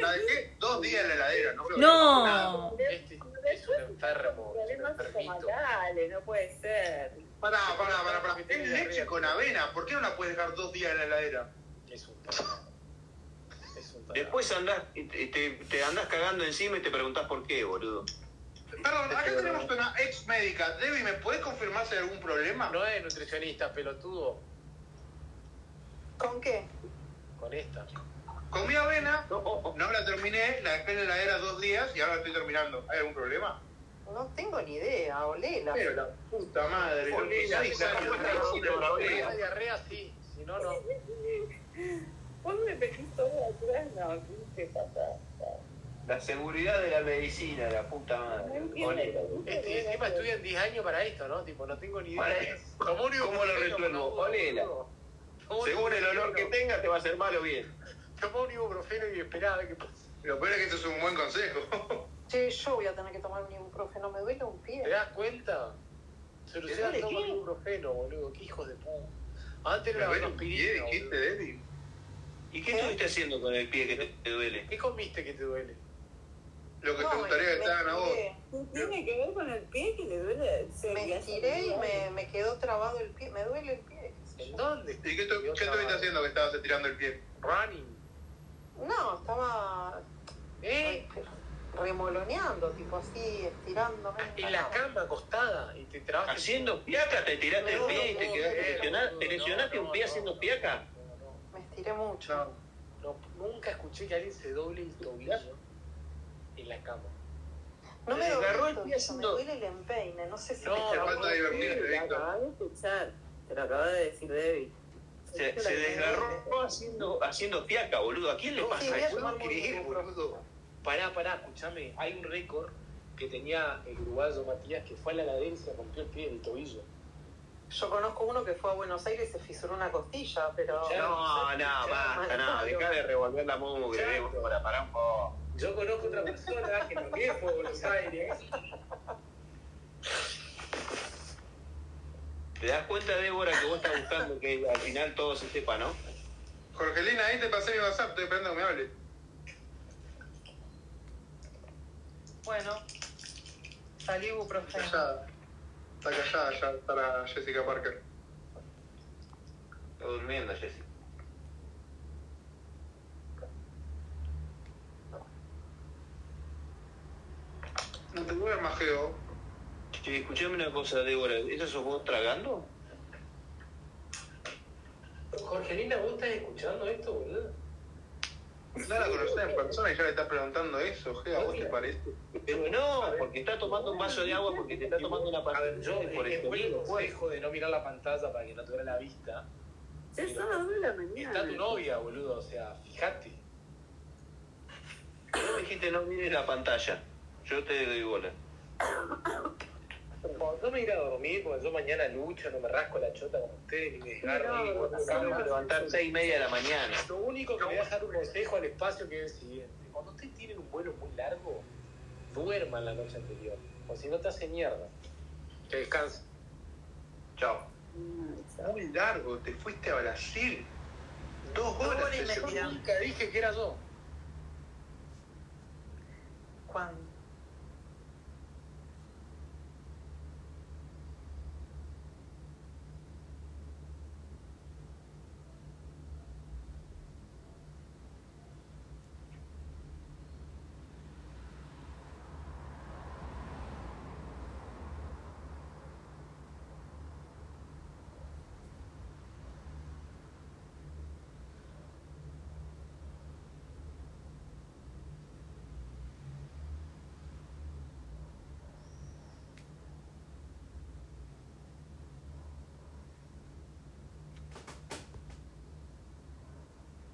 [SPEAKER 13] La dejé dos días en la heladera. No. creo que-
[SPEAKER 8] No.
[SPEAKER 4] Este es un enfermo, es un
[SPEAKER 35] Problemas
[SPEAKER 4] enfermito.
[SPEAKER 35] estomacales, no puede ser.
[SPEAKER 13] Pará, pará, pará, pará. Es leche con avena. ¿Por qué no la puedes dejar dos días en la heladera?
[SPEAKER 4] Es un tarado. Es un tarado.
[SPEAKER 14] Después andás, te, te- te andás cagando encima y te preguntás por qué, boludo.
[SPEAKER 13] Perdón, acá
[SPEAKER 4] Este,
[SPEAKER 13] tenemos una ex médica. Debbie, ¿me puedes confirmar si hay algún problema?
[SPEAKER 4] No es nutricionista, pelotudo,
[SPEAKER 2] ¿Con qué?
[SPEAKER 4] con esta.
[SPEAKER 13] Comí avena,
[SPEAKER 4] Oh,
[SPEAKER 13] no la terminé, la dejé en la heladera dos días y ahora la estoy terminando. ¿Hay algún problema?
[SPEAKER 2] No tengo ni idea, olela.
[SPEAKER 13] Pero la puta madre. lo que
[SPEAKER 4] Olea,
[SPEAKER 13] soy,
[SPEAKER 4] esa
[SPEAKER 13] la
[SPEAKER 4] es
[SPEAKER 13] puta
[SPEAKER 4] la
[SPEAKER 13] madre,
[SPEAKER 4] cocina,
[SPEAKER 13] la
[SPEAKER 4] Con la
[SPEAKER 13] olea.
[SPEAKER 4] diarrea sí, si no, no.
[SPEAKER 35] [LAUGHS] Vos me pedís todo atrás, no, ¿qué te pasa?
[SPEAKER 14] La seguridad de la medicina, la puta
[SPEAKER 35] No
[SPEAKER 14] madre.
[SPEAKER 35] entiendo.
[SPEAKER 4] Este, encima estudian 10 años para esto, ¿no? Tipo, no tengo ni idea.
[SPEAKER 14] Para-
[SPEAKER 4] Como único
[SPEAKER 14] ¿Cómo lo
[SPEAKER 4] que tengo,
[SPEAKER 14] resuelvo?
[SPEAKER 4] boludo,
[SPEAKER 14] Olela.
[SPEAKER 4] boludo. Como
[SPEAKER 14] Según
[SPEAKER 4] único
[SPEAKER 14] el olor que
[SPEAKER 4] tengo,
[SPEAKER 14] tenga, te va a hacer mal o bien.
[SPEAKER 4] Tomá un ibuprofeno y esperá a ver qué pasa.
[SPEAKER 13] Lo peor es que esto es un buen consejo.
[SPEAKER 2] Che, yo voy a tener que tomar un ibuprofeno, me duele un pie.
[SPEAKER 4] ¿Te das cuenta? Solución
[SPEAKER 2] duele
[SPEAKER 4] toma
[SPEAKER 2] qué?
[SPEAKER 4] ibuprofeno, boludo. Qué hijos de puta. Antes
[SPEAKER 13] Pero
[SPEAKER 4] era
[SPEAKER 13] bueno,
[SPEAKER 4] una
[SPEAKER 13] ¿qué
[SPEAKER 4] aspirina,
[SPEAKER 13] dijiste,
[SPEAKER 4] boludo.
[SPEAKER 13] Debbie?
[SPEAKER 14] ¿Y qué estuviste haciendo con el pie que te, te duele?
[SPEAKER 4] ¿Qué comiste que te duele?
[SPEAKER 13] Lo que
[SPEAKER 2] No,
[SPEAKER 13] te gustaría
[SPEAKER 2] me-
[SPEAKER 13] que te hagan
[SPEAKER 2] me
[SPEAKER 13] a vos.
[SPEAKER 2] estiré.
[SPEAKER 35] Tiene que ver con el pie que le duele. se le
[SPEAKER 2] Me
[SPEAKER 35] hace
[SPEAKER 2] estiré y
[SPEAKER 35] mal.
[SPEAKER 2] me, me quedó trabado el pie, me duele el pie. qué sé
[SPEAKER 4] ¿En
[SPEAKER 2] yo.
[SPEAKER 4] dónde?
[SPEAKER 13] ¿Y qué, tu- qué estuviste haciendo que estabas estirando el pie?
[SPEAKER 4] Running.
[SPEAKER 2] No, estaba
[SPEAKER 4] ¿Eh?
[SPEAKER 2] re- remoloneando, tipo así, estirándome.
[SPEAKER 4] En la cama acostada y te trabaste.
[SPEAKER 14] Haciendo piaca, te tiraste el pie y te quedaste lesionado. ¿Te lesionaste un pie haciendo piaca?
[SPEAKER 2] Me estiré mucho.
[SPEAKER 4] No, nunca escuché que alguien se doble el tobillo en la cama.
[SPEAKER 2] No me
[SPEAKER 14] Le agarró el
[SPEAKER 2] duele
[SPEAKER 14] pie
[SPEAKER 2] eso, me
[SPEAKER 14] haciendo-
[SPEAKER 2] duele el empeine, no sé si
[SPEAKER 14] No,
[SPEAKER 2] me
[SPEAKER 14] te falta divertirte,
[SPEAKER 2] Te
[SPEAKER 14] Víctor.
[SPEAKER 2] acabas de escuchar, te lo acaba de decir Debbie.
[SPEAKER 14] Se, se desgarró haciendo, haciendo fiaca, boludo. ¿A quién le
[SPEAKER 4] No,
[SPEAKER 14] pasa
[SPEAKER 4] sí,
[SPEAKER 14] eso?
[SPEAKER 4] voy a tomar un- Pará, pará, escúchame. Hay un récord que tenía el uruguayo Matías que fue a la ladera y se rompió el pie del tobillo.
[SPEAKER 2] Yo conozco uno que fue a Buenos Aires y se fisuró una costilla, pero...
[SPEAKER 14] No, no, basta, no. Dejá de revolver la mugre,
[SPEAKER 4] Chato.
[SPEAKER 14] eh, boludo, pará un poco.
[SPEAKER 4] Yo conozco otra persona que también fue a Buenos Aires.
[SPEAKER 14] ¿Te das cuenta, Débora, que vos estás buscando que al final todo se sepa, no?
[SPEAKER 13] Jorgelina, ahí te pasé mi WhatsApp, estoy esperando que me hable.
[SPEAKER 2] Bueno, salí ibuprofeno.
[SPEAKER 13] Callada. Está callada ya para Jessica Parker.
[SPEAKER 14] Está durmiendo, Jessy.
[SPEAKER 13] No te duermas, Geo.
[SPEAKER 14] Che, escuchame una cosa, Débora. ¿Eso sos vos tragando?
[SPEAKER 4] Jorgelina, ¿vos estás escuchando esto, boludo?
[SPEAKER 13] No la conocés en persona y ya le estás preguntando eso, Geo. ¿A vos te parece?
[SPEAKER 14] Pero no, porque está tomando un vaso de agua porque te está tomando una pastilla
[SPEAKER 4] Yo,
[SPEAKER 14] por este
[SPEAKER 4] por
[SPEAKER 14] el
[SPEAKER 4] el
[SPEAKER 14] tobillo.
[SPEAKER 4] juego de no mirar la pantalla para que no te duele la vista.
[SPEAKER 3] Ya son las dos de la mañana.
[SPEAKER 4] Está tu novia, boludo, o sea, fíjate.
[SPEAKER 14] Vos me dijiste no mires la pantalla. Yo te doy bola.
[SPEAKER 4] Yo me iré a dormir porque yo mañana lucho, no me rasco la chota como ustedes, ni me
[SPEAKER 14] No,
[SPEAKER 4] desgarro, ni
[SPEAKER 14] no,
[SPEAKER 4] me
[SPEAKER 14] no, no, no.
[SPEAKER 4] levantar
[SPEAKER 14] Seis y media de la mañana.
[SPEAKER 4] Lo único que voy a dejar un consejo al espacio que es el siguiente. Cuando ustedes tienen un vuelo muy largo, duerman la noche anterior. O si no te hace mierda. Que descansen.
[SPEAKER 13] Chao. Muy largo, te fuiste a Brasil. Dos horas.
[SPEAKER 2] horas y
[SPEAKER 13] eso.
[SPEAKER 2] media.
[SPEAKER 4] Nunca dije que era yo.
[SPEAKER 2] Cuando